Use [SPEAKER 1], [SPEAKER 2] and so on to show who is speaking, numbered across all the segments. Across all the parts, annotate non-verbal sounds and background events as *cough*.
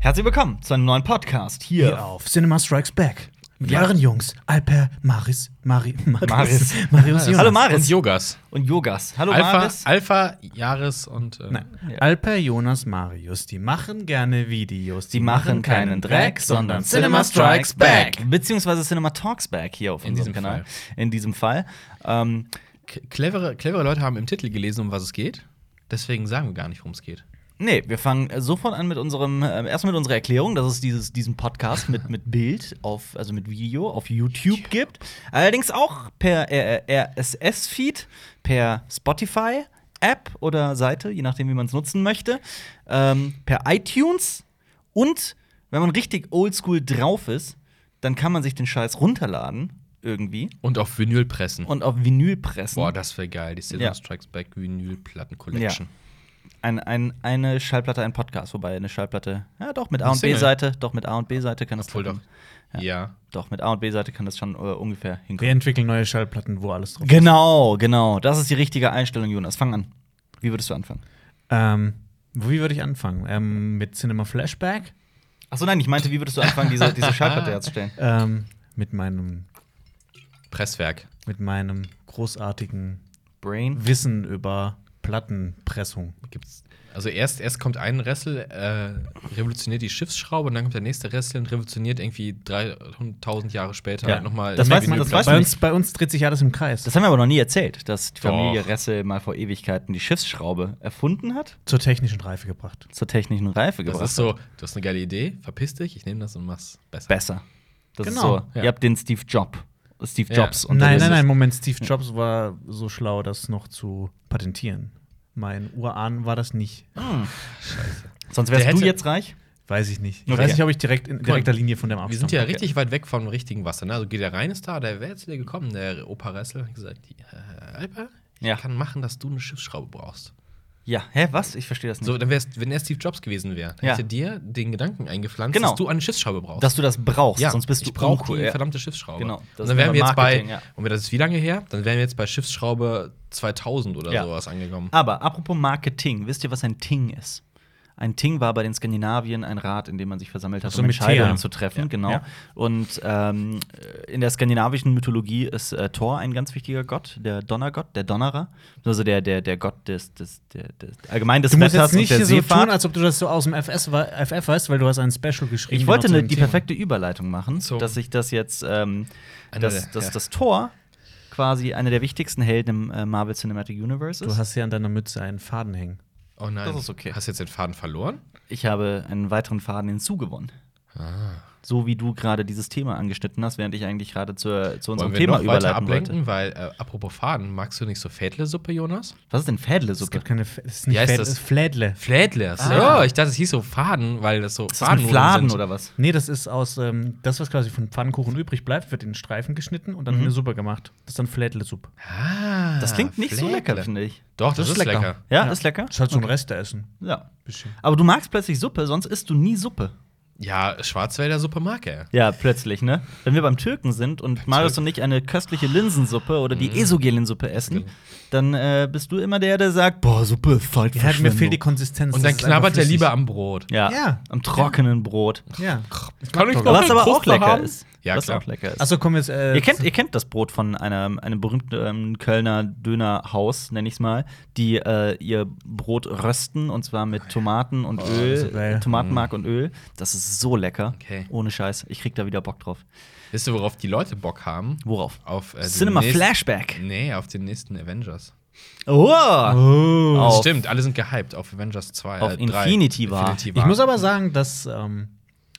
[SPEAKER 1] Herzlich willkommen zu einem neuen Podcast hier.
[SPEAKER 2] Hier auf Cinema Strikes Back. Mit euren Jungs, Alper, Maris, Mari, *laughs* Maris,
[SPEAKER 1] Maris.
[SPEAKER 2] Marius *laughs* Jonas.
[SPEAKER 1] Hallo Maris
[SPEAKER 3] Und Yogas.
[SPEAKER 1] und Yogas. Hallo
[SPEAKER 3] Alpha,
[SPEAKER 1] Maris.
[SPEAKER 3] Alpha, Jahres und. Äh,
[SPEAKER 2] Nein. Alper, Jonas, Marius, die machen gerne Videos.
[SPEAKER 1] Sie machen keinen Dreck, sondern
[SPEAKER 3] Cinema Strikes Back.
[SPEAKER 1] Beziehungsweise Cinema Talks Back hier auf
[SPEAKER 3] In
[SPEAKER 1] unserem
[SPEAKER 3] diesem
[SPEAKER 1] Kanal. In diesem Fall. Ähm,
[SPEAKER 3] k- Clevere, clevere Leute haben im Titel gelesen, um was es geht. Deswegen sagen wir gar nicht, worum es geht.
[SPEAKER 1] nee, wir fangen äh, sofort an mit unserem, äh, erstmal mit unserer Erklärung, dass es dieses, diesen Podcast mit, mit Bild, auf, also mit Video auf YouTube gibt. Allerdings auch per äh, RSS-Feed, per Spotify. App oder Seite, je nachdem, wie man es nutzen möchte, ähm, per iTunes Und wenn man richtig oldschool drauf ist, dann kann man sich den Scheiß runterladen irgendwie
[SPEAKER 3] Und auf Vinyl pressen.
[SPEAKER 1] und auf Vinyl pressen.
[SPEAKER 3] Boah, das wäre geil. Die Cinema
[SPEAKER 1] Ja.
[SPEAKER 3] Strikes Back Vinylplatten Collection.
[SPEAKER 1] ein, ein, eine Schallplatte, ein Podcast, wobei eine Schallplatte, ja doch mit A und
[SPEAKER 3] Single.
[SPEAKER 1] B-Seite, doch mit A und B-Seite kann das
[SPEAKER 3] Obwohl doch.
[SPEAKER 1] schon-
[SPEAKER 3] Ja.
[SPEAKER 1] doch mit A und B-Seite kann das schon äh, ungefähr
[SPEAKER 2] Wir
[SPEAKER 1] hinkommen.
[SPEAKER 2] entwickeln neue Schallplatten, wo alles drauf ist.
[SPEAKER 1] Genau, genau, das ist die richtige Einstellung, Jonas. Fang an. Wie würdest du anfangen?
[SPEAKER 2] Ähm, wie würde ich anfangen? Ähm, mit Cinema Flashback?
[SPEAKER 1] Achso, nein, ich meinte, wie würdest du anfangen, diese,
[SPEAKER 3] *laughs*
[SPEAKER 1] diese Schallplatte herzustellen?
[SPEAKER 2] Ähm, mit meinem,
[SPEAKER 3] Presswerk.
[SPEAKER 2] mit meinem großartigen
[SPEAKER 1] Brain.
[SPEAKER 2] Wissen über Plattenpressung.
[SPEAKER 3] Gibt's. Also erst, erst kommt ein Ressel, äh, revolutioniert die Schiffsschraube und dann kommt der nächste Ressel und revolutioniert irgendwie 300.000 Jahre später
[SPEAKER 2] Ja,
[SPEAKER 3] nochmal.
[SPEAKER 1] das
[SPEAKER 3] die
[SPEAKER 1] weiß man- das
[SPEAKER 3] Vinylplatten.
[SPEAKER 1] weiß
[SPEAKER 2] Bei
[SPEAKER 1] man
[SPEAKER 2] uns, bei uns dreht sich alles im Kreis.
[SPEAKER 1] Das haben wir aber noch nie erzählt, dass die
[SPEAKER 3] Doch.
[SPEAKER 1] Familie Ressel mal vor Ewigkeiten die Schiffsschraube erfunden hat.
[SPEAKER 2] zur technischen Reife gebracht.
[SPEAKER 1] zur technischen Reife gebracht.
[SPEAKER 3] Das ist
[SPEAKER 1] hat.
[SPEAKER 3] so, du hast eine geile Idee, verpiss dich, ich nehme das und mach's besser.
[SPEAKER 1] besser. Das
[SPEAKER 2] Genau,
[SPEAKER 1] ist so.
[SPEAKER 3] ja.
[SPEAKER 1] Ihr habt den Steve Jobs. Steve
[SPEAKER 3] Ja.
[SPEAKER 1] Jobs.
[SPEAKER 2] Nein,
[SPEAKER 1] dann
[SPEAKER 2] nein,
[SPEAKER 1] ist *laughs*
[SPEAKER 2] nein, Moment, Steve Jobs war so schlau, das noch zu patentieren. Mein Urahn war das nicht.
[SPEAKER 1] es- Sonst wärst
[SPEAKER 3] Der
[SPEAKER 1] du
[SPEAKER 3] hätte-
[SPEAKER 1] jetzt reich.
[SPEAKER 2] Weiß ich nicht. Ich
[SPEAKER 1] Okay.
[SPEAKER 2] weiß nicht, ob ich direkt in direkter Linie von dem
[SPEAKER 3] Wir
[SPEAKER 2] abstamme.
[SPEAKER 3] sind ja richtig weit weg vom richtigen Wasser. Ne? Also geht der reine Star, der wäre jetzt hier gekommen, der Opa Ressel, hat gesagt, äh, Alper, ich
[SPEAKER 1] Ja.
[SPEAKER 3] kann machen, dass du eine Schiffsschraube brauchst.
[SPEAKER 1] Ja, hä, was? Ich verstehe das nicht.
[SPEAKER 3] So, dann wärst, wenn er Steve Jobs gewesen wäre, dann
[SPEAKER 1] Ja.
[SPEAKER 3] hätte dir den Gedanken eingepflanzt,
[SPEAKER 1] Genau.
[SPEAKER 3] dass du eine Schiffsschraube brauchst.
[SPEAKER 1] dass du das brauchst,
[SPEAKER 3] ja,
[SPEAKER 1] sonst bist du
[SPEAKER 3] ich brauch
[SPEAKER 1] uncool.
[SPEAKER 3] die
[SPEAKER 1] ja.
[SPEAKER 3] verdammte Schiffsschraube.
[SPEAKER 1] Genau. Das
[SPEAKER 3] Und
[SPEAKER 1] ist
[SPEAKER 3] dann wären wir
[SPEAKER 1] immer
[SPEAKER 3] jetzt bei,
[SPEAKER 1] Marketing, ja.
[SPEAKER 3] und das ist wie lange her? Dann wären wir jetzt bei Schiffsschraube 2000 oder
[SPEAKER 1] Ja. Ah,
[SPEAKER 3] sowas angekommen.
[SPEAKER 1] Aber apropos Marketing, wisst ihr, was ein Ting ist? Ein Ting war bei den Skandinaviern ein Rat, in dem man sich versammelt hat,
[SPEAKER 2] so,
[SPEAKER 1] um
[SPEAKER 2] mit
[SPEAKER 1] Entscheidungen
[SPEAKER 2] Thea.
[SPEAKER 1] zu treffen.
[SPEAKER 2] Ja.
[SPEAKER 1] Genau.
[SPEAKER 2] Ja.
[SPEAKER 1] Und ähm, in der skandinavischen Mythologie ist äh, Thor ein ganz wichtiger Gott, der Donnergott, der Donnerer, also der, der, der Gott des, des, der, des allgemein des
[SPEAKER 2] Du musst
[SPEAKER 1] Wetters
[SPEAKER 2] jetzt nicht
[SPEAKER 1] und der
[SPEAKER 2] hier so
[SPEAKER 1] Seefahrt.
[SPEAKER 2] tun, als ob du das so aus dem FS wei- FF weißt, weil du hast ein Special geschrieben.
[SPEAKER 1] Ich wollte
[SPEAKER 2] genau zu
[SPEAKER 1] eine,
[SPEAKER 2] dem
[SPEAKER 1] die
[SPEAKER 2] Thema.
[SPEAKER 1] perfekte Überleitung machen,
[SPEAKER 3] So.
[SPEAKER 1] dass ich das jetzt, ähm,
[SPEAKER 3] Eine
[SPEAKER 1] dass,
[SPEAKER 3] der-
[SPEAKER 1] dass
[SPEAKER 3] ja.
[SPEAKER 1] das Tor quasi einer der wichtigsten Helden im äh, Marvel Cinematic Universe
[SPEAKER 2] Du
[SPEAKER 1] ist.
[SPEAKER 2] hast hier an deiner Mütze einen Faden hängen.
[SPEAKER 3] Oh nein.
[SPEAKER 1] Das ist okay.
[SPEAKER 3] Hast du jetzt den Faden verloren?
[SPEAKER 1] Ich habe einen weiteren Faden hinzugewonnen.
[SPEAKER 3] Ah.
[SPEAKER 1] So wie du gerade dieses Thema angeschnitten hast, während ich eigentlich gerade zur- zu unserem
[SPEAKER 3] Wollen wir
[SPEAKER 1] Thema
[SPEAKER 3] noch weiter
[SPEAKER 1] überleiten
[SPEAKER 3] ablenken,
[SPEAKER 1] wollte.
[SPEAKER 3] weil äh, apropos Faden, magst du nicht so Fädle-Suppe, Jonas?
[SPEAKER 1] Was ist denn
[SPEAKER 2] Es
[SPEAKER 1] Fädlesuppe?
[SPEAKER 2] gibt keine. F- Es ist nicht
[SPEAKER 3] Wie heißt
[SPEAKER 2] Fädle,
[SPEAKER 3] das?
[SPEAKER 2] es ist Flädle.
[SPEAKER 3] Flädle. So,
[SPEAKER 1] Ah.
[SPEAKER 3] ich dachte, es hieß so Faden, weil das so
[SPEAKER 1] Ist das ein
[SPEAKER 3] Fadennudeln
[SPEAKER 1] Fladen
[SPEAKER 3] sind.
[SPEAKER 1] oder was?
[SPEAKER 2] Nee, das ist aus ähm, das, was quasi von Pfannkuchen übrig bleibt, wird in Streifen geschnitten und dann in eine Suppe gemacht. Das ist dann Flädle-Suppe.
[SPEAKER 3] Ah,
[SPEAKER 1] Das klingt nicht so
[SPEAKER 3] Flädle.
[SPEAKER 1] lecker, finde ich.
[SPEAKER 3] Doch, das, ist lecker.
[SPEAKER 1] Ja, ist lecker.
[SPEAKER 2] Das ist halt so ein Resteessen.
[SPEAKER 1] Ja.
[SPEAKER 2] Bisschen.
[SPEAKER 1] Aber du magst plötzlich Suppe, sonst isst du nie Suppe.
[SPEAKER 3] Ja, Schwarzwälder Suppe mag er.
[SPEAKER 1] Ja, plötzlich, ne? Wenn wir beim Türken sind und Marius und ich eine köstliche Linsensuppe oder die Esogelinsuppe essen, dann äh, bist du immer der, der sagt, boah, Suppe, falsch.
[SPEAKER 2] Ja, mir fehlt die Konsistenz.
[SPEAKER 3] Und
[SPEAKER 2] das
[SPEAKER 3] dann
[SPEAKER 2] ist einfach
[SPEAKER 3] knabbert er
[SPEAKER 2] flüssig.
[SPEAKER 3] lieber am Brot.
[SPEAKER 1] Ja,
[SPEAKER 2] Ja.
[SPEAKER 1] am trockenen Brot.
[SPEAKER 2] Ja.
[SPEAKER 3] Kann ich
[SPEAKER 2] doch-
[SPEAKER 3] noch
[SPEAKER 1] Was
[SPEAKER 3] einen
[SPEAKER 1] aber auch
[SPEAKER 3] Kruste
[SPEAKER 1] lecker
[SPEAKER 3] haben?
[SPEAKER 1] ist.
[SPEAKER 3] Ja,
[SPEAKER 1] was
[SPEAKER 3] klar.
[SPEAKER 1] auch lecker ist.
[SPEAKER 2] Achso, komm jetzt. Äh,
[SPEAKER 1] Ihr kennt, ihr kennt das Brot von einem, einem berühmten ähm, Kölner Dönerhaus, nenne ich es mal, die äh, ihr Brot rösten und zwar mit Tomaten
[SPEAKER 3] Oh,
[SPEAKER 1] und
[SPEAKER 2] das ist
[SPEAKER 1] Öl,
[SPEAKER 2] geil.
[SPEAKER 1] Tomatenmark und Öl. Das ist so lecker.
[SPEAKER 3] Mhm. Okay.
[SPEAKER 1] Ohne Scheiß. Ich krieg da wieder Bock drauf.
[SPEAKER 3] Wisst ihr, worauf die Leute Bock haben?
[SPEAKER 1] Worauf?
[SPEAKER 3] Auf äh, den
[SPEAKER 1] Cinema
[SPEAKER 3] nächsten-
[SPEAKER 1] Flashback.
[SPEAKER 3] Nee, auf den nächsten Avengers.
[SPEAKER 1] Oh!
[SPEAKER 2] Oh.
[SPEAKER 1] Auf-
[SPEAKER 3] Stimmt, alle sind gehypt auf Avengers 2.
[SPEAKER 1] Auf
[SPEAKER 3] äh, 3.
[SPEAKER 1] Infinity War.
[SPEAKER 3] Infinity
[SPEAKER 2] Ich muss aber sagen, dass ähm,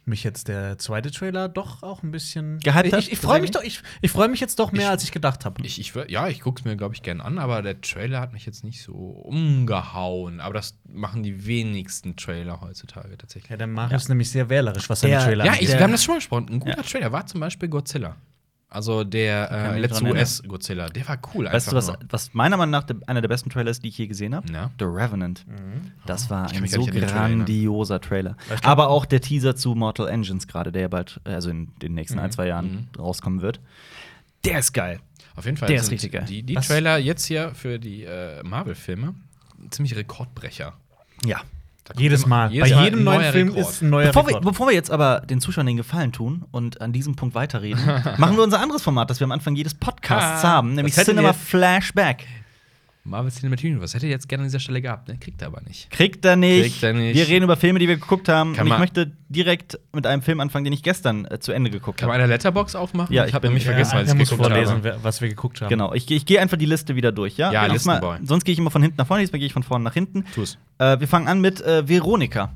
[SPEAKER 2] mich jetzt der zweite Trailer doch auch ein bisschen.
[SPEAKER 1] Gehypt
[SPEAKER 2] ich
[SPEAKER 1] hat?
[SPEAKER 2] ich, ich freue mich, doch- ich, ich freu mich jetzt doch mehr, als ich gedacht habe.
[SPEAKER 3] Ich, ich, wür- ja, ich gucke es mir, glaube ich, gern an, aber der Trailer hat mich jetzt nicht so umgehauen. Aber das machen die wenigsten Trailer heutzutage tatsächlich.
[SPEAKER 2] Ja, der Marius ist nämlich sehr wählerisch, was seine
[SPEAKER 1] Der-
[SPEAKER 2] Trailer
[SPEAKER 3] Ja,
[SPEAKER 2] angeht.
[SPEAKER 3] ich, wir haben das schon mal gesprochen. Ein guter
[SPEAKER 1] Ja.
[SPEAKER 3] Trailer war zum Beispiel Godzilla. Also der
[SPEAKER 1] kann
[SPEAKER 3] äh,
[SPEAKER 1] mich
[SPEAKER 3] letzte
[SPEAKER 1] dran erinnern.
[SPEAKER 3] US-Godzilla. Der war cool.
[SPEAKER 1] Weißt du,
[SPEAKER 3] einfach
[SPEAKER 1] was,
[SPEAKER 3] nur.
[SPEAKER 1] was meiner Meinung nach der, einer der besten Trailer ist, die ich je gesehen habe?
[SPEAKER 3] Na?
[SPEAKER 1] The Revenant.
[SPEAKER 2] Mhm.
[SPEAKER 1] Das war ein
[SPEAKER 3] mich
[SPEAKER 1] so
[SPEAKER 3] gar nicht an den Trailer erinnern.
[SPEAKER 1] grandioser Trailer. Aber auch der Teaser zu Mortal Engines gerade, der ja bald, äh, also in den
[SPEAKER 2] Mhm.
[SPEAKER 1] nächsten ein, zwei Jahren
[SPEAKER 3] Mhm.
[SPEAKER 1] rauskommen wird. Der ist geil.
[SPEAKER 3] Auf jeden Fall.
[SPEAKER 1] Der ist
[SPEAKER 3] sind
[SPEAKER 1] richtig geil.
[SPEAKER 3] Die, die
[SPEAKER 2] Was-
[SPEAKER 3] Trailer jetzt hier für die äh, Marvel-Filme ziemlich Rekordbrecher.
[SPEAKER 1] Ja.
[SPEAKER 3] Da kommt
[SPEAKER 2] Jedes
[SPEAKER 3] immer-
[SPEAKER 2] Mal.
[SPEAKER 3] jedes
[SPEAKER 2] Bei
[SPEAKER 3] Mal
[SPEAKER 2] jedem
[SPEAKER 3] ein
[SPEAKER 2] neuen
[SPEAKER 3] neuer
[SPEAKER 2] Film
[SPEAKER 3] Rekord.
[SPEAKER 2] ist ein neuer
[SPEAKER 1] Bevor wir,
[SPEAKER 2] Rekord.
[SPEAKER 1] bevor wir jetzt aber den Zuschauern den Gefallen tun und an diesem Punkt
[SPEAKER 3] *laughs*
[SPEAKER 1] weiterreden, machen wir unser anderes Format, das wir am Anfang jedes Podcasts
[SPEAKER 3] Ah,
[SPEAKER 1] haben, nämlich
[SPEAKER 2] hätten wir
[SPEAKER 1] Cinema
[SPEAKER 2] jetzt-
[SPEAKER 1] Flashback.
[SPEAKER 3] Marvel Cinematic Universe hätte ich jetzt gerne an dieser Stelle gehabt, ne? Kriegt er aber nicht.
[SPEAKER 1] Kriegt er nicht.
[SPEAKER 3] Kriegt er nicht.
[SPEAKER 1] Wir reden über Filme, die wir geguckt haben.
[SPEAKER 3] Kann
[SPEAKER 1] und ich
[SPEAKER 3] man-
[SPEAKER 1] möchte direkt mit einem Film anfangen, den ich gestern äh, zu Ende geguckt
[SPEAKER 3] Kann man
[SPEAKER 1] habe.
[SPEAKER 3] eine Letterbox aufmachen?
[SPEAKER 1] Ja, ich
[SPEAKER 3] hab
[SPEAKER 1] bin-
[SPEAKER 3] nämlich
[SPEAKER 1] ja,
[SPEAKER 3] vergessen, als
[SPEAKER 2] er
[SPEAKER 3] ich
[SPEAKER 2] muss
[SPEAKER 3] geguckt
[SPEAKER 2] vorlesen,
[SPEAKER 3] habe.
[SPEAKER 2] wer- was wir geguckt haben.
[SPEAKER 1] Genau, ich, ich gehe einfach die Liste wieder durch, ja?
[SPEAKER 3] Ja,
[SPEAKER 1] Jedes
[SPEAKER 3] Listenboy.
[SPEAKER 1] sonst gehe ich immer von hinten nach vorne, diesmal gehe ich von vorne nach hinten.
[SPEAKER 3] Tu's.
[SPEAKER 1] Äh, wir fangen an mit äh, Veronika.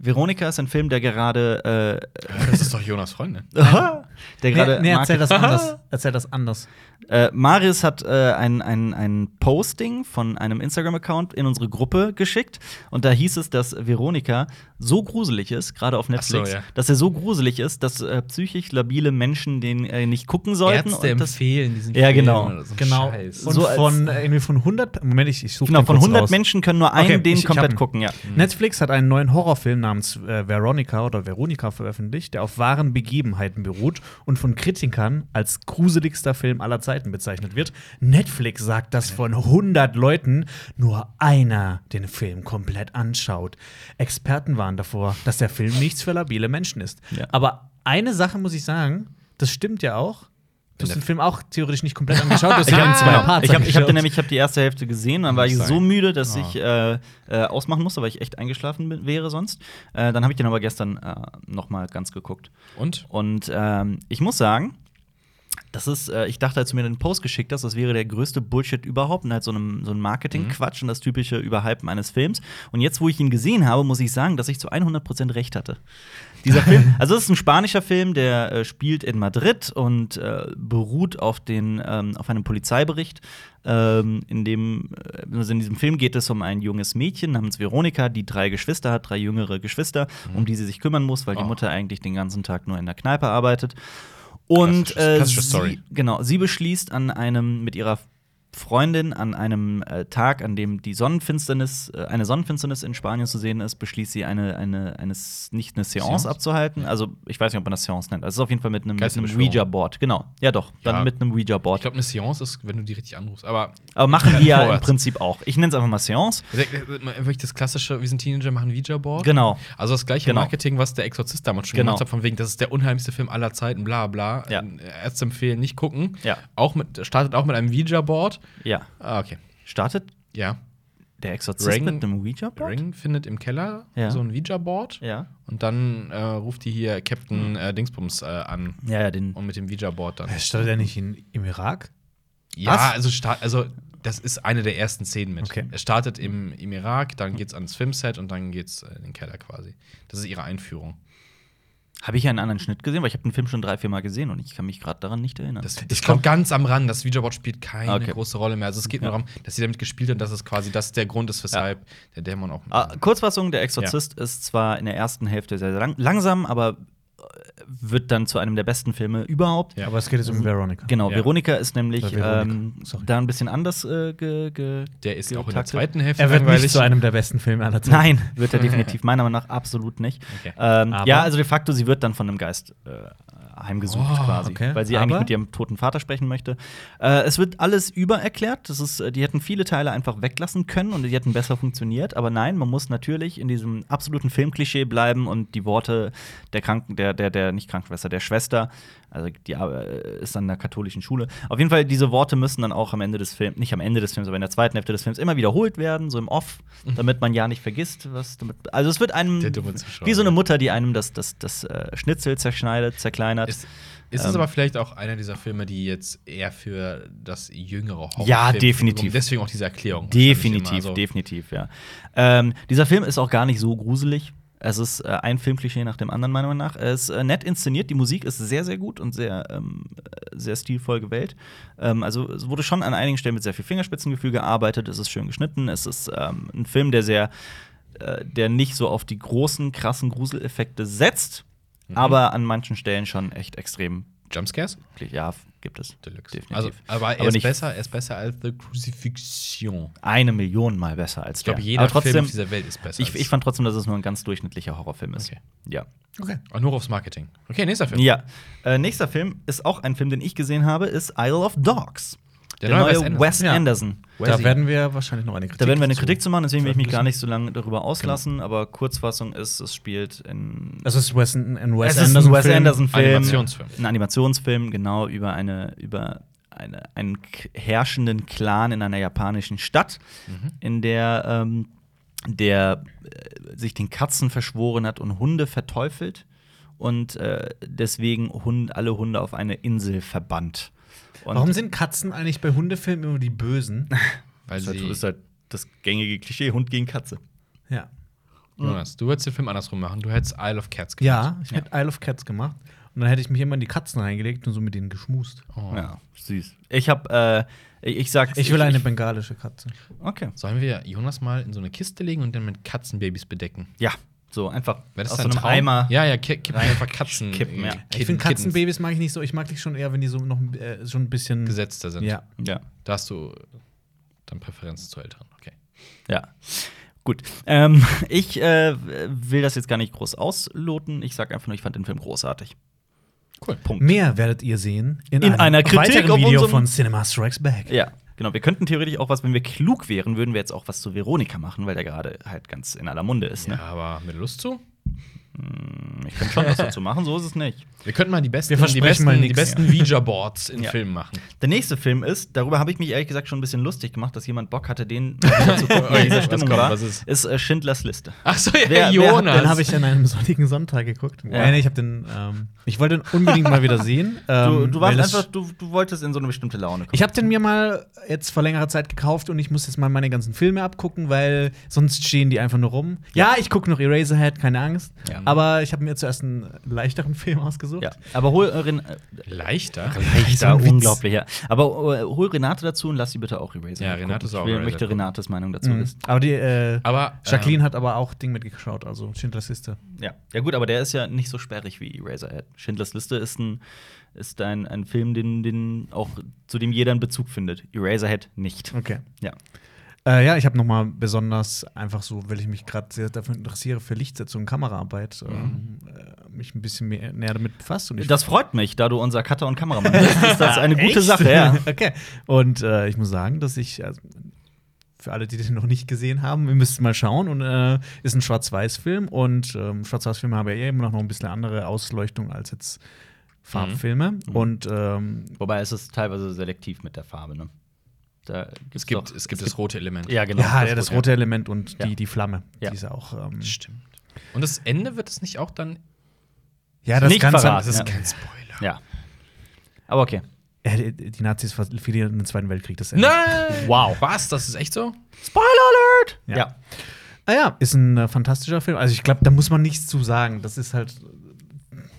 [SPEAKER 1] Veronika ist ein Film, der gerade.
[SPEAKER 3] *laughs* Das ist doch Jonas Freund, ne?
[SPEAKER 1] Äh, der
[SPEAKER 2] Nee,
[SPEAKER 1] gerade.
[SPEAKER 2] nee, erzähl
[SPEAKER 1] Market-
[SPEAKER 2] das anders. Erzähl das anders.
[SPEAKER 1] *laughs* Äh, Marius hat äh, ein, ein, ein Posting von einem Instagram-Account in unsere Gruppe geschickt und da hieß es, dass Veronika so gruselig ist, gerade auf Netflix,
[SPEAKER 3] ja.
[SPEAKER 1] dass er so gruselig ist, dass äh, psychisch labile Menschen den äh, nicht gucken sollten.
[SPEAKER 3] Ärzte
[SPEAKER 1] und das,
[SPEAKER 3] empfehlen diesen
[SPEAKER 1] Ja,
[SPEAKER 3] Film
[SPEAKER 1] genau.
[SPEAKER 3] oder so ein
[SPEAKER 2] Genau.
[SPEAKER 3] Scheiß.
[SPEAKER 2] Und
[SPEAKER 1] So als-
[SPEAKER 2] von äh, irgendwie von 100 Moment, ich, ich suche
[SPEAKER 1] genau, von 100 Menschen können nur einen
[SPEAKER 2] Okay,
[SPEAKER 1] den
[SPEAKER 2] ich- ich
[SPEAKER 1] komplett
[SPEAKER 2] hab-
[SPEAKER 1] gucken, ja.
[SPEAKER 2] Mhm. Netflix hat einen neuen Horrorfilm namens äh, Veronica oder Veronica veröffentlicht, der auf wahren Begebenheiten beruht und von Kritikern als gruseligster Film aller Zeiten bezeichnet wird. Netflix sagt, dass von 100 Leuten nur einer den Film komplett anschaut. Experten waren davor, dass der Film nichts für labile Menschen ist.
[SPEAKER 1] Ja.
[SPEAKER 2] Aber eine Sache muss ich sagen, das stimmt ja auch. Du hast
[SPEAKER 3] der-
[SPEAKER 2] den Film auch theoretisch nicht komplett angeschaut.
[SPEAKER 1] *laughs*
[SPEAKER 2] Du hast
[SPEAKER 1] Ich
[SPEAKER 2] ihn in
[SPEAKER 1] habe
[SPEAKER 2] zwei Parts
[SPEAKER 1] ich hab, ich hab
[SPEAKER 2] angeschaut.
[SPEAKER 1] den nämlich, ich hab die erste Hälfte gesehen, dann war ich so
[SPEAKER 3] Sagen.
[SPEAKER 1] müde, dass ich äh, äh, ausmachen musste, weil ich echt eingeschlafen bin, wäre sonst. Äh, dann habe ich den aber gestern äh, noch mal ganz geguckt.
[SPEAKER 3] Und?
[SPEAKER 1] Und ähm, ich muss sagen, das ist, äh, ich dachte, als du mir den Post geschickt hast, das wäre der größte Bullshit überhaupt und halt so, einem, so ein Marketing-Quatsch und das typische Überhypen eines Films. Und jetzt, wo ich ihn gesehen habe, muss ich sagen, dass ich zu 100% recht hatte.
[SPEAKER 3] *laughs*
[SPEAKER 1] Dieser Film, also es ist ein spanischer Film, der äh, spielt in Madrid und äh, beruht auf, den, ähm, auf einem Polizeibericht. Ähm, in, dem, äh, also in diesem Film geht es um ein junges Mädchen namens Veronika, die drei Geschwister hat, drei jüngere Geschwister, um die sie sich kümmern muss, weil die
[SPEAKER 3] Mhm. Oh.
[SPEAKER 1] Mutter eigentlich den ganzen Tag nur in der Kneipe arbeitet. Und
[SPEAKER 3] Klassisches-
[SPEAKER 1] äh,
[SPEAKER 3] klassische
[SPEAKER 1] sie,
[SPEAKER 3] Story.
[SPEAKER 1] genau, sie beschließt an einem mit ihrer Freundin an einem äh, Tag, an dem die Sonnenfinsternis, äh, eine Sonnenfinsternis in Spanien zu sehen ist, beschließt sie eine, eine, eines, nicht eine Seance,
[SPEAKER 3] Seance?
[SPEAKER 1] abzuhalten. Also ich weiß nicht, ob man das Seance nennt. Also es ist auf jeden Fall mit einem, mit einem
[SPEAKER 3] Geisterbeschwörung.
[SPEAKER 1] Ouija-Board. Genau. Ja doch, dann
[SPEAKER 3] Ja.
[SPEAKER 1] mit einem
[SPEAKER 3] Ich
[SPEAKER 1] Ouija-Board.
[SPEAKER 3] glaube, eine Seance ist, wenn du die richtig anrufst. Aber
[SPEAKER 1] Aber
[SPEAKER 3] *laughs*
[SPEAKER 1] machen die ja im
[SPEAKER 3] Vorwärts.
[SPEAKER 1] Prinzip auch. Ich nenne es einfach mal Seance.
[SPEAKER 3] wirklich äh, das klassische, wir sind Teenager, machen Ouija-Board.
[SPEAKER 1] Genau.
[SPEAKER 3] Also das gleiche
[SPEAKER 1] Genau.
[SPEAKER 3] Marketing, was der Exorzist damals schon
[SPEAKER 1] Genau.
[SPEAKER 3] gemacht hat, von wegen, das ist der unheimlichste Film aller Zeiten, bla bla.
[SPEAKER 1] Ja.
[SPEAKER 3] Äh, Ärzte empfehlen, nicht gucken.
[SPEAKER 1] Ja.
[SPEAKER 3] Auch mit, startet auch mit einem Ouija-Board.
[SPEAKER 1] Ja.
[SPEAKER 3] Ah, okay.
[SPEAKER 1] Startet
[SPEAKER 3] Ja.
[SPEAKER 1] der Exorzist
[SPEAKER 3] Ring-
[SPEAKER 1] mit einem Ouija-Board?
[SPEAKER 3] Ring findet im Keller
[SPEAKER 1] Ja.
[SPEAKER 3] so ein Ouija-Board.
[SPEAKER 1] Ja.
[SPEAKER 3] Und dann äh, ruft die hier Captain äh, Dingsbums äh, an.
[SPEAKER 1] Ja, ja, den.
[SPEAKER 3] Und mit dem Ouija-Board dann.
[SPEAKER 2] Äh, Startet er nicht in, im Irak?
[SPEAKER 3] Ja,
[SPEAKER 1] Was?
[SPEAKER 3] also start, also das ist eine der ersten Szenen mit.
[SPEAKER 2] Okay.
[SPEAKER 3] Es startet im, im Irak, dann geht's ans Filmset und dann geht's äh, in den Keller quasi. Das ist ihre Einführung.
[SPEAKER 1] Habe ich einen anderen Schnitt gesehen, weil ich habe den Film schon drei, vier Mal gesehen und ich kann mich gerade daran nicht erinnern.
[SPEAKER 3] Das, das kommt ganz am Rand. Das Videobot spielt keine
[SPEAKER 1] Ah, Okay.
[SPEAKER 3] große Rolle mehr. Also es geht nur darum, dass sie damit gespielt hat und dass es quasi das der Grund ist, weshalb der Dämon auch.
[SPEAKER 1] Ah, Kurzfassung: Der Exorzist ist zwar in der ersten Hälfte sehr, sehr lang langsam, aber äh, wird dann zu einem der besten Filme überhaupt.
[SPEAKER 3] Ja.
[SPEAKER 2] Aber es geht jetzt um Veronica.
[SPEAKER 1] Genau,
[SPEAKER 3] Ja.
[SPEAKER 1] Veronika ist nämlich
[SPEAKER 2] Oder Veronika,
[SPEAKER 1] ähm,
[SPEAKER 2] sorry.
[SPEAKER 1] da ein bisschen anders äh, ge, ge
[SPEAKER 3] der ist auch in der
[SPEAKER 1] getaktet.
[SPEAKER 3] zweiten Hälfte
[SPEAKER 2] Er wird nicht
[SPEAKER 3] langweilig.
[SPEAKER 2] zu einem der besten Filme aller Zeiten.
[SPEAKER 1] Nein, wird er definitiv meiner Meinung nach absolut nicht.
[SPEAKER 3] Okay.
[SPEAKER 1] Ähm,
[SPEAKER 2] Aber-
[SPEAKER 1] ja, also de facto, sie wird dann von einem Geist äh, heimgesucht
[SPEAKER 3] Oh,
[SPEAKER 1] quasi,
[SPEAKER 2] okay.
[SPEAKER 1] weil sie eigentlich
[SPEAKER 2] Aber-
[SPEAKER 1] mit ihrem toten Vater sprechen möchte. Äh, es wird alles übererklärt. Das ist, äh, die hätten viele Teile einfach weglassen können und die hätten besser funktioniert. Aber nein, man muss natürlich in diesem absoluten Filmklischee bleiben und die Worte der Kranken, der der der nicht Krankenschwester, der Schwester, also die äh, ist an der katholischen Schule. Auf jeden Fall diese Worte müssen dann auch am Ende des Films, nicht am Ende des Films, aber in der zweiten Hälfte des Films immer wiederholt werden, so im Off, damit man ja nicht vergisst, was damit. Also es wird einem
[SPEAKER 3] Mhm. Der dumme Zuschauer,
[SPEAKER 1] wie so eine
[SPEAKER 3] ja.
[SPEAKER 1] Mutter, die einem das, das, das äh, Schnitzel zerschneidet, zerkleinert.
[SPEAKER 3] Ist, ist
[SPEAKER 1] Ähm.
[SPEAKER 3] es aber vielleicht auch einer dieser Filme, die jetzt eher für das jüngere Horror
[SPEAKER 1] Ja, definitiv.
[SPEAKER 3] Deswegen auch diese Erklärung.
[SPEAKER 1] Definitiv,
[SPEAKER 3] wahrscheinlich immer. Also,
[SPEAKER 1] definitiv, ja. Ähm, dieser Film ist auch gar nicht so gruselig. Es ist äh, ein Filmklischee nach dem anderen, meiner Meinung nach. Er ist äh, nett inszeniert, die Musik ist sehr, sehr gut und sehr, ähm, äh, sehr stilvoll gewählt. Ähm, also es wurde schon an einigen Stellen mit sehr viel Fingerspitzengefühl gearbeitet, es ist schön geschnitten, es ist ähm, ein Film, der sehr, äh, der nicht so auf die großen, krassen Gruseleffekte setzt,
[SPEAKER 3] Mhm.
[SPEAKER 1] aber an manchen Stellen schon echt extrem.
[SPEAKER 3] Jumpscares?
[SPEAKER 1] Ja, gibt es.
[SPEAKER 3] Deluxe.
[SPEAKER 1] Definitiv.
[SPEAKER 3] Also, aber er
[SPEAKER 1] Aber
[SPEAKER 3] ist
[SPEAKER 1] nicht-
[SPEAKER 3] besser, er ist besser als The Crucifixion.
[SPEAKER 1] eine Million Mal besser als
[SPEAKER 3] Ich glaube,
[SPEAKER 1] der.
[SPEAKER 3] jeder
[SPEAKER 1] Aber trotzdem,
[SPEAKER 3] Film auf dieser Welt ist besser.
[SPEAKER 1] Ich, ich fand trotzdem, dass es nur ein ganz durchschnittlicher Horrorfilm ist.
[SPEAKER 3] Okay.
[SPEAKER 1] Ja.
[SPEAKER 2] Okay.
[SPEAKER 3] als, nur aufs Marketing. Okay, nächster Film.
[SPEAKER 1] ja. Äh, nächster Film ist auch ein Film, den ich gesehen habe, ist Isle of Dogs. Der, neue,
[SPEAKER 3] Wes Anderson.
[SPEAKER 1] Wes
[SPEAKER 2] Ja.
[SPEAKER 1] Anderson.
[SPEAKER 2] Da
[SPEAKER 3] Wessi.
[SPEAKER 2] werden wir wahrscheinlich noch eine Kritik
[SPEAKER 1] Da werden wir eine
[SPEAKER 2] zu-
[SPEAKER 1] Kritik zu machen, deswegen will ich mich gar
[SPEAKER 2] veröffentlichen.
[SPEAKER 1] nicht so lange darüber auslassen.
[SPEAKER 3] Genau.
[SPEAKER 1] Aber Kurzfassung ist, es spielt in.
[SPEAKER 2] Es ist Wes, ein Wes
[SPEAKER 1] es ist ein Wes
[SPEAKER 2] Film.
[SPEAKER 1] Anderson-Film.
[SPEAKER 3] Animationsfilm.
[SPEAKER 1] Ein Animationsfilm, genau, über, eine, über eine, einen k- herrschenden Clan in einer japanischen Stadt, in der ähm, der äh, sich den Katzen verschworen hat und Hunde verteufelt und äh, deswegen Hund, alle Hunde auf eine Insel verbannt. Und
[SPEAKER 2] Warum sind Katzen eigentlich bei Hundefilmen immer
[SPEAKER 1] *laughs*
[SPEAKER 2] die Bösen?
[SPEAKER 3] Weil
[SPEAKER 1] ist halt,
[SPEAKER 3] sie,
[SPEAKER 1] ist halt das gängige Klischee, Hund gegen Katze.
[SPEAKER 2] ja.
[SPEAKER 3] Jonas, du würdest den Film andersrum machen. Du hättest Isle of Cats
[SPEAKER 2] Ja, ich hätte Isle of Cats gemacht. Und dann hätte ich mich immer in die Katzen reingelegt und so mit denen geschmust.
[SPEAKER 3] Oh.
[SPEAKER 1] Ja, süß. Ich hab, äh, ich ich sag's.
[SPEAKER 2] Ich will eine bengalische Katze.
[SPEAKER 1] Okay.
[SPEAKER 3] Sollen wir Jonas mal in so eine Kiste legen und dann mit Katzenbabys bedecken?
[SPEAKER 1] Ja, so einfach
[SPEAKER 3] Wäre das
[SPEAKER 1] aus so
[SPEAKER 3] dein
[SPEAKER 1] einem
[SPEAKER 3] Traum?
[SPEAKER 1] Eimer.
[SPEAKER 3] Ja, ja, ki- kippen einfach
[SPEAKER 1] *laughs*
[SPEAKER 3] Katzen.
[SPEAKER 1] kippen, ja.
[SPEAKER 3] äh,
[SPEAKER 2] ich finde
[SPEAKER 3] Kittens
[SPEAKER 2] Katzenbabys mag ich nicht so. Ich mag dich schon eher, wenn die so noch äh, schon ein bisschen.
[SPEAKER 3] gesetzter sind.
[SPEAKER 2] Ja.
[SPEAKER 1] ja.
[SPEAKER 3] Da hast du dann Präferenzen zu Eltern. Okay.
[SPEAKER 1] Ja. Gut. Ähm, *laughs* ich äh, will das jetzt gar nicht groß ausloten. Ich sag einfach nur, ich fand den Film großartig.
[SPEAKER 3] Cool.
[SPEAKER 1] Punkt.
[SPEAKER 2] Mehr werdet ihr sehen
[SPEAKER 1] In einer Kritik auf
[SPEAKER 2] weiteren Video
[SPEAKER 1] unserem-
[SPEAKER 2] von Cinema Strikes Back.
[SPEAKER 1] Ja, genau. Wir könnten theoretisch auch was, wenn wir klug wären, würden wir jetzt auch was zu Veronika machen, weil der gerade halt ganz in aller Munde ist.
[SPEAKER 3] Ja,
[SPEAKER 1] Ne?
[SPEAKER 3] aber mit Lust zu?
[SPEAKER 1] Ich könnte schon was dazu machen, so ist es nicht.
[SPEAKER 3] Wir könnten mal die besten,
[SPEAKER 2] Wir
[SPEAKER 3] die
[SPEAKER 2] versprechen
[SPEAKER 3] besten,
[SPEAKER 2] mal
[SPEAKER 3] die
[SPEAKER 2] nix.
[SPEAKER 3] besten Ouija-Boards in
[SPEAKER 1] Ja.
[SPEAKER 3] Filmen machen.
[SPEAKER 1] Der nächste Film ist, darüber habe ich mich ehrlich gesagt schon ein bisschen lustig gemacht, dass jemand Bock hatte, den *laughs* mal zu gucken,
[SPEAKER 3] Was
[SPEAKER 1] in dieser
[SPEAKER 3] kommt,
[SPEAKER 1] Stimmung war,
[SPEAKER 3] was ist?
[SPEAKER 1] ist, äh, Schindlers Liste.
[SPEAKER 3] Ach so, ja,
[SPEAKER 1] Wer- wer hat
[SPEAKER 3] Jonas.
[SPEAKER 1] denn-
[SPEAKER 2] Den habe ich an einem sonnigen Sonntag geguckt.
[SPEAKER 1] Ja.
[SPEAKER 2] Ja. Nee, ich habe den. Ähm, ich wollte den unbedingt mal wieder sehen.
[SPEAKER 1] *laughs* Du,
[SPEAKER 2] Ähm,
[SPEAKER 1] du
[SPEAKER 2] weil
[SPEAKER 1] warst
[SPEAKER 2] das-
[SPEAKER 1] einfach, du, du wolltest in so eine bestimmte Laune kommen.
[SPEAKER 2] Ich habe den mir mal jetzt vor längerer Zeit gekauft und ich muss jetzt mal meine ganzen Filme abgucken, weil sonst stehen die einfach nur rum. Ja, ich gucke noch Eraserhead, keine Angst.
[SPEAKER 1] Ja.
[SPEAKER 2] Aber ich habe mir zuerst einen leichteren *laughs* Film ausgesucht.
[SPEAKER 1] ja. Aber hol euren äh,
[SPEAKER 3] Leichter?
[SPEAKER 2] so
[SPEAKER 1] leichter,
[SPEAKER 2] ein Witz.
[SPEAKER 1] unglaublich, ja. Aber äh, hol Renate dazu und lass sie bitte auch Eraser.
[SPEAKER 3] Ja, Renate ist auch
[SPEAKER 1] Ich will-
[SPEAKER 3] Eraserhead
[SPEAKER 1] möchte
[SPEAKER 3] gucken.
[SPEAKER 1] Renates Meinung dazu
[SPEAKER 2] Mhm.
[SPEAKER 1] wissen.
[SPEAKER 2] Aber die äh,
[SPEAKER 3] Aber,
[SPEAKER 1] ähm,
[SPEAKER 2] Jacqueline hat aber auch Ding mitgeschaut, also Schindlers Liste.
[SPEAKER 1] Ja. ja, gut, aber der ist ja nicht so sperrig wie Eraserhead. Schindlers Liste ist ein, ist ein, ein Film, den, den auch zu dem jeder einen Bezug findet. Eraserhead nicht.
[SPEAKER 2] Okay.
[SPEAKER 1] Ja.
[SPEAKER 2] Äh, ja, ich habe nochmal besonders einfach so, weil ich mich gerade sehr dafür interessiere, für Lichtsetzung, Kameraarbeit, ähm, äh, mich ein bisschen mehr, näher damit befasst. Und ich
[SPEAKER 1] Mhm.
[SPEAKER 2] Ah,
[SPEAKER 1] Das freut mich, da du unser Cutter und Kameramann bist. Ist
[SPEAKER 2] *laughs*
[SPEAKER 1] das eine gute
[SPEAKER 2] Echt?
[SPEAKER 1] Sache, ja.
[SPEAKER 2] Okay. Und äh, ich muss sagen, dass ich, also, für alle, die den noch nicht gesehen haben, wir müssten mal schauen. Und äh, ist ein Schwarz-Weiß-Film und ähm, Schwarz-Weiß-Filme haben ja eh immer noch ein bisschen andere Ausleuchtung als jetzt Farbfilme.
[SPEAKER 1] Mhm.
[SPEAKER 2] Und ähm,
[SPEAKER 1] Wobei es ist teilweise selektiv mit der Farbe, ne? Da gibt's
[SPEAKER 3] es gibt,
[SPEAKER 1] doch-
[SPEAKER 3] es gibt das rote Element.
[SPEAKER 1] Ja, genau.
[SPEAKER 2] ja, ja, das
[SPEAKER 1] Rote.
[SPEAKER 2] rote Element und
[SPEAKER 1] Ja.
[SPEAKER 2] die, die Flamme.
[SPEAKER 1] Ja.
[SPEAKER 2] Die ist auch. Ähm,
[SPEAKER 3] Stimmt. Und das Ende wird es nicht auch dann.
[SPEAKER 2] ja, das
[SPEAKER 1] Nicht
[SPEAKER 2] Ganze.
[SPEAKER 1] verraten,
[SPEAKER 2] das
[SPEAKER 1] ja.
[SPEAKER 2] ist,
[SPEAKER 3] kein Spoiler.
[SPEAKER 1] Ja. Aber okay.
[SPEAKER 2] äh, die- die Nazis verlieren im Zweiten Weltkrieg das Ende.
[SPEAKER 3] Nein!
[SPEAKER 1] Wow.
[SPEAKER 3] Was? Das ist echt so?
[SPEAKER 1] Spoiler Alert! Ja.
[SPEAKER 2] Ja. Ah ja, ist ein äh, fantastischer Film. Also ich glaube, da muss man nichts zu sagen. Das ist halt.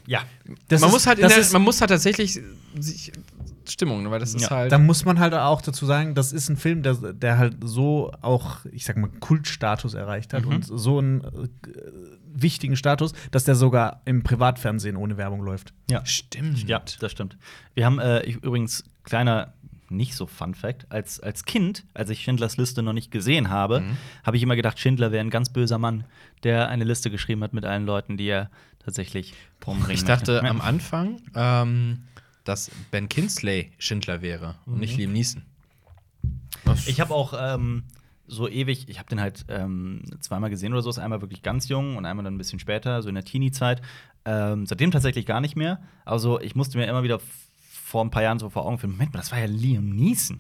[SPEAKER 1] Ja.
[SPEAKER 2] Das
[SPEAKER 3] man,
[SPEAKER 2] ist,
[SPEAKER 3] muss halt in
[SPEAKER 2] das
[SPEAKER 3] der,
[SPEAKER 2] ist-
[SPEAKER 3] man muss halt tatsächlich sich Stimmung, ne, weil das ist
[SPEAKER 1] Ja,
[SPEAKER 3] halt.
[SPEAKER 2] Da muss man halt auch dazu sagen, das ist ein Film, der, der halt so auch, ich sag mal, Kultstatus erreicht
[SPEAKER 3] Mhm.
[SPEAKER 2] hat und so einen äh, wichtigen Status, dass der sogar im Privatfernsehen ohne Werbung läuft.
[SPEAKER 1] Ja.
[SPEAKER 3] Stimmt.
[SPEAKER 1] Ja, das stimmt. Wir haben äh, ich, übrigens kleiner nicht so Fun Fact. Als, als Kind, als ich Schindlers Liste noch nicht gesehen habe,
[SPEAKER 3] Mhm.
[SPEAKER 1] habe ich immer gedacht, Schindler wäre ein ganz böser Mann, der eine Liste geschrieben hat mit allen Leuten, die er tatsächlich umbringen
[SPEAKER 3] Ich dachte
[SPEAKER 1] möchte.
[SPEAKER 3] am Anfang, ähm, dass Ben Kinsley Schindler wäre und
[SPEAKER 2] Mhm.
[SPEAKER 3] nicht Liam Neeson.
[SPEAKER 1] Ich habe auch ähm, so ewig, ich habe den halt ähm, zweimal gesehen oder so, ist einmal wirklich ganz jung und einmal dann ein bisschen später, so in der Teenie-Zeit. Ähm, seitdem tatsächlich gar nicht mehr. Also ich musste mir immer wieder f- vor ein paar Jahren so vor Augen führen, Moment mal, das war ja Liam Neeson.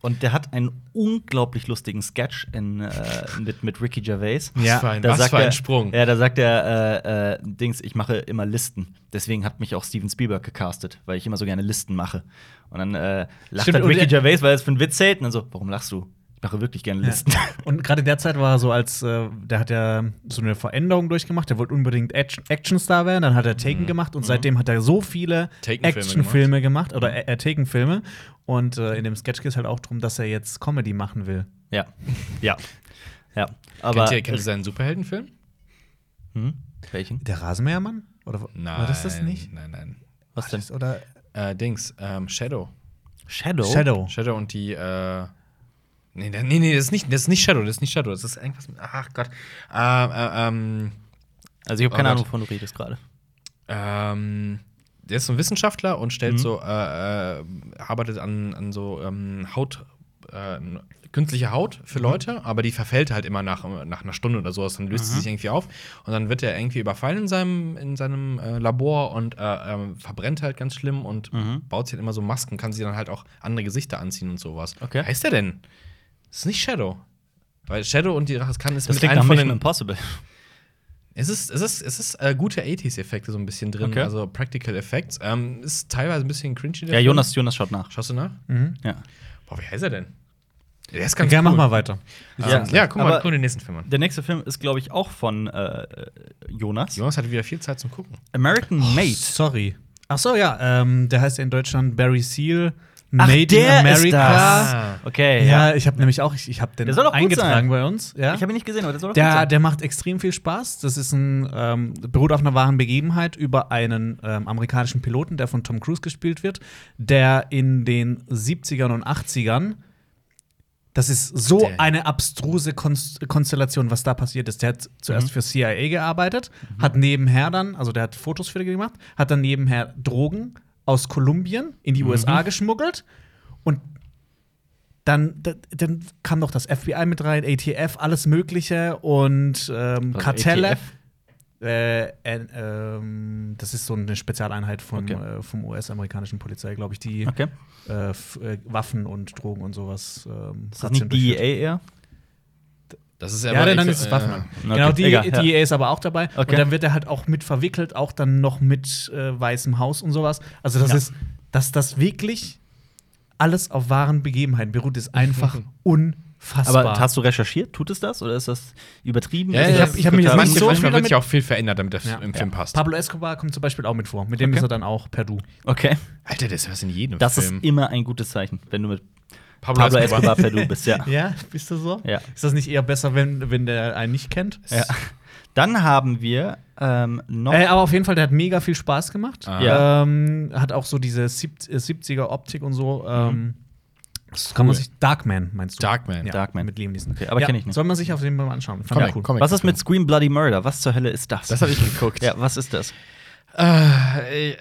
[SPEAKER 1] Und der hat einen unglaublich lustigen Sketch in, äh, mit, mit Ricky Gervais.
[SPEAKER 2] Ja,
[SPEAKER 3] was für ein,
[SPEAKER 1] Da
[SPEAKER 3] was
[SPEAKER 1] sagt
[SPEAKER 3] für ein
[SPEAKER 1] er-
[SPEAKER 3] Sprung.
[SPEAKER 1] Ja, da sagt er, äh, äh, Dings, ich mache immer Listen. Deswegen hat mich auch Steven Spielberg gecastet, weil ich immer so gerne Listen mache. Und dann äh, lacht
[SPEAKER 2] Stimmt,
[SPEAKER 1] halt
[SPEAKER 2] und
[SPEAKER 1] Ricky
[SPEAKER 2] er-
[SPEAKER 1] Gervais, weil er es für einen Witz hält. Und dann so, warum lachst du? Ich mache wirklich gerne Listen. *laughs*
[SPEAKER 2] Und gerade in der Zeit war er so als, äh, der hat ja so eine Veränderung durchgemacht, der wollte unbedingt Action- Actionstar werden, dann hat er
[SPEAKER 1] Mhm.
[SPEAKER 2] Taken gemacht und seitdem hat er so viele
[SPEAKER 3] Taken-Filme
[SPEAKER 2] Actionfilme gemacht.
[SPEAKER 1] Mhm.
[SPEAKER 2] oder äh, äh, Taken-Filme. Und äh, in dem Sketch geht es halt auch darum, dass er jetzt Comedy machen will.
[SPEAKER 1] Ja. ja. Ja. Aber.
[SPEAKER 3] Kennt ihr, kennt ihr seinen Superheldenfilm?
[SPEAKER 1] Hm? Welchen?
[SPEAKER 2] Der Rasenmähermann? Oder war das das nicht?
[SPEAKER 3] Nein, nein.
[SPEAKER 1] Was denn?
[SPEAKER 2] Oder
[SPEAKER 3] Äh, Dings, ähm, Shadow.
[SPEAKER 1] Shadow?
[SPEAKER 2] Shadow.
[SPEAKER 3] Shadow und die, äh. Nee, da- nee, nee, das ist nicht, das ist nicht Shadow, das ist nicht Shadow, das ist irgendwas mit. Ach Gott. Ähm, äh, ähm,
[SPEAKER 1] Also, ich habe keine
[SPEAKER 3] Oh Gott.
[SPEAKER 1] Ahnung, wovon du redest gerade.
[SPEAKER 3] ähm, der ist so ein Wissenschaftler und
[SPEAKER 1] Mhm.
[SPEAKER 3] stellt so, äh, äh, arbeitet an, an so ähm, Haut, äh, künstliche Haut für
[SPEAKER 1] Mhm.
[SPEAKER 3] Leute, aber die verfällt halt immer nach, nach einer Stunde oder sowas, dann löst
[SPEAKER 1] Mhm.
[SPEAKER 3] sie sich irgendwie auf und dann wird er irgendwie überfallen in seinem, in seinem äh, Labor und äh, ähm, verbrennt halt ganz schlimm und
[SPEAKER 1] Mhm.
[SPEAKER 3] baut sich dann immer so Masken, kann sie dann halt auch andere Gesichter anziehen und sowas.
[SPEAKER 1] Okay.
[SPEAKER 3] Wer ist der denn? Das ist nicht Shadow. Weil Shadow und die Rache kann ist
[SPEAKER 1] Das
[SPEAKER 3] mit
[SPEAKER 1] klingt
[SPEAKER 3] einem
[SPEAKER 1] nach
[SPEAKER 3] von
[SPEAKER 1] Mission
[SPEAKER 3] den
[SPEAKER 1] Impossible.
[SPEAKER 3] es ist, es ist, es ist äh, gute 80s-Effekte so ein bisschen drin,
[SPEAKER 1] Okay.
[SPEAKER 3] also Practical Effects. Ähm, ist teilweise ein bisschen cringy. der
[SPEAKER 1] Ja,
[SPEAKER 3] Film.
[SPEAKER 1] Jonas, Jonas schaut nach.
[SPEAKER 3] Schaust du nach?
[SPEAKER 1] Ja.
[SPEAKER 3] Boah, wie heißt er denn? Der ist
[SPEAKER 2] Mhm. Ja,
[SPEAKER 3] ganz
[SPEAKER 2] mach
[SPEAKER 3] cool.
[SPEAKER 2] mal weiter.
[SPEAKER 3] Ähm, ja, guck mal,
[SPEAKER 1] Aber-
[SPEAKER 3] guck mal den nächsten Film an.
[SPEAKER 1] Der nächste Film ist, glaube ich, auch von äh, äh, Jonas.
[SPEAKER 3] Jonas hatte wieder viel Zeit zum Gucken.
[SPEAKER 1] American
[SPEAKER 3] Oh,
[SPEAKER 1] Mate.
[SPEAKER 2] Sorry. Ach so, ja, ähm, der heißt ja in Deutschland Barry Seal.
[SPEAKER 1] der
[SPEAKER 2] in America.
[SPEAKER 1] ist das. Okay, ja.
[SPEAKER 2] Ja, ich habe nämlich auch, ich, ich habe den
[SPEAKER 1] Der soll doch gut sein.
[SPEAKER 2] eingetragen bei uns. Ja.
[SPEAKER 1] Ich habe ihn nicht gesehen, aber der soll doch gut
[SPEAKER 2] Der,
[SPEAKER 1] sein.
[SPEAKER 2] der macht extrem viel Spaß. Das ist ein ähm, beruht auf einer wahren Begebenheit über einen ähm, amerikanischen Piloten, der von Tom Cruise gespielt wird, der in den 70ern und 80ern das ist so
[SPEAKER 3] der.
[SPEAKER 2] eine abstruse Konst Konstellation, was da passiert ist. Der hat zuerst für CIA gearbeitet, hat nebenher dann, also der hat Fotos für die gemacht, hat dann nebenher Drogen aus Kolumbien in die USA geschmuggelt und dann, da- dann kam noch das FBI mit rein, ATF, alles Mögliche und ähm,
[SPEAKER 1] Was,
[SPEAKER 2] Kartelle.
[SPEAKER 1] ATF?
[SPEAKER 2] Äh, äh, ähm, das ist so eine Spezialeinheit vom,
[SPEAKER 1] Okay.
[SPEAKER 2] äh, vom US-amerikanischen Polizei, glaube ich, die
[SPEAKER 1] Okay.
[SPEAKER 2] äh, f- äh, Waffen und Drogen und sowas. Ähm,
[SPEAKER 1] Ist das
[SPEAKER 2] Razzien
[SPEAKER 1] nicht
[SPEAKER 2] durchführt.
[SPEAKER 1] DEA eher?
[SPEAKER 3] Das ist
[SPEAKER 2] Ja,
[SPEAKER 3] aber-
[SPEAKER 2] dann, dann
[SPEAKER 3] ich-
[SPEAKER 2] ist es
[SPEAKER 3] äh,
[SPEAKER 2] Waffenmann.
[SPEAKER 1] Okay,
[SPEAKER 2] Genau, die,
[SPEAKER 1] egal, ja.
[SPEAKER 2] die EA ist aber auch dabei.
[SPEAKER 1] Okay.
[SPEAKER 2] Und dann wird er halt auch mit verwickelt, auch dann noch mit äh, weißem Haus und sowas. Also, das
[SPEAKER 1] Ja.
[SPEAKER 2] ist, dass das wirklich alles auf wahren Begebenheiten beruht, ist einfach unfassbar.
[SPEAKER 1] Aber hast du recherchiert? Tut es das? Oder ist das übertrieben?
[SPEAKER 3] Ja,
[SPEAKER 1] Ist
[SPEAKER 3] ich
[SPEAKER 1] das
[SPEAKER 3] habe ich hab mich
[SPEAKER 2] jetzt
[SPEAKER 1] total-
[SPEAKER 2] nicht so-
[SPEAKER 3] manchmal wird
[SPEAKER 2] damit-
[SPEAKER 3] ja auch viel verändert, damit das
[SPEAKER 2] Ja.
[SPEAKER 3] im Film passt.
[SPEAKER 2] Pablo Escobar kommt zum Beispiel auch mit vor. Mit dem
[SPEAKER 1] Okay.
[SPEAKER 2] ist er dann auch per Du.
[SPEAKER 1] Okay.
[SPEAKER 3] Alter, das ist was in jedem
[SPEAKER 1] Das
[SPEAKER 3] Film.
[SPEAKER 1] ist immer ein gutes Zeichen, wenn du mit Pablo
[SPEAKER 3] *laughs*
[SPEAKER 1] Escobar Perdu bist, ja.
[SPEAKER 2] Ja, bist du so?
[SPEAKER 1] Ja.
[SPEAKER 2] Ist das nicht eher besser, wenn, wenn der einen nicht kennt?
[SPEAKER 1] ja. Dann haben wir ähm, noch.
[SPEAKER 2] Äh, aber auf jeden Fall, der hat mega viel Spaß gemacht.
[SPEAKER 3] Ah.
[SPEAKER 1] Ja.
[SPEAKER 2] Ähm, hat auch so diese Sieb- äh, 70er Optik und so. Ähm, das kann man
[SPEAKER 3] Mhm. cool.
[SPEAKER 2] sich. Darkman meinst du?
[SPEAKER 3] Darkman.
[SPEAKER 2] Ja,
[SPEAKER 1] Darkman.
[SPEAKER 2] Mit Liam Neeson.
[SPEAKER 1] Okay, aber
[SPEAKER 2] ja,
[SPEAKER 1] kenn ich nicht.
[SPEAKER 2] Soll man sich auf jeden Fall mal anschauen. Fand
[SPEAKER 3] Comic,
[SPEAKER 2] ich cool.
[SPEAKER 3] Comic.
[SPEAKER 1] was ist mit Scream Bloody Murder? Was zur Hölle ist das?
[SPEAKER 3] Das habe ich geguckt.
[SPEAKER 1] Ja, was ist das?
[SPEAKER 3] Äh, äh,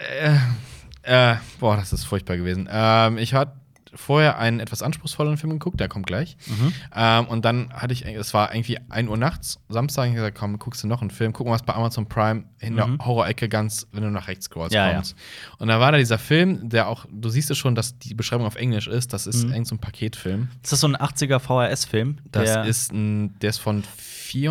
[SPEAKER 3] äh, boah, das ist furchtbar gewesen. Ähm, ich hatte vorher einen etwas anspruchsvolleren Film geguckt, der kommt gleich.
[SPEAKER 1] Mhm.
[SPEAKER 3] Ähm, und dann hatte ich, es war irgendwie 1 Uhr nachts, Samstag, ich hab gesagt, komm, guckst du noch einen Film, gucken wir was bei Amazon Prime in der Horror-Ecke ganz, wenn du nach rechts scrollst,
[SPEAKER 1] Mhm. Ja,
[SPEAKER 3] kommst. Und da war da dieser Film, der auch, du siehst es schon, dass die Beschreibung auf Englisch ist, das
[SPEAKER 1] Mhm.
[SPEAKER 3] ist irgend so ein Paketfilm.
[SPEAKER 1] Ist das so ein 80er VHS-Film?
[SPEAKER 3] Das ist ein, der ist von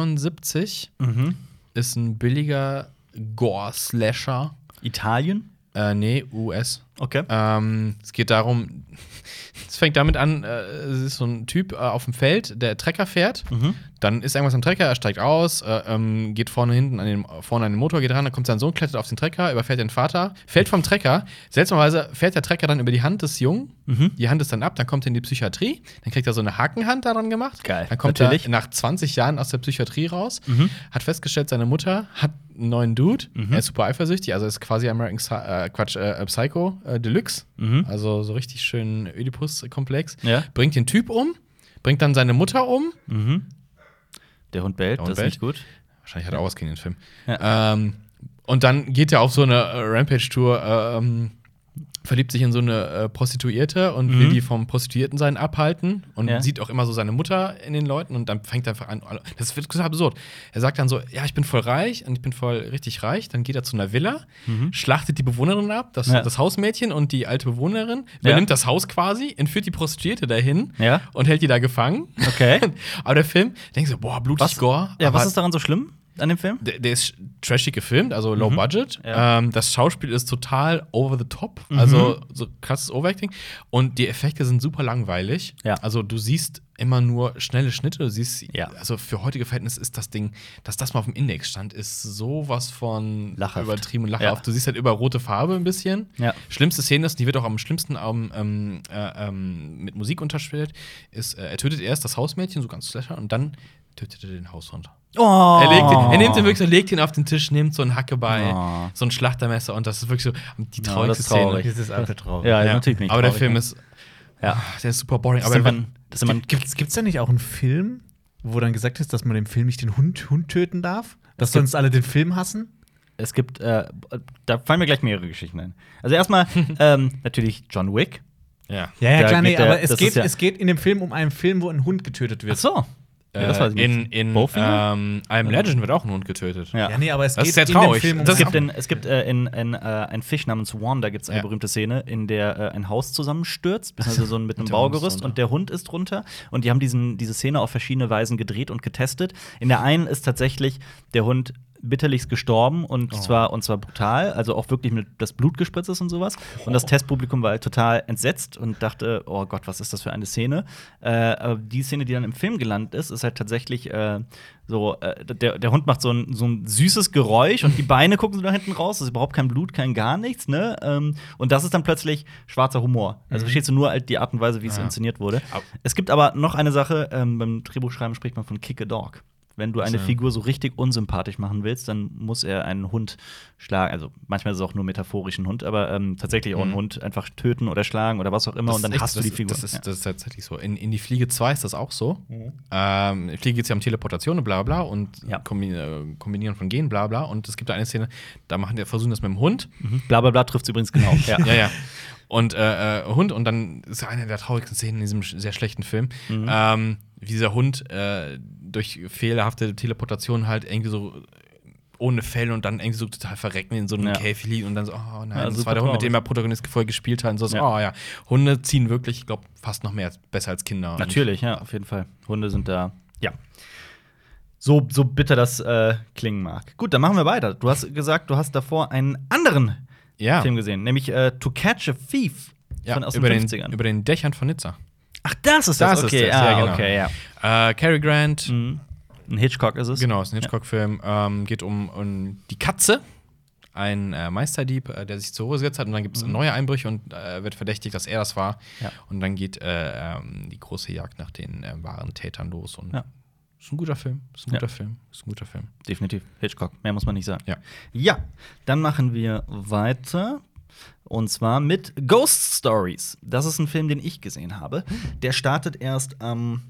[SPEAKER 3] 74,
[SPEAKER 1] Mhm.
[SPEAKER 3] ist ein billiger Gore-Slasher.
[SPEAKER 1] Italien?
[SPEAKER 3] Äh, nee, US.
[SPEAKER 1] Okay.
[SPEAKER 3] Ähm, es geht darum, *laughs* es fängt damit an, äh, es ist so ein Typ äh, auf dem Feld, der Trecker fährt.
[SPEAKER 1] Mhm.
[SPEAKER 3] Dann ist irgendwas am Trecker, er steigt aus, äh, ähm, geht vorne hinten an den, vorne an den Motor, geht ran, dann kommt sein Sohn, klettert auf den Trecker, überfährt den Vater, fällt vom Trecker. Seltsamerweise fährt der Trecker dann über die Hand des Jungen,
[SPEAKER 1] Mhm.
[SPEAKER 3] die Hand ist dann ab, dann kommt er in die Psychiatrie, dann kriegt er so eine Hakenhand daran gemacht.
[SPEAKER 1] Geil,
[SPEAKER 3] Dann kommt
[SPEAKER 1] natürlich. Mhm.
[SPEAKER 3] er nach 20 Jahren aus der Psychiatrie raus, hat festgestellt, seine Mutter hat einen neuen Dude, er ist super eifersüchtig, also ist quasi American Psy äh, Quatsch, äh, Psycho äh, Deluxe, also so richtig schön Oedipus-Komplex,
[SPEAKER 1] Mhm. Ja.
[SPEAKER 3] bringt den Typ um, bringt dann seine Mutter um,
[SPEAKER 1] Der Hund bellt,
[SPEAKER 3] Der Hund
[SPEAKER 1] das ist nicht gut.
[SPEAKER 3] Wahrscheinlich hat er auch was gegen den Film. Ähm, und dann geht er auf so eine äh, Rampage-Tour, äh, ähm, verliebt sich in so eine äh, Prostituierte und will die vom Prostituiertensein abhalten und
[SPEAKER 1] Mhm. Ja.
[SPEAKER 3] sieht auch immer so seine Mutter in den Leuten und dann fängt er einfach an. alle- Das wird total absurd. Er sagt dann so: Ja, ich bin voll reich und ich bin voll richtig reich. Dann geht er zu einer Villa, schlachtet die Bewohnerin ab, das,
[SPEAKER 1] Mhm. Ja.
[SPEAKER 3] das Hausmädchen und die alte Bewohnerin, übernimmt das Haus quasi, entführt die Prostituierte dahin
[SPEAKER 1] Ja.
[SPEAKER 3] und hält die da gefangen.
[SPEAKER 1] Okay.
[SPEAKER 3] *laughs* aber der Film, denkst du, boah, blutig Gore.
[SPEAKER 1] ja, was
[SPEAKER 3] aber-
[SPEAKER 1] ist daran so schlimm an dem Film?
[SPEAKER 3] der, der ist trashig gefilmt, also low budget.
[SPEAKER 1] Mhm. Ja. Mhm.
[SPEAKER 3] Ähm, das Schauspiel ist total over the top, also so krasses Overacting. Und die Effekte sind super langweilig.
[SPEAKER 1] Ja.
[SPEAKER 3] Also du siehst immer nur schnelle Schnitte. Du siehst,
[SPEAKER 1] Ja.
[SPEAKER 3] also für heutige Verhältnisse ist das Ding, dass das mal auf dem Index stand, ist sowas von
[SPEAKER 1] Lachhaft.
[SPEAKER 3] übertrieben und lachhaft. Du siehst halt über rote Farbe ein bisschen.
[SPEAKER 1] Ja.
[SPEAKER 3] Schlimmste Szene ist, die wird auch am schlimmsten am, ähm, äh, ähm, mit Musik unterstellt, ist, äh, er tötet erst das Hausmädchen, so ganz slasher, und dann tötet er den Haushund.
[SPEAKER 1] Oh.
[SPEAKER 3] Er, legt ihn, er nimmt ihn wirklich und legt ihn auf den Tisch, nimmt so ein Hackebeil,
[SPEAKER 1] Oh.
[SPEAKER 3] so ein Schlachtermesser und das ist wirklich so die
[SPEAKER 1] Ja,
[SPEAKER 3] traurigste
[SPEAKER 1] das ist
[SPEAKER 3] Szene.
[SPEAKER 1] traurig.
[SPEAKER 2] Das ist alte Trauer.
[SPEAKER 1] Ja, natürlich nicht.
[SPEAKER 3] Aber der
[SPEAKER 1] traurig,
[SPEAKER 3] Film
[SPEAKER 1] ne?
[SPEAKER 3] ist,
[SPEAKER 1] Ja.
[SPEAKER 3] ach, der ist super boring.
[SPEAKER 1] Das
[SPEAKER 3] Aber
[SPEAKER 1] ist immer,
[SPEAKER 3] man,
[SPEAKER 1] das ist immer ein
[SPEAKER 2] Gibt's, gibt's da nicht auch einen Film, wo dann gesagt ist, dass man im Film nicht den Hund, Hund töten darf? Dass sonst alle den Film hassen?
[SPEAKER 1] es gibt, äh, da fallen mir gleich mehrere Geschichten ein. Also
[SPEAKER 3] *laughs*
[SPEAKER 1] erstmal ähm, natürlich John Wick.
[SPEAKER 3] Ja.
[SPEAKER 2] Ja, ja,
[SPEAKER 1] Da
[SPEAKER 2] klar,
[SPEAKER 1] geht
[SPEAKER 2] nee,
[SPEAKER 1] der-
[SPEAKER 2] aber es
[SPEAKER 1] das
[SPEAKER 2] geht,
[SPEAKER 1] ist ja-
[SPEAKER 2] es geht in dem Film um einen Film, wo ein Hund getötet
[SPEAKER 1] Ach
[SPEAKER 2] wird.
[SPEAKER 1] so. Ja, das weiß ich
[SPEAKER 3] Äh, in
[SPEAKER 1] nicht.
[SPEAKER 3] in
[SPEAKER 1] Bowfinger?
[SPEAKER 3] ähm, I Am Legend wird auch ein Hund getötet.
[SPEAKER 1] Ja.
[SPEAKER 2] Ja, nee, aber es
[SPEAKER 3] Das
[SPEAKER 2] geht
[SPEAKER 3] ist sehr traurig.
[SPEAKER 2] in dem Film um
[SPEAKER 3] Das
[SPEAKER 1] Es
[SPEAKER 3] ist-
[SPEAKER 1] gibt, in, es gibt äh, in, in, äh, ein Fisch namens Juan, da gibt es eine
[SPEAKER 3] Ja.
[SPEAKER 1] berühmte Szene, in der äh, ein Haus zusammenstürzt,
[SPEAKER 3] *laughs*
[SPEAKER 1] beziehungsweise so ein- mit einem
[SPEAKER 3] der Hund ist
[SPEAKER 1] Baugerüst
[SPEAKER 3] drunter.
[SPEAKER 1] und der Hund ist drunter. Und die haben diesen, diese Szene auf verschiedene Weisen gedreht und getestet. In der einen ist tatsächlich der Hund bitterlichst gestorben und zwar und zwar brutal, also auch wirklich mit das Blut gespritzt ist und sowas. Und das Testpublikum war halt total entsetzt und dachte, oh Gott, was ist das für eine Szene? Äh, aber die Szene, die dann im Film gelandet ist, ist halt tatsächlich äh, so, äh, der, der Hund macht so ein, so ein süßes Geräusch und die Beine gucken so nach hinten raus, es ist überhaupt kein Blut, kein gar nichts, ne? Ähm, und das ist dann plötzlich schwarzer Humor. Also verstehst du nur halt die Art und Weise, wie es
[SPEAKER 3] Ja.
[SPEAKER 1] inszeniert wurde.
[SPEAKER 3] Au.
[SPEAKER 1] Es gibt aber noch eine Sache, ähm, beim Drehbuchschreiben spricht man von Kick a Dog. Wenn du eine
[SPEAKER 3] So.
[SPEAKER 1] Figur so richtig unsympathisch machen willst, dann muss er einen Hund schlagen. Also manchmal ist es auch nur metaphorisch ein Hund, aber ähm, tatsächlich auch einen
[SPEAKER 3] Mhm.
[SPEAKER 1] Hund einfach töten oder schlagen oder was auch immer
[SPEAKER 3] Das
[SPEAKER 1] Oh, und dann
[SPEAKER 3] ist echt-
[SPEAKER 1] hast du
[SPEAKER 3] das,
[SPEAKER 1] die Figur.
[SPEAKER 3] Das ist,
[SPEAKER 1] ja. Mhm.
[SPEAKER 3] das ist tatsächlich so. In, in die Fliege 2 ist das auch so. Ähm, in Fliege geht es ja um Teleportation und bla bla und
[SPEAKER 1] Ja.
[SPEAKER 3] kombi- äh, Kombinieren von Genen, bla bla. Und es gibt da eine Szene, da machen die, versuchen das mit dem Hund.
[SPEAKER 1] Mhm. Bla bla bla trifft übrigens genau. ja.
[SPEAKER 3] äh, *laughs* ja, ja. Und äh, äh, Hund, und dann ist eine der traurigsten Szenen in diesem sch- sehr schlechten Film,
[SPEAKER 1] Mhm.
[SPEAKER 3] ähm, wie dieser Hund äh, durch fehlerhafte Teleportation halt irgendwie so ohne Fell und dann irgendwie so total verrecken in so einem
[SPEAKER 1] Ja.
[SPEAKER 3] Käfig liegen und dann so, oh nein,
[SPEAKER 1] Ja,
[SPEAKER 3] das
[SPEAKER 1] super
[SPEAKER 3] war der Hund, mit
[SPEAKER 1] traurig.
[SPEAKER 3] dem er Protagonist vorher gespielt hat und so, so,
[SPEAKER 1] Ja.
[SPEAKER 3] oh ja, Hunde ziehen wirklich, ich glaube, fast noch mehr als- besser als Kinder.
[SPEAKER 1] *laughs*
[SPEAKER 3] Und-
[SPEAKER 1] Natürlich, ja, auf jeden Fall. Hunde sind da. Ja. So, so bitter das äh, klingen mag. Gut, dann machen wir weiter. Du hast gesagt, du hast davor einen anderen
[SPEAKER 3] Ja,
[SPEAKER 1] Film gesehen, nämlich äh, To Catch a Thief
[SPEAKER 3] ja
[SPEAKER 1] von aus
[SPEAKER 3] über,
[SPEAKER 1] den
[SPEAKER 3] den,
[SPEAKER 1] 50ern.
[SPEAKER 3] über den Dächern von Nizza.
[SPEAKER 1] Ach, das ist das.
[SPEAKER 3] Das ist
[SPEAKER 1] okay,
[SPEAKER 3] das,
[SPEAKER 1] ah,
[SPEAKER 3] ja, genau.
[SPEAKER 1] okay, ja.
[SPEAKER 3] Äh, Cary Grant,
[SPEAKER 1] Mhm. Ein Hitchcock ist es.
[SPEAKER 3] Genau, ist ein Hitchcock-Film. Ähm, geht um, um die Katze, ein äh, Meisterdieb, äh, der sich zur Ruhe gesetzt hat. Und dann gibt es neue Einbrüche und äh, wird verdächtigt, dass er das war.
[SPEAKER 1] Mhm. Ja.
[SPEAKER 3] Und dann geht äh, ähm, die große Jagd nach den äh, wahren Tätern los. Und
[SPEAKER 1] Ja.
[SPEAKER 3] ist ein guter Film. Ist ein
[SPEAKER 1] Ja.
[SPEAKER 3] guter Film. Ist ein guter Film.
[SPEAKER 1] Definitiv. Hitchcock. Mehr muss man nicht sagen.
[SPEAKER 3] Ja.
[SPEAKER 1] Ja, dann machen wir weiter. Und zwar mit Ghost Stories. Das ist ein Film, den ich gesehen habe. Der startet erst am.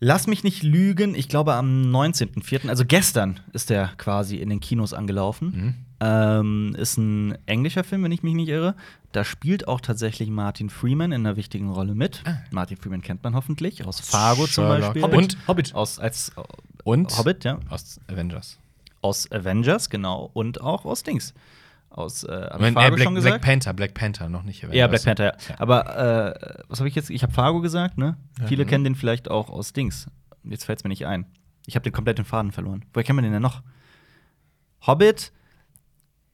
[SPEAKER 1] Lass mich nicht lügen, ich glaube am 19.04., also gestern ist der quasi in den Kinos angelaufen.
[SPEAKER 3] Mhm.
[SPEAKER 1] Ähm, ist ein englischer Film, wenn ich mich nicht irre. Da spielt auch tatsächlich Martin Freeman in einer wichtigen Rolle mit. Martin Freeman kennt man hoffentlich, aus Fargo
[SPEAKER 3] Ah. Sherlock.
[SPEAKER 1] zum Beispiel.
[SPEAKER 3] Hobbit.
[SPEAKER 2] Und Hobbit.
[SPEAKER 1] Aus, als,
[SPEAKER 3] Und
[SPEAKER 1] Hobbit, ja.
[SPEAKER 3] aus Avengers.
[SPEAKER 1] Aus Avengers, genau. Und auch aus Dings. Aus, äh, hab ich
[SPEAKER 3] Wenn, äh,
[SPEAKER 1] Fargo
[SPEAKER 3] Black,
[SPEAKER 1] schon
[SPEAKER 3] Black
[SPEAKER 1] gesagt?
[SPEAKER 3] Panther, Black Panther, noch nicht Avengers.
[SPEAKER 1] ja, Black Panther, ja. Aber äh, was habe ich jetzt? Ich habe Fargo gesagt, ne?
[SPEAKER 3] mhm.
[SPEAKER 1] Viele kennen den vielleicht auch aus Dings. Jetzt fällt es mir nicht ein. Ich habe den kompletten Faden verloren. Woher kennen wir den denn noch? Hobbit,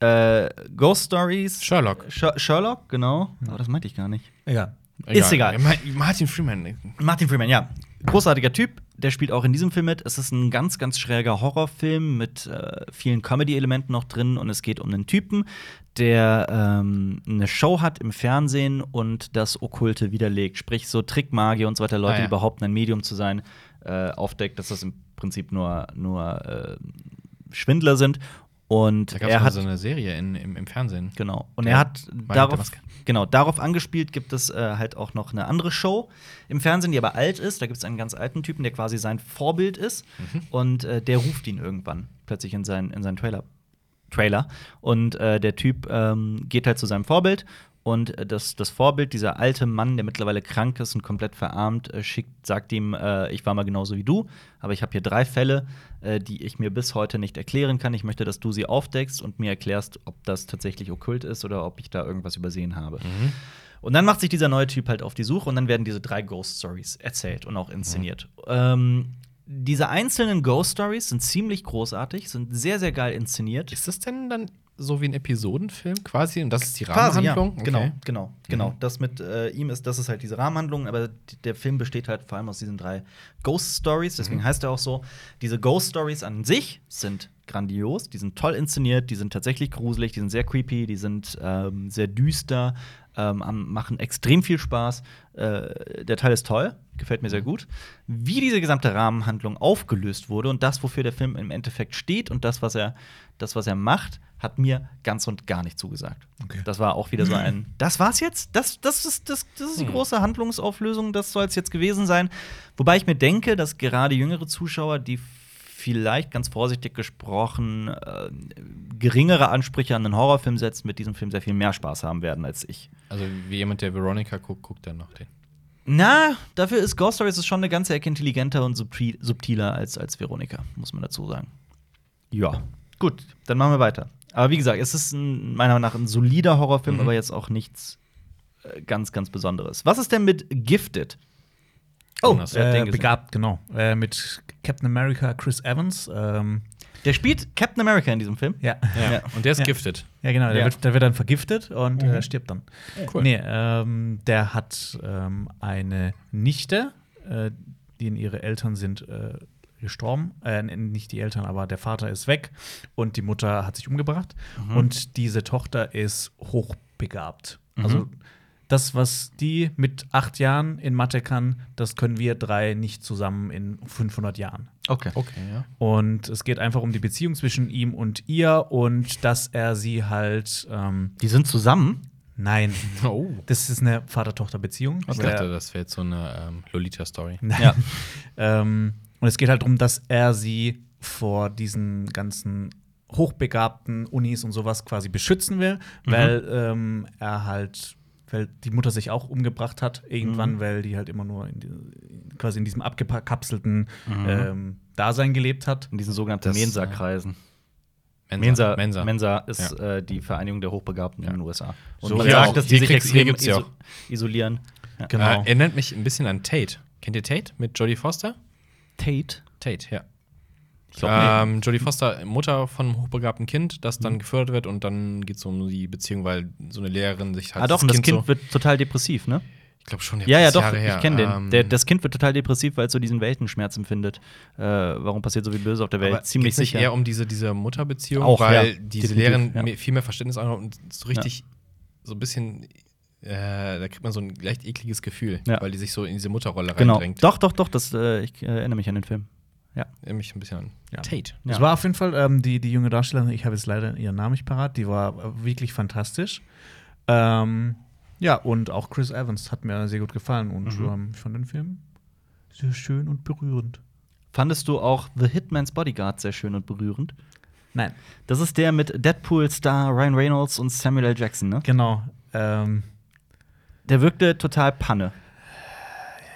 [SPEAKER 1] äh, Ghost Stories,
[SPEAKER 3] Sherlock.
[SPEAKER 1] Sher- Sherlock, genau. Aber das meinte ich gar nicht.
[SPEAKER 2] Egal.
[SPEAKER 1] Ist egal.
[SPEAKER 3] Ja, Ma- Martin Freeman. äh,
[SPEAKER 1] Martin Freeman, ja. Großartiger Typ. Der spielt auch in diesem Film mit. Es ist ein ganz, ganz schräger Horrorfilm mit äh, vielen Comedy-Elementen noch drin. Und es geht um einen Typen, der ähm, eine Show hat im Fernsehen und das Okkulte widerlegt. Sprich, so Trickmagie und so weiter. Leute,
[SPEAKER 3] Ah, ja.
[SPEAKER 1] die behaupten, ein Medium zu sein, äh, aufdeckt, dass das im Prinzip nur, nur äh, Schwindler sind. Und
[SPEAKER 3] Da gab
[SPEAKER 1] er
[SPEAKER 3] es
[SPEAKER 1] hat
[SPEAKER 3] so eine Serie in, im, im Fernsehen.
[SPEAKER 1] Genau. Und
[SPEAKER 3] Ja,
[SPEAKER 1] er hat
[SPEAKER 3] Mann mit der
[SPEAKER 1] darauf,
[SPEAKER 3] Maske.
[SPEAKER 1] genau, darauf angespielt, gibt es äh, halt auch noch eine andere Show im Fernsehen, die aber alt ist. Da gibt es einen ganz alten Typen, der quasi sein Vorbild ist.
[SPEAKER 3] Mhm.
[SPEAKER 1] Und äh, der ruft ihn irgendwann plötzlich in seinen, in seinen Trailer. Trailer. Und äh, der Typ ähm, geht halt zu seinem Vorbild. Und äh, das, das Vorbild, dieser alte Mann, der mittlerweile krank ist und komplett verarmt, äh, schickt, sagt ihm, äh, ich war mal genauso wie du, aber ich habe hier drei Fälle, äh, die ich mir bis heute nicht erklären kann. Ich möchte, dass du sie aufdeckst und mir erklärst, ob das tatsächlich okkult ist oder ob ich da irgendwas übersehen habe. Und dann macht sich dieser neue Typ halt auf die Suche und dann werden diese drei Ghost Stories erzählt und auch inszeniert. Ähm, diese einzelnen Ghost Stories sind ziemlich großartig, sind sehr, sehr geil inszeniert.
[SPEAKER 3] Ist das denn dann so wie ein Episodenfilm quasi? Und das ist die
[SPEAKER 1] Quasi, ja.
[SPEAKER 3] Rahmenhandlung? Mhm.
[SPEAKER 1] Genau, genau, genau. Das mit äh, ihm ist, das ist halt diese Rahmenhandlung, aber die, der Film besteht halt vor allem aus diesen drei Ghost Stories, deswegen
[SPEAKER 3] Mhm.
[SPEAKER 1] heißt er auch so. Diese Ghost Stories an sich sind grandios, die sind toll inszeniert, die sind tatsächlich gruselig, die sind sehr creepy, die sind ähm, sehr düster, ähm, am- machen extrem viel Spaß. Äh, der Teil ist toll, gefällt mir sehr gut. Wie diese gesamte Rahmenhandlung aufgelöst wurde und das, wofür der Film im Endeffekt steht und das, was er, das, was er macht, hat mir ganz und gar nicht zugesagt.
[SPEAKER 2] Okay.
[SPEAKER 1] Das war auch wieder so ein. *laughs* Hm. Das war's jetzt? Das, das, ist, das, das ist die große Handlungsauflösung, das soll es jetzt gewesen sein. Wobei ich mir denke, dass gerade jüngere Zuschauer, die vielleicht ganz vorsichtig gesprochen äh, geringere Ansprüche an einen Horrorfilm setzt, mit diesem Film sehr viel mehr Spaß haben werden als ich.
[SPEAKER 3] Also wie jemand, der Veronica guckt, guckt dann noch den.
[SPEAKER 1] Na, dafür ist Ghost Stories ist schon eine ganze Ecke intelligenter und subtil, subtiler als, als Veronika, muss man dazu sagen. Ja. Gut, dann machen wir weiter. Aber wie gesagt, es ist ein, meiner Meinung nach ein solider Horrorfilm, aber jetzt auch nichts äh, ganz, ganz Besonderes. Was ist denn mit Gifted?
[SPEAKER 2] Oh,
[SPEAKER 3] Jonas,
[SPEAKER 1] wer hat
[SPEAKER 2] äh,
[SPEAKER 1] den gesehen?
[SPEAKER 2] begabt, genau. Äh, mit Captain America Chris Evans. Ähm,
[SPEAKER 1] Der spielt Captain America in diesem Film.
[SPEAKER 2] ja.
[SPEAKER 3] Ja.
[SPEAKER 1] Ja.
[SPEAKER 3] Und der ist
[SPEAKER 2] Ja.
[SPEAKER 3] gifted.
[SPEAKER 2] ja, genau. Der,
[SPEAKER 1] Ja.
[SPEAKER 2] Wird, der wird dann vergiftet und äh, stirbt dann.
[SPEAKER 3] Cool.
[SPEAKER 2] Nee, ähm, der hat ähm, eine Nichte, äh, denen ihre Eltern sind äh, gestorben. Äh, n- nicht die Eltern, aber der Vater ist weg und die Mutter hat sich umgebracht. Und diese Tochter ist hochbegabt. Also das, was die mit acht Jahren in Mathe kann, das können wir drei nicht zusammen in 500 Jahren.
[SPEAKER 1] Okay.
[SPEAKER 3] Okay, ja.
[SPEAKER 2] Und es geht einfach um die Beziehung zwischen ihm und ihr und dass er sie halt, ähm,
[SPEAKER 1] Die sind zusammen.
[SPEAKER 2] nein,
[SPEAKER 3] Oh.
[SPEAKER 2] das ist eine Vater-Tochter-Beziehung.
[SPEAKER 3] Ich
[SPEAKER 2] Also
[SPEAKER 3] dachte,
[SPEAKER 2] er-
[SPEAKER 3] das wäre jetzt so eine ähm, Lolita-Story.
[SPEAKER 2] *laughs* Nein.
[SPEAKER 1] Ja.
[SPEAKER 2] ähm, und es geht halt darum, dass er sie vor diesen ganzen hochbegabten Unis und sowas quasi beschützen will,
[SPEAKER 3] Mhm.
[SPEAKER 2] weil ähm, er halt, weil die Mutter sich auch umgebracht hat irgendwann,
[SPEAKER 3] Mhm.
[SPEAKER 2] weil die halt immer nur in die, quasi in diesem abgekapselten
[SPEAKER 3] Mhm.
[SPEAKER 2] ähm, Dasein gelebt hat.
[SPEAKER 1] In diesen sogenannten
[SPEAKER 3] Das, äh,
[SPEAKER 1] Mensa-Kreisen.
[SPEAKER 3] Mensa.
[SPEAKER 1] Mensa, Mensa. ist äh, die Vereinigung der Hochbegabten in den USA. Und
[SPEAKER 3] So,
[SPEAKER 1] man
[SPEAKER 3] ja,
[SPEAKER 1] sagt, dass die
[SPEAKER 3] hier
[SPEAKER 1] sich
[SPEAKER 3] kriegst- hier
[SPEAKER 1] extrem
[SPEAKER 3] gibt's ja
[SPEAKER 1] iso-
[SPEAKER 3] auch.
[SPEAKER 1] isolieren. Ja.
[SPEAKER 2] Genau.
[SPEAKER 3] Äh, erinnert mich ein bisschen an Tate. Kennt ihr Tate mit Jodie Foster?
[SPEAKER 1] Tate.
[SPEAKER 3] Tate, ja.
[SPEAKER 1] Ich glaub, nee.
[SPEAKER 3] ähm, Jodie Foster, Mutter von einem hochbegabten Kind, das
[SPEAKER 1] Mhm.
[SPEAKER 3] dann gefördert wird und dann geht es um die Beziehung, weil so eine Lehrerin sich halt
[SPEAKER 1] Ah doch, und das Kind
[SPEAKER 3] so,
[SPEAKER 1] wird total depressiv, ne?
[SPEAKER 3] ich glaube schon, der
[SPEAKER 1] Ja, ja,
[SPEAKER 3] ist
[SPEAKER 1] doch,
[SPEAKER 3] Jahre her.
[SPEAKER 1] ich kenne den.
[SPEAKER 3] Ähm,
[SPEAKER 1] der, das Kind wird total depressiv, weil es so diesen Weltenschmerz empfindet. Äh, warum passiert so viel Böse auf der Welt?
[SPEAKER 3] aber
[SPEAKER 1] Ziemlich
[SPEAKER 3] geht's nicht
[SPEAKER 1] sicher.
[SPEAKER 3] eher um diese, diese Mutterbeziehung,
[SPEAKER 1] Auch,
[SPEAKER 3] weil
[SPEAKER 1] ja,
[SPEAKER 3] diese
[SPEAKER 1] definitiv,
[SPEAKER 3] Lehrerin
[SPEAKER 1] ja.
[SPEAKER 3] mir viel mehr Verständnis anhat und so richtig so ein bisschen, äh, da kriegt man so ein leicht ekliges Gefühl,
[SPEAKER 1] Ja.
[SPEAKER 3] weil die sich so in diese Mutterrolle
[SPEAKER 1] genau.
[SPEAKER 3] reindrängt.
[SPEAKER 1] Doch, doch, doch, das, äh, ich äh, erinnere mich an den Film.
[SPEAKER 3] Erinnert mich ein bisschen an
[SPEAKER 2] Ja.
[SPEAKER 3] Tate.
[SPEAKER 1] Ja.
[SPEAKER 2] Es war auf jeden Fall ähm, die, die junge Darstellerin, ich habe jetzt leider ihren Namen nicht parat, die war äh, wirklich fantastisch. Ähm, ja, und auch Chris Evans hat mir sehr gut gefallen und
[SPEAKER 1] Mhm.
[SPEAKER 2] ähm, ich fand den Film sehr schön und berührend.
[SPEAKER 1] Fandest du auch The Hitman's Bodyguard sehr schön und berührend?
[SPEAKER 2] Nein.
[SPEAKER 1] Das ist der mit Deadpool-Star Ryan Reynolds und Samuel L. Jackson, ne?
[SPEAKER 2] Genau. Ähm,
[SPEAKER 1] Der wirkte total Panne.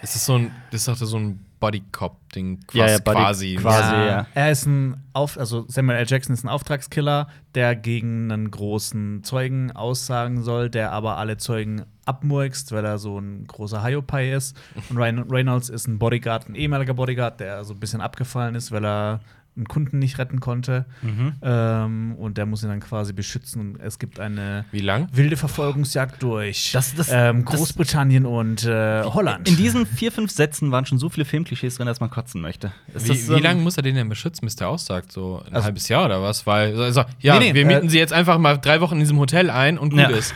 [SPEAKER 3] Es ist so ein, das ist doch so ein Bodycop-Ding
[SPEAKER 1] Ja, ja,
[SPEAKER 3] quas-
[SPEAKER 1] Buddy-
[SPEAKER 3] quasi.
[SPEAKER 1] quasi.
[SPEAKER 2] ja,
[SPEAKER 1] ja.
[SPEAKER 2] Er ist ein Auf also Samuel L. Jackson ist ein Auftragskiller, der gegen einen großen Zeugen aussagen soll, der aber alle Zeugen abmurkst, weil er so ein großer Hiopai ist. Und Ryan Reynolds ist ein Bodyguard, ein ehemaliger Bodyguard, der so ein bisschen abgefallen ist, weil er einen Kunden nicht retten konnte.
[SPEAKER 1] Mhm.
[SPEAKER 2] Ähm, und der muss ihn dann quasi beschützen. Und es gibt eine
[SPEAKER 3] Wie lang?
[SPEAKER 2] wilde Verfolgungsjagd durch
[SPEAKER 1] Das- das-
[SPEAKER 2] ähm,
[SPEAKER 1] das-
[SPEAKER 2] Großbritannien und äh, Holland.
[SPEAKER 1] In diesen vier, fünf Sätzen waren schon so viele Filmklischees drin, dass man kotzen möchte. Ist
[SPEAKER 3] Wie,
[SPEAKER 1] das,
[SPEAKER 3] wie
[SPEAKER 1] ähm,
[SPEAKER 3] lange muss er den denn beschützen, bis der aussagt? So ein
[SPEAKER 2] Also-
[SPEAKER 3] halbes Jahr oder was? Weil, also, ja,
[SPEAKER 2] Nee, nee,
[SPEAKER 3] wir mieten
[SPEAKER 2] äh,
[SPEAKER 3] sie jetzt einfach mal drei Wochen in diesem Hotel ein und gut
[SPEAKER 1] Ja.
[SPEAKER 3] ist.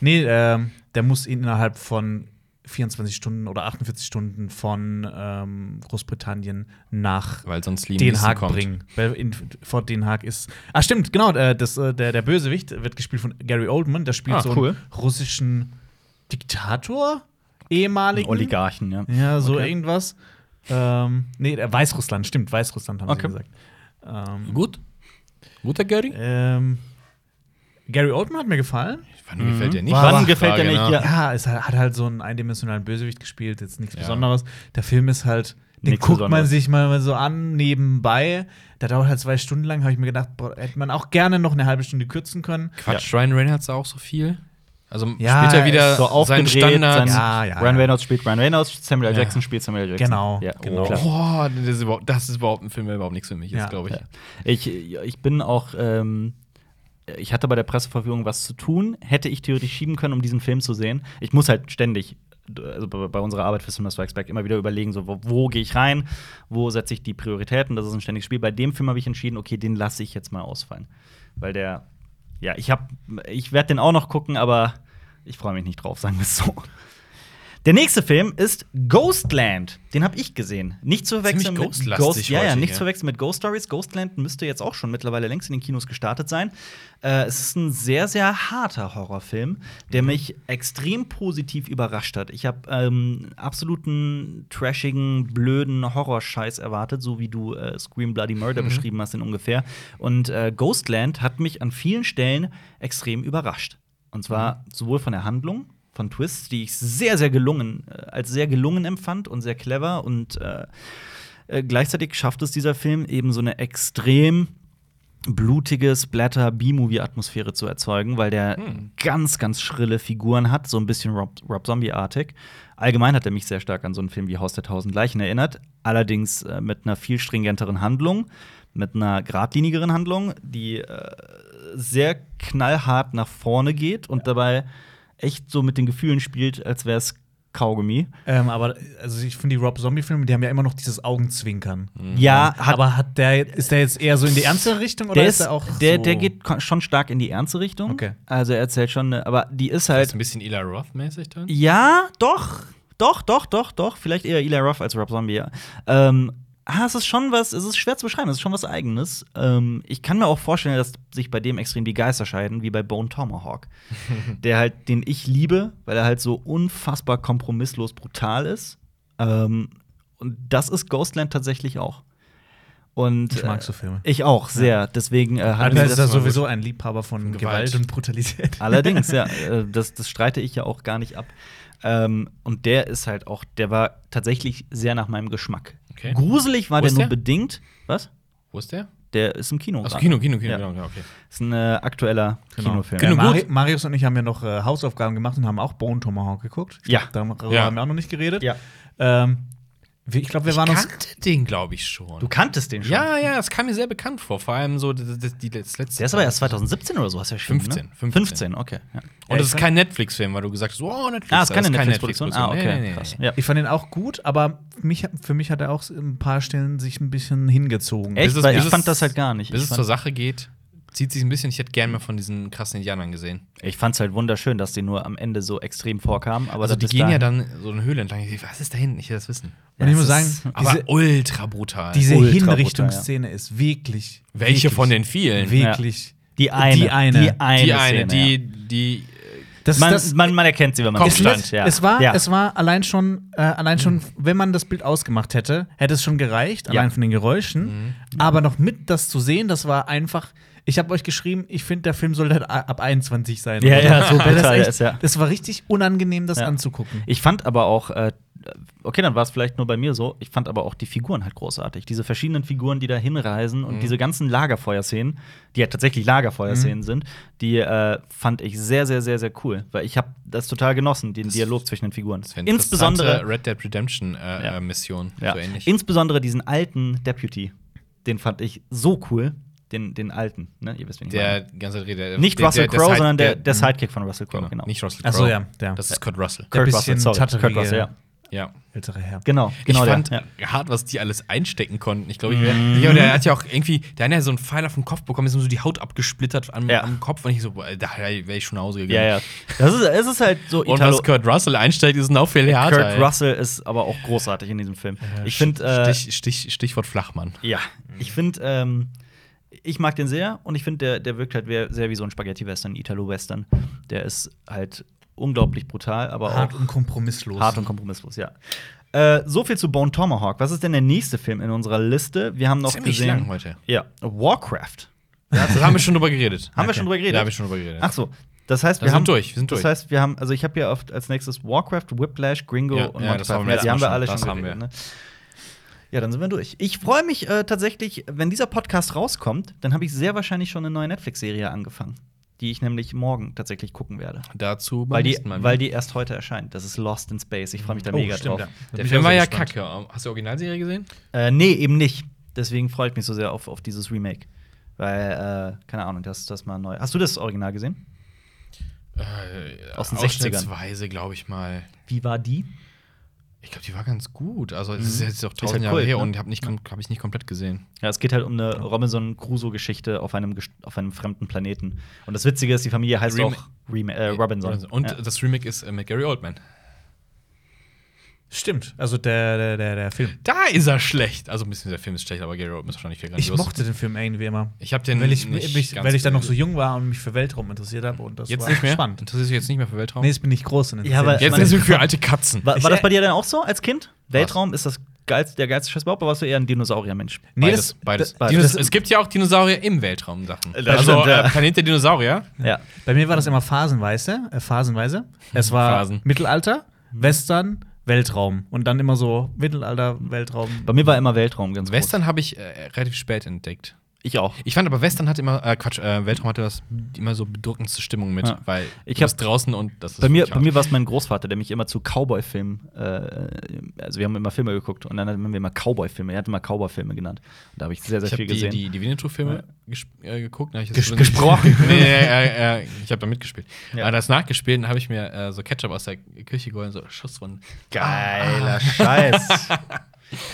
[SPEAKER 2] Nee, ähm, der muss ihn innerhalb von 24 Stunden oder 48 Stunden von ähm, Großbritannien nach
[SPEAKER 3] Weil sonst Liam
[SPEAKER 2] Den
[SPEAKER 3] Neeson
[SPEAKER 2] Haag
[SPEAKER 3] kommt.
[SPEAKER 2] bringen. Weil in, vor Den Haag ist. Ah, stimmt, genau. äh, Das, äh, der, der Bösewicht wird gespielt von Gary Oldman. Der spielt
[SPEAKER 3] Ah,
[SPEAKER 2] so
[SPEAKER 1] cool.
[SPEAKER 2] einen russischen Diktator, ehemaligen.
[SPEAKER 1] Oligarchen, ja.
[SPEAKER 2] Ja, so
[SPEAKER 1] Okay.
[SPEAKER 2] irgendwas. Ähm, nee, äh, Weißrussland, stimmt, Weißrussland haben
[SPEAKER 1] Okay.
[SPEAKER 2] sie gesagt. Ähm,
[SPEAKER 3] Gut. Guter Gary?
[SPEAKER 2] ähm, Gary Oldman hat mir gefallen.
[SPEAKER 3] Wann gefällt der nicht?
[SPEAKER 2] Wann
[SPEAKER 3] Frage,
[SPEAKER 1] gefällt der nicht?
[SPEAKER 3] ne?
[SPEAKER 1] Ja.
[SPEAKER 2] Ja, es hat hat halt so einen eindimensionalen Bösewicht gespielt, jetzt nichts
[SPEAKER 3] Ja.
[SPEAKER 2] Besonderes. Der Film ist halt, den
[SPEAKER 1] Nichts
[SPEAKER 2] guckt man
[SPEAKER 1] Besonderes.
[SPEAKER 2] sich mal so an nebenbei. Der dauert halt zwei Stunden lang, habe ich mir gedacht, boah, hätte man auch gerne noch eine halbe Stunde kürzen können.
[SPEAKER 3] Quatsch, Ryan Reynolds auch so viel? Also
[SPEAKER 2] Ja,
[SPEAKER 3] spielt er
[SPEAKER 2] er
[SPEAKER 3] wieder
[SPEAKER 2] ist
[SPEAKER 1] So
[SPEAKER 3] seinen
[SPEAKER 1] aufgedreht. sein-
[SPEAKER 3] Standard.
[SPEAKER 2] Ja, ja,
[SPEAKER 1] Ryan
[SPEAKER 2] ja.
[SPEAKER 1] Reynolds spielt Ryan Reynolds, Samuel L.
[SPEAKER 3] Ja.
[SPEAKER 1] Jackson spielt Samuel L. Jackson.
[SPEAKER 2] Genau,
[SPEAKER 1] Ja,
[SPEAKER 2] genau.
[SPEAKER 1] klar.
[SPEAKER 3] Oh, das, ist überhaupt, das ist überhaupt ein Film, der überhaupt nichts für mich ist,
[SPEAKER 2] Ja.
[SPEAKER 3] glaube ich.
[SPEAKER 1] Ja. Ich, ich bin auch. Ähm, ich hatte bei der Presseverführung was zu tun, hätte ich theoretisch schieben können, um diesen Film zu sehen. Ich muss halt ständig, also bei bei unserer Arbeit für Cinema Strikes Back, immer wieder überlegen, so, wo, wo gehe ich rein, wo setze ich die Prioritäten, das ist ein ständiges Spiel. Bei dem Film habe ich entschieden, okay, den lasse ich jetzt mal ausfallen. Weil der, ja, ich hab, ich werde den auch noch gucken, aber ich freue mich nicht drauf, sagen wir es so. Der nächste Film ist Ghostland. Den habe ich gesehen. Nicht zu verwechseln
[SPEAKER 3] Ziemlich
[SPEAKER 1] mit
[SPEAKER 3] ghostlastig
[SPEAKER 1] Ghost. Ja, ja,
[SPEAKER 3] heute
[SPEAKER 1] nicht
[SPEAKER 3] hier.
[SPEAKER 1] zu verwechseln mit Ghost Stories. Ghostland müsste jetzt auch schon mittlerweile längst in den Kinos gestartet sein. Äh, es ist ein sehr, sehr harter Horrorfilm, der mich extrem positiv überrascht hat. Ich habe ähm, absoluten trashigen, blöden Horrorscheiß erwartet, so wie du äh, Scream Bloody Murder beschrieben hast in ungefähr. Und äh, Ghostland hat mich an vielen Stellen extrem überrascht. Und zwar sowohl von der Handlung, von Twists, die ich sehr, sehr gelungen, äh, als sehr gelungen empfand und sehr clever. Und äh, äh, gleichzeitig schafft es dieser Film eben so eine extrem blutige Splatter-B-Movie-Atmosphäre zu erzeugen, weil der ganz, ganz schrille Figuren hat, so ein bisschen Rob, Rob Zombie-artig. Allgemein hat er mich sehr stark an so einen Film wie Haus der Tausend Leichen erinnert, allerdings äh, mit einer viel stringenteren Handlung, mit einer geradlinigeren Handlung, die äh, sehr knallhart nach vorne geht und dabei echt so mit den Gefühlen spielt, als wäre es Kaugummi.
[SPEAKER 2] Ähm, aber also ich finde die Rob Zombie-Filme, die haben ja immer noch dieses Augenzwinkern.
[SPEAKER 1] Ja, hat
[SPEAKER 2] aber hat der, ist der jetzt eher so in die ernste Richtung oder
[SPEAKER 1] der
[SPEAKER 2] ist,
[SPEAKER 1] ist,
[SPEAKER 2] er auch.
[SPEAKER 1] der,
[SPEAKER 2] so
[SPEAKER 1] der geht ko- schon stark in die ernste Richtung.
[SPEAKER 2] Okay.
[SPEAKER 1] Also er erzählt schon, ne- aber die ist
[SPEAKER 3] Ist
[SPEAKER 1] halt.
[SPEAKER 3] ein bisschen Eli Roth-mäßig drin?
[SPEAKER 1] Ja, doch, doch, doch, doch, doch. Vielleicht eher Eli Roth als Rob Zombie. Ja. Ähm, ah, es ist schon was. Es ist schwer zu beschreiben. Es ist schon was Eigenes. Ähm, ich kann mir auch vorstellen, dass sich bei dem extrem die Geister scheiden, wie bei Bone
[SPEAKER 2] *laughs*
[SPEAKER 1] Tomahawk, der halt den ich liebe, weil er halt so unfassbar kompromisslos brutal ist. Ähm, und das ist Ghostland tatsächlich auch. Und
[SPEAKER 2] Ich mag
[SPEAKER 1] äh,
[SPEAKER 2] so Filme.
[SPEAKER 1] Ich auch sehr. Deswegen äh, hat
[SPEAKER 2] Also
[SPEAKER 1] mir
[SPEAKER 2] das ist
[SPEAKER 1] das
[SPEAKER 2] ja
[SPEAKER 1] mal gut-
[SPEAKER 2] sowieso ein Liebhaber von
[SPEAKER 3] Gewalt.
[SPEAKER 2] Gewalt und Brutalität.
[SPEAKER 1] *laughs* Allerdings, ja, äh, das, das streite ich ja auch gar nicht ab. Ähm, und der ist halt auch, der war tatsächlich sehr nach meinem Geschmack.
[SPEAKER 3] Okay.
[SPEAKER 1] Gruselig war
[SPEAKER 3] Wo
[SPEAKER 1] der
[SPEAKER 3] ist
[SPEAKER 1] nur
[SPEAKER 3] der?
[SPEAKER 1] bedingt. Was?
[SPEAKER 3] Wo ist der?
[SPEAKER 1] Der ist im Kino.
[SPEAKER 3] Achso,
[SPEAKER 1] gerade.
[SPEAKER 3] Kino, Kino, Kino,
[SPEAKER 1] Ja.
[SPEAKER 3] ja. genau, ja, okay.
[SPEAKER 1] Ist ein äh, aktueller Kinofilm.
[SPEAKER 2] Ja,
[SPEAKER 3] Kino
[SPEAKER 2] Mari
[SPEAKER 3] gut.
[SPEAKER 2] Marius und ich haben ja noch äh, Hausaufgaben gemacht und haben auch Bone Tomahawk geguckt. Ich
[SPEAKER 1] Ja.
[SPEAKER 2] glaub, Darüber
[SPEAKER 3] Ja.
[SPEAKER 2] haben wir auch noch nicht geredet.
[SPEAKER 1] Ja.
[SPEAKER 2] Ähm, wir- ich glaube, wir waren uns.
[SPEAKER 3] kannte den, glaube ich, schon.
[SPEAKER 1] Du kanntest den schon.
[SPEAKER 3] ja, ja, das kam mir sehr bekannt vor. Vor allem so das, das, die, das letzte.
[SPEAKER 1] Der ist aber erst 2017 oder so, hast du ja schon.
[SPEAKER 3] 15,
[SPEAKER 1] Ne?
[SPEAKER 3] 15.
[SPEAKER 1] 15, okay. Ja.
[SPEAKER 3] Und das ist
[SPEAKER 2] Ja, ich
[SPEAKER 3] kein Netflix-Film, weil du gesagt hast, oh, Netflix.
[SPEAKER 1] Ah, ist keine
[SPEAKER 3] Netflix-Produktion.
[SPEAKER 1] Netflix-Produktion. ah, okay.
[SPEAKER 3] Nee, nee, nee.
[SPEAKER 1] Krass. Ja.
[SPEAKER 2] Ich fand ihn auch gut, aber mich, für mich hat er auch ein paar Stellen sich ein bisschen hingezogen.
[SPEAKER 1] Echt?
[SPEAKER 3] Bis es-
[SPEAKER 1] Weil
[SPEAKER 3] bis
[SPEAKER 1] ich
[SPEAKER 3] es-
[SPEAKER 1] fand das halt gar nicht.
[SPEAKER 3] Bis
[SPEAKER 1] Ich
[SPEAKER 3] es
[SPEAKER 1] fand-
[SPEAKER 3] zur Sache geht, zieht sich ein bisschen. Ich hätte gern mehr von diesen krassen Indianern gesehen.
[SPEAKER 1] Ich fand's halt wunderschön, dass die nur am Ende so extrem vorkamen. Aber
[SPEAKER 3] Also,
[SPEAKER 1] dann
[SPEAKER 3] die
[SPEAKER 1] bis
[SPEAKER 3] gehen ja
[SPEAKER 1] dahin-
[SPEAKER 3] dann so eine Höhle entlang. Ich seh, was ist da hinten? Ich will das wissen.
[SPEAKER 2] Und ich muss
[SPEAKER 1] Ja,
[SPEAKER 2] sagen,
[SPEAKER 1] es ist-
[SPEAKER 3] Aber
[SPEAKER 2] diese,
[SPEAKER 3] ultra brutal.
[SPEAKER 2] diese
[SPEAKER 1] ultra
[SPEAKER 2] Hinrichtungsszene ist wirklich.
[SPEAKER 3] Welche
[SPEAKER 2] wirklich,
[SPEAKER 3] von den vielen?
[SPEAKER 2] Wirklich.
[SPEAKER 1] Die eine.
[SPEAKER 2] Die eine.
[SPEAKER 1] Die eine.
[SPEAKER 3] die eine,
[SPEAKER 1] Szene,
[SPEAKER 3] die,
[SPEAKER 1] ja.
[SPEAKER 3] die. äh,
[SPEAKER 2] Das,
[SPEAKER 1] Man,
[SPEAKER 2] das,
[SPEAKER 1] man, man erkennt sie, wenn man
[SPEAKER 3] Kopfstand,
[SPEAKER 1] guckt.
[SPEAKER 2] es,
[SPEAKER 1] ja.
[SPEAKER 2] es war,
[SPEAKER 1] ja.
[SPEAKER 2] es war allein schon, äh, allein schon, wenn man das Bild ausgemacht hätte, hätte es schon gereicht, allein von den
[SPEAKER 1] Mhm.
[SPEAKER 2] Geräuschen. Aber noch mit das zu sehen, das war einfach. Ich habe euch geschrieben, ich finde, der Film sollte halt a- ab 21 sein.
[SPEAKER 1] Ja, ja, so
[SPEAKER 2] *laughs* Weil das,
[SPEAKER 1] brutal
[SPEAKER 2] echt,
[SPEAKER 1] ist, ja.
[SPEAKER 2] das war richtig unangenehm, das
[SPEAKER 1] Ja.
[SPEAKER 2] anzugucken.
[SPEAKER 1] Ich fand aber auch, äh, okay, dann war es vielleicht nur bei mir so, ich fand aber auch die Figuren halt großartig. Diese verschiedenen Figuren, die da hinreisen
[SPEAKER 3] Mhm.
[SPEAKER 1] und diese ganzen Lagerfeuerszenen, die ja tatsächlich
[SPEAKER 3] Mhm.
[SPEAKER 1] Lagerfeuerszenen sind, die äh, fand ich sehr, sehr, sehr, sehr cool. Weil ich habe das total genossen, den Dialog zwischen den Figuren.
[SPEAKER 3] das wär eine
[SPEAKER 1] Insbesondere,
[SPEAKER 3] interessante Red Dead Redemption äh,
[SPEAKER 1] Ja.
[SPEAKER 3] äh, Mission.
[SPEAKER 1] ja,
[SPEAKER 3] So ähnlich.
[SPEAKER 1] insbesondere diesen alten Deputy, den fand ich so cool. Den, den alten, ne? Ihr wisst, wen ich
[SPEAKER 3] der
[SPEAKER 1] meine.
[SPEAKER 3] ganze Rede.
[SPEAKER 1] Nicht
[SPEAKER 3] der,
[SPEAKER 1] Russell
[SPEAKER 3] der- der
[SPEAKER 1] Crowe,
[SPEAKER 3] Side-
[SPEAKER 1] sondern der,
[SPEAKER 3] der-
[SPEAKER 1] der Sidekick von Russell Crowe,
[SPEAKER 3] Genau.
[SPEAKER 1] genau.
[SPEAKER 3] Nicht Russell
[SPEAKER 2] Ach
[SPEAKER 3] Crowe.
[SPEAKER 2] so, ja, ja.
[SPEAKER 3] Das ist Kurt Russell.
[SPEAKER 2] Der
[SPEAKER 1] Kurt
[SPEAKER 2] bisschen
[SPEAKER 1] Russell, sorry. Kurt
[SPEAKER 2] tatterige-
[SPEAKER 1] Russell, ja.
[SPEAKER 3] Ja.
[SPEAKER 2] Ältere Herr.
[SPEAKER 1] Genau, genau
[SPEAKER 3] ich fand
[SPEAKER 1] der. Ja. Mhm.
[SPEAKER 3] hart, was die alles einstecken konnten. Ich glaube, ich wär- ja, und der hat ja auch irgendwie, der eine hat so einen Pfeil auf den Kopf bekommen, ist ihm so die Haut abgesplittert am,
[SPEAKER 1] Ja.
[SPEAKER 3] am Kopf und ich so, boah, da wäre ich schon nach Hause
[SPEAKER 1] ja,
[SPEAKER 3] gegangen.
[SPEAKER 1] ja. Das ist, es ist halt so
[SPEAKER 3] Und was Kurt Russell einsteigt, ist noch viel härter.
[SPEAKER 1] Kurt
[SPEAKER 3] ey.
[SPEAKER 1] Russell ist aber auch großartig in diesem Film. Ich finde, äh,
[SPEAKER 3] Stich, Stich, Stichwort Flachmann.
[SPEAKER 1] ja,
[SPEAKER 3] Mhm.
[SPEAKER 1] ich finde, ähm, ich mag den sehr und ich finde, der, der wirkt halt wer- sehr wie so ein Spaghetti-Western, Italo-Western. Der ist halt unglaublich brutal, aber
[SPEAKER 2] Hart
[SPEAKER 1] auch
[SPEAKER 2] und kompromisslos.
[SPEAKER 1] hart und kompromisslos, ja. Äh, so viel zu Bone Tomahawk. Was ist denn der nächste Film in unserer Liste? Wir haben noch
[SPEAKER 3] Ziemlich
[SPEAKER 1] gesehen.
[SPEAKER 3] lang heute.
[SPEAKER 1] Ja, Warcraft.
[SPEAKER 3] Das haben wir schon drüber geredet.
[SPEAKER 1] Haben wir schon drüber geredet?
[SPEAKER 3] Da haben wir schon drüber geredet.
[SPEAKER 1] Ach so. Das heißt,
[SPEAKER 3] Da
[SPEAKER 1] wir
[SPEAKER 3] sind
[SPEAKER 1] haben
[SPEAKER 3] durch, wir sind durch.
[SPEAKER 1] Das heißt, wir haben, also ich habe ja oft als nächstes Warcraft, Whiplash, Gringo
[SPEAKER 3] Ja,
[SPEAKER 1] und
[SPEAKER 3] ja,
[SPEAKER 1] Monty
[SPEAKER 3] das haben wir
[SPEAKER 1] Python.
[SPEAKER 3] letztes
[SPEAKER 1] die haben wir
[SPEAKER 3] Mal
[SPEAKER 1] alle
[SPEAKER 3] schon.
[SPEAKER 1] schon
[SPEAKER 3] Das haben
[SPEAKER 1] geredet, ne? Ja, dann sind wir durch. Ich freue mich äh, tatsächlich, wenn dieser Podcast rauskommt, dann habe ich sehr wahrscheinlich schon eine neue Netflix-Serie angefangen, die ich nämlich morgen tatsächlich gucken werde.
[SPEAKER 3] Dazu beim
[SPEAKER 1] Weil die,
[SPEAKER 3] nächsten Mal. ne?
[SPEAKER 1] weil die erst heute erscheint. Das ist Lost in Space. Ich freue mich da
[SPEAKER 2] Oh,
[SPEAKER 1] mega
[SPEAKER 2] stimmt,
[SPEAKER 1] drauf.
[SPEAKER 2] ja.
[SPEAKER 3] der
[SPEAKER 2] bin
[SPEAKER 3] Film
[SPEAKER 2] ich
[SPEAKER 3] war
[SPEAKER 2] auch
[SPEAKER 3] ja
[SPEAKER 2] sehr gespannt.
[SPEAKER 3] kacke. Hast du die Originalserie gesehen?
[SPEAKER 1] Äh, nee, eben nicht. Deswegen freue ich mich so sehr auf, auf dieses Remake. Weil, äh, keine Ahnung, das, das mal neu. Hast du das Original gesehen?
[SPEAKER 3] Äh,
[SPEAKER 1] Aus den 60ern.
[SPEAKER 3] glaube ich mal.
[SPEAKER 1] Wie war die?
[SPEAKER 3] Ich glaube, die war ganz gut. Also, es ist jetzt auch
[SPEAKER 1] halt
[SPEAKER 3] tausend Jahre
[SPEAKER 1] Kult,
[SPEAKER 3] her
[SPEAKER 1] ne?
[SPEAKER 3] und habe nicht, hab ich nicht komplett gesehen.
[SPEAKER 1] Ja, es geht halt um eine Robinson Crusoe-Geschichte auf einem, gest- auf einem fremden Planeten. Und das Witzige ist, die Familie heißt
[SPEAKER 3] Rem-
[SPEAKER 1] auch Rem äh, Robinson.
[SPEAKER 3] Und
[SPEAKER 1] ja.
[SPEAKER 3] das Remake ist äh, mit Gary Oldman.
[SPEAKER 2] Stimmt, also der, der, der, der Film.
[SPEAKER 3] Da ist er schlecht. Also ein bisschen der Film ist schlecht, aber Gary Oldman ist wahrscheinlich viel
[SPEAKER 2] Ich
[SPEAKER 3] grandios.
[SPEAKER 2] mochte den Film irgendwie immer.
[SPEAKER 3] ich habe den
[SPEAKER 2] Weil ich,
[SPEAKER 3] nicht
[SPEAKER 2] mich,
[SPEAKER 3] ganz
[SPEAKER 2] weil ich dann noch so
[SPEAKER 3] gesehen.
[SPEAKER 2] jung war und mich für Weltraum interessiert habe und das
[SPEAKER 3] jetzt
[SPEAKER 2] war
[SPEAKER 3] nicht mehr.
[SPEAKER 2] spannend.
[SPEAKER 3] Interessierst du dich jetzt nicht mehr für Weltraum?
[SPEAKER 2] Nee, jetzt bin ich groß und interessiert
[SPEAKER 1] Ja, weil-
[SPEAKER 2] mich.
[SPEAKER 3] jetzt
[SPEAKER 1] meine-
[SPEAKER 3] ist es für alte Katzen.
[SPEAKER 1] War,
[SPEAKER 2] Ich-
[SPEAKER 1] war das bei dir dann auch so als Kind? Weltraum ist das geilste, der geilste Scheiß überhaupt, oder warst du eher ein Dinosauriermensch?
[SPEAKER 2] nee,
[SPEAKER 3] beides,
[SPEAKER 2] das,
[SPEAKER 3] beides.
[SPEAKER 1] das-
[SPEAKER 3] Dinos-
[SPEAKER 1] das-
[SPEAKER 3] es gibt ja auch Dinosaurier im Weltraum, Sachen.
[SPEAKER 1] Das
[SPEAKER 3] also
[SPEAKER 1] stimmt, ja.
[SPEAKER 3] äh, Planet der Dinosaurier.
[SPEAKER 1] Ja.
[SPEAKER 2] Bei mir war das immer phasenweise. Äh, phasenweise. Es war
[SPEAKER 3] Phasen. Mhm.
[SPEAKER 2] Mittelalter, Western, Weltraum. Und dann immer so Mittelalter, Weltraum.
[SPEAKER 1] Bei mir war immer Weltraum ganz groß.
[SPEAKER 3] Western habe ich äh, relativ spät entdeckt.
[SPEAKER 1] Ich auch.
[SPEAKER 3] Ich fand aber Western hat immer, äh, Quatsch, äh, Weltraum hatte das immer so bedrückendste Stimmung mit,
[SPEAKER 1] Ja.
[SPEAKER 3] weil
[SPEAKER 1] Ich
[SPEAKER 3] du bist
[SPEAKER 1] hab-
[SPEAKER 3] draußen und das ist
[SPEAKER 1] Bei mir,
[SPEAKER 3] wirklich
[SPEAKER 1] bei mir war es mein Großvater, der mich immer zu Cowboy-Filmen, äh, also wir haben immer Filme geguckt und dann haben wir immer Cowboy-Filme, er hat immer Cowboy-Filme genannt. Und da habe ich sehr, sehr
[SPEAKER 3] Ich habe
[SPEAKER 1] viel
[SPEAKER 3] die,
[SPEAKER 1] gesehen.
[SPEAKER 3] die, die Winnetou-Filme ges- äh, geguckt. dann hab ich das
[SPEAKER 2] Ges-
[SPEAKER 3] drin-
[SPEAKER 2] gesprochen.
[SPEAKER 3] *laughs* nee, nee, äh, äh, ich habe da mitgespielt.
[SPEAKER 1] Ja.
[SPEAKER 3] Aber das nachgespielt, dann habe ich mir äh, so Ketchup aus der Küche geholt, so Schuss von.
[SPEAKER 1] Geiler Scheiß.
[SPEAKER 2] Ah. *laughs*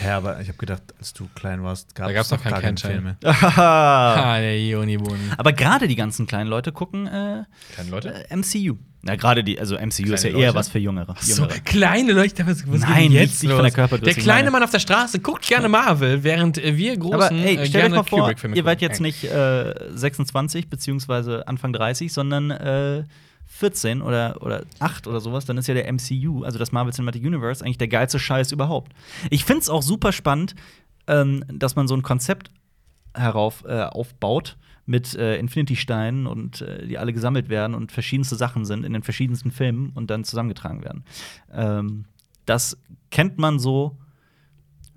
[SPEAKER 2] Ja, aber ich habe gedacht, als du klein warst, gab
[SPEAKER 3] Da gab's
[SPEAKER 2] es
[SPEAKER 3] noch
[SPEAKER 2] noch
[SPEAKER 3] keinen
[SPEAKER 2] gar keine Filme.
[SPEAKER 3] Kernschein.
[SPEAKER 1] *laughs* Aber
[SPEAKER 3] Ah, der Joniboni.
[SPEAKER 1] gerade die ganzen kleinen Leute gucken äh,
[SPEAKER 3] Kleine Leute?
[SPEAKER 1] äh, MCU. Na, gerade die, also MCU ist ja
[SPEAKER 3] Kleine
[SPEAKER 1] eher
[SPEAKER 3] Leute?
[SPEAKER 1] was für Jüngere.
[SPEAKER 3] So,
[SPEAKER 1] Jüngere.
[SPEAKER 3] kleine Leute, was, was
[SPEAKER 1] Nein,
[SPEAKER 3] geht denn
[SPEAKER 1] nicht von der Körpergröße,
[SPEAKER 3] Der kleine
[SPEAKER 1] meine-
[SPEAKER 3] Mann auf der Straße guckt gerne Marvel, während äh, wir großen
[SPEAKER 1] Aber ey,
[SPEAKER 3] äh,
[SPEAKER 1] stellt euch
[SPEAKER 3] gerne
[SPEAKER 1] mal vor,
[SPEAKER 3] Kubrick-Filme
[SPEAKER 1] ihr
[SPEAKER 3] gucken.
[SPEAKER 1] seid jetzt nicht äh, 26 beziehungsweise Anfang 30, sondern äh, 14 oder, oder 8 oder sowas, dann ist ja der MCU, also das Marvel Cinematic Universe, eigentlich der geilste Scheiß überhaupt. Ich find's auch super spannend, ähm, dass man so ein Konzept herauf äh, aufbaut mit äh, Infinity-Steinen und äh, die alle gesammelt werden und verschiedenste Sachen sind in den verschiedensten Filmen und dann zusammengetragen werden. Ähm, das kennt man so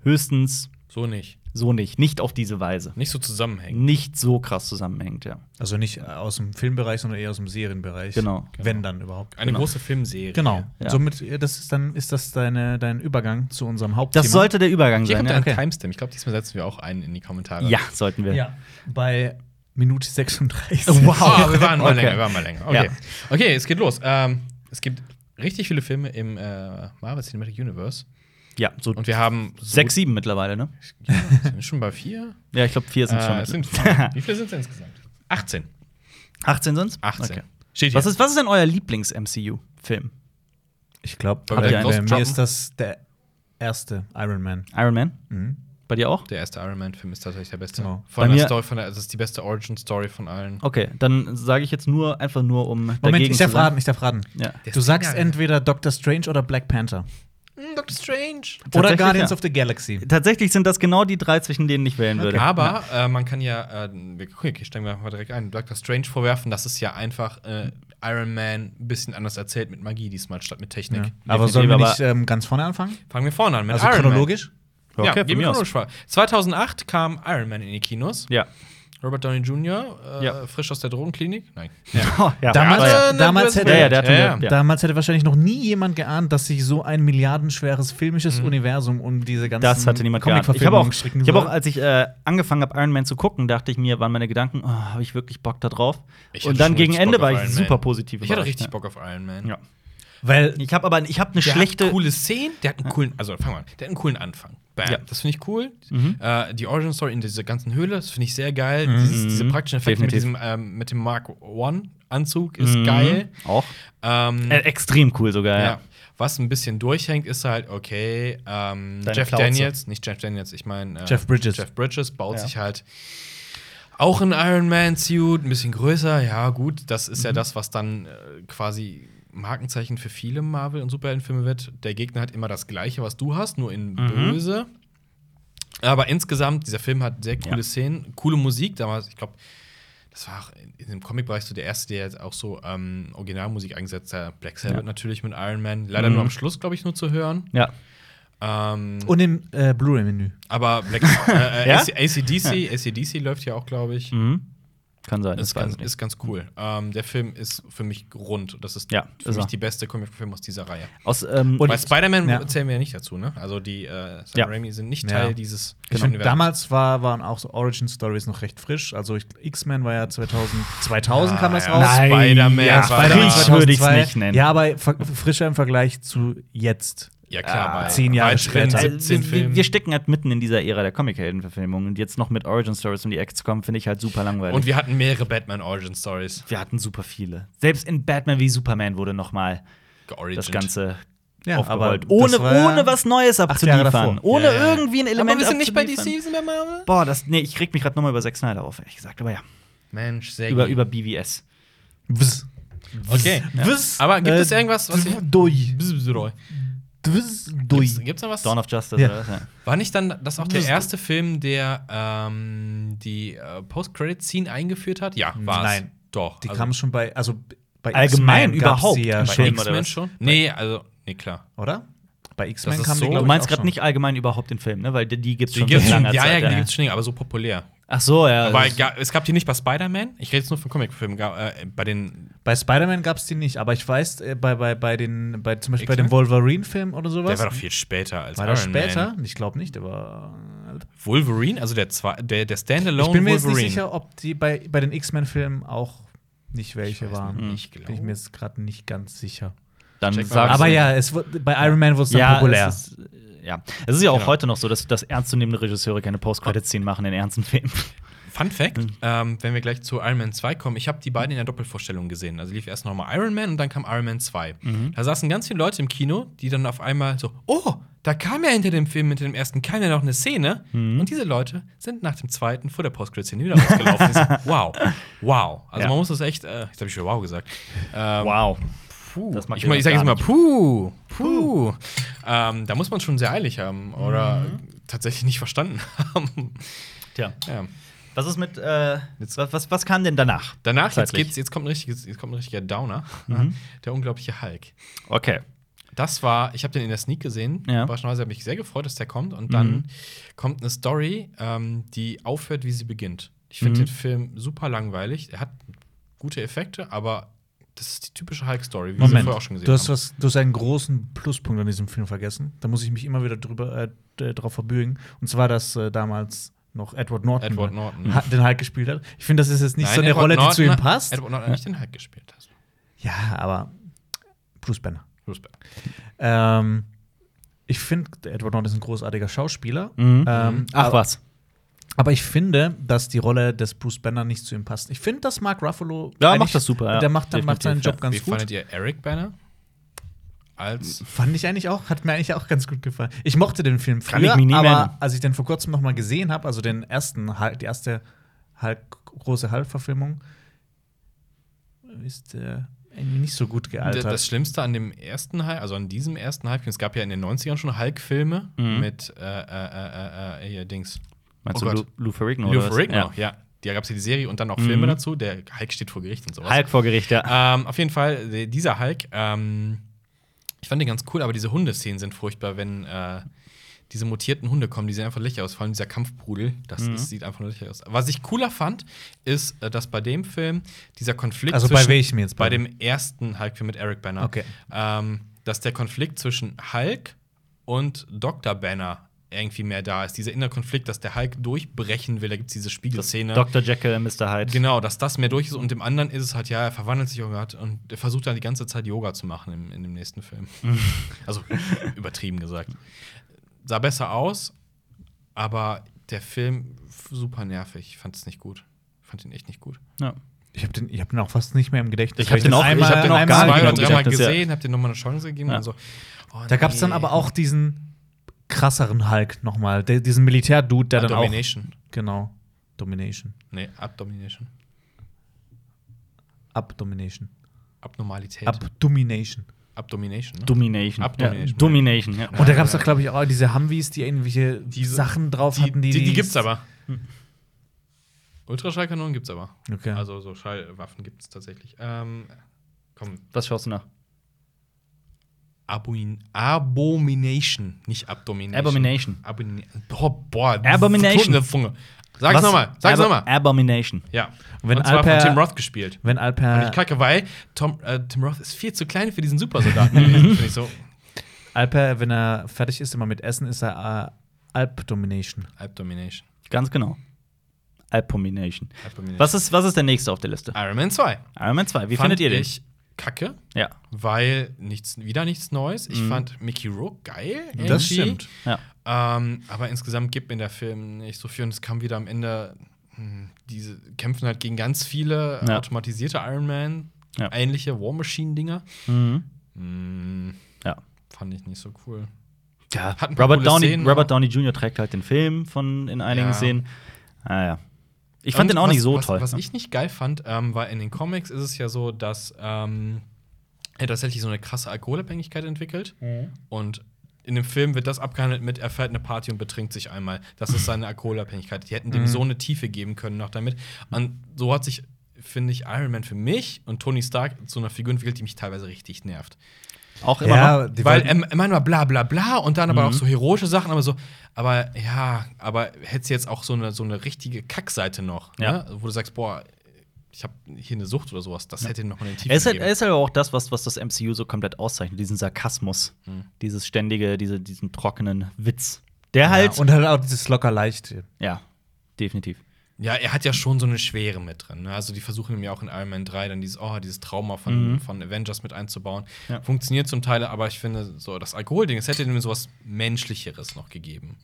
[SPEAKER 1] höchstens
[SPEAKER 3] So nicht.
[SPEAKER 1] so nicht, nicht auf diese Weise.
[SPEAKER 3] Nicht so zusammenhängen.
[SPEAKER 1] Nicht so krass zusammenhängt, ja.
[SPEAKER 2] Also nicht aus dem Filmbereich, sondern eher aus dem Serienbereich.
[SPEAKER 1] Genau.
[SPEAKER 2] Wenn dann überhaupt.
[SPEAKER 3] Eine
[SPEAKER 1] Genau.
[SPEAKER 3] große Filmserie.
[SPEAKER 2] Genau.
[SPEAKER 1] Ja.
[SPEAKER 2] Somit äh, das ist dann ist das deine, dein Übergang zu unserem Hauptthema.
[SPEAKER 1] Das sollte der Übergang
[SPEAKER 3] Hier
[SPEAKER 1] sein.
[SPEAKER 3] kommt
[SPEAKER 1] Ja.
[SPEAKER 3] ein
[SPEAKER 2] okay.
[SPEAKER 3] Timestamp. Ich glaube, diesmal setzen wir auch einen in die Kommentare. *laughs*
[SPEAKER 1] ja, sollten wir.
[SPEAKER 2] ja bei Minute 36.
[SPEAKER 3] Wow, Ah, wir waren mal
[SPEAKER 1] Okay.
[SPEAKER 3] länger, wir waren mal länger. Okay,
[SPEAKER 1] Ja.
[SPEAKER 3] okay es geht los. Ähm, es gibt richtig viele Filme im äh, Marvel Cinematic Universe.
[SPEAKER 1] Ja, so
[SPEAKER 3] Und wir haben so
[SPEAKER 1] sechs, sieben mittlerweile, ne?
[SPEAKER 3] gut- *laughs* Ja, sind wir schon bei vier.
[SPEAKER 1] Ja, ich glaube, vier sind schon.
[SPEAKER 3] Äh, es sind,
[SPEAKER 1] mittlerweile. *laughs*
[SPEAKER 3] wie viele sind es insgesamt? 18.
[SPEAKER 1] 18 sind's?
[SPEAKER 3] 18.
[SPEAKER 1] Okay.
[SPEAKER 3] Steht hier.
[SPEAKER 1] Was, ist, was ist denn euer Lieblings-MCU-Film?
[SPEAKER 2] Ich glaube,
[SPEAKER 3] Wollen wir
[SPEAKER 2] bei
[SPEAKER 3] direkt
[SPEAKER 2] mir
[SPEAKER 3] rausjumpen?
[SPEAKER 2] ist das der erste Iron Man.
[SPEAKER 1] Iron Man?
[SPEAKER 2] Mhm.
[SPEAKER 1] Bei dir auch?
[SPEAKER 3] der erste Iron Man-Film ist tatsächlich der beste.
[SPEAKER 2] Genau.
[SPEAKER 1] Bei
[SPEAKER 3] Von der
[SPEAKER 1] mir-
[SPEAKER 3] Story, von der, also das ist die beste Origin-Story von allen.
[SPEAKER 1] Okay, dann sage ich jetzt nur einfach nur, um
[SPEAKER 2] Moment,
[SPEAKER 1] dagegen
[SPEAKER 2] ich
[SPEAKER 1] zu
[SPEAKER 2] darf raten,
[SPEAKER 1] sein.
[SPEAKER 2] ich darf raten.
[SPEAKER 1] Ja.
[SPEAKER 3] Der
[SPEAKER 2] Du
[SPEAKER 3] ist
[SPEAKER 2] sagst
[SPEAKER 3] mega geil.
[SPEAKER 2] entweder Doctor Strange oder Black Panther.
[SPEAKER 3] Mm, Doctor Strange.
[SPEAKER 2] Oder
[SPEAKER 1] Tatsächlich,
[SPEAKER 2] Guardians
[SPEAKER 1] ja.
[SPEAKER 2] of the Galaxy.
[SPEAKER 1] Tatsächlich sind das genau die drei, zwischen denen ich wählen würde.
[SPEAKER 3] Aber äh, man kann ja, äh, wir okay, steigen wir mal direkt ein, Doctor Strange vorwerfen, dass es ja einfach äh, Iron Man ein bisschen anders erzählt mit Magie diesmal statt mit Technik.
[SPEAKER 2] Ja. Aber sollen wir
[SPEAKER 1] aber-
[SPEAKER 2] nicht ähm, ganz vorne anfangen?
[SPEAKER 3] Fangen wir vorne an mit
[SPEAKER 2] Also
[SPEAKER 3] Iron
[SPEAKER 2] chronologisch?
[SPEAKER 3] Man.
[SPEAKER 1] Okay,
[SPEAKER 3] ja,
[SPEAKER 1] von
[SPEAKER 3] gehen wir
[SPEAKER 1] mir aus.
[SPEAKER 3] chronologisch vor. 2008 kam Iron Man in die Kinos.
[SPEAKER 1] Ja. *laughs*
[SPEAKER 3] Robert Downey Jr., äh,
[SPEAKER 1] Ja.
[SPEAKER 3] frisch aus der Drogenklinik. Nein.
[SPEAKER 1] Oh, ja.
[SPEAKER 2] Damals-
[SPEAKER 1] Aber ja.
[SPEAKER 3] Äh,
[SPEAKER 2] damals
[SPEAKER 3] Nervös-
[SPEAKER 2] hätte-
[SPEAKER 1] Ja, ja, der hat schon- ja.
[SPEAKER 2] Damals hätte wahrscheinlich noch nie jemand geahnt, dass sich so ein milliardenschweres filmisches Universum um diese ganzen
[SPEAKER 1] Das hatte niemand geahnt. Ich habe auch,
[SPEAKER 2] Comic-Verfilmungen stricken
[SPEAKER 1] ich hab auch,
[SPEAKER 2] würde.
[SPEAKER 1] als ich äh, angefangen habe, Iron Man zu gucken, dachte ich mir, waren meine Gedanken, oh, habe ich wirklich Bock da drauf?
[SPEAKER 3] Ich hatte
[SPEAKER 1] Und dann
[SPEAKER 3] schon
[SPEAKER 1] gegen
[SPEAKER 3] richtig
[SPEAKER 1] Ende
[SPEAKER 3] Bock
[SPEAKER 1] war
[SPEAKER 3] auf
[SPEAKER 1] ich
[SPEAKER 3] Iron Man.
[SPEAKER 1] super positiv.
[SPEAKER 3] Ich hatte
[SPEAKER 1] überrascht,
[SPEAKER 3] richtig
[SPEAKER 1] ja.
[SPEAKER 3] Bock auf Iron Man.
[SPEAKER 1] Ja.
[SPEAKER 2] weil
[SPEAKER 1] Ich habe aber, ich habe eine
[SPEAKER 3] Der
[SPEAKER 1] schlechte.
[SPEAKER 3] hat coole Szenen, der hat einen coolen, also fang mal, an, der hat einen coolen Anfang. Bam.
[SPEAKER 1] Ja. Mhm.
[SPEAKER 3] Das finde ich cool. Äh, die Origin Story in dieser ganzen Höhle, das finde ich sehr geil. Dieses, diese praktischen Effekte mit, diesem,
[SPEAKER 1] Mhm. Definitiv. Mhm.
[SPEAKER 3] ähm, mit dem Mark One Anzug ist geil.
[SPEAKER 1] Auch.
[SPEAKER 3] Ähm,
[SPEAKER 1] Äh, extrem cool sogar,
[SPEAKER 3] ja.
[SPEAKER 1] ja.
[SPEAKER 3] Was ein bisschen durchhängt, ist halt, okay, ähm,
[SPEAKER 1] Deine
[SPEAKER 3] Jeff
[SPEAKER 1] Plauze.
[SPEAKER 3] Daniels, nicht Jeff Daniels, ich meine äh,
[SPEAKER 2] Jeff Bridges.
[SPEAKER 3] Jeff Bridges baut
[SPEAKER 1] Ja.
[SPEAKER 3] sich halt auch ein Iron Man-Suit, ein bisschen größer, ja, gut, das ist ja das, was dann äh, quasi Markenzeichen für viele Marvel- und Superheldenfilme wird. Der Gegner hat immer das Gleiche, was du hast, nur in Böse. Aber insgesamt, dieser Film hat sehr coole
[SPEAKER 1] Ja.
[SPEAKER 3] Szenen, coole Musik damals, ich glaube. Das war auch in- in dem Comicbereich so der erste, der jetzt auch so ähm, Originalmusik eingesetzt hat. Black Sabbath
[SPEAKER 1] Ja.
[SPEAKER 3] natürlich mit Iron Man. Leider
[SPEAKER 1] Mhm.
[SPEAKER 3] nur am Schluss, glaube ich, nur zu hören.
[SPEAKER 1] Ja.
[SPEAKER 3] Ähm,
[SPEAKER 2] und im äh, Blu-ray-Menü.
[SPEAKER 3] aber
[SPEAKER 1] *laughs*
[SPEAKER 3] Black äh, äh,
[SPEAKER 1] Ja?
[SPEAKER 3] AC ACDC, ACDC läuft ja auch, glaube ich.
[SPEAKER 1] Mhm. Kann sein.
[SPEAKER 3] Ist
[SPEAKER 1] das weiß
[SPEAKER 3] ganz,
[SPEAKER 1] ich nicht.
[SPEAKER 3] ist ganz cool. Ähm, der Film ist für mich rund. Das ist
[SPEAKER 1] Ja,
[SPEAKER 3] für
[SPEAKER 1] ist
[SPEAKER 3] mich
[SPEAKER 1] er.
[SPEAKER 3] die beste Comic-Film aus dieser Reihe.
[SPEAKER 1] Aus, ähm,
[SPEAKER 2] Und-
[SPEAKER 3] Bei Spider-Man
[SPEAKER 2] Ja.
[SPEAKER 3] zählen wir ja nicht dazu, ne? Also die äh, Sam
[SPEAKER 1] Ja. Genau.
[SPEAKER 3] Raimi sind nicht
[SPEAKER 2] Ja.
[SPEAKER 3] Teil dieses
[SPEAKER 2] Ich
[SPEAKER 3] Universums.
[SPEAKER 2] find, damals war, waren auch so Origin Stories noch recht frisch. Also ich- X-Men war ja 2000, 2000 kam das
[SPEAKER 3] ja.
[SPEAKER 2] raus.
[SPEAKER 3] Nein, Spider-Man
[SPEAKER 1] Ja,
[SPEAKER 3] war
[SPEAKER 2] Spider-Man
[SPEAKER 3] damals
[SPEAKER 1] frisch würde ich es
[SPEAKER 2] 2002.
[SPEAKER 1] nicht nennen.
[SPEAKER 2] Ja, aber ver- frischer im Vergleich zu jetzt.
[SPEAKER 3] Ja, klar.
[SPEAKER 1] Ah,
[SPEAKER 3] bei
[SPEAKER 2] zehn Jahre
[SPEAKER 3] weiteren
[SPEAKER 2] später.
[SPEAKER 1] Also,
[SPEAKER 3] 17
[SPEAKER 1] wir,
[SPEAKER 3] Filmen.
[SPEAKER 1] wir stecken halt mitten in dieser Ära der Comic-Helden-Verfilmung und jetzt noch mit Origin Stories und die XCOM finde ich halt super langweilig.
[SPEAKER 3] Und wir hatten mehrere Batman-Origin-Stories.
[SPEAKER 1] wir hatten super viele. Selbst in Batman wie Superman wurde nochmal
[SPEAKER 3] georigint.
[SPEAKER 1] das Ganze
[SPEAKER 2] Ja, aber
[SPEAKER 1] aufgerollt.
[SPEAKER 2] das
[SPEAKER 1] Ohne,
[SPEAKER 2] war ja
[SPEAKER 1] ohne was Neues
[SPEAKER 2] Jahre
[SPEAKER 1] abzuliefern.
[SPEAKER 2] davor.
[SPEAKER 1] Ohne
[SPEAKER 3] Ja, ja.
[SPEAKER 1] irgendwie ein Element
[SPEAKER 3] Aber wir sind nicht bei
[SPEAKER 1] abzuliefern.
[SPEAKER 3] DC, sind wir Marvel?
[SPEAKER 1] Boah, das, nee, ich reg mich gerade nochmal über Zack Snyder auf, ehrlich gesagt. Aber ja,
[SPEAKER 3] Mensch, sehr
[SPEAKER 1] über, über BVS.
[SPEAKER 2] Wzz.
[SPEAKER 3] Okay.
[SPEAKER 2] Wzz. Wzz.
[SPEAKER 3] Aber gibt
[SPEAKER 2] Äh,
[SPEAKER 3] es irgendwas, was ihr.
[SPEAKER 2] Doi.
[SPEAKER 3] Gibt's,
[SPEAKER 2] Wzz. Doi.
[SPEAKER 3] gibt's noch was?
[SPEAKER 1] Dawn of Justice.
[SPEAKER 2] Ja.
[SPEAKER 1] Oder was? Ja.
[SPEAKER 3] War nicht dann das auch der
[SPEAKER 2] Wzz.
[SPEAKER 3] erste Film, der ähm, die äh, Post-Credit-Scene eingeführt hat? Ja, war es.
[SPEAKER 2] Hm, Nein.
[SPEAKER 3] Doch.
[SPEAKER 2] Die
[SPEAKER 3] also,
[SPEAKER 2] kam schon bei, also bei
[SPEAKER 1] Allgemein
[SPEAKER 2] X-Men gab's
[SPEAKER 1] überhaupt
[SPEAKER 2] sie ja
[SPEAKER 1] im
[SPEAKER 3] bei
[SPEAKER 2] schon,
[SPEAKER 1] Film. oder
[SPEAKER 3] X-Men
[SPEAKER 1] was?
[SPEAKER 3] schon? Nee, also, nee, klar.
[SPEAKER 2] oder? Bei X-Men
[SPEAKER 3] Das ist
[SPEAKER 2] kam
[SPEAKER 3] so-
[SPEAKER 2] die, glaub
[SPEAKER 1] Du
[SPEAKER 2] ich,
[SPEAKER 1] meinst
[SPEAKER 2] auch
[SPEAKER 1] gerade
[SPEAKER 2] schon.
[SPEAKER 1] nicht allgemein überhaupt den Film, ne? Weil die, die gibt's
[SPEAKER 3] Die
[SPEAKER 1] schon seit
[SPEAKER 3] gibt's schon,
[SPEAKER 1] langer
[SPEAKER 3] ja,
[SPEAKER 1] Zeit.
[SPEAKER 3] ja, die gibt's schon, länger, aber so populär.
[SPEAKER 1] Ach so,
[SPEAKER 2] Also
[SPEAKER 1] ja.
[SPEAKER 3] Aber
[SPEAKER 1] das ist-
[SPEAKER 3] ga, es gab die nicht bei Spider-Man. Ich rede jetzt nur von Comicfilmen. Ga- Äh, bei den.
[SPEAKER 2] Bei Spider-Man gab es die nicht, aber ich weiß, äh, bei, bei, bei den, bei, zum Beispiel bei
[SPEAKER 3] X-Men?
[SPEAKER 2] dem Wolverine-Film oder sowas.
[SPEAKER 3] Der war doch viel später als
[SPEAKER 2] War das
[SPEAKER 3] Iron
[SPEAKER 2] später?
[SPEAKER 3] Man.
[SPEAKER 2] Ich glaube nicht, aber.
[SPEAKER 3] Wolverine, also der, zwei, der, der Standalone
[SPEAKER 2] Ich bin mir jetzt
[SPEAKER 3] Wolverine.
[SPEAKER 2] nicht sicher, ob die bei, bei den X-Men-Filmen auch nicht welche
[SPEAKER 3] weiß
[SPEAKER 2] waren.
[SPEAKER 3] nicht, ich
[SPEAKER 2] bin ich
[SPEAKER 3] glaub.
[SPEAKER 2] mir jetzt gerade nicht ganz sicher.
[SPEAKER 1] dann
[SPEAKER 3] check mal
[SPEAKER 1] sag's-
[SPEAKER 3] ab.
[SPEAKER 2] Aber ja, es, wurde- bei Iron Man wurde es dann
[SPEAKER 1] ja,
[SPEAKER 2] populär.
[SPEAKER 1] Es ist, äh, ja, es ist ja auch
[SPEAKER 3] Genau.
[SPEAKER 1] heute noch so, dass, dass ernstzunehmende Regisseure keine Post-Credit-Szenen machen in ernsten Filmen.
[SPEAKER 3] Fun Fact,
[SPEAKER 1] Hm.
[SPEAKER 3] ähm, wenn wir gleich zu Iron Man 2 kommen, ich habe die beiden in der Doppelvorstellung gesehen. Also lief erst nochmal Iron Man und dann kam Iron Man 2.
[SPEAKER 1] Mhm.
[SPEAKER 3] Da saßen ganz viele Leute im Kino, die dann auf einmal so, oh, da kam ja hinter dem Film, hinter dem ersten, kam ja noch eine Szene.
[SPEAKER 1] Mhm.
[SPEAKER 3] Und diese Leute sind nach dem zweiten vor der Post-Credit-Szene wieder rausgelaufen. Ich so, wow, wow. Also
[SPEAKER 1] Ja.
[SPEAKER 3] man muss das echt, äh, jetzt habe ich schon wow gesagt. Ähm,
[SPEAKER 1] Wow.
[SPEAKER 3] Puh.
[SPEAKER 1] Das mag
[SPEAKER 3] ich
[SPEAKER 1] ihr
[SPEAKER 3] mein, ich
[SPEAKER 1] doch
[SPEAKER 3] sage
[SPEAKER 1] gar
[SPEAKER 3] jetzt mal,
[SPEAKER 1] nicht.
[SPEAKER 3] puh, puh. Ähm, da muss man schon sehr eilig haben oder
[SPEAKER 1] Mhm.
[SPEAKER 3] tatsächlich nicht verstanden *laughs* haben.
[SPEAKER 1] Tja.
[SPEAKER 3] ja.
[SPEAKER 1] Was ist mit, äh, was, was, was kam denn danach?
[SPEAKER 3] Danach, jetzt,
[SPEAKER 1] Zeitlich.
[SPEAKER 3] geht's, jetzt, kommt ein richtiges, jetzt kommt ein richtiger Downer.
[SPEAKER 2] Mhm.
[SPEAKER 3] Der unglaubliche Hulk.
[SPEAKER 1] Okay.
[SPEAKER 3] Das war, ich habe den in der Sneak gesehen.
[SPEAKER 1] Ja.
[SPEAKER 3] Überraschenderweise habe ich mich sehr gefreut, dass der kommt. Und
[SPEAKER 2] Mhm.
[SPEAKER 3] dann kommt eine Story, ähm, die aufhört, wie sie beginnt. Ich finde
[SPEAKER 1] Mhm.
[SPEAKER 3] den Film super langweilig. Er hat gute Effekte, aber das ist die typische Hulk-Story, wie wir sie
[SPEAKER 2] Moment,
[SPEAKER 3] vorher auch schon gesehen
[SPEAKER 2] du hast,
[SPEAKER 3] haben.
[SPEAKER 2] was, du hast einen großen Pluspunkt an diesem Film vergessen. Da muss ich mich immer wieder drüber, äh, d- drauf verbürgen. Und zwar, dass äh, damals noch Edward Norton,
[SPEAKER 3] Edward Norton,
[SPEAKER 2] ha- den Hulk gespielt hat. Ich finde, das ist jetzt nicht so eine
[SPEAKER 3] Edward
[SPEAKER 2] Rolle,
[SPEAKER 3] Norton ne?
[SPEAKER 2] die zu ihm
[SPEAKER 3] hat-
[SPEAKER 2] passt.
[SPEAKER 3] Edward Norton hat nicht den Hulk gespielt. Das-
[SPEAKER 2] ja, aber Bruce Banner.
[SPEAKER 3] Bruce Banner.
[SPEAKER 2] Ähm, ich finde, Edward Norton ist ein großartiger Schauspieler.
[SPEAKER 1] Mhm.
[SPEAKER 2] Ähm,
[SPEAKER 1] Ach was.
[SPEAKER 2] Aber ich finde, dass die Rolle des Bruce Banner nicht zu ihm passt. Ich finde, dass Mark Ruffalo.
[SPEAKER 1] Ja,
[SPEAKER 2] eigentlich-
[SPEAKER 1] macht das super, ja.
[SPEAKER 2] Der macht, dann, macht seinen
[SPEAKER 1] Definitiv,
[SPEAKER 2] Job
[SPEAKER 1] ja.
[SPEAKER 2] ganz
[SPEAKER 3] Wie
[SPEAKER 2] gut.
[SPEAKER 3] fandet ihr Eric Banner? Als
[SPEAKER 2] Fand ich eigentlich auch, hat mir eigentlich auch ganz gut gefallen. Ich mochte den Film früher,
[SPEAKER 1] Kann ich mich nie
[SPEAKER 2] aber
[SPEAKER 1] erinnern.
[SPEAKER 2] als ich den vor kurzem noch mal gesehen habe, also den ersten, Hulk- die erste Hulk, große Hulk-Verfilmung, ist der irgendwie nicht so gut
[SPEAKER 3] D-
[SPEAKER 2] gealtert.
[SPEAKER 3] Das Schlimmste an dem ersten Hulk, also an diesem ersten Hulk, es gab ja in den 90ern schon Hulk-Filme
[SPEAKER 1] Mhm.
[SPEAKER 3] mit äh, äh, äh, äh, hier, Dings.
[SPEAKER 1] Meinst
[SPEAKER 3] Oh
[SPEAKER 1] du
[SPEAKER 3] Gott.
[SPEAKER 1] Lu Lou Ferrigno?
[SPEAKER 3] Lou
[SPEAKER 1] oder was?
[SPEAKER 3] Ferrigno, ja. Da gab es ja die Serie und dann auch Filme
[SPEAKER 1] Mhm.
[SPEAKER 3] dazu. Der Hulk steht vor Gericht und
[SPEAKER 1] Ja.
[SPEAKER 3] sowas.
[SPEAKER 1] Hulk vor Gericht, ja.
[SPEAKER 3] Ähm, auf jeden Fall, d- dieser Hulk, ähm, ich fand den ganz cool, aber diese Hundeszenen sind furchtbar, wenn äh, diese mutierten Hunde kommen, die sehen einfach lächerlich aus. Vor allem dieser Kampfbrudel, das
[SPEAKER 1] Mhm.
[SPEAKER 3] ist, sieht einfach nur lächerlich aus. Was ich cooler fand, ist, äh, dass bei dem Film dieser Konflikt
[SPEAKER 2] also bei
[SPEAKER 3] zwischen-
[SPEAKER 2] welchem jetzt?
[SPEAKER 3] bei dem ersten Hulk-Film mit Eric Banner,
[SPEAKER 2] Okay.
[SPEAKER 3] ähm, dass der Konflikt zwischen Hulk und Dr. Banner irgendwie mehr da ist. Dieser innere Konflikt, dass der Hulk durchbrechen will, da gibt es diese Spiegelszene.
[SPEAKER 1] Dr. Jekyll, Mr. Hyde.
[SPEAKER 3] Genau, dass das mehr durch ist und dem anderen ist es halt, ja, er verwandelt sich auch gerade und er versucht dann die ganze Zeit Yoga zu machen im, in dem nächsten Film. also übertrieben gesagt. Sah besser aus, aber der Film f- super nervig. Ich fand es nicht gut. Ich fand ihn echt nicht gut.
[SPEAKER 1] Ja.
[SPEAKER 2] Ich habe den, ich hab den auch fast nicht mehr im Gedächtnis.
[SPEAKER 1] Ich hab
[SPEAKER 2] Weil
[SPEAKER 1] den auch-
[SPEAKER 2] das
[SPEAKER 1] ich
[SPEAKER 2] einmal,
[SPEAKER 1] hab den auch
[SPEAKER 2] einmal
[SPEAKER 1] gar nicht
[SPEAKER 3] Zwei
[SPEAKER 1] genau
[SPEAKER 3] oder
[SPEAKER 2] gesehen
[SPEAKER 1] im
[SPEAKER 3] dreimal
[SPEAKER 1] gesagt, das, ja.
[SPEAKER 3] gesehen, hab dir nochmal eine Chance gegeben
[SPEAKER 1] Ja.
[SPEAKER 3] und so. oh,
[SPEAKER 2] Da gab es dann
[SPEAKER 3] nee.
[SPEAKER 2] aber auch diesen krasseren Hulk nochmal, der- diesen Militärdude, der dann auch.
[SPEAKER 3] Domination.
[SPEAKER 2] Genau. Domination.
[SPEAKER 3] Nee, Abdomination.
[SPEAKER 2] Abdomination.
[SPEAKER 3] Abnormalität.
[SPEAKER 2] Abdomination.
[SPEAKER 3] Abdomination. Ne?
[SPEAKER 1] Domination.
[SPEAKER 3] Abdomination,
[SPEAKER 1] Ja. Domination, ja.
[SPEAKER 2] Und da gab es doch, glaube ich, auch diese Humvees, die irgendwelche
[SPEAKER 3] Diese-
[SPEAKER 2] Sachen drauf
[SPEAKER 3] Die,
[SPEAKER 2] hatten, die.
[SPEAKER 3] die, die gibt's aber.
[SPEAKER 1] Hm.
[SPEAKER 3] Ultraschallkanonen gibt's aber.
[SPEAKER 2] Okay.
[SPEAKER 3] Also so Schallwaffen gibt's tatsächlich. Ähm, komm,
[SPEAKER 1] Was schaust du nach?
[SPEAKER 3] Abomin Abomination, nicht Abdomination.
[SPEAKER 1] Abomination.
[SPEAKER 3] Abomin boah, boah,
[SPEAKER 1] Abomination.
[SPEAKER 3] Knoten in der Zunge. Sag's
[SPEAKER 1] Was?
[SPEAKER 3] nochmal, sag's
[SPEAKER 1] Aber-
[SPEAKER 3] nochmal.
[SPEAKER 1] Abomination.
[SPEAKER 3] Ja.
[SPEAKER 2] Wenn
[SPEAKER 3] Und zwar
[SPEAKER 2] Alper-
[SPEAKER 3] von Tim Roth gespielt.
[SPEAKER 2] Wenn
[SPEAKER 3] Fand
[SPEAKER 2] Alper,
[SPEAKER 1] Ah.
[SPEAKER 3] ich kacke, weil Tom, äh, Tim Roth ist viel zu klein für diesen
[SPEAKER 1] *laughs*
[SPEAKER 3] Supersoldaten. gewesen, Find ich so.
[SPEAKER 2] Alper, wenn er fertig ist, immer mit Essen, ist er äh, Alpdomination.
[SPEAKER 3] Abdomination.
[SPEAKER 1] Ganz genau. Abomination.
[SPEAKER 3] Abdomination.
[SPEAKER 1] Was ist, was ist der nächste auf der Liste?
[SPEAKER 3] Iron Man 2.
[SPEAKER 1] Iron Man 2. Wie
[SPEAKER 3] Fand
[SPEAKER 1] findet ihr den?
[SPEAKER 3] ich Kacke,
[SPEAKER 1] Ja.
[SPEAKER 3] weil nichts, wieder nichts Neues.
[SPEAKER 1] Mhm.
[SPEAKER 3] Ich fand Mickey Rook geil. irgendwie.
[SPEAKER 1] ja.
[SPEAKER 3] Ähm, aber insgesamt gibt mir der Film nicht so viel und es kam wieder am Ende. hm, Diese kämpfen halt gegen ganz viele
[SPEAKER 1] Ja.
[SPEAKER 3] automatisierte Iron Man,
[SPEAKER 1] Ja.
[SPEAKER 3] ähnliche War Machine-Dinger.
[SPEAKER 1] Mhm.
[SPEAKER 3] Hm,
[SPEAKER 1] Ja.
[SPEAKER 3] Fand ich nicht so cool.
[SPEAKER 1] Ja,
[SPEAKER 3] Hat ein paar
[SPEAKER 1] Robert
[SPEAKER 3] coole
[SPEAKER 1] Downey,
[SPEAKER 3] Szenen,
[SPEAKER 1] Robert
[SPEAKER 3] aber-
[SPEAKER 1] Downey Jr. trägt halt den Film von in einigen
[SPEAKER 3] Ja.
[SPEAKER 1] Szenen. Ah, ja. Ich fand
[SPEAKER 3] Und
[SPEAKER 1] den auch
[SPEAKER 3] was,
[SPEAKER 1] nicht so
[SPEAKER 3] was,
[SPEAKER 1] toll.
[SPEAKER 3] Was
[SPEAKER 1] ne?
[SPEAKER 3] ich nicht geil fand, ähm, war in den Comics ist es ja so, dass ähm, er tatsächlich so eine krasse Alkoholabhängigkeit entwickelt. Und in dem Film wird das abgehandelt mit, er fährt eine Party und betrinkt sich einmal. Das ist seine Alkoholabhängigkeit. Die hätten
[SPEAKER 1] Mhm.
[SPEAKER 3] dem so eine Tiefe geben können noch damit. Und so hat sich, finde ich, Iron Man für mich und Tony Stark zu einer Figur entwickelt, die mich teilweise richtig nervt.
[SPEAKER 1] auch immer noch.
[SPEAKER 2] Ja, die
[SPEAKER 3] Weil
[SPEAKER 2] wollten- Mhm.
[SPEAKER 3] ähm, manchmal bla bla bla und dann aber auch so heroische Sachen, aber so, aber ja, aber hättest du jetzt auch so eine, so eine richtige Kackseite noch,
[SPEAKER 1] Ja.
[SPEAKER 3] ne? wo du sagst, boah, ich habe hier eine Sucht oder sowas, das hätte noch mal eine Tiefe
[SPEAKER 1] Er ist, halt,
[SPEAKER 3] gegeben.
[SPEAKER 1] er ist halt auch das, was, was das MCU so komplett auszeichnet, diesen Sarkasmus, dieses ständige, diese, diesen trockenen Witz. Der halt,
[SPEAKER 2] Ja, und halt auch dieses locker leicht.
[SPEAKER 1] ja, definitiv.
[SPEAKER 3] Ja, er hat ja schon so eine Schwere mit drin. Ne? Also die versuchen ihm ja auch in Iron Man 3 dann dieses, oh, dieses Trauma von, von Avengers mit einzubauen.
[SPEAKER 1] Mhm. Ja.
[SPEAKER 3] Funktioniert zum Teil, aber ich finde, so das Alkoholding, es hätte ihm sowas Menschlicheres noch gegeben.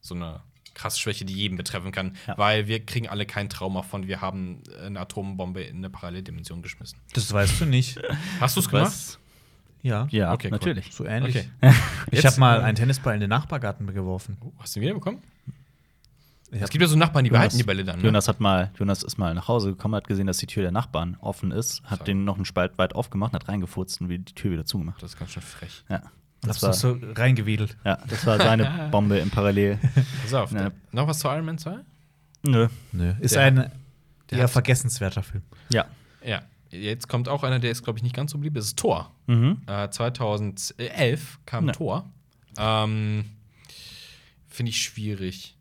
[SPEAKER 3] So eine krass Schwäche, die jeden betreffen kann,
[SPEAKER 1] Ja.
[SPEAKER 3] weil wir kriegen alle kein Trauma von, wir haben eine Atombombe in eine Paralleldimension geschmissen.
[SPEAKER 2] Das weißt du *laughs* nicht.
[SPEAKER 3] Hast du es gemacht?
[SPEAKER 1] Was?
[SPEAKER 2] Ja.
[SPEAKER 1] Ja,
[SPEAKER 3] Okay, cool.
[SPEAKER 1] natürlich.
[SPEAKER 2] So ähnlich.
[SPEAKER 3] Okay.
[SPEAKER 2] *laughs* Ich
[SPEAKER 3] Jetzt-
[SPEAKER 2] habe mal einen Tennisball in den Nachbargarten geworfen.
[SPEAKER 3] Oh, hast du ihn wiederbekommen?
[SPEAKER 2] Ich
[SPEAKER 3] Es
[SPEAKER 2] hab-
[SPEAKER 3] gibt ja so Nachbarn, die behalten
[SPEAKER 1] Jonas-
[SPEAKER 3] die Bälle dann. Ne?
[SPEAKER 1] Jonas hat mal, Jonas ist mal nach Hause gekommen, hat gesehen, dass die Tür der Nachbarn offen ist, hat
[SPEAKER 3] So.
[SPEAKER 1] den noch einen Spalt weit aufgemacht, hat reingefurzt und wie- die Tür wieder zugemacht.
[SPEAKER 3] Das ist ganz schön frech.
[SPEAKER 1] Ja.
[SPEAKER 2] Das
[SPEAKER 1] Das
[SPEAKER 2] war
[SPEAKER 1] war,
[SPEAKER 2] so reingewedelt.
[SPEAKER 1] ja, das war seine Bombe im Parallel.
[SPEAKER 3] Pass auf.
[SPEAKER 1] Ja.
[SPEAKER 3] Noch was zu Iron Man 2?
[SPEAKER 1] Nö.
[SPEAKER 2] Nö. Ist
[SPEAKER 3] Der-
[SPEAKER 2] ein
[SPEAKER 3] der
[SPEAKER 2] eher
[SPEAKER 3] hat-
[SPEAKER 2] vergessenswerter Film.
[SPEAKER 1] Ja.
[SPEAKER 3] Ja. Jetzt kommt auch einer, der ist, glaube ich, nicht ganz so beliebt. Das ist Thor.
[SPEAKER 1] Mhm.
[SPEAKER 3] Äh, 2011 kam
[SPEAKER 1] Ja.
[SPEAKER 3] Tor. Ähm, Finde ich schwierig.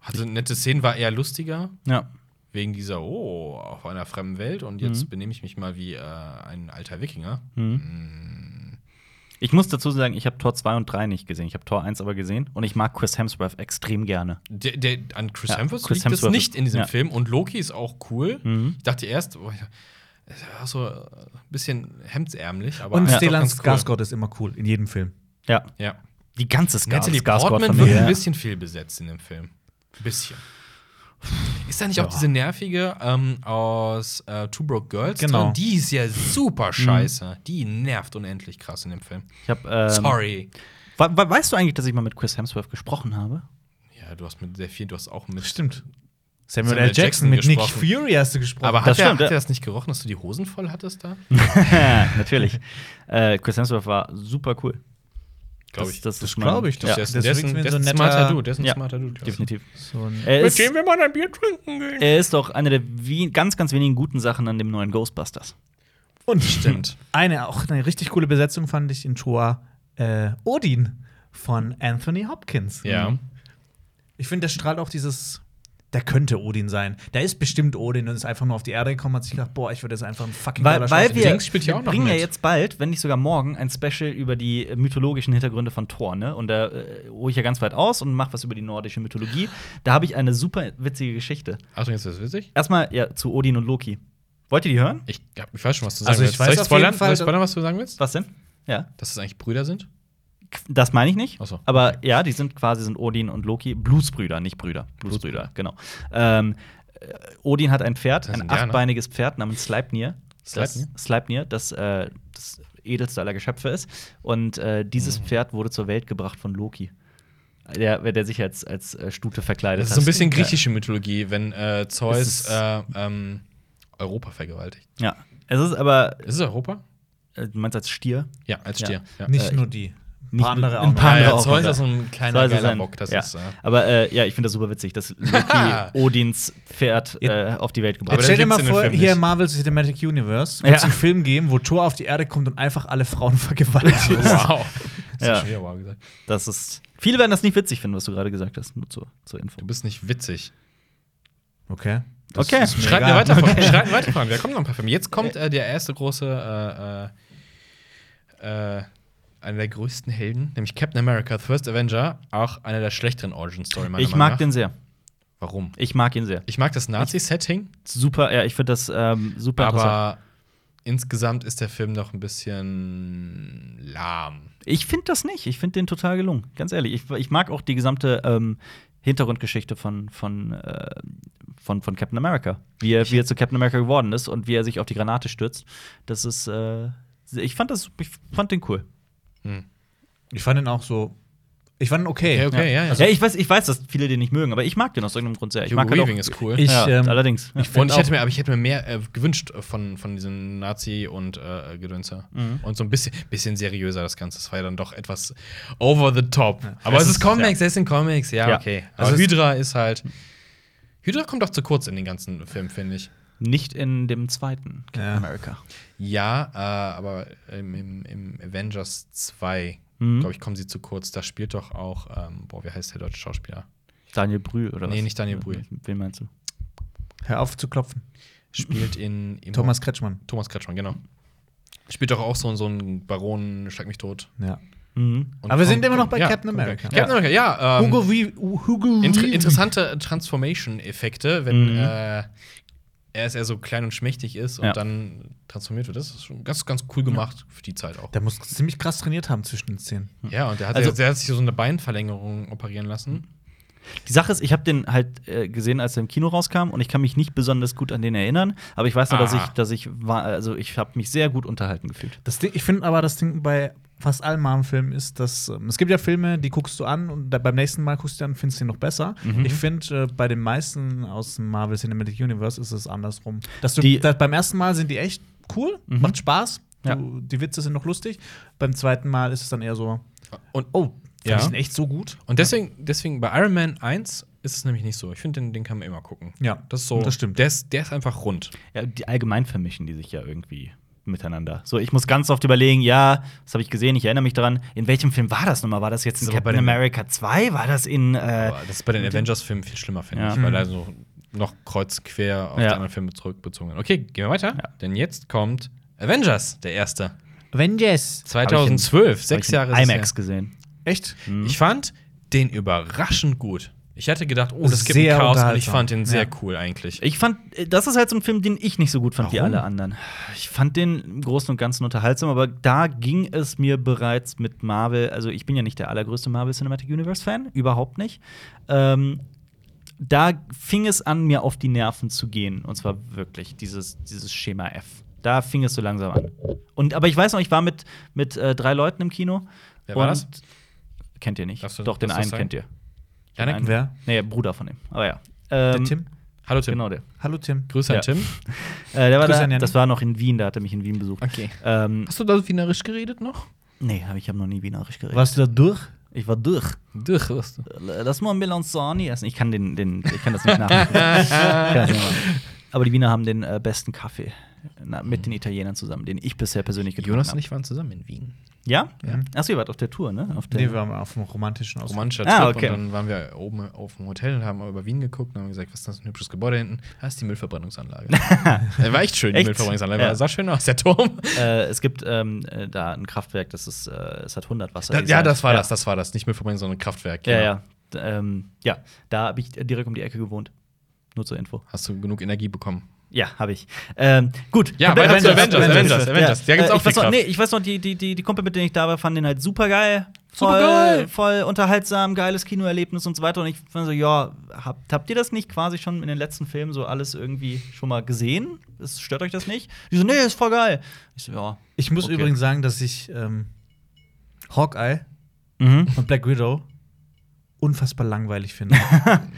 [SPEAKER 3] Hatte nette Szenen, war eher lustiger,
[SPEAKER 1] Ja.
[SPEAKER 3] wegen dieser, oh, auf einer fremden Welt und jetzt
[SPEAKER 1] Mhm.
[SPEAKER 3] benehme ich mich mal wie äh, ein alter Wikinger.
[SPEAKER 1] Ich muss dazu sagen, ich habe Tor 2 und 3 nicht gesehen. Ich habe Tor 1 aber gesehen und ich mag Chris Hemsworth extrem gerne.
[SPEAKER 3] Der, der, an Chris
[SPEAKER 1] Ja,
[SPEAKER 3] Hemsworth
[SPEAKER 1] Chris
[SPEAKER 3] liegt es
[SPEAKER 1] Hemsworth
[SPEAKER 3] nicht
[SPEAKER 1] ist-
[SPEAKER 3] in diesem
[SPEAKER 1] ja. Mhm.
[SPEAKER 3] Film und Loki ist auch cool. Ich dachte erst, oh, ja, das war so ein bisschen hemdsärmlich, aber
[SPEAKER 2] Und
[SPEAKER 3] eigentlich doch
[SPEAKER 2] Stellan
[SPEAKER 3] ganz cool.
[SPEAKER 2] Skarsgård ist immer cool in jedem Film.
[SPEAKER 1] Ja.
[SPEAKER 3] Ja.
[SPEAKER 1] Die ganze Scar
[SPEAKER 3] Natalie Portman wird
[SPEAKER 1] Skarsgård-Familie.
[SPEAKER 3] ein bisschen viel besetzt in dem Film. Ein bisschen. Ist da nicht auch diese nervige ähm, aus äh, Two Broke Girls?
[SPEAKER 2] Genau.
[SPEAKER 3] Drin? Die ist ja
[SPEAKER 1] Mhm.
[SPEAKER 3] super scheiße. Die nervt unendlich krass in dem Film.
[SPEAKER 1] Ich hab, ähm,
[SPEAKER 3] Sorry.
[SPEAKER 1] We we weißt du eigentlich, dass ich mal mit Chris Hemsworth gesprochen *laughs* habe?
[SPEAKER 3] Ja, du hast mit sehr viel, du hast auch mit.
[SPEAKER 2] Stimmt. Samuel,
[SPEAKER 3] Samuel
[SPEAKER 2] L. Jackson,
[SPEAKER 3] Jackson
[SPEAKER 2] mit
[SPEAKER 3] gesprochen.
[SPEAKER 2] Nick Fury hast du gesprochen.
[SPEAKER 3] Aber
[SPEAKER 1] Das
[SPEAKER 3] hat, der,
[SPEAKER 1] stimmt,
[SPEAKER 3] hat
[SPEAKER 1] ja.
[SPEAKER 3] der das nicht gerochen, dass du die Hosen voll hattest da?
[SPEAKER 1] Natürlich. äh, Chris Hemsworth war super cool.
[SPEAKER 3] Glaub
[SPEAKER 1] Das, das, ist mein-
[SPEAKER 2] glaube ich doch.
[SPEAKER 1] Ja,
[SPEAKER 3] Der ist, der ist,
[SPEAKER 2] Deswegen
[SPEAKER 3] ein-
[SPEAKER 2] sind
[SPEAKER 3] der
[SPEAKER 2] so
[SPEAKER 3] ist ein
[SPEAKER 2] netter-
[SPEAKER 3] smarter Dude. Der ist ein
[SPEAKER 1] Ja,
[SPEAKER 3] smarter Dude. Klaus.
[SPEAKER 1] definitiv.
[SPEAKER 2] so ein
[SPEAKER 1] Er
[SPEAKER 3] Mit
[SPEAKER 1] ist,
[SPEAKER 3] dem wir mal ein Bier trinken gehen.
[SPEAKER 1] er ist doch eine der wie, ganz, ganz wenigen guten Sachen an dem neuen Ghostbusters.
[SPEAKER 2] Und
[SPEAKER 3] Stimmt.
[SPEAKER 2] Eine auch eine richtig coole Besetzung fand ich in Tor äh, Odin von Anthony Hopkins.
[SPEAKER 3] Ja.
[SPEAKER 2] Ich finde, der strahlt auch dieses. Der könnte Odin sein. Der ist bestimmt Odin und ist einfach nur auf die Erde gekommen und hat sich gedacht, boah, ich würde jetzt einfach ein fucking geiler Schauspieler
[SPEAKER 3] wir- Jinx spielt ja
[SPEAKER 1] wir
[SPEAKER 3] auch noch
[SPEAKER 1] bringen ja
[SPEAKER 3] mit.
[SPEAKER 1] jetzt bald, wenn nicht sogar morgen, ein Special über die mythologischen Hintergründe von Thor. Ne? Und da äh, hole ich ja ganz weit aus und mache was über die nordische Mythologie. Da habe ich eine super witzige Geschichte.
[SPEAKER 3] Achtung, jetzt ist das witzig.
[SPEAKER 1] Erstmal ja, zu Odin und Loki. Wollt ihr die hören?
[SPEAKER 3] Ich, hab- ich weiß schon, was du sagen
[SPEAKER 2] Also, ich
[SPEAKER 3] willst.
[SPEAKER 2] weiß
[SPEAKER 3] Soll ich
[SPEAKER 2] auf jeden
[SPEAKER 3] spoilern,
[SPEAKER 2] Fall,
[SPEAKER 3] Soll ich
[SPEAKER 2] dass-
[SPEAKER 3] spoilern was du sagen willst?
[SPEAKER 1] Was denn? Ja,
[SPEAKER 3] Dass es eigentlich Brüder sind?
[SPEAKER 1] das meine ich nicht.
[SPEAKER 3] Ach so.
[SPEAKER 1] Aber ja, die sind quasi sind Odin und Loki Bluesbrüder, nicht Brüder. Bluesbrüder, genau. Ähm, äh, Odin hat ein Pferd,
[SPEAKER 3] Das ist
[SPEAKER 1] ein
[SPEAKER 3] Indianer.
[SPEAKER 1] achtbeiniges Pferd namens Sleipnir. Das,
[SPEAKER 3] Sleipnir?
[SPEAKER 1] Sleipnir, das, äh, das edelste aller Geschöpfe ist. Und äh,
[SPEAKER 3] Mhm.
[SPEAKER 1] dieses Pferd wurde zur Welt gebracht von Loki. Der, der sich als, als äh, Stute verkleidet
[SPEAKER 3] Das
[SPEAKER 1] hat.
[SPEAKER 3] ist so ein bisschen
[SPEAKER 1] Ja.
[SPEAKER 3] griechische Mythologie, wenn äh,
[SPEAKER 1] Es
[SPEAKER 3] Zeus
[SPEAKER 1] ist-
[SPEAKER 3] äh, ähm, Europa vergewaltigt.
[SPEAKER 1] Ja. Es ist aber,
[SPEAKER 3] Ist es Europa?
[SPEAKER 1] äh, du meinst als Stier?
[SPEAKER 3] Ja, als
[SPEAKER 1] Ja.
[SPEAKER 3] Stier. Ja.
[SPEAKER 2] Nicht
[SPEAKER 1] Äh,
[SPEAKER 2] nur die. Ein
[SPEAKER 1] nicht
[SPEAKER 2] paar andere
[SPEAKER 1] nur-
[SPEAKER 2] auch.
[SPEAKER 1] ein
[SPEAKER 2] noch.
[SPEAKER 1] paar-
[SPEAKER 3] ja, ja,
[SPEAKER 1] andere auch
[SPEAKER 3] Zeus
[SPEAKER 1] noch
[SPEAKER 3] ist so ein kleiner
[SPEAKER 1] Soll so also
[SPEAKER 3] geiler
[SPEAKER 1] sein.
[SPEAKER 3] Bock. Das
[SPEAKER 1] ja.
[SPEAKER 3] ist, äh,
[SPEAKER 1] *laughs* Aber äh, ja, ich finde das super witzig, dass
[SPEAKER 3] *laughs*
[SPEAKER 1] Loki Odins Pferd äh, auf die Welt gebracht
[SPEAKER 3] Aber
[SPEAKER 2] Jetzt
[SPEAKER 1] hat.
[SPEAKER 2] stell dir
[SPEAKER 3] den
[SPEAKER 2] mal
[SPEAKER 3] gibt's in dem
[SPEAKER 2] vor,
[SPEAKER 3] Film
[SPEAKER 2] hier
[SPEAKER 3] nicht.
[SPEAKER 2] im Marvel Cinematic Universe wird es
[SPEAKER 1] Ja.
[SPEAKER 2] einen Film geben, wo Thor auf die Erde kommt und einfach alle Frauen *laughs* vergewaltigt.
[SPEAKER 3] wow. Das
[SPEAKER 1] Ja.
[SPEAKER 3] ist schon wieder wow gesagt.
[SPEAKER 1] Das ist. Viele werden das nicht witzig finden, was du gerade gesagt hast, nur zur, zur Info.
[SPEAKER 3] Du bist nicht witzig.
[SPEAKER 2] Okay.
[SPEAKER 1] Okay.
[SPEAKER 2] ist mir
[SPEAKER 3] Schreibt mir
[SPEAKER 2] egal.
[SPEAKER 3] weiter von. Schreibt mir weiter von. Da kommen noch ein paar Filme. Jetzt kommt äh, der erste große, äh, äh, einer der größten Helden, nämlich Captain America, The First Avenger, auch einer der schlechteren Origin-Story meiner
[SPEAKER 1] Ich
[SPEAKER 3] Meinung
[SPEAKER 1] mag
[SPEAKER 3] nach.
[SPEAKER 1] den sehr.
[SPEAKER 3] Warum?
[SPEAKER 1] Ich mag ihn sehr.
[SPEAKER 3] Ich mag das Nazi-Setting.
[SPEAKER 1] Super, ja, ich finde das ähm, super interessant.
[SPEAKER 3] Aber insgesamt ist der Film noch ein bisschen lahm.
[SPEAKER 1] Ich finde das nicht. Ich finde den total gelungen. Ganz ehrlich. Ich, ich mag auch die gesamte ähm, Hintergrundgeschichte von, von, äh, von, von Captain America. Wie er, wie er zu Captain America geworden ist und wie er sich auf die Granate stürzt. Das ist. Äh, ich fand das. Ich fand den cool.
[SPEAKER 2] Ich fand ihn auch so. Ich fand ihn okay.
[SPEAKER 3] Okay, okay, ja, ja.
[SPEAKER 1] ja, ich weiß, ich weiß, dass viele den nicht mögen, aber ich mag den aus irgendeinem Grund sehr. Ich
[SPEAKER 3] Hugo
[SPEAKER 1] mag halt
[SPEAKER 3] Weaving ist cool.
[SPEAKER 2] Ich,
[SPEAKER 1] ja,
[SPEAKER 2] ähm,
[SPEAKER 1] allerdings. Ja.
[SPEAKER 3] und ich hätte mir, aber ich hätte mir mehr äh, gewünscht äh, von, von diesem Nazi und äh, Gedönser. Und so ein bisschen, bisschen seriöser das Ganze. Das war ja dann doch etwas over the top. Aber
[SPEAKER 2] Es
[SPEAKER 3] es ist,
[SPEAKER 2] ist-
[SPEAKER 3] Comics, es sind Comics, ja,
[SPEAKER 1] Ja.
[SPEAKER 3] okay.
[SPEAKER 2] Also
[SPEAKER 3] Also
[SPEAKER 2] es-
[SPEAKER 3] Hydra ist halt. Hydra kommt auch zu kurz in den ganzen Film, finde ich.
[SPEAKER 1] Nicht in dem zweiten Captain
[SPEAKER 2] Ja.
[SPEAKER 1] America.
[SPEAKER 3] Ja, äh, aber im, im, im Avengers 2,
[SPEAKER 1] Mhm.
[SPEAKER 2] Hm?
[SPEAKER 3] glaube ich, kommen sie zu kurz. Da spielt doch auch, ähm, boah, wie heißt der deutsche Schauspieler?
[SPEAKER 1] Daniel Brühl oder was?
[SPEAKER 3] Nee, nicht Daniel Brühl.
[SPEAKER 1] Wen meinst du?
[SPEAKER 2] Hör auf zu klopfen.
[SPEAKER 3] Spielt in. im-
[SPEAKER 2] Thomas Kretschmann.
[SPEAKER 3] Thomas Kretschmann, genau. Spielt doch auch so, so einen Baron, schlag mich tot.
[SPEAKER 2] Ja.
[SPEAKER 1] Mhm.
[SPEAKER 3] Und
[SPEAKER 2] Aber wir
[SPEAKER 3] komm-
[SPEAKER 2] sind immer noch bei
[SPEAKER 3] ja,
[SPEAKER 2] Captain
[SPEAKER 3] komm,
[SPEAKER 2] America.
[SPEAKER 3] Captain America, ja. Ähm,
[SPEAKER 2] Hugo wie Hugo
[SPEAKER 3] inter
[SPEAKER 2] Weaving.
[SPEAKER 3] interessante Transformation-Effekte, wenn
[SPEAKER 1] Mhm.
[SPEAKER 3] äh, er ist eher so klein und schmächtig ist und
[SPEAKER 1] Ja.
[SPEAKER 3] dann transformiert wird. Das ist schon ganz, ganz cool gemacht für die Zeit auch.
[SPEAKER 2] Der muss ziemlich krass trainiert haben zwischen den Szenen.
[SPEAKER 3] Ja, und der hat,
[SPEAKER 1] Also-
[SPEAKER 3] der hat sich so eine Beinverlängerung operieren lassen.
[SPEAKER 2] Mhm.
[SPEAKER 1] Die Sache ist, ich habe den halt äh, gesehen, als er im Kino rauskam und ich kann mich nicht besonders gut an den erinnern, aber ich weiß nur, dass
[SPEAKER 3] Ah.
[SPEAKER 1] ich, dass ich war, also ich habe mich sehr gut unterhalten gefühlt.
[SPEAKER 2] Das Ding, ich finde aber, das Ding bei fast allen Marvel-Filmen ist, dass ähm, es gibt ja Filme, die guckst du an und da, beim nächsten Mal guckst du die an, findest du die noch besser.
[SPEAKER 3] Mhm.
[SPEAKER 2] Ich finde, äh, bei den meisten aus dem Marvel Cinematic Universe ist es andersrum. Dass du,
[SPEAKER 1] Die-
[SPEAKER 2] dass beim ersten Mal sind die echt cool,
[SPEAKER 3] Mhm.
[SPEAKER 2] macht Spaß, du,
[SPEAKER 1] Ja.
[SPEAKER 2] die Witze sind noch lustig. Beim zweiten Mal ist es dann eher so,
[SPEAKER 3] Und,
[SPEAKER 2] oh, fand
[SPEAKER 3] Ja.
[SPEAKER 2] ich den echt so gut?
[SPEAKER 3] und deswegen, deswegen bei Iron Man 1 ist es nämlich nicht so. Ich finde, den, den kann man immer gucken.
[SPEAKER 2] Ja,
[SPEAKER 3] Das ist so.
[SPEAKER 2] Das stimmt.
[SPEAKER 3] Der ist, der ist einfach rund.
[SPEAKER 1] Ja, die allgemein vermischen die sich ja irgendwie miteinander. So, ich muss ganz oft überlegen, ja, das habe ich gesehen, ich erinnere mich daran, in welchem Film war das nochmal? War das jetzt in
[SPEAKER 3] Das ist aber bei
[SPEAKER 1] Captain
[SPEAKER 3] den-
[SPEAKER 1] America 2? War das in äh,
[SPEAKER 3] Aber das ist bei den Avengers-Filmen viel schlimmer, finde
[SPEAKER 1] Ja. Mhm.
[SPEAKER 3] ich, weil da so noch kreuz quer auf
[SPEAKER 1] Ja.
[SPEAKER 3] die anderen Filme zurückbezogen wird. Okay, gehen wir weiter. Denn jetzt kommt Avengers, der erste.
[SPEAKER 2] Avengers.
[SPEAKER 3] 2012, sechs
[SPEAKER 1] hab ich
[SPEAKER 3] Jahre
[SPEAKER 1] in
[SPEAKER 3] ist es
[SPEAKER 1] IMAX Mhm. gesehen?
[SPEAKER 2] Echt?
[SPEAKER 3] her. Ich fand den überraschend gut. Ich hätte gedacht, oh, das gibt
[SPEAKER 2] Sehr
[SPEAKER 3] ein Chaos, und ich
[SPEAKER 2] unterhaltsam.
[SPEAKER 3] fand den sehr
[SPEAKER 2] Ja.
[SPEAKER 3] cool eigentlich.
[SPEAKER 1] Ich fand, äh, das ist halt so ein Film, den ich nicht so gut fand wie
[SPEAKER 3] Warum?
[SPEAKER 1] alle anderen. Ich fand den im Großen und Ganzen unterhaltsam, aber da ging es mir bereits mit Marvel, also ich bin ja nicht der allergrößte Marvel Cinematic Universe Fan, überhaupt nicht. Ähm, da fing es an, mir auf die Nerven zu gehen. Und zwar wirklich, dieses, dieses Schema F. Da fing es so langsam an. Und, aber ich weiß noch, ich war mit, mit äh, drei Leuten im Kino.
[SPEAKER 3] Wer war das?
[SPEAKER 1] Kennt ihr nicht.
[SPEAKER 3] Darfst du-
[SPEAKER 1] Doch, den
[SPEAKER 3] darfst du
[SPEAKER 1] einen
[SPEAKER 3] das
[SPEAKER 1] kennt ihr.
[SPEAKER 3] Janek,
[SPEAKER 1] Den einen-
[SPEAKER 2] wer?
[SPEAKER 1] Nee, Bruder von ihm. Aber ja. Ähm,
[SPEAKER 2] Der Tim?
[SPEAKER 3] Hallo Tim.
[SPEAKER 1] Genau der.
[SPEAKER 2] Hallo Tim.
[SPEAKER 3] Grüße an
[SPEAKER 1] Ja.
[SPEAKER 3] Tim.
[SPEAKER 1] Äh, der war
[SPEAKER 2] Grüße
[SPEAKER 1] da,
[SPEAKER 2] an Janik.
[SPEAKER 1] das war noch in Wien, da hat er mich in Wien besucht.
[SPEAKER 3] Okay.
[SPEAKER 1] Ähm,
[SPEAKER 3] Hast du da wienerisch geredet noch?
[SPEAKER 1] nee, hab, ich habe noch nie Wienerisch geredet.
[SPEAKER 2] Warst du da durch?
[SPEAKER 1] Ich war durch.
[SPEAKER 3] Durch, was du.
[SPEAKER 1] Lass mal Melanzani essen. Ich kann, den, den, ich kann das nicht
[SPEAKER 3] *laughs*
[SPEAKER 1] nachmachen. Ich kann das nicht nachmachen. Aber die Wiener haben den äh, besten Kaffee na, mit den Italienern zusammen, den ich bisher persönlich getrunken
[SPEAKER 3] Jonas
[SPEAKER 1] habe.
[SPEAKER 3] und ich waren zusammen in Wien.
[SPEAKER 1] Ja? ja. Achso, ihr wart auf der Tour, ne? Auf der
[SPEAKER 2] Nee, wir waren auf dem romantischen Ausflug.
[SPEAKER 3] romantischer Trip
[SPEAKER 1] Ah, okay.
[SPEAKER 3] und dann waren wir oben auf dem Hotel und haben über Wien geguckt und haben gesagt, was ist das für ein hübsches Gebäude hinten? Da ist die
[SPEAKER 1] *laughs*
[SPEAKER 3] Müllverbrennungsanlage. Äh, war echt schön, die
[SPEAKER 1] Echt?
[SPEAKER 3] Müllverbrennungsanlage.
[SPEAKER 1] Ja.
[SPEAKER 3] Sah schön aus, der Turm.
[SPEAKER 1] äh, es gibt ähm, äh, da ein Kraftwerk, das ist, äh, es hat 100 Wasser.
[SPEAKER 3] ja, das war das, das war das. Nicht Müllverbrennung, sondern Kraftwerk.
[SPEAKER 1] Ja,
[SPEAKER 3] genau.
[SPEAKER 1] ja. D- Ähm, ja, da habe ich direkt um die Ecke gewohnt. Nur zur Info.
[SPEAKER 3] Hast du genug Energie bekommen?
[SPEAKER 1] Ja, habe ich. Ähm, gut.
[SPEAKER 3] Ja,
[SPEAKER 1] Hab-
[SPEAKER 3] bei
[SPEAKER 1] hab's-
[SPEAKER 3] Avengers,
[SPEAKER 1] hab's-
[SPEAKER 3] Avengers, Avengers. Da gibt's
[SPEAKER 1] Äh,
[SPEAKER 3] auch
[SPEAKER 1] ich weiß
[SPEAKER 3] viel
[SPEAKER 1] noch, nee,
[SPEAKER 3] Kraft.
[SPEAKER 1] ich weiß noch, die, die, die, die Kumpel, mit denen ich da war, fanden den halt super geil. Voll,
[SPEAKER 3] Supergeil.
[SPEAKER 1] voll unterhaltsam, geiles Kinoerlebnis und so weiter. Und ich fand so, ja, habt, habt ihr das nicht quasi schon in den letzten Filmen so alles irgendwie schon mal gesehen? Das, stört euch das nicht? Die so, nee, ist voll geil. Ich so, ja.
[SPEAKER 2] Ich muss
[SPEAKER 3] Okay.
[SPEAKER 2] übrigens sagen, dass ich ähm, Hawkeye
[SPEAKER 1] Mhm.
[SPEAKER 2] und Black Widow unfassbar
[SPEAKER 1] *laughs*
[SPEAKER 2] langweilig finde.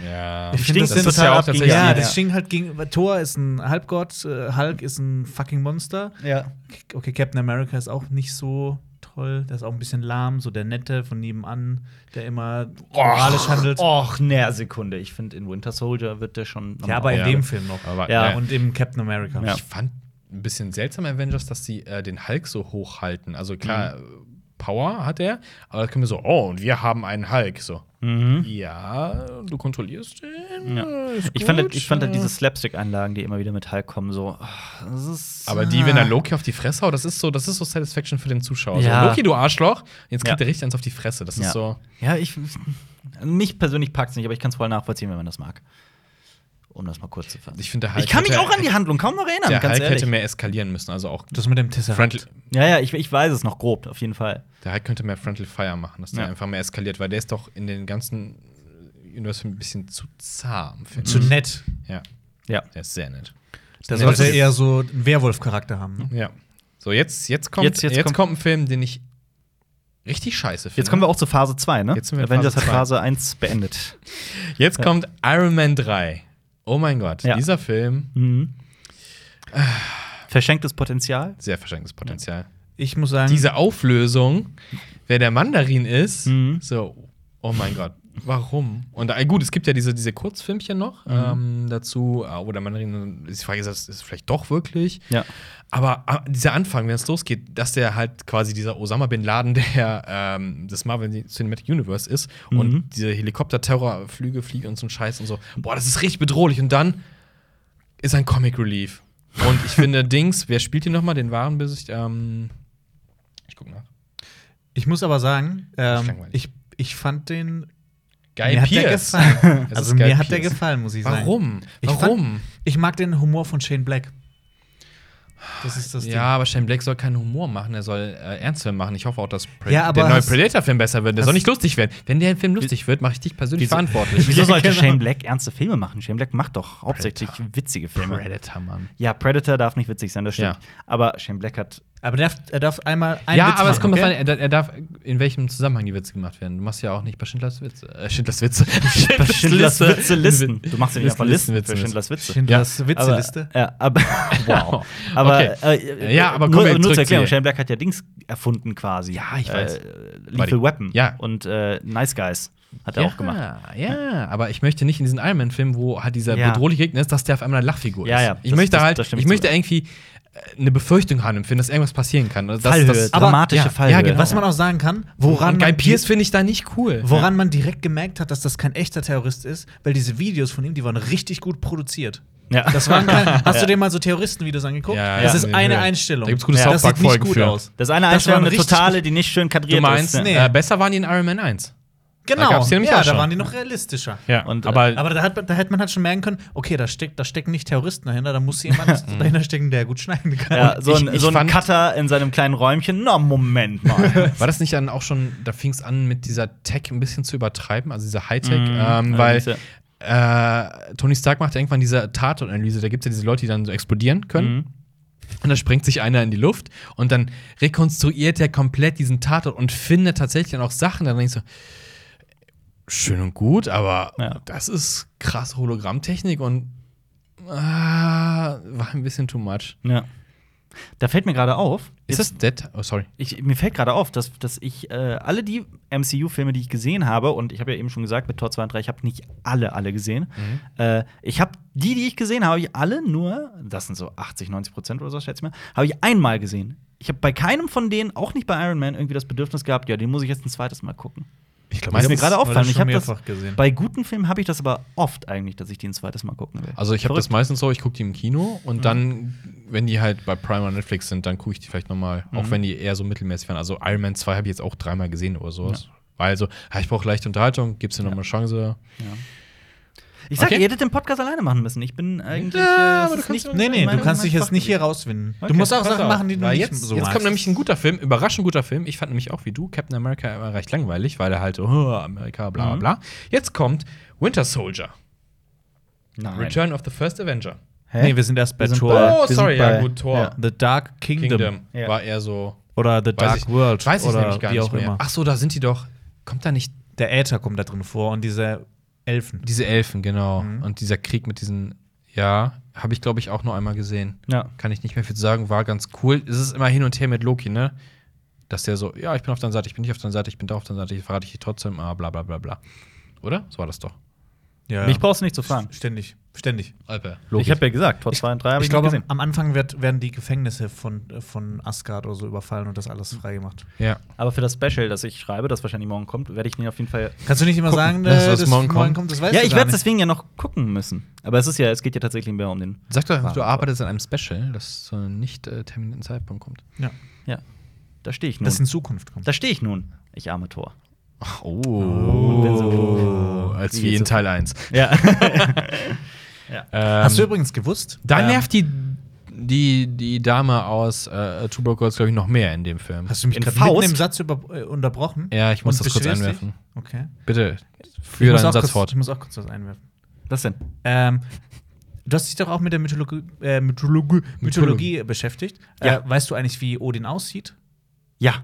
[SPEAKER 3] Ja.
[SPEAKER 2] Ich finde,
[SPEAKER 1] Stinkt,
[SPEAKER 2] das
[SPEAKER 1] das
[SPEAKER 2] sind
[SPEAKER 1] ist
[SPEAKER 2] total
[SPEAKER 1] ja auch
[SPEAKER 2] abgegangen.
[SPEAKER 1] tatsächlich-
[SPEAKER 2] Ja,
[SPEAKER 1] Ja,
[SPEAKER 2] das
[SPEAKER 1] ja.
[SPEAKER 2] Ding halt gegen Thor ist ein Halbgott, äh, Hulk ist ein fucking Monster.
[SPEAKER 1] Ja.
[SPEAKER 2] Okay, Captain America ist auch nicht so toll, der ist auch ein bisschen lahm, so der nette von nebenan, der immer moralisch handelt.
[SPEAKER 1] Och, ne, Sekunde. Ich finde, in Winter Soldier wird der schon.
[SPEAKER 2] Ja, aber in
[SPEAKER 3] Ja.
[SPEAKER 2] dem Film noch.
[SPEAKER 3] Aber,
[SPEAKER 1] Ja,
[SPEAKER 3] äh,
[SPEAKER 2] Und im Captain America.
[SPEAKER 1] Ja.
[SPEAKER 3] ich fand ein bisschen seltsam Avengers, dass sie äh, den Hulk so hoch halten. Also klar,
[SPEAKER 1] Mhm.
[SPEAKER 3] Power hat er, aber da können wir so, oh, und wir haben einen Hulk. So.
[SPEAKER 1] Mhm.
[SPEAKER 3] Ja, du kontrollierst den.
[SPEAKER 1] Ja.
[SPEAKER 3] äh, ist
[SPEAKER 1] Ich fand, halt,
[SPEAKER 3] gut,
[SPEAKER 1] ich fand halt
[SPEAKER 3] äh.
[SPEAKER 1] diese Slapstick-Einlagen, die immer wieder mit Hulk kommen, so. ach, Das ist
[SPEAKER 3] Aber die, wenn er Loki auf die Fresse haut, das ist so, das ist so Satisfaction für den Zuschauer.
[SPEAKER 1] Ja.
[SPEAKER 3] So, Loki, du Arschloch, jetzt kriegt
[SPEAKER 1] Ja.
[SPEAKER 3] er richtig eins auf die Fresse. Das
[SPEAKER 1] Ja.
[SPEAKER 3] ist so.
[SPEAKER 1] Ja, ich. Mich persönlich packt's nicht, aber ich kann es voll nachvollziehen, wenn man das mag. Um das mal kurz zu fassen.
[SPEAKER 3] Ich finde, der Hulk
[SPEAKER 1] Ich kann mich
[SPEAKER 3] hätte-
[SPEAKER 1] auch an die Handlung kaum noch erinnern,
[SPEAKER 3] Der
[SPEAKER 1] ganz
[SPEAKER 3] Hulk hätte
[SPEAKER 1] ehrlich.
[SPEAKER 3] mehr eskalieren müssen. Also auch
[SPEAKER 2] Das mit dem Tesseract.
[SPEAKER 3] friendly,
[SPEAKER 1] Ja, ja, ich, ich weiß es noch grob, auf jeden Fall.
[SPEAKER 3] der Hulk könnte mehr Friendly Fire machen, dass der
[SPEAKER 1] Ja.
[SPEAKER 3] einfach mehr eskaliert, weil der ist doch in den ganzen Universe ein bisschen zu zahm. finde
[SPEAKER 2] Zu nett.
[SPEAKER 3] ich. Ja,
[SPEAKER 1] Ja.
[SPEAKER 3] der ist sehr Mhm. nett. Mhm.
[SPEAKER 2] Der
[SPEAKER 3] Nee,
[SPEAKER 2] sollte
[SPEAKER 3] das ist-
[SPEAKER 2] eher so einen Werwolf-Charakter haben. ne?
[SPEAKER 3] Ja. So, jetzt, jetzt, kommt,
[SPEAKER 1] Jetzt-
[SPEAKER 3] jetzt,
[SPEAKER 1] jetzt kommt-
[SPEAKER 3] kommt ein Film, den ich richtig scheiße finde.
[SPEAKER 1] Jetzt kommen wir auch zur Phase 2, ne?
[SPEAKER 3] Jetzt sind wir in
[SPEAKER 1] Avengers
[SPEAKER 3] Phase
[SPEAKER 1] hat
[SPEAKER 3] zwei.
[SPEAKER 1] Phase 1 beendet.
[SPEAKER 3] Jetzt kommt Iron Man 3. Oh mein Gott,
[SPEAKER 1] Ja.
[SPEAKER 3] dieser Film,
[SPEAKER 1] Mhm. Verschenktes Potenzial.
[SPEAKER 3] sehr verschenktes Potenzial.
[SPEAKER 2] Ich muss sagen,
[SPEAKER 3] Diese Auflösung, wer der Mandarin ist,
[SPEAKER 1] Mhm.
[SPEAKER 3] so, oh mein Gott, warum? Und äh, gut, es gibt ja diese, diese Kurzfilmchen noch
[SPEAKER 1] Mhm.
[SPEAKER 3] ähm, dazu, äh, wo der Mandarin, ich frage ist das ist es vielleicht doch wirklich.
[SPEAKER 1] Ja.
[SPEAKER 3] Aber äh, dieser Anfang, wenn es losgeht, dass der halt quasi dieser Osama Bin Laden, *laughs* der ähm, des Marvel Cinematic Universe ist und diese Helikopter-Terrorflüge fliegt und so ein Scheiß und so. Boah, das ist richtig bedrohlich. Und dann ist ein Comic Relief. Und ich finde, *laughs* Dings, wer spielt hier nochmal den wahren Besicht? Ähm, ich guck nach.
[SPEAKER 2] ich muss aber sagen,
[SPEAKER 3] Das ist
[SPEAKER 2] ähm,
[SPEAKER 3] langweilig.
[SPEAKER 2] ich, ich fand den.
[SPEAKER 3] Guy
[SPEAKER 2] mir
[SPEAKER 3] Pearce.
[SPEAKER 2] hat der
[SPEAKER 3] *laughs*
[SPEAKER 2] gefallen.
[SPEAKER 3] Es
[SPEAKER 2] also
[SPEAKER 3] ist Guy
[SPEAKER 2] mir hat der
[SPEAKER 3] Pearce.
[SPEAKER 2] gefallen, muss ich sagen.
[SPEAKER 3] Warum?
[SPEAKER 2] Ich fand-
[SPEAKER 3] Warum?
[SPEAKER 2] Ich mag den Humor von Shane Black. Das ist das
[SPEAKER 3] ja, aber Shane Black soll keinen Humor machen, er soll äh, Ernstfilm machen. Ich hoffe auch, dass Pre
[SPEAKER 2] Ja, aber
[SPEAKER 3] der neue
[SPEAKER 2] hast-
[SPEAKER 3] Predator-Film besser wird. Der soll
[SPEAKER 2] hast-
[SPEAKER 3] nicht lustig werden. Wenn der Film lustig wird, mache ich dich
[SPEAKER 2] *laughs*
[SPEAKER 3] persönlich verantwortlich.
[SPEAKER 1] Wieso
[SPEAKER 3] *laughs*
[SPEAKER 1] sollte
[SPEAKER 2] genau.
[SPEAKER 1] Shane Black ernste Filme machen? Shane Black macht doch hauptsächlich witzige Filme.
[SPEAKER 3] Predator, Mann.
[SPEAKER 1] Ja, Predator darf nicht witzig sein, das stimmt.
[SPEAKER 3] Ja.
[SPEAKER 1] Aber Shane Black hat.
[SPEAKER 2] Ding. Aber der darf, er darf einmal einen
[SPEAKER 3] ja,
[SPEAKER 2] Witz
[SPEAKER 3] aber es
[SPEAKER 2] machen,
[SPEAKER 3] kommt davon,
[SPEAKER 2] okay?
[SPEAKER 3] er, darf- er darf in welchem Zusammenhang die Witze gemacht werden. Du machst ja auch nicht bei Schindlers Witze. Äh,
[SPEAKER 1] *laughs*
[SPEAKER 3] Schindlers Witze. Schindlers,
[SPEAKER 1] Witze
[SPEAKER 3] *laughs*
[SPEAKER 1] Listen. Du machst ja nicht
[SPEAKER 3] Listen,
[SPEAKER 1] einfach Listen, für
[SPEAKER 3] Listen, Witze.
[SPEAKER 1] Schindlers Witze.
[SPEAKER 2] Schindlers
[SPEAKER 1] Aber-
[SPEAKER 2] Witzeliste.
[SPEAKER 1] Ja, aber. *laughs*
[SPEAKER 3] *laughs*
[SPEAKER 1] wow. Aber. äh,
[SPEAKER 3] Ja, aber kommen
[SPEAKER 1] nur,
[SPEAKER 3] wir
[SPEAKER 1] nur
[SPEAKER 3] zurück
[SPEAKER 1] zur Erklärung:
[SPEAKER 3] zu-
[SPEAKER 1] Shane Black hat ja Dings erfunden quasi. Ja,
[SPEAKER 3] ich weiß.
[SPEAKER 1] Äh, Lethal Weapon.
[SPEAKER 3] Ja.
[SPEAKER 1] Und äh, Nice Guys hat er auch gemacht.
[SPEAKER 3] Ja, aber ich möchte nicht in diesen Iron Man-Film, wo halt dieser
[SPEAKER 1] Ja.
[SPEAKER 3] bedrohliche Gegner ist, dass der auf einmal eine Lachfigur
[SPEAKER 1] Ja,
[SPEAKER 3] ist.
[SPEAKER 1] ja,
[SPEAKER 3] ich
[SPEAKER 1] das-
[SPEAKER 3] möchte
[SPEAKER 1] das-
[SPEAKER 3] halt,
[SPEAKER 1] das stimme
[SPEAKER 3] ich
[SPEAKER 1] ich zu,
[SPEAKER 3] möchte
[SPEAKER 1] ja.
[SPEAKER 3] irgendwie äh, eine Befürchtung haben empfinden, dass irgendwas passieren kann. Das,
[SPEAKER 1] Fallhöhe,
[SPEAKER 3] das,
[SPEAKER 2] aber-
[SPEAKER 1] dramatische
[SPEAKER 3] ja,
[SPEAKER 1] Fallhöhe.
[SPEAKER 3] ja, genau. *laughs*
[SPEAKER 2] Was man auch sagen kann, woran
[SPEAKER 3] und Guy
[SPEAKER 2] man
[SPEAKER 3] Pierce finde ich da nicht cool.
[SPEAKER 2] Woran man direkt gemerkt hat, dass das kein echter Terrorist ist, weil diese Videos von ihm, die waren richtig gut produziert.
[SPEAKER 1] Ja.
[SPEAKER 2] Das waren
[SPEAKER 3] *laughs*
[SPEAKER 2] keine, hast
[SPEAKER 1] Ja.
[SPEAKER 2] du dir mal so Terroristenvideos angeguckt?
[SPEAKER 3] Ja,
[SPEAKER 2] das
[SPEAKER 1] ja.
[SPEAKER 2] ist eine
[SPEAKER 3] Ja.
[SPEAKER 2] Einstellung.
[SPEAKER 3] Da gibt's gute
[SPEAKER 2] ja,
[SPEAKER 3] South Park
[SPEAKER 2] Das sieht
[SPEAKER 3] Folgen
[SPEAKER 2] nicht gut
[SPEAKER 3] für.
[SPEAKER 2] aus.
[SPEAKER 1] Das ist eine
[SPEAKER 2] Das
[SPEAKER 1] Einstellung,
[SPEAKER 2] waren
[SPEAKER 1] eine
[SPEAKER 2] richtig-
[SPEAKER 1] totale, die nicht schön kadriert
[SPEAKER 3] du meinst,
[SPEAKER 1] ist. ne?
[SPEAKER 2] nee.
[SPEAKER 3] äh, besser waren die in Iron Man 1.
[SPEAKER 2] Genau.
[SPEAKER 3] gab's die nämlich
[SPEAKER 2] ja,
[SPEAKER 3] auch
[SPEAKER 2] da
[SPEAKER 3] schon.
[SPEAKER 2] waren die noch realistischer.
[SPEAKER 3] Ja,
[SPEAKER 1] Und, äh,
[SPEAKER 3] aber,
[SPEAKER 2] Aber da, hat, man- da hätte man halt schon merken können, okay, da, steckt, da stecken nicht Terroristen dahinter, da muss
[SPEAKER 3] *laughs*
[SPEAKER 2] jemand
[SPEAKER 3] Mhm.
[SPEAKER 2] dahinter stecken, der gut schneiden kann.
[SPEAKER 1] Ja, so
[SPEAKER 3] ich-
[SPEAKER 1] ein,
[SPEAKER 3] ich
[SPEAKER 1] so ein
[SPEAKER 3] fand-
[SPEAKER 1] Cutter in seinem kleinen Räumchen. Na, Moment mal.
[SPEAKER 3] war das nicht dann auch schon, da fing es an, mit dieser Tech ein bisschen zu übertreiben, also dieser
[SPEAKER 1] Mhm,
[SPEAKER 3] Hightech, *laughs*
[SPEAKER 1] *laughs*
[SPEAKER 3] ähm, weil
[SPEAKER 1] allerdings, ja.
[SPEAKER 3] äh, Tony Stark macht ja irgendwann diese Tatortanalyse, da gibt es ja diese Leute, die dann so explodieren können.
[SPEAKER 1] Mhm.
[SPEAKER 3] Und da sprengt sich einer in die Luft und dann rekonstruiert er komplett diesen Tatort und findet tatsächlich dann auch Sachen. Dann denke ich so, schön und gut, aber
[SPEAKER 1] Ja.
[SPEAKER 3] das ist krasse Hologrammtechnik und ah, war ein bisschen too much.
[SPEAKER 1] ja. Da fällt mir gerade auf,
[SPEAKER 3] Ist das Dead? Oh, sorry.
[SPEAKER 1] ich, mir fällt gerade auf, dass, dass ich äh, alle die MCU-Filme, die ich gesehen habe, und ich habe ja eben schon gesagt, mit Tor 2 und 3, ich habe nicht alle, alle gesehen. Äh, ich habe die, die ich gesehen habe, habe ich alle nur, das sind so 80, 90 Prozent oder so, schätze ich mal, habe ich einmal gesehen. Ich habe bei keinem von denen, auch nicht bei Iron Man, irgendwie das Bedürfnis gehabt, ja, den muss ich jetzt ein zweites Mal gucken.
[SPEAKER 3] Ich glaube,
[SPEAKER 1] Das ist mir
[SPEAKER 2] hab's-
[SPEAKER 1] gerade
[SPEAKER 2] oder
[SPEAKER 1] aufgefallen.
[SPEAKER 2] schon
[SPEAKER 1] Ich habe das
[SPEAKER 2] mehrfach gesehen.
[SPEAKER 1] bei guten Filmen habe ich das aber oft eigentlich, dass ich die ein zweites Mal gucken will.
[SPEAKER 3] Also ich habe
[SPEAKER 1] Verrückt.
[SPEAKER 3] das meistens so, ich gucke die im Kino und dann, wenn die halt bei Prime oder Netflix sind, dann gucke ich die vielleicht nochmal, auch wenn die eher so mittelmäßig waren. Also Iron Man 2 habe ich jetzt auch dreimal gesehen oder sowas. Weil so, ah, ich brauche leichte Unterhaltung, gibt's dir nochmal eine Chance.
[SPEAKER 1] Ich sag,
[SPEAKER 3] Okay.
[SPEAKER 1] ihr hättet den Podcast alleine machen müssen. Ich bin eigentlich.
[SPEAKER 3] Ja,
[SPEAKER 1] äh,
[SPEAKER 3] aber
[SPEAKER 1] es
[SPEAKER 3] du
[SPEAKER 1] ist
[SPEAKER 3] kannst ja-
[SPEAKER 2] Nee, nee,
[SPEAKER 1] mein-
[SPEAKER 2] du kannst
[SPEAKER 1] mein
[SPEAKER 2] dich jetzt nicht hier
[SPEAKER 1] Fachgebiet.
[SPEAKER 2] rauswinden.
[SPEAKER 1] Okay,
[SPEAKER 2] Du musst auch
[SPEAKER 3] Pass
[SPEAKER 2] Sachen
[SPEAKER 3] auf,
[SPEAKER 2] machen, die du
[SPEAKER 3] weil
[SPEAKER 2] nicht
[SPEAKER 3] jetzt,
[SPEAKER 2] so
[SPEAKER 3] Jetzt
[SPEAKER 2] magst.
[SPEAKER 3] kommt nämlich ein guter Film, überraschend guter Film. Ich fand nämlich auch wie du Captain America immer recht langweilig, weil er halt, oh, Amerika, bla bla bla. Jetzt kommt Winter Soldier,
[SPEAKER 1] Nein.
[SPEAKER 3] Return of the First Avenger.
[SPEAKER 1] Hä?
[SPEAKER 2] Nee, wir sind erst bei
[SPEAKER 1] Wir sind
[SPEAKER 2] Tor.
[SPEAKER 1] bei-
[SPEAKER 3] Oh,
[SPEAKER 1] wir sind
[SPEAKER 3] sorry, ja
[SPEAKER 1] bei-
[SPEAKER 3] gut, Tor.
[SPEAKER 1] ja.
[SPEAKER 2] The Dark Kingdom.
[SPEAKER 3] Kingdom
[SPEAKER 1] Ja.
[SPEAKER 3] war eher so
[SPEAKER 2] Oder The Dark
[SPEAKER 3] Weiß ich-
[SPEAKER 2] World.
[SPEAKER 3] Weiß ich
[SPEAKER 2] oder
[SPEAKER 3] nämlich gar
[SPEAKER 2] wie
[SPEAKER 3] nicht
[SPEAKER 2] auch
[SPEAKER 3] mehr.
[SPEAKER 2] immer.
[SPEAKER 3] Ach so, da sind die doch. Kommt da nicht
[SPEAKER 2] Der Äther kommt da drin vor und diese Elfen.
[SPEAKER 3] diese Elfen, genau. Und dieser Krieg mit diesen, ja, habe ich glaube ich auch nur einmal gesehen.
[SPEAKER 1] Ja.
[SPEAKER 3] Kann ich nicht mehr viel zu sagen, war ganz cool. Es ist immer hin und her mit Loki, ne? Dass der so, ja, ich bin auf deiner Seite, ich bin nicht auf deiner Seite, ich bin da auf deiner Seite, ich verrate dich trotzdem, ah, bla bla bla bla. Oder? So war das doch.
[SPEAKER 2] Ja.
[SPEAKER 1] Mich brauchst du nicht zu fragen.
[SPEAKER 2] Ständig. Ständig.
[SPEAKER 3] Alper.
[SPEAKER 1] Ich habe ja gesagt, Tor 2 und 3 habe ich,
[SPEAKER 2] ich glaube,
[SPEAKER 1] nicht gesehen.
[SPEAKER 2] am Anfang wird, werden die Gefängnisse von, äh, von Asgard oder so überfallen und das alles freigemacht.
[SPEAKER 3] Ja.
[SPEAKER 1] Aber für das Special, das ich schreibe, das wahrscheinlich morgen kommt, werde ich den auf jeden Fall.
[SPEAKER 2] Kannst du nicht immer sagen, äh,
[SPEAKER 3] dass das morgen kommt?
[SPEAKER 2] Das weißt
[SPEAKER 1] ja,
[SPEAKER 2] du
[SPEAKER 1] ich
[SPEAKER 2] gar
[SPEAKER 1] werde es
[SPEAKER 2] nicht.
[SPEAKER 1] deswegen ja noch gucken müssen. Aber es ist ja, es geht ja tatsächlich mehr um den.
[SPEAKER 3] Sag doch,
[SPEAKER 1] War-
[SPEAKER 3] du arbeitest an einem Special, das zu einem nicht äh, terminierten Zeitpunkt kommt.
[SPEAKER 2] Ja,
[SPEAKER 1] Ja. Da stehe ich nun.
[SPEAKER 2] das in Zukunft kommt.
[SPEAKER 1] Da stehe ich nun. Ich arme Tor.
[SPEAKER 3] Ach, oh. Als wie in Teil 1.
[SPEAKER 1] Ja.
[SPEAKER 2] Hast du übrigens gewusst?
[SPEAKER 3] Da
[SPEAKER 2] ähm,
[SPEAKER 3] nervt die, die, die Dame aus äh, Two Broke Girls, glaube ich, noch mehr in dem Film.
[SPEAKER 2] Hast du mich
[SPEAKER 1] in
[SPEAKER 2] gerade
[SPEAKER 1] Faust?
[SPEAKER 2] mitten im Satz über, äh, unterbrochen?
[SPEAKER 3] Ja, ich muss
[SPEAKER 2] Und
[SPEAKER 3] das kurz
[SPEAKER 2] beschwerst dich?
[SPEAKER 3] einwerfen.
[SPEAKER 2] Okay.
[SPEAKER 3] Bitte, führe
[SPEAKER 2] muss auch
[SPEAKER 3] deinen Satz
[SPEAKER 2] kurz,
[SPEAKER 3] fort.
[SPEAKER 2] Ich muss auch kurz was einwerfen.
[SPEAKER 1] *laughs* Was denn?
[SPEAKER 2] Ähm, du hast dich doch auch mit der Mythologie, äh, Mythologie, Mythologie beschäftigt.
[SPEAKER 1] Ja.
[SPEAKER 2] Äh, weißt du eigentlich, wie Odin aussieht?
[SPEAKER 1] Ja.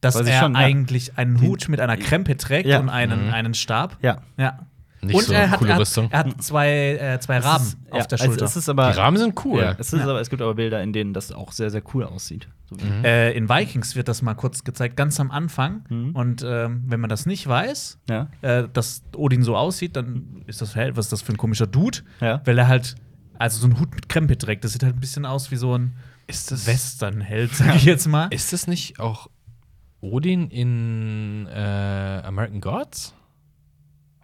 [SPEAKER 2] dass
[SPEAKER 1] Weiß ich
[SPEAKER 2] er
[SPEAKER 1] schon, ja.
[SPEAKER 2] eigentlich einen Hut mit einer Krempe trägt
[SPEAKER 1] Ja.
[SPEAKER 2] und einen, einen Stab.
[SPEAKER 1] Ja.
[SPEAKER 2] ja.
[SPEAKER 3] Nicht
[SPEAKER 2] und
[SPEAKER 3] so
[SPEAKER 2] er,
[SPEAKER 3] eine
[SPEAKER 2] hat,
[SPEAKER 3] coole
[SPEAKER 2] er, hat,
[SPEAKER 3] Rüstung.
[SPEAKER 2] er hat zwei, äh, zwei
[SPEAKER 1] Es
[SPEAKER 2] Raben
[SPEAKER 1] ist-
[SPEAKER 2] auf
[SPEAKER 1] ja,
[SPEAKER 2] der
[SPEAKER 1] also
[SPEAKER 2] Schulter.
[SPEAKER 1] Es ist aber,
[SPEAKER 3] Die Rahmen sind cool.
[SPEAKER 1] Ja, es, ist aber, es gibt aber Bilder, in denen das auch sehr, sehr cool aussieht. So wie-
[SPEAKER 3] Mhm.
[SPEAKER 2] äh, in Vikings wird das mal kurz gezeigt, ganz am Anfang. Und ähm, wenn man das nicht weiß,
[SPEAKER 1] Mhm. Ja.
[SPEAKER 2] äh, dass Odin so aussieht, dann ist das, hä, was ist das für ein komischer Dude?
[SPEAKER 1] Ja.
[SPEAKER 2] Weil er halt, also so einen Hut mit Krempe trägt. Das sieht halt ein bisschen aus wie so ein
[SPEAKER 3] Ist das,
[SPEAKER 1] *laughs*
[SPEAKER 2] Westernheld, sag ich jetzt mal.
[SPEAKER 3] ist das nicht auch Odin in äh, American Gods?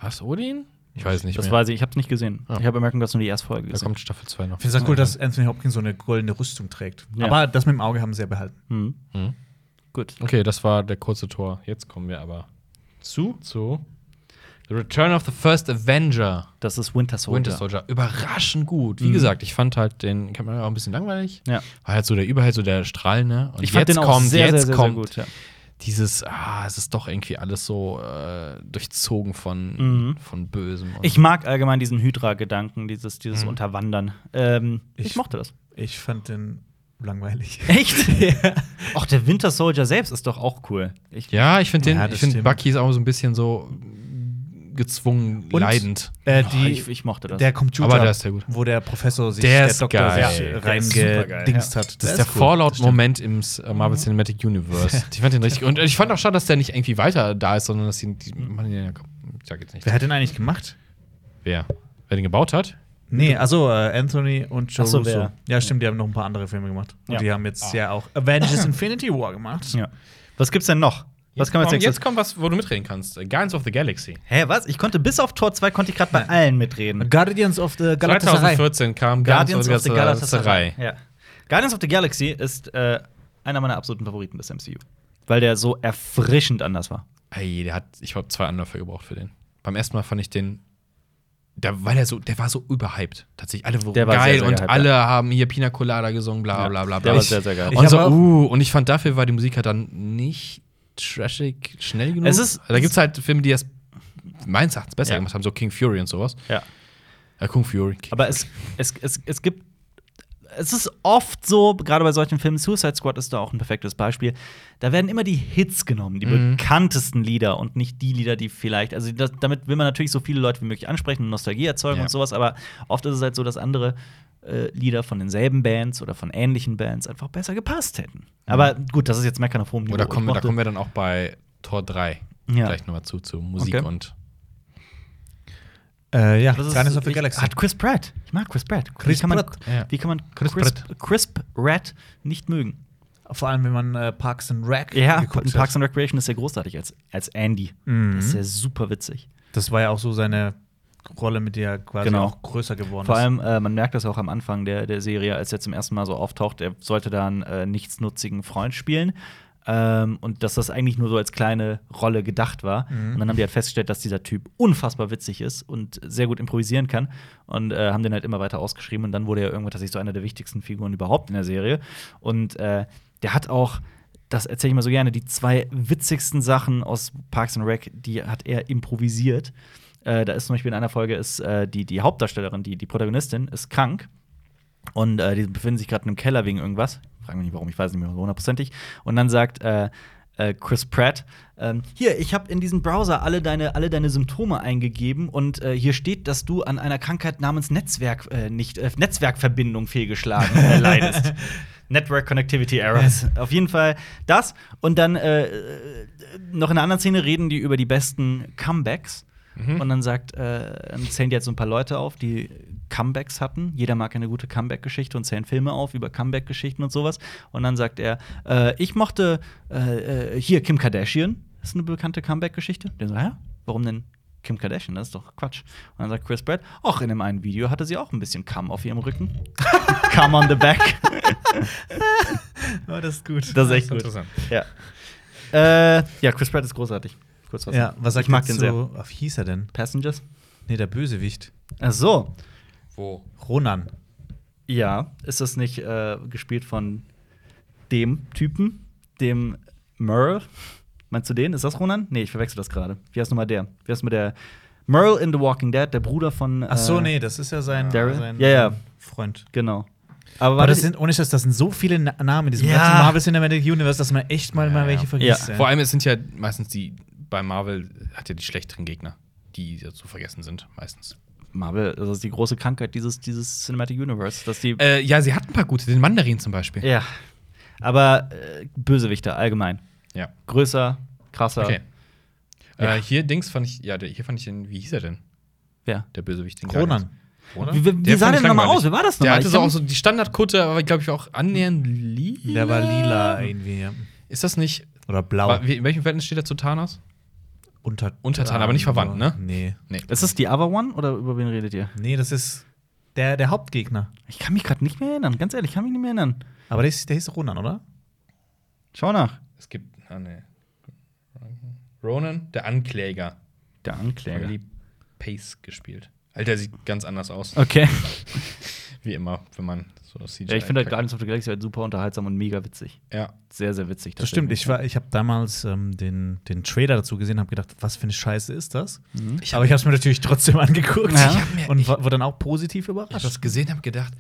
[SPEAKER 3] Was, Odin? Ich weiß nicht
[SPEAKER 1] Das
[SPEAKER 3] mehr.
[SPEAKER 1] weiß ich, ich hab's nicht gesehen.
[SPEAKER 3] Ja.
[SPEAKER 1] Ich habe American Gods nur die Erstfolge
[SPEAKER 3] Da
[SPEAKER 1] gesehen.
[SPEAKER 3] kommt Staffel 2 noch.
[SPEAKER 2] Ich finde es cool, dass Anthony Hopkins so eine goldene Rüstung trägt.
[SPEAKER 1] Ja.
[SPEAKER 2] Aber das mit dem Auge haben sie ja behalten.
[SPEAKER 1] Mhm.
[SPEAKER 3] Mhm.
[SPEAKER 1] Gut.
[SPEAKER 3] Okay, das war der kurze Tor. Jetzt kommen wir aber zu, zu The Return of the First Avenger.
[SPEAKER 1] Das ist Winter Soldier. Mhm.
[SPEAKER 3] Winter Soldier. Überraschend gut. Wie gesagt, ich fand halt den Captain America auch ein bisschen langweilig.
[SPEAKER 1] Ja.
[SPEAKER 3] War halt so der Überhalt, so der Strahl, ne? Und
[SPEAKER 1] Ich fand
[SPEAKER 3] jetzt
[SPEAKER 1] den auch
[SPEAKER 3] kommt,
[SPEAKER 1] sehr,
[SPEAKER 3] jetzt
[SPEAKER 1] sehr, sehr, sehr
[SPEAKER 3] kommt
[SPEAKER 1] gut. Ja.
[SPEAKER 3] dieses, ah, es ist doch irgendwie alles so äh, durchzogen von,
[SPEAKER 1] Mhm.
[SPEAKER 3] von Bösem. und-
[SPEAKER 1] Ich mag allgemein diesen Hydra-Gedanken, dieses, dieses Unterwandern. Ähm, Hm. ich,
[SPEAKER 2] Ich-
[SPEAKER 1] mochte das.
[SPEAKER 2] Ich fand den langweilig.
[SPEAKER 1] *laughs* Echt? Auch der Winter Soldier selbst ist doch auch cool. Ich,
[SPEAKER 3] ja, ich finde den,
[SPEAKER 2] Ja, das
[SPEAKER 3] ich finde
[SPEAKER 2] stimmt.
[SPEAKER 3] Bucky ist auch so ein bisschen so gezwungen,
[SPEAKER 2] Und,
[SPEAKER 3] leidend.
[SPEAKER 2] Äh,
[SPEAKER 1] oh,
[SPEAKER 2] die,
[SPEAKER 1] ich, ich mochte das.
[SPEAKER 2] der Computer,
[SPEAKER 3] Aber der ist sehr gut.
[SPEAKER 2] wo der Professor sich,
[SPEAKER 3] Der ist geil.
[SPEAKER 2] sich
[SPEAKER 3] Der
[SPEAKER 1] ist supergeil,
[SPEAKER 2] reingedingst
[SPEAKER 1] ja.
[SPEAKER 2] hat.
[SPEAKER 3] Das ist der
[SPEAKER 2] cool.
[SPEAKER 3] Fallout-Moment im S-
[SPEAKER 1] Mhm.
[SPEAKER 3] äh, Marvel Cinematic Universe. ich fand den richtig. Und äh, ich fand auch schade, dass der nicht irgendwie weiter da ist, sondern dass die, die machen den ja. Ich sag jetzt nicht.
[SPEAKER 2] Wer hat den eigentlich gemacht?
[SPEAKER 3] Wer? Wer den gebaut hat?
[SPEAKER 2] Nee, also äh, Anthony und Joe
[SPEAKER 1] Ach so,
[SPEAKER 2] Russo.
[SPEAKER 1] wer?
[SPEAKER 2] Ja, stimmt, die haben noch ein paar andere Filme gemacht. Und
[SPEAKER 1] Ja. Ah.
[SPEAKER 2] die haben jetzt ja auch
[SPEAKER 1] *laughs*
[SPEAKER 2] Avengers Infinity War gemacht.
[SPEAKER 1] ja. Was gibt's denn noch? Was kann man
[SPEAKER 3] kommt,
[SPEAKER 1] jetzt,
[SPEAKER 3] jetzt kommt was, wo du mitreden kannst. Äh, Guardians of the Galaxy.
[SPEAKER 1] Hä, was? Ich konnte bis auf Tor 2 konnte ich gerade bei allen mitreden.
[SPEAKER 2] Guardians of the Galatasaray.
[SPEAKER 3] 2014 kam
[SPEAKER 1] Guardians of the
[SPEAKER 3] Galatasaray.
[SPEAKER 1] Galatasaray. Ja. Guardians of the Galaxy ist äh, einer meiner absoluten Favoriten des MCU, weil der so erfrischend anders war.
[SPEAKER 3] Ey, der hat, ich habe zwei Anläufe gebraucht für den. Beim ersten Mal fand ich den, der, weil er so, der war so überhyped. Tatsächlich, alle wurden
[SPEAKER 1] Der war
[SPEAKER 3] geil
[SPEAKER 1] sehr, sehr
[SPEAKER 3] und
[SPEAKER 1] gehypt,
[SPEAKER 3] alle haben hier Pina Colada gesungen, bla
[SPEAKER 1] Ja,
[SPEAKER 3] bla
[SPEAKER 1] der
[SPEAKER 3] bla. bla.
[SPEAKER 1] war
[SPEAKER 3] Ich-
[SPEAKER 1] sehr, sehr geil.
[SPEAKER 3] Und,
[SPEAKER 2] Ich
[SPEAKER 3] so,
[SPEAKER 2] hab auch-
[SPEAKER 3] uh, und ich fand dafür war die Musik halt dann nicht trashig schnell genug.
[SPEAKER 1] Es ist-
[SPEAKER 3] da gibt es halt Filme, die das meines Erachtens besser
[SPEAKER 1] Ja.
[SPEAKER 3] gemacht haben, so King Fury und sowas.
[SPEAKER 1] Ja.
[SPEAKER 3] Äh, Kung Fury. King
[SPEAKER 1] Aber es, es, es, es gibt. Es ist oft so, gerade bei solchen Filmen, Suicide Squad ist da auch ein perfektes Beispiel. Da werden immer die Hits genommen, die
[SPEAKER 3] Mhm.
[SPEAKER 1] bekanntesten Lieder und nicht die Lieder, die vielleicht. Also das, damit will man natürlich so viele Leute wie möglich ansprechen und Nostalgie erzeugen
[SPEAKER 3] Ja.
[SPEAKER 1] und sowas, aber oft ist es halt so, dass andere äh, Lieder von denselben Bands oder von ähnlichen Bands einfach besser gepasst hätten. Aber gut, das ist jetzt Meckern auf hohem Niveau.
[SPEAKER 3] Mhm. Oder kommen,
[SPEAKER 1] Ich
[SPEAKER 3] wir- da
[SPEAKER 1] mochte-
[SPEAKER 3] kommen wir dann auch bei Tor 3
[SPEAKER 1] Ja.
[SPEAKER 3] gleich nochmal zu, zu Musik
[SPEAKER 1] Okay.
[SPEAKER 3] und.
[SPEAKER 2] Äh, ja,
[SPEAKER 1] Das ist-
[SPEAKER 2] Guardians of the
[SPEAKER 1] ich-
[SPEAKER 2] Galaxy.
[SPEAKER 1] Hat Chris Pratt. Ich mag Chris Pratt.
[SPEAKER 2] Chris
[SPEAKER 1] wie kann man,
[SPEAKER 2] Pratt.
[SPEAKER 3] Ja.
[SPEAKER 1] Wie kann man
[SPEAKER 3] Chris
[SPEAKER 1] Chris,
[SPEAKER 3] Pratt.
[SPEAKER 1] Crisp Rat nicht mögen?
[SPEAKER 2] Vor allem, wenn man äh, Parks and Rec
[SPEAKER 1] Ja,
[SPEAKER 2] geguckt
[SPEAKER 1] in
[SPEAKER 2] hat.
[SPEAKER 1] Parks and Recreation ist er großartig als, als Andy. Das ist ja super witzig.
[SPEAKER 2] Das war ja auch so seine Rolle, mit der er quasi
[SPEAKER 1] Genau.
[SPEAKER 2] auch größer geworden
[SPEAKER 1] Vor
[SPEAKER 2] ist.
[SPEAKER 1] allem, äh, man merkt das auch am Anfang der, der Serie, als er zum ersten Mal so auftaucht, er sollte da einen äh, nichtsnutzigen Freund spielen. Ähm, und dass das eigentlich nur so als kleine Rolle gedacht war. Und dann haben die halt festgestellt, dass dieser Typ unfassbar witzig ist und sehr gut improvisieren kann. Und äh, haben den halt immer weiter ausgeschrieben. Und dann wurde er irgendwann tatsächlich so einer der wichtigsten Figuren überhaupt in der Serie. Und äh, der hat auch das erzähle ich immer so gerne, die zwei witzigsten Sachen aus Parks and Rec, die hat er improvisiert. Äh, da ist zum Beispiel in einer Folge ist äh, die, die Hauptdarstellerin, die, die Protagonistin, ist krank. Und äh, die befinden sich gerade in einem Keller wegen irgendwas. Fragen mich nicht warum, ich weiß nicht mehr so hundertprozentig. Und dann sagt äh, äh, Chris Pratt, ähm, hier, ich habe in diesem Browser alle deine, alle deine Symptome eingegeben und äh, hier steht, dass du an einer Krankheit namens Netzwerk, äh, nicht, äh, Netzwerkverbindung fehlgeschlagen äh, leidest. Network Connectivity Errors. Auf jeden Fall das. Und dann äh, äh, noch in einer anderen Szene reden die über die besten Comebacks. Und dann sagt, äh, dann zählen die jetzt so ein paar Leute auf, die Comebacks hatten. Jeder mag eine gute Comeback-Geschichte und zählen Filme auf über Comeback-Geschichten und sowas. Und dann sagt er, äh, ich mochte äh, äh, hier Kim Kardashian. Das ist eine bekannte Comeback-Geschichte. Der so, ja, warum denn Kim Kardashian? Das ist doch Quatsch. Und dann sagt Chris Pratt, ach, in dem einen Video hatte sie auch ein bisschen Cum auf ihrem Rücken. Cum on the back.
[SPEAKER 2] Oh, das ist gut.
[SPEAKER 1] Das ist echt gut.
[SPEAKER 3] interessant.
[SPEAKER 1] Ja. Äh, ja, Chris Pratt ist großartig. Kurz was.
[SPEAKER 2] ja, was sagt
[SPEAKER 1] ich mag den
[SPEAKER 2] ihr zu,
[SPEAKER 1] sehr.
[SPEAKER 2] Ach, wie hieß er denn?
[SPEAKER 1] Passengers?
[SPEAKER 2] Nee, der Bösewicht.
[SPEAKER 1] Ach Äh, so.
[SPEAKER 3] Wo?
[SPEAKER 2] Ronan.
[SPEAKER 1] Ja, ist das nicht äh, gespielt von dem Typen, dem Merle? Meinst du den? Ist das Ronan? Nee, ich verwechsel das gerade. Wie heißt nochmal der? Wie heißt mit der Merle in The Walking Dead, der Bruder von.
[SPEAKER 2] Ach so,
[SPEAKER 1] äh,
[SPEAKER 2] nee, das ist ja sein,
[SPEAKER 1] Daryl?
[SPEAKER 2] sein
[SPEAKER 1] Ja, ja.
[SPEAKER 2] Freund.
[SPEAKER 1] Genau. Aber
[SPEAKER 2] Aber
[SPEAKER 1] warte,
[SPEAKER 2] das sind, ohne Scheiß, das sind so viele Na Namen in diesem
[SPEAKER 1] Ja.
[SPEAKER 2] ganzen Marvel Cinematic Universe, dass man echt mal, mal
[SPEAKER 3] Ja,
[SPEAKER 2] welche
[SPEAKER 3] ja.
[SPEAKER 2] vergisst.
[SPEAKER 1] Ja.
[SPEAKER 2] ey.
[SPEAKER 3] Vor allem, es sind ja meistens die, bei Marvel hat ja die schlechteren Gegner, die ja zu vergessen sind, meistens.
[SPEAKER 1] Marvel, das ist die große Krankheit dieses, dieses Cinematic Universe, dass die.
[SPEAKER 3] Äh, ja, sie hatten ein paar gute, den Mandarin zum Beispiel.
[SPEAKER 1] ja. Aber äh, Bösewichter allgemein.
[SPEAKER 3] Ja.
[SPEAKER 1] Größer, krasser.
[SPEAKER 3] Okay.
[SPEAKER 1] Ja.
[SPEAKER 3] Äh, hier Dings fand ich, ja, der- hier fand ich den, wie hieß er denn?
[SPEAKER 1] Wer?
[SPEAKER 3] Der Bösewicht. den
[SPEAKER 2] Conan.
[SPEAKER 3] Guardians. Conan?
[SPEAKER 1] Wie, wie, wie
[SPEAKER 3] Der
[SPEAKER 1] sah
[SPEAKER 3] fand
[SPEAKER 1] der
[SPEAKER 3] ich
[SPEAKER 1] denn nochmal
[SPEAKER 3] langweilig.
[SPEAKER 1] aus? Wer war das
[SPEAKER 3] Der
[SPEAKER 1] nochmal?
[SPEAKER 3] hatte
[SPEAKER 1] Ich
[SPEAKER 3] so
[SPEAKER 1] hab-
[SPEAKER 3] auch so die Standardkutte, aber glaube ich auch annähernd lila.
[SPEAKER 2] Der war lila irgendwie. ja.
[SPEAKER 3] Ist das nicht.
[SPEAKER 2] Oder blau.
[SPEAKER 3] wa- wie- In welchem Verhältnis steht er zu Thanos?
[SPEAKER 2] Unter
[SPEAKER 3] Untertan, aber nicht verwandt, ne?
[SPEAKER 2] Nee.
[SPEAKER 3] Nee.
[SPEAKER 1] Ist das die Other One oder über wen redet ihr?
[SPEAKER 2] Nee, das ist der, der Hauptgegner.
[SPEAKER 1] Ich kann mich gerade nicht mehr erinnern, ganz ehrlich, ich kann mich nicht mehr erinnern.
[SPEAKER 2] Aber der, ist, der hieß Ronan, oder?
[SPEAKER 1] Schau nach.
[SPEAKER 3] Es gibt. Ah, nee. Ronan, der Ankläger.
[SPEAKER 1] Der
[SPEAKER 3] Der
[SPEAKER 1] Ankläger.
[SPEAKER 3] Lee Pace gespielt. Alter, sieht ganz anders aus.
[SPEAKER 1] Okay.
[SPEAKER 3] Wie immer, wenn man so CGI.
[SPEAKER 1] *laughs* Ja, ich finde halt
[SPEAKER 3] packt.
[SPEAKER 1] Guardians of the Galaxy halt super unterhaltsam und mega witzig.
[SPEAKER 3] Ja.
[SPEAKER 1] Sehr, sehr witzig.
[SPEAKER 2] Das stimmt. Ich,
[SPEAKER 1] war.
[SPEAKER 2] war- ich habe damals ähm, den, den Trailer dazu gesehen und habe gedacht, was für eine Scheiße ist das?
[SPEAKER 3] Ich
[SPEAKER 2] aber ich habe es mir natürlich trotzdem *laughs* angeguckt
[SPEAKER 1] Ja.
[SPEAKER 3] Mhm. Ich hab mir-
[SPEAKER 2] und
[SPEAKER 3] ich-
[SPEAKER 2] war, wurde dann auch positiv
[SPEAKER 3] Ich habe
[SPEAKER 2] überrascht.
[SPEAKER 3] das gesehen, habe gedacht,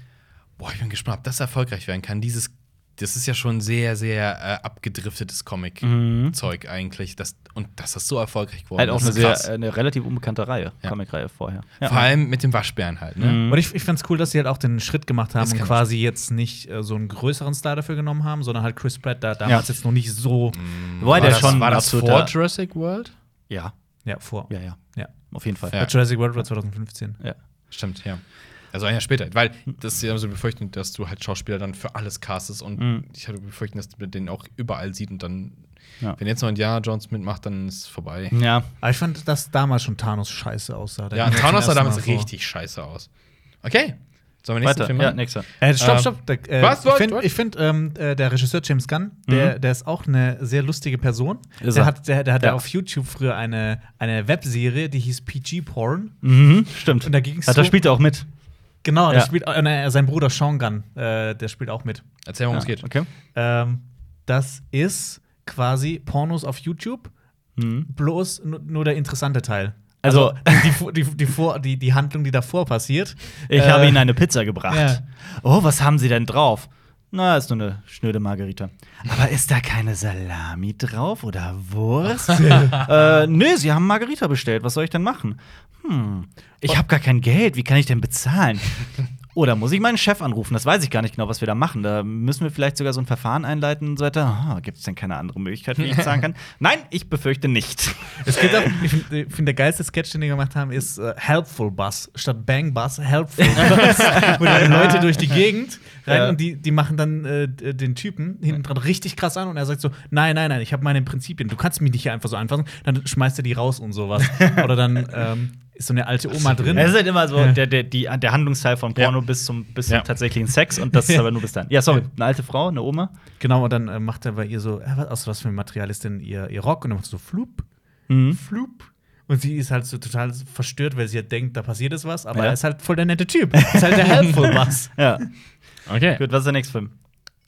[SPEAKER 3] boah, ich bin gespannt, ob das erfolgreich werden kann. Dieses, das ist ja schon sehr, sehr äh, abgedriftetes
[SPEAKER 1] Mhm.
[SPEAKER 3] Comic-Zeug eigentlich. Das, und dass das so erfolgreich geworden
[SPEAKER 1] Halt auch
[SPEAKER 3] ist,
[SPEAKER 1] eine,
[SPEAKER 3] ist krass.
[SPEAKER 1] sehr, eine relativ unbekannte Reihe,
[SPEAKER 3] Ja.
[SPEAKER 1] Comic-Reihe vorher. Ja.
[SPEAKER 3] Vor allem mit dem Waschbären halt. Ne?
[SPEAKER 1] Mhm.
[SPEAKER 2] Und ich, ich fand's cool, dass sie halt auch den Schritt gemacht haben
[SPEAKER 3] Ist
[SPEAKER 2] und
[SPEAKER 3] kein
[SPEAKER 2] quasi jetzt nicht äh, so einen größeren Star dafür genommen haben, sondern halt Chris Pratt da damals
[SPEAKER 1] Ja.
[SPEAKER 2] jetzt noch nicht so
[SPEAKER 1] Wobei der
[SPEAKER 3] das,
[SPEAKER 1] schon
[SPEAKER 3] war
[SPEAKER 1] ein
[SPEAKER 3] das
[SPEAKER 1] absoluter-
[SPEAKER 3] vor Jurassic World?
[SPEAKER 1] Ja,
[SPEAKER 2] ja, vor.
[SPEAKER 1] ja, ja.
[SPEAKER 2] Ja.
[SPEAKER 1] Auf jeden Fall.
[SPEAKER 3] Ja.
[SPEAKER 2] Jurassic World war 2015.
[SPEAKER 1] Ja.
[SPEAKER 3] Stimmt, ja. Also ein Jahr später, weil das ist ja so die Befürchtung, dass du halt Schauspieler dann für alles castest und
[SPEAKER 1] Mhm.
[SPEAKER 3] ich hatte die Befürchtung, dass man den auch überall sieht und dann,
[SPEAKER 1] Ja.
[SPEAKER 3] wenn jetzt noch ein Jahr Jones mitmacht, dann ist es vorbei.
[SPEAKER 1] Ja.
[SPEAKER 2] Aber ich fand, dass damals schon Thanos scheiße aussah. Da
[SPEAKER 3] Ja,
[SPEAKER 2] ging mir
[SPEAKER 3] Thanos sah
[SPEAKER 2] zum ersten Mal
[SPEAKER 3] damals
[SPEAKER 2] vor.
[SPEAKER 3] richtig scheiße aus. Okay, sollen wir nächsten
[SPEAKER 1] Weiter.
[SPEAKER 3] Film
[SPEAKER 1] Ja, ne-
[SPEAKER 3] machen?
[SPEAKER 1] nächster.
[SPEAKER 2] Äh, stopp,
[SPEAKER 3] Ähm,
[SPEAKER 2] stopp. Da, äh,
[SPEAKER 3] was?
[SPEAKER 2] Ich
[SPEAKER 3] What?
[SPEAKER 2] finde,
[SPEAKER 3] What?
[SPEAKER 2] find, ähm, äh, der Regisseur James Gunn, der, der ist auch eine sehr lustige Person.
[SPEAKER 1] Ist
[SPEAKER 2] der
[SPEAKER 1] er.
[SPEAKER 2] hat, der, der hat
[SPEAKER 1] Ja.
[SPEAKER 2] auf YouTube früher eine, eine Webserie, die hieß PG Porn.
[SPEAKER 1] Mhm, stimmt.
[SPEAKER 2] Und da ging's
[SPEAKER 1] Hat, da
[SPEAKER 2] so-
[SPEAKER 1] spielt er auch mit.
[SPEAKER 2] Genau,
[SPEAKER 1] Ja.
[SPEAKER 2] der spielt, äh, äh, sein Bruder Sean Gunn, äh, der spielt auch mit.
[SPEAKER 3] Erzähl mal, worum es
[SPEAKER 1] Ja,
[SPEAKER 3] geht.
[SPEAKER 1] Okay.
[SPEAKER 2] Ähm, das ist quasi Pornos auf YouTube, bloß nur, nur der interessante Teil.
[SPEAKER 1] Hm. Also-
[SPEAKER 2] die, die, die, die, vor, die, die Handlung, die davor passiert.
[SPEAKER 1] Ich
[SPEAKER 2] Äh,
[SPEAKER 1] habe Ihnen eine Pizza gebracht.
[SPEAKER 2] ja.
[SPEAKER 1] Oh, was haben Sie denn drauf? Na, ist nur eine schnöde Margarita. Aber ist da keine Salami drauf oder
[SPEAKER 2] *laughs*
[SPEAKER 1] Wurst? äh, nee, Sie haben Margarita bestellt. Was soll ich denn machen? Hm, ich habe gar kein Geld. Wie kann ich denn bezahlen? Oder muss ich meinen Chef anrufen? Das weiß ich gar nicht genau, was wir da machen. Da müssen wir vielleicht sogar so ein Verfahren einleiten. Seit da, oh, gibt es denn keine andere Möglichkeit, wie ich zahlen
[SPEAKER 2] *laughs*
[SPEAKER 1] kann? Nein, ich befürchte nicht.
[SPEAKER 2] Es gibt auch, ich finde, find, der geilste Sketch, den die gemacht haben, ist äh, Helpful Bus. Statt Bang
[SPEAKER 1] *laughs*
[SPEAKER 2] Bus, Helpful Bus. Wo dann Leute durch die Gegend rein
[SPEAKER 1] Ja.
[SPEAKER 2] und die, die machen dann äh, d- den Typen hinten dran richtig krass an und er sagt so: Nein, nein, nein, ich habe meine Prinzipien. Du kannst mich nicht hier einfach so anfassen. Dann schmeißt er die raus und
[SPEAKER 1] *laughs*
[SPEAKER 2] sowas. Oder dann ähm, ist so eine alte Oma drin.
[SPEAKER 1] Es ist halt immer so
[SPEAKER 2] Ja.
[SPEAKER 1] der, der, die, der Handlungsteil von Porno bis zum, bis zum
[SPEAKER 3] Ja.
[SPEAKER 1] tatsächlichen Sex und das ist aber nur bis dann. *laughs* Ja, sorry, eine alte Frau, eine Oma.
[SPEAKER 2] Genau, und dann äh, macht er bei ihr so: äh, was, Aus was für ein Material ist denn ihr, ihr Rock? Und dann macht so: Flup. Flup. Und sie ist halt so total verstört, weil sie halt denkt, da passiert jetzt was, aber
[SPEAKER 1] Ja.
[SPEAKER 2] er ist halt voll der nette Typ. ist halt der helpful Bus.
[SPEAKER 1] Ja,
[SPEAKER 3] Okay.
[SPEAKER 1] gut, was ist der nächste Film?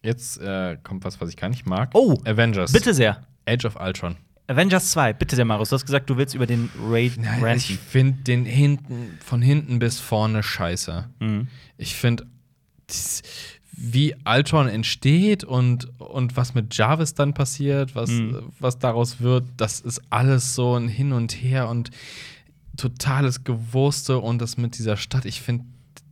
[SPEAKER 3] Jetzt äh, kommt was, was ich gar nicht mag.
[SPEAKER 1] Oh,
[SPEAKER 3] Avengers.
[SPEAKER 1] Bitte sehr.
[SPEAKER 3] Age of Ultron.
[SPEAKER 1] Avengers 2, bitte sehr, Marius. Du hast gesagt, du willst über den Raid ranten.
[SPEAKER 3] ich finde den hinten, von hinten bis vorne scheiße. Ich finde, wie Ultron entsteht und, und was mit Jarvis dann passiert, was, was daraus wird, das ist alles so ein Hin und Her und totales Gewurste und das mit dieser Stadt. Ich finde,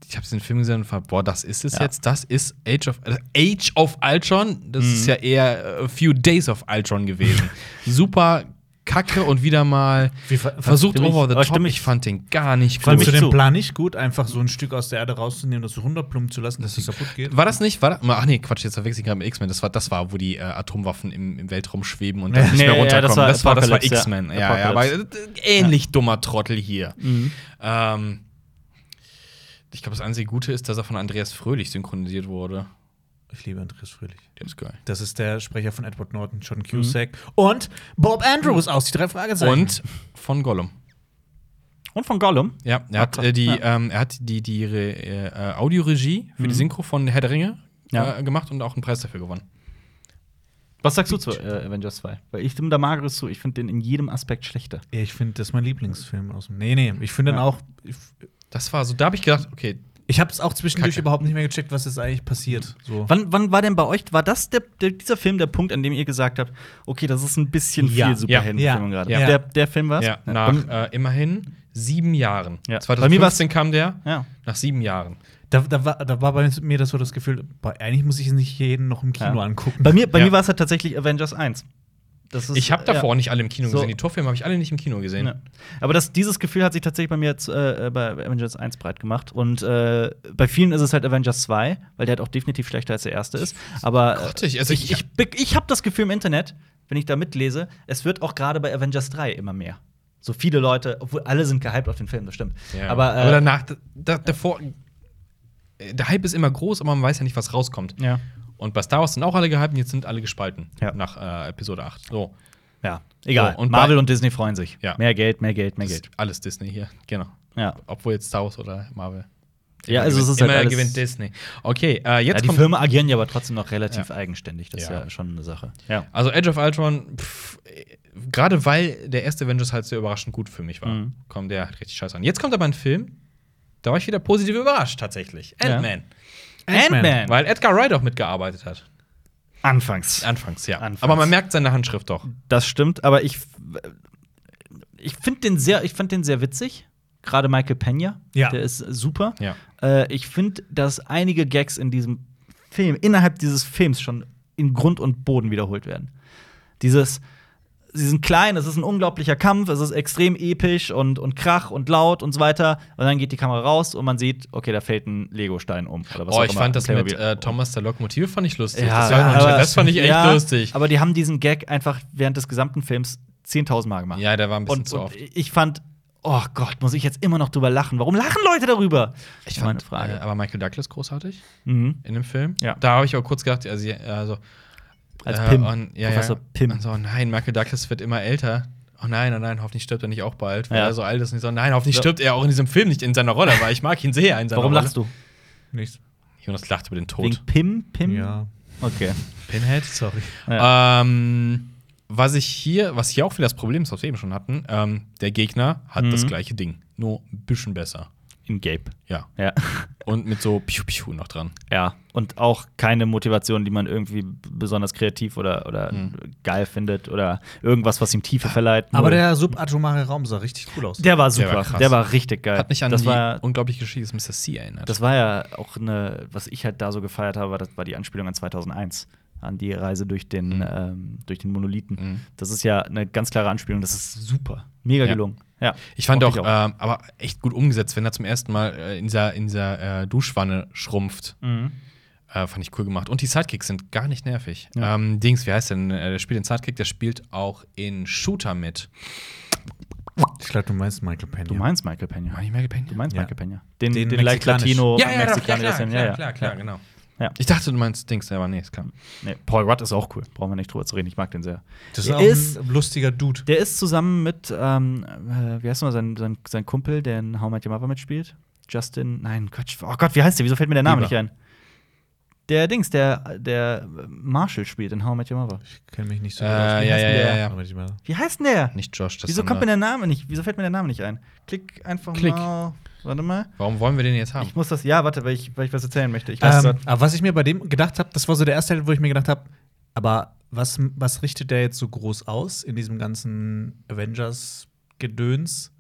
[SPEAKER 3] ich habe den Film gesehen und war, boah, das ist es
[SPEAKER 1] Ja.
[SPEAKER 3] jetzt, das ist Age of äh, Age of Ultron. Das ist ja eher äh, A Few Days of Ultron gewesen. Super Kacke und wieder mal
[SPEAKER 2] Wie ver-
[SPEAKER 3] versucht
[SPEAKER 1] stimme ich-
[SPEAKER 3] over the
[SPEAKER 1] aber
[SPEAKER 3] top.
[SPEAKER 1] stimme ich-
[SPEAKER 3] ich fand den gar nicht
[SPEAKER 1] Fand
[SPEAKER 3] gut.
[SPEAKER 2] Fandst du
[SPEAKER 1] mich
[SPEAKER 2] den
[SPEAKER 1] zu.
[SPEAKER 2] Plan nicht gut, einfach so ein Stück aus der Erde rauszunehmen, das so runterplumpen zu lassen, dass es kaputt geht?
[SPEAKER 3] War das nicht? War das, ach nee, Quatsch, jetzt verwechsel ich gerade mit X-Men. Das war, das war, wo die äh, Atomwaffen im, im Weltraum schweben und dann
[SPEAKER 2] Ja.
[SPEAKER 3] nicht
[SPEAKER 1] Nee,
[SPEAKER 3] mehr
[SPEAKER 1] ja, ja, das
[SPEAKER 3] runterkommen.
[SPEAKER 1] war
[SPEAKER 3] das war, das war
[SPEAKER 1] Apocalypse, Mhm. ja.
[SPEAKER 3] X-Men. Ja, ja, aber äh, ähnlich dummer Trottel hier. Ähm, ich glaube, das einzige Gute ist, dass er von Andreas Fröhlich synchronisiert wurde.
[SPEAKER 2] Ich liebe Andreas Fröhlich.
[SPEAKER 3] Der ist geil.
[SPEAKER 2] Das ist der Sprecher von Edward Norton, John Cusack und Bob Andrews aus die drei Fragezeichen.
[SPEAKER 3] Und von Gollum.
[SPEAKER 1] Und von Gollum.
[SPEAKER 3] Ja, er hat, äh, die, ähm, er hat die, die Re, äh, äh, Audioregie für die Synchro von Herr der Ringe
[SPEAKER 1] Mhm. Ja.
[SPEAKER 3] äh, gemacht und auch einen Preis dafür gewonnen.
[SPEAKER 1] Was sagst du zu äh, Avengers 2? Weil ich stimme da Marius zu. Ich finde den in jedem Aspekt schlechter.
[SPEAKER 2] Ja, ich finde, das ist mein Lieblingsfilm aus dem. Nee, nee, ich finde
[SPEAKER 1] Ja.
[SPEAKER 2] dann auch. Ich,
[SPEAKER 3] Das war so, da habe ich gedacht, okay,
[SPEAKER 2] Ich habe es auch zwischendurch
[SPEAKER 3] Kacke.
[SPEAKER 2] überhaupt nicht mehr gecheckt, was jetzt eigentlich passiert. So.
[SPEAKER 1] Wann, wann war denn bei euch, war das der, der, dieser Film der Punkt, an dem ihr gesagt habt, okay, das ist ein bisschen
[SPEAKER 2] Ja.
[SPEAKER 1] viel Superheldenfilm
[SPEAKER 2] Ja.
[SPEAKER 1] gerade?
[SPEAKER 2] Ja.
[SPEAKER 1] Der, der Film war's?
[SPEAKER 3] Ja, nach äh, immerhin sieben Jahren.
[SPEAKER 1] Ja. Bei mir war's-
[SPEAKER 3] 2015 kam der.
[SPEAKER 1] Ja.
[SPEAKER 3] Nach sieben Jahren.
[SPEAKER 2] Da, da, war, da war bei mir das so das Gefühl, boah, eigentlich muss ich es nicht jeden noch im Kino
[SPEAKER 1] Ja.
[SPEAKER 2] angucken.
[SPEAKER 1] Bei mir, bei
[SPEAKER 3] Ja.
[SPEAKER 1] mir war es halt tatsächlich Avengers 1. Das ist- äh,
[SPEAKER 3] Ich habe davor nicht alle im Kino
[SPEAKER 1] So.
[SPEAKER 3] gesehen. Die Torfilme habe ich alle nicht im Kino
[SPEAKER 1] Ja.
[SPEAKER 3] gesehen.
[SPEAKER 1] Ja. Aber das, dieses Gefühl hat sich tatsächlich bei mir jetzt äh, bei Avengers 1 breit gemacht. Und äh, bei vielen ist es halt Avengers 2, weil der halt auch definitiv schlechter als der erste ist. Aber äh,
[SPEAKER 3] Gott, ich- also
[SPEAKER 1] ich,
[SPEAKER 3] ich-
[SPEAKER 1] ich, ich, ich habe das Gefühl im Internet, wenn ich da mitlese, es wird auch gerade bei Avengers 3 immer mehr. So viele Leute, obwohl alle sind gehypt auf den Film, das stimmt.
[SPEAKER 3] Ja.
[SPEAKER 1] Aber, äh,
[SPEAKER 3] danach, da, davor, äh, der Hype ist immer groß, aber man weiß ja nicht, was rauskommt.
[SPEAKER 1] ja.
[SPEAKER 3] Und bei Star Wars sind auch alle gehypt und jetzt sind alle gespalten
[SPEAKER 1] Ja.
[SPEAKER 3] nach äh, Episode 8. So,
[SPEAKER 1] Ja, egal.
[SPEAKER 3] So, und
[SPEAKER 1] Marvel
[SPEAKER 3] bei-
[SPEAKER 1] und Disney freuen sich.
[SPEAKER 3] Ja.
[SPEAKER 1] Mehr Geld, mehr Geld, mehr
[SPEAKER 3] das
[SPEAKER 1] Geld.
[SPEAKER 3] ist alles Disney hier. Genau.
[SPEAKER 1] Ja.
[SPEAKER 3] Obwohl jetzt Star Wars oder Marvel.
[SPEAKER 1] Ja, also es
[SPEAKER 3] gewinnt,
[SPEAKER 1] ist halt
[SPEAKER 3] immer
[SPEAKER 1] alles-
[SPEAKER 3] gewinnt Disney. Okay, äh,
[SPEAKER 1] ja,
[SPEAKER 3] jetzt
[SPEAKER 1] die
[SPEAKER 3] kommt
[SPEAKER 1] Filme agieren ja aber trotzdem noch relativ eigenständig. Das ist
[SPEAKER 3] Ja.
[SPEAKER 1] ja schon eine Sache. Ja.
[SPEAKER 3] Also Edge of Ultron, pff, äh, gerade weil der erste Avengers halt so überraschend gut für mich war,
[SPEAKER 1] Mhm.
[SPEAKER 3] kommt der halt richtig scheiße an. Jetzt kommt aber ein Film, da war ich wieder positiv überrascht tatsächlich.
[SPEAKER 1] Ja.
[SPEAKER 3] Ant-Man.
[SPEAKER 2] Ant-Man.
[SPEAKER 3] Weil Edgar Wright auch mitgearbeitet hat.
[SPEAKER 1] Anfangs.
[SPEAKER 3] Anfangs, ja.
[SPEAKER 1] Anfangs.
[SPEAKER 3] Aber man merkt seine Handschrift doch.
[SPEAKER 1] Das stimmt, aber ich, ich finde den sehr, ich fand den sehr witzig. Gerade Michael Pena,
[SPEAKER 2] Ja.
[SPEAKER 1] der ist super.
[SPEAKER 3] Ja.
[SPEAKER 1] Äh, ich finde, dass einige Gags in diesem Film, innerhalb dieses Films schon in Grund und Boden wiederholt werden. Dieses, sie sind klein, es ist ein unglaublicher Kampf, es ist extrem episch und, und krach und laut und so weiter. Und dann geht die Kamera raus und man sieht, okay, da fällt ein Lego-Stein um. Oder was
[SPEAKER 3] oh,
[SPEAKER 1] auch
[SPEAKER 3] ich
[SPEAKER 1] immer,
[SPEAKER 3] fand das
[SPEAKER 1] ein
[SPEAKER 3] mit
[SPEAKER 1] Playmobil.
[SPEAKER 3] äh, Thomas der Lokomotive fand ich lustig.
[SPEAKER 1] Ja,
[SPEAKER 3] das, war,
[SPEAKER 1] aber-
[SPEAKER 3] das fand ich echt
[SPEAKER 1] ja,
[SPEAKER 3] lustig.
[SPEAKER 1] Aber die haben diesen Gag einfach während des gesamten Films 10.000 Mal gemacht.
[SPEAKER 3] Ja, der war ein bisschen
[SPEAKER 1] und,
[SPEAKER 3] zu
[SPEAKER 1] und
[SPEAKER 3] oft.
[SPEAKER 1] ich fand, oh Gott, muss ich jetzt immer noch drüber lachen? Warum lachen Leute darüber?
[SPEAKER 3] Ich
[SPEAKER 1] Meine
[SPEAKER 3] fand,
[SPEAKER 1] Frage.
[SPEAKER 3] Äh, aber Michael Douglas großartig
[SPEAKER 1] Mhm.
[SPEAKER 3] in dem Film.
[SPEAKER 1] Ja.
[SPEAKER 3] Da habe ich auch kurz gedacht, also, also
[SPEAKER 1] Als
[SPEAKER 3] Äh,
[SPEAKER 1] Pim,
[SPEAKER 3] und- ja,
[SPEAKER 1] Professor
[SPEAKER 3] ja.
[SPEAKER 1] Pim.
[SPEAKER 3] Und so, oh nein, Michael Douglas wird immer älter. Oh nein, oh nein, hoffentlich stirbt er nicht auch bald, weil
[SPEAKER 1] Ja.
[SPEAKER 3] er so alt ist. Und ich so, nein, hoffentlich
[SPEAKER 1] Ja.
[SPEAKER 3] stirbt er auch in diesem Film nicht in seiner Rolle, weil ich mag ihn sehr in seiner
[SPEAKER 1] Warum
[SPEAKER 3] Rolle.
[SPEAKER 1] lachst du?
[SPEAKER 2] Nichts.
[SPEAKER 3] du? Jonas lacht über den Tod.
[SPEAKER 1] Wegen Pim? Pim?
[SPEAKER 2] Ja,
[SPEAKER 1] Okay.
[SPEAKER 3] Pinhead?
[SPEAKER 2] sorry.
[SPEAKER 3] Ähm, was ich hier, was hier auch wieder das Problem ist, was wir eben schon hatten, ähm, der Gegner hat
[SPEAKER 1] Mhm.
[SPEAKER 3] das gleiche Ding, nur ein bisschen besser.
[SPEAKER 1] In Gape.
[SPEAKER 3] Ja.
[SPEAKER 1] Ja. *laughs*
[SPEAKER 3] Und mit so Piu Piu noch dran.
[SPEAKER 1] ja. Und auch keine Motivation, die man irgendwie besonders kreativ oder, oder
[SPEAKER 3] Hm.
[SPEAKER 1] geil findet oder irgendwas, was ihm Tiefe verleiht.
[SPEAKER 2] Aber
[SPEAKER 1] Null.
[SPEAKER 2] der subatomare Raum sah richtig cool aus.
[SPEAKER 1] der war
[SPEAKER 3] Der
[SPEAKER 1] super.
[SPEAKER 3] war
[SPEAKER 1] Der war,
[SPEAKER 3] krass.
[SPEAKER 1] richtig geil.
[SPEAKER 3] Hat mich an
[SPEAKER 1] Äh, das
[SPEAKER 3] die
[SPEAKER 1] war
[SPEAKER 3] unglaubliche Geschichte des Mr. C erinnert.
[SPEAKER 1] Das war ja auch eine, was ich halt da so gefeiert habe, das war die Anspielung an 2001, an die Reise durch den,
[SPEAKER 3] Mhm.
[SPEAKER 1] ähm, durch den Monolithen.
[SPEAKER 3] Mhm.
[SPEAKER 1] Das ist ja eine ganz klare Anspielung, das ist super, mega
[SPEAKER 3] Ja.
[SPEAKER 1] gelungen. Ja,
[SPEAKER 3] Ich fand
[SPEAKER 1] Mochte
[SPEAKER 3] auch, ähm, aber echt gut umgesetzt, wenn er zum ersten Mal äh, in dieser, in dieser äh, Duschwanne schrumpft.
[SPEAKER 1] Mhm.
[SPEAKER 3] Äh, fand ich cool gemacht. Und die Sidekicks sind gar nicht nervig.
[SPEAKER 1] Ja.
[SPEAKER 3] Ähm, Dings, wie heißt denn? Äh, der spielt den Sidekick, der spielt auch in Shooter mit.
[SPEAKER 2] Ich glaube, du meinst Michael Pena.
[SPEAKER 1] Du meinst Michael Pena.
[SPEAKER 3] War ich Michael Payne?
[SPEAKER 1] Du meinst
[SPEAKER 2] Ja.
[SPEAKER 1] Michael Pena. Den, den,
[SPEAKER 2] Den
[SPEAKER 1] leicht
[SPEAKER 2] mexikanisch.
[SPEAKER 1] Latino,
[SPEAKER 3] Ja, ja, doch, ja,
[SPEAKER 1] Mexikaner,
[SPEAKER 3] klar,
[SPEAKER 1] das
[SPEAKER 3] klar,
[SPEAKER 1] sind-
[SPEAKER 3] klar, klar, genau.
[SPEAKER 1] Ja.
[SPEAKER 3] Ich dachte, du meinst Dings, aber nee, ist klar.
[SPEAKER 1] Nee, Paul Rudd ist auch cool, brauchen wir nicht drüber zu reden, ich mag den sehr.
[SPEAKER 2] Das
[SPEAKER 1] Der
[SPEAKER 2] ist auch
[SPEAKER 1] ist-
[SPEAKER 2] ein lustiger Dude.
[SPEAKER 1] Der ist zusammen mit, ähm, äh, wie heißt nochmal sein, sein, sein Kumpel, der in How Might Your Mother mitspielt? Justin, nein, Quatsch. Oh Gott, wie heißt der? Wieso fällt mir der Name
[SPEAKER 3] Bieber.
[SPEAKER 1] nicht ein? Der Dings, der, der Marshall spielt in How Might Your Mother.
[SPEAKER 2] Ich kenne mich nicht so
[SPEAKER 3] Äh,
[SPEAKER 2] gut aus. Wie
[SPEAKER 3] ja,
[SPEAKER 2] heißt
[SPEAKER 3] ja,
[SPEAKER 2] denn
[SPEAKER 3] ja,
[SPEAKER 2] der?
[SPEAKER 3] ja.
[SPEAKER 2] Warte mal, warte mal.
[SPEAKER 1] Wie heißt denn der?
[SPEAKER 3] Nicht Josh, das
[SPEAKER 1] Wieso kommt mir
[SPEAKER 3] andere.
[SPEAKER 1] der Name nicht? Wieso fällt mir der Name nicht ein? Klick einfach
[SPEAKER 3] Klick.
[SPEAKER 1] mal. Warte mal.
[SPEAKER 3] Warum wollen wir den jetzt haben?
[SPEAKER 1] Ich muss das, ja, warte, weil ich, weil ich was erzählen möchte. Ich weiß
[SPEAKER 2] Ähm,
[SPEAKER 1] grad-
[SPEAKER 2] aber was ich mir bei dem gedacht habe, das war so der erste Teil, wo ich mir gedacht habe, aber was, was richtet der jetzt so groß aus in diesem ganzen Avengers-Gedöns?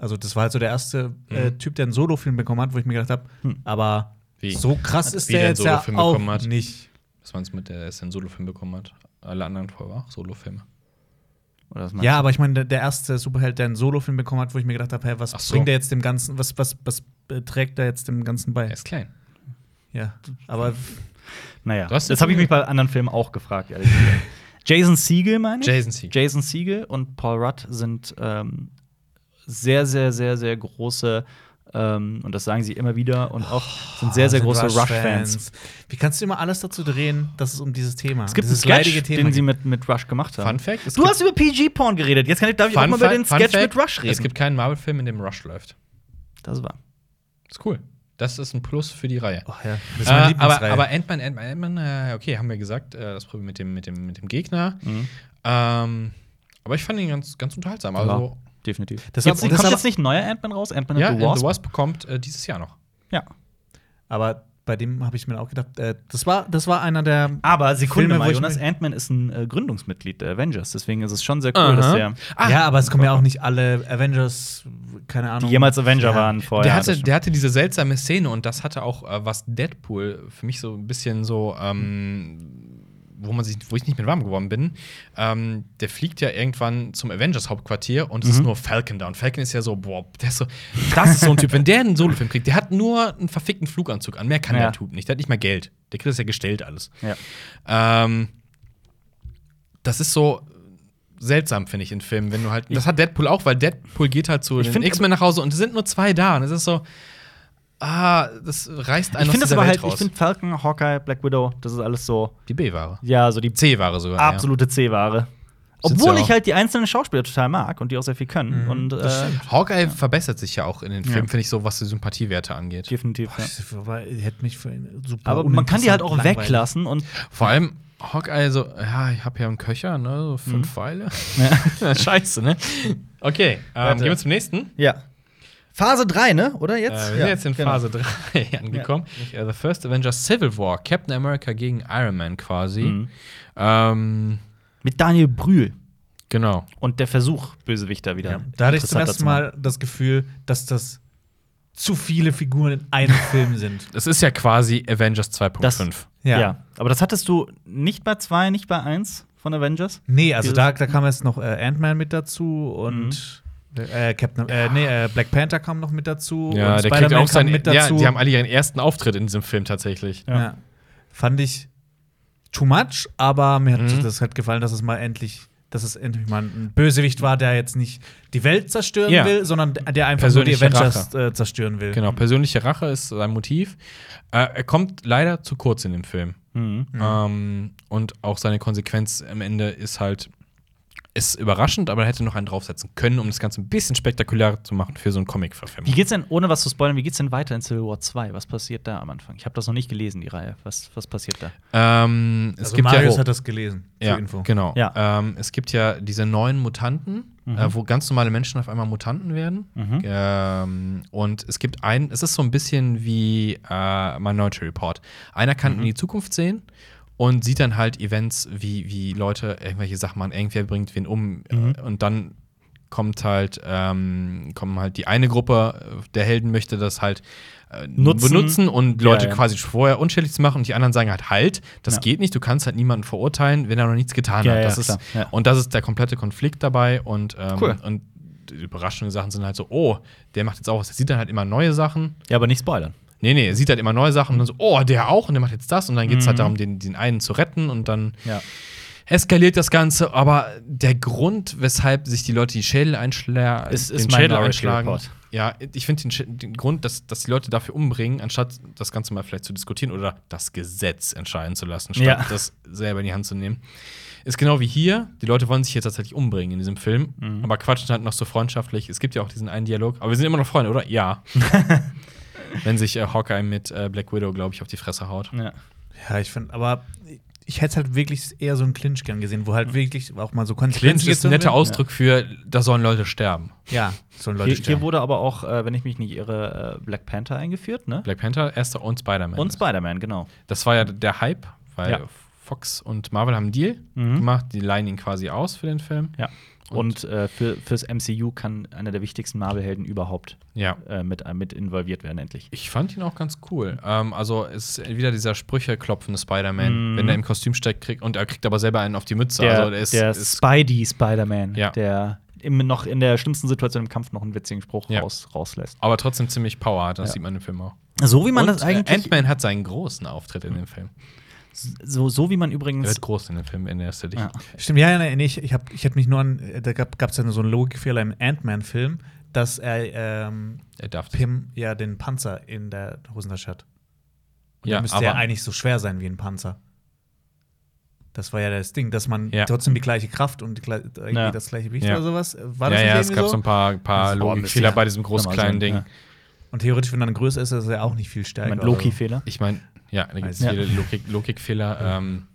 [SPEAKER 2] Also, das war halt so der erste äh, Typ, der einen Solo-Film bekommen hat, wo ich mir gedacht habe, aber
[SPEAKER 3] Mhm. Hm. Wie?
[SPEAKER 2] so krass ist
[SPEAKER 3] Wie
[SPEAKER 2] der
[SPEAKER 3] der einen
[SPEAKER 2] jetzt ja
[SPEAKER 3] Solo-Film
[SPEAKER 2] auch
[SPEAKER 3] bekommen hat?
[SPEAKER 2] nicht.
[SPEAKER 3] Dass man es mit der ersten Solo-Film bekommen hat. Alle anderen vorher waren auch Solo-Filme.
[SPEAKER 1] Oder was meinst
[SPEAKER 2] Ja, aber ich meine, der, der erste Superheld, der einen Solo-Film bekommen hat, wo ich mir gedacht habe, hey, was
[SPEAKER 3] Ach so.
[SPEAKER 2] bringt der jetzt dem Ganzen, was, was, was äh, trägt er jetzt dem Ganzen bei?
[SPEAKER 3] Er ist klein.
[SPEAKER 2] Ja, aber
[SPEAKER 1] du? Naja,
[SPEAKER 3] Du hast
[SPEAKER 1] das habe ich mich bei anderen Filmen auch gefragt, ehrlich
[SPEAKER 3] *laughs*
[SPEAKER 1] gesagt. Jason Siegel, meine ich?
[SPEAKER 3] Jason Siegel.
[SPEAKER 1] Jason Siegel und Paul Rudd sind ähm, sehr, sehr, sehr, sehr große, ähm, und das sagen sie immer wieder, und auch sind sehr, sehr
[SPEAKER 2] Oh, Ah, sind
[SPEAKER 1] große
[SPEAKER 2] Rush-Fans.
[SPEAKER 1] Rush-Fans.
[SPEAKER 2] Wie kannst du immer alles dazu drehen, dass es um dieses Thema
[SPEAKER 1] es gibt einen
[SPEAKER 2] dieses
[SPEAKER 1] Sketch, den sie
[SPEAKER 2] gibt?
[SPEAKER 1] mit, mit Rush gemacht haben.
[SPEAKER 3] Fun Fact, es
[SPEAKER 1] du
[SPEAKER 3] gibt-
[SPEAKER 1] hast über PG-Porn geredet. Jetzt kann ich, darf ich auch mal über
[SPEAKER 3] Fact-
[SPEAKER 1] den Sketch
[SPEAKER 3] Fact,
[SPEAKER 1] mit Rush reden.
[SPEAKER 3] Es gibt keinen Marvel-Film, in dem Rush läuft.
[SPEAKER 1] das war.
[SPEAKER 3] Ist cool. Das ist ein Plus für die Reihe.
[SPEAKER 2] Oh, ja. Das
[SPEAKER 3] Äh,
[SPEAKER 2] ist meine
[SPEAKER 3] aber,
[SPEAKER 2] Lieblingsreihe.
[SPEAKER 3] aber Ant-Man, Ant-Man, Ant-Man, äh, okay, haben wir gesagt, äh, das Problem mit dem, mit dem, mit dem Gegner.
[SPEAKER 2] Mhm.
[SPEAKER 3] Ähm, aber ich fand ihn ganz, ganz unterhaltsam. Also,
[SPEAKER 1] ja, definitiv.
[SPEAKER 2] Das
[SPEAKER 1] Jetzt,
[SPEAKER 2] war- das
[SPEAKER 1] kommt
[SPEAKER 2] war-
[SPEAKER 1] jetzt nicht ein neuer Ant-Man raus? Ant-Man
[SPEAKER 3] ja, also
[SPEAKER 1] and
[SPEAKER 3] and
[SPEAKER 1] the Wasp?
[SPEAKER 3] The Wasp bekommt äh, dieses Jahr noch.
[SPEAKER 1] Ja.
[SPEAKER 2] Aber bei dem habe ich mir auch gedacht, äh, das, war, das war einer der.
[SPEAKER 1] Aber Sekunde
[SPEAKER 2] Filme, wo
[SPEAKER 1] mal,
[SPEAKER 2] ich
[SPEAKER 1] Jonas
[SPEAKER 2] mich-
[SPEAKER 1] Ant-Man ist ein äh, Gründungsmitglied der Avengers, deswegen ist es schon sehr cool,
[SPEAKER 3] Aha.
[SPEAKER 1] dass der,
[SPEAKER 3] Ah,
[SPEAKER 2] ja, aber es kommen ja auch nicht alle Avengers, keine Ahnung.
[SPEAKER 1] die jemals Avenger
[SPEAKER 2] Ja.
[SPEAKER 1] waren vorher.
[SPEAKER 3] Der
[SPEAKER 1] das
[SPEAKER 3] hatte,
[SPEAKER 1] stimmt.
[SPEAKER 3] der hatte diese seltsame Szene und das hatte auch äh, was Deadpool für mich so ein bisschen so, ähm, wo man sich, wo ich nicht mit warm geworden bin. Ähm, der fliegt ja irgendwann zum Avengers Hauptquartier und es
[SPEAKER 1] Mhm.
[SPEAKER 3] ist nur Falcon da und Falcon ist ja so, boah, der ist so, das ist so ein Typ. Wenn der einen Solofilm kriegt, der hat nur einen verfickten Fluganzug an, mehr kann
[SPEAKER 1] Ja.
[SPEAKER 3] der Typ nicht. Der hat nicht mal Geld. Der kriegt das ja gestellt alles.
[SPEAKER 1] Ja.
[SPEAKER 3] Ähm, das ist so seltsam, finde ich, in Filmen, wenn du halt. Das hat Deadpool auch, weil Deadpool geht halt zu
[SPEAKER 1] Ich
[SPEAKER 3] den
[SPEAKER 1] find-
[SPEAKER 3] X-Men nach Hause und es sind nur zwei da. Und es ist so, ah, das reißt einen
[SPEAKER 1] Ich
[SPEAKER 3] aus
[SPEAKER 1] finde das
[SPEAKER 3] dieser
[SPEAKER 1] aber
[SPEAKER 3] Welt
[SPEAKER 1] halt, ich
[SPEAKER 3] raus.
[SPEAKER 1] finde Falcon, Hawkeye, Black Widow, das ist alles so,
[SPEAKER 3] die B-Ware.
[SPEAKER 1] ja, so die
[SPEAKER 3] C-Ware sogar.
[SPEAKER 1] absolute C-Ware.
[SPEAKER 3] Sind's
[SPEAKER 1] Obwohl
[SPEAKER 3] ja
[SPEAKER 1] ich
[SPEAKER 3] auch.
[SPEAKER 1] halt die einzelnen Schauspieler total mag und die auch sehr viel können. und äh,
[SPEAKER 3] Ja. Hawkeye verbessert sich ja auch in den Filmen,
[SPEAKER 1] Ja.
[SPEAKER 3] finde ich, so was die Sympathiewerte angeht.
[SPEAKER 1] äh, definitiv. Ja.
[SPEAKER 2] Ich- Aber hätte mich für ihn super
[SPEAKER 1] Aber man kann die halt auch
[SPEAKER 2] uninteressant langweilig.
[SPEAKER 1] weglassen und
[SPEAKER 3] Vor allem Hawkeye so, ja, ich habe ja einen Köcher, ne, so
[SPEAKER 1] Mhm.
[SPEAKER 3] fünf Pfeile. *laughs* Scheiße, ne? Okay, ähm,
[SPEAKER 1] Warte.
[SPEAKER 3] gehen wir zum nächsten.
[SPEAKER 1] ja. Phase 3, ne? Oder jetzt?
[SPEAKER 3] Äh, wir sind jetzt in
[SPEAKER 2] genau.
[SPEAKER 3] Phase 3 *laughs* angekommen. Äh, The First Avengers Civil War, Captain America gegen Iron Man quasi.
[SPEAKER 2] Mhm.
[SPEAKER 3] Ähm,
[SPEAKER 1] Mhm. Mit Daniel Brühl
[SPEAKER 3] genau.
[SPEAKER 1] und der Versuch, Bösewichter wieder.
[SPEAKER 2] Ja. Da hatte ich zum
[SPEAKER 1] interessanter
[SPEAKER 2] ersten
[SPEAKER 1] zu machen.
[SPEAKER 2] Mal das Gefühl, dass das zu viele Figuren in
[SPEAKER 1] *laughs*
[SPEAKER 2] einem Film sind.
[SPEAKER 3] Das ist ja quasi Avengers
[SPEAKER 1] Das-
[SPEAKER 3] 2.5.
[SPEAKER 1] Ja. Aber das hattest du nicht bei 2, nicht bei 1 von Avengers?
[SPEAKER 2] Nee, also
[SPEAKER 1] Dieses-
[SPEAKER 2] da, da kam jetzt noch äh, Ant-Man mit dazu und
[SPEAKER 1] Hm.
[SPEAKER 2] äh, Captain, äh, nee, äh, Black Panther kam noch mit dazu.
[SPEAKER 3] Ja,
[SPEAKER 2] und
[SPEAKER 3] der kriegt
[SPEAKER 2] Spider-Man kam
[SPEAKER 3] auch seinen,
[SPEAKER 2] mit
[SPEAKER 3] ja,
[SPEAKER 2] dazu.
[SPEAKER 3] die haben alle ihren ersten Auftritt in diesem Film tatsächlich.
[SPEAKER 1] Ja.
[SPEAKER 2] ja. Fand ich too much, aber mir hat
[SPEAKER 3] Mhm.
[SPEAKER 2] das hat gefallen, dass es mal endlich, dass es endlich mal ein Bösewicht war, der jetzt nicht die Welt zerstören
[SPEAKER 3] Ja.
[SPEAKER 2] will, sondern der einfach
[SPEAKER 3] Persönliche
[SPEAKER 2] nur die Avengers äh, zerstören will.
[SPEAKER 3] Genau, persönliche Rache ist sein Motiv. Äh, er kommt leider zu kurz in dem Film.
[SPEAKER 2] Mhm.
[SPEAKER 3] Ähm, und auch seine Konsequenz am Ende ist halt ist überraschend, aber er hätte noch einen draufsetzen können, um das Ganze ein bisschen spektakulärer zu machen für so einen
[SPEAKER 1] Wie
[SPEAKER 3] Comic-Verfilmung.
[SPEAKER 1] geht's denn, ohne was zu spoilern, wie geht's denn weiter in Civil War 2? Was passiert da am Anfang? Ich habe das noch nicht gelesen, die Reihe. Was, was passiert da?
[SPEAKER 3] Ähm, es
[SPEAKER 2] Also
[SPEAKER 3] gibt ja
[SPEAKER 2] Marius
[SPEAKER 3] Hope.
[SPEAKER 2] hat das gelesen,
[SPEAKER 3] Ja,
[SPEAKER 2] zur Info.
[SPEAKER 3] genau.
[SPEAKER 1] Ja. Mhm.
[SPEAKER 3] Ähm, es gibt ja diese neuen Mutanten, äh, wo ganz normale Menschen auf einmal Mutanten werden. Ähm, und es gibt einen, es ist so ein bisschen wie äh, Minority Report. Einer kann
[SPEAKER 1] Mhm.
[SPEAKER 3] in die Zukunft sehen und sieht dann halt Events, wie, wie Leute irgendwelche Sachen machen, irgendwer bringt wen um
[SPEAKER 1] Mhm.
[SPEAKER 3] äh, und dann kommt halt ähm, kommen halt die eine Gruppe äh, der Helden möchte das halt äh,
[SPEAKER 1] Nutzen.
[SPEAKER 3] benutzen und Leute
[SPEAKER 1] ja.
[SPEAKER 3] quasi vorher unschädlich zu machen und die anderen sagen halt halt das
[SPEAKER 1] Ja.
[SPEAKER 3] geht nicht du kannst halt niemanden verurteilen wenn er noch nichts getan
[SPEAKER 1] Ja,
[SPEAKER 3] hat
[SPEAKER 1] ja,
[SPEAKER 3] das ist,
[SPEAKER 1] klar, ja.
[SPEAKER 3] und das ist der komplette Konflikt dabei und ähm,
[SPEAKER 1] Cool.
[SPEAKER 3] und die überraschende Sachen sind halt so oh der macht jetzt auch was er sieht dann halt immer neue Sachen
[SPEAKER 1] Ja, aber nicht spoilern.
[SPEAKER 3] Nee, nee, er sieht halt immer neue Sachen und dann so, oh, der auch und der macht jetzt das und dann geht es halt darum, den, den einen zu retten und dann
[SPEAKER 1] Mhm. Ja.
[SPEAKER 3] eskaliert das Ganze, aber der Grund, weshalb sich die Leute die Schädel, einschla
[SPEAKER 1] Es ist
[SPEAKER 3] den Schädel
[SPEAKER 1] Minority
[SPEAKER 3] einschlagen,
[SPEAKER 1] Report.
[SPEAKER 3] ja, ich finde den, Sch- den Grund, dass, dass die Leute dafür umbringen, anstatt das Ganze mal vielleicht zu diskutieren oder das Gesetz entscheiden zu lassen, statt
[SPEAKER 1] Ja.
[SPEAKER 3] das selber in die Hand zu nehmen, ist genau wie hier. Die Leute wollen sich jetzt tatsächlich umbringen in diesem Film,
[SPEAKER 1] Mhm.
[SPEAKER 3] aber quatschen halt noch so freundschaftlich. Es gibt ja auch diesen einen Dialog, aber wir sind immer noch Freunde, oder?
[SPEAKER 1] *laughs*
[SPEAKER 3] Ja. Wenn sich äh, Hawkeye mit äh, Black Widow, glaube ich, auf die Fresse haut.
[SPEAKER 1] Ja.
[SPEAKER 2] Ja, ich finde, aber ich hätte halt wirklich eher so einen Clinch gern gesehen, wo halt wirklich auch mal so Konsequenzen
[SPEAKER 3] Mhm. Clinch ist
[SPEAKER 2] gezogen
[SPEAKER 3] ein netter
[SPEAKER 2] werden.
[SPEAKER 3] Ausdruck für, da sollen Leute sterben.
[SPEAKER 2] Ja, sollen Leute
[SPEAKER 1] Hier,
[SPEAKER 2] sterben.
[SPEAKER 1] hier wurde aber auch, äh, wenn ich mich nicht irre, äh, Black Panther eingeführt, ne?
[SPEAKER 3] Black Panther, erster und Spider-Man.
[SPEAKER 1] Und Spider-Man, genau.
[SPEAKER 3] Das war ja der Hype, weil
[SPEAKER 1] Ja. Mhm.
[SPEAKER 3] Fox und Marvel haben einen Deal gemacht, die leihen ihn quasi aus für den Film.
[SPEAKER 1] Ja. Und, äh, für, fürs MCU kann einer der wichtigsten Marvel-Helden überhaupt
[SPEAKER 3] Ja.
[SPEAKER 1] äh, mit, mit involviert werden, endlich.
[SPEAKER 3] Ich fand ihn auch ganz cool. Ähm, also es ist wieder dieser Sprüche-klopfende Spider-Man, wenn er im Kostüm steckt kriegt und er kriegt aber selber einen auf die Mütze. also der ist,
[SPEAKER 1] der
[SPEAKER 3] ist
[SPEAKER 1] Spidey Spider-Man,
[SPEAKER 3] Ja.
[SPEAKER 1] der immer noch in der schlimmsten Situation im Kampf noch einen witzigen Spruch
[SPEAKER 3] Ja.
[SPEAKER 1] raus, rauslässt.
[SPEAKER 3] aber trotzdem ziemlich Power hat. Das sieht man im Film auch.
[SPEAKER 1] So wie man
[SPEAKER 3] und,
[SPEAKER 1] das eigentlich.
[SPEAKER 3] äh, Ant-Man hat seinen großen Auftritt in dem Film.
[SPEAKER 1] äh, so, so wie man
[SPEAKER 3] Er
[SPEAKER 1] übrigens.
[SPEAKER 3] wird groß in dem Film, erinnerst du dich?
[SPEAKER 1] Ja.
[SPEAKER 2] Stimmt, ja, ja, nee, nee, ich, ich, hab- ich hätte mich nur an, äh, da gab es ja so einen Logikfehler im Ant-Man-Film, dass er ähm,
[SPEAKER 3] Er darf.
[SPEAKER 2] Pim ja den Panzer in der Hosentasche hat. Und
[SPEAKER 3] Ja,
[SPEAKER 2] ja, müsste
[SPEAKER 3] aber-
[SPEAKER 2] ja eigentlich so schwer sein wie ein Panzer. Das war ja das Ding, dass man
[SPEAKER 3] Ja.
[SPEAKER 2] trotzdem die gleiche Kraft und die, gle- irgendwie
[SPEAKER 1] Ja.
[SPEAKER 2] das gleiche Gewicht
[SPEAKER 3] Ja.
[SPEAKER 2] oder sowas. äh, War das
[SPEAKER 3] Ja,
[SPEAKER 2] nicht
[SPEAKER 3] ja, es
[SPEAKER 2] irgendwie
[SPEAKER 3] gab so
[SPEAKER 2] so?
[SPEAKER 3] ein paar, paar
[SPEAKER 1] Boah,
[SPEAKER 3] Logikfehler
[SPEAKER 1] Mist, ja. also,
[SPEAKER 3] bei diesem groß-kleinen Ding.
[SPEAKER 1] Ja.
[SPEAKER 2] Und theoretisch, wenn er dann größer ist, ist er ja auch nicht viel stärker.
[SPEAKER 3] also
[SPEAKER 2] Also,
[SPEAKER 1] Moment,
[SPEAKER 2] oder so.
[SPEAKER 1] Loki-Fehler.
[SPEAKER 3] Ich meine, ja, da gibt es
[SPEAKER 1] Ja.
[SPEAKER 3] viele Logik, Logikfehler. Ähm,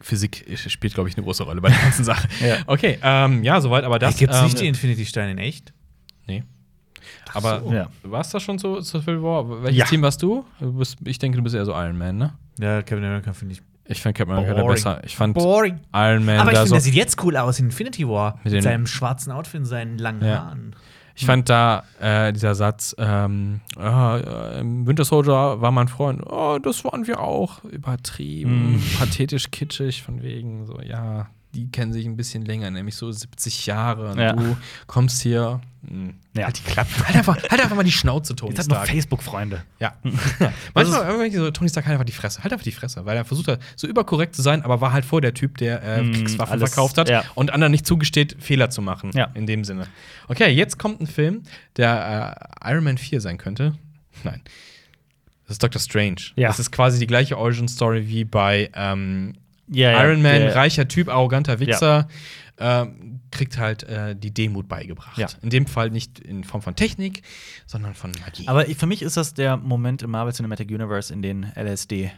[SPEAKER 3] Physik äh, spielt, glaube ich, eine große Rolle bei der ganzen Sache.
[SPEAKER 1] Ja.
[SPEAKER 3] Okay, ähm, ja, soweit, aber das.
[SPEAKER 2] Gibt es
[SPEAKER 3] ähm,
[SPEAKER 2] nicht die Infinity-Steine in echt?
[SPEAKER 3] Nee. Aber
[SPEAKER 2] so.
[SPEAKER 1] Ja.
[SPEAKER 3] warst du schon so zu Civil War? Welches
[SPEAKER 2] Ja.
[SPEAKER 3] Team warst du? du bist, ich denke, du bist eher so Iron Man, ne?
[SPEAKER 2] Ja, Captain America finde ich
[SPEAKER 3] Ich fand Captain America
[SPEAKER 2] Boring.
[SPEAKER 3] besser. Ich fand
[SPEAKER 2] boring.
[SPEAKER 3] Iron Man
[SPEAKER 2] Aber ich
[SPEAKER 3] da
[SPEAKER 2] finde,
[SPEAKER 3] so.
[SPEAKER 2] der sieht jetzt cool aus in Infinity War.
[SPEAKER 3] Mit
[SPEAKER 2] Mit,
[SPEAKER 3] den-
[SPEAKER 2] seinem schwarzen Outfit und seinen langen
[SPEAKER 3] Ja.
[SPEAKER 2] Haaren.
[SPEAKER 3] Ich fand da äh, dieser Satz, ähm, äh, im Winter Soldier war mein Freund, oh, das waren wir auch. Übertrieben,
[SPEAKER 2] Hm. *laughs*
[SPEAKER 3] pathetisch kitschig, von wegen so, ja, die kennen sich ein bisschen länger, nämlich so 70 Jahre. Und
[SPEAKER 1] Ja.
[SPEAKER 3] du kommst hier.
[SPEAKER 2] Hm.
[SPEAKER 3] mh,
[SPEAKER 1] Ja.
[SPEAKER 3] Halt die Klappe. Halt einfach, halt einfach mal die Schnauze, Tony
[SPEAKER 1] Jetzt hat noch
[SPEAKER 3] Stark.
[SPEAKER 1] Facebook-Freunde. *laughs*
[SPEAKER 3] Ja. *laughs* Manchmal irgendwie so, Tony Stark halt einfach die Fresse. Halt einfach die Fresse, weil er versucht hat, so überkorrekt zu sein, aber war halt vor der Typ, der äh,
[SPEAKER 1] Mm,
[SPEAKER 3] Kriegswaffen
[SPEAKER 1] alles,
[SPEAKER 3] verkauft hat
[SPEAKER 1] ja.
[SPEAKER 3] und anderen nicht zugesteht, Fehler zu machen.
[SPEAKER 1] Ja.
[SPEAKER 3] In dem Sinne. Okay, jetzt kommt ein Film, der äh, Iron Man 4 sein könnte. *laughs* Nein. Das ist Doctor Strange.
[SPEAKER 1] Ja.
[SPEAKER 3] Das ist quasi die gleiche Origin-Story wie bei ähm,
[SPEAKER 1] Ja,
[SPEAKER 3] Iron Man, reicher Typ, arroganter Wichser, ähm, kriegt halt äh, die Demut beigebracht.
[SPEAKER 1] Ja.
[SPEAKER 3] In dem Fall nicht in Form von Technik, sondern von Magie.
[SPEAKER 1] Aber ich- für mich ist das der Moment im Marvel Cinematic Universe, in den LSD äh,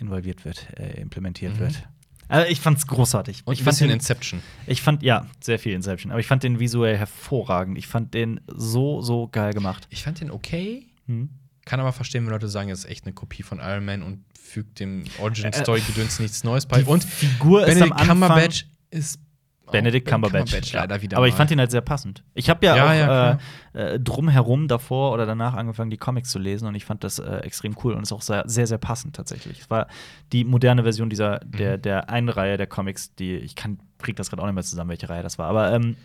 [SPEAKER 1] involviert wird, äh, implementiert wird. Also ich fand's großartig.
[SPEAKER 3] Mhm. und
[SPEAKER 1] ich
[SPEAKER 3] ein
[SPEAKER 1] fand
[SPEAKER 3] bisschen
[SPEAKER 1] den,
[SPEAKER 3] Inception.
[SPEAKER 1] ich fand ja sehr viel Inception, aber ich fand den visuell hervorragend. Ich fand den so so geil gemacht.
[SPEAKER 3] Ich fand den okay,
[SPEAKER 1] Hm.
[SPEAKER 3] kann aber verstehen, wenn Leute sagen, es ist echt eine Kopie von Iron Man und fügt dem Origin
[SPEAKER 1] Äh,
[SPEAKER 3] Story Gedöns nichts Neues bei. Und
[SPEAKER 1] Figur
[SPEAKER 3] Benedict
[SPEAKER 1] ist am Anfang
[SPEAKER 3] Cumberbatch ist auch
[SPEAKER 1] Benedict Cumberbatch.
[SPEAKER 3] leider wieder.
[SPEAKER 1] Aber
[SPEAKER 3] mal.
[SPEAKER 1] ich fand ihn halt sehr passend. Ich habe ja,
[SPEAKER 3] Ja,
[SPEAKER 1] auch
[SPEAKER 3] ja, klar.
[SPEAKER 1] äh, äh, drumherum davor oder danach angefangen, die Comics zu lesen und ich fand das äh, extrem cool und ist auch sehr, sehr, sehr passend tatsächlich. Es war die moderne Version dieser der,
[SPEAKER 3] Mhm.
[SPEAKER 1] der einen Reihe der Comics, die ich kann, krieg das gerade auch nicht mehr zusammen, welche Reihe das war. Aber ähm,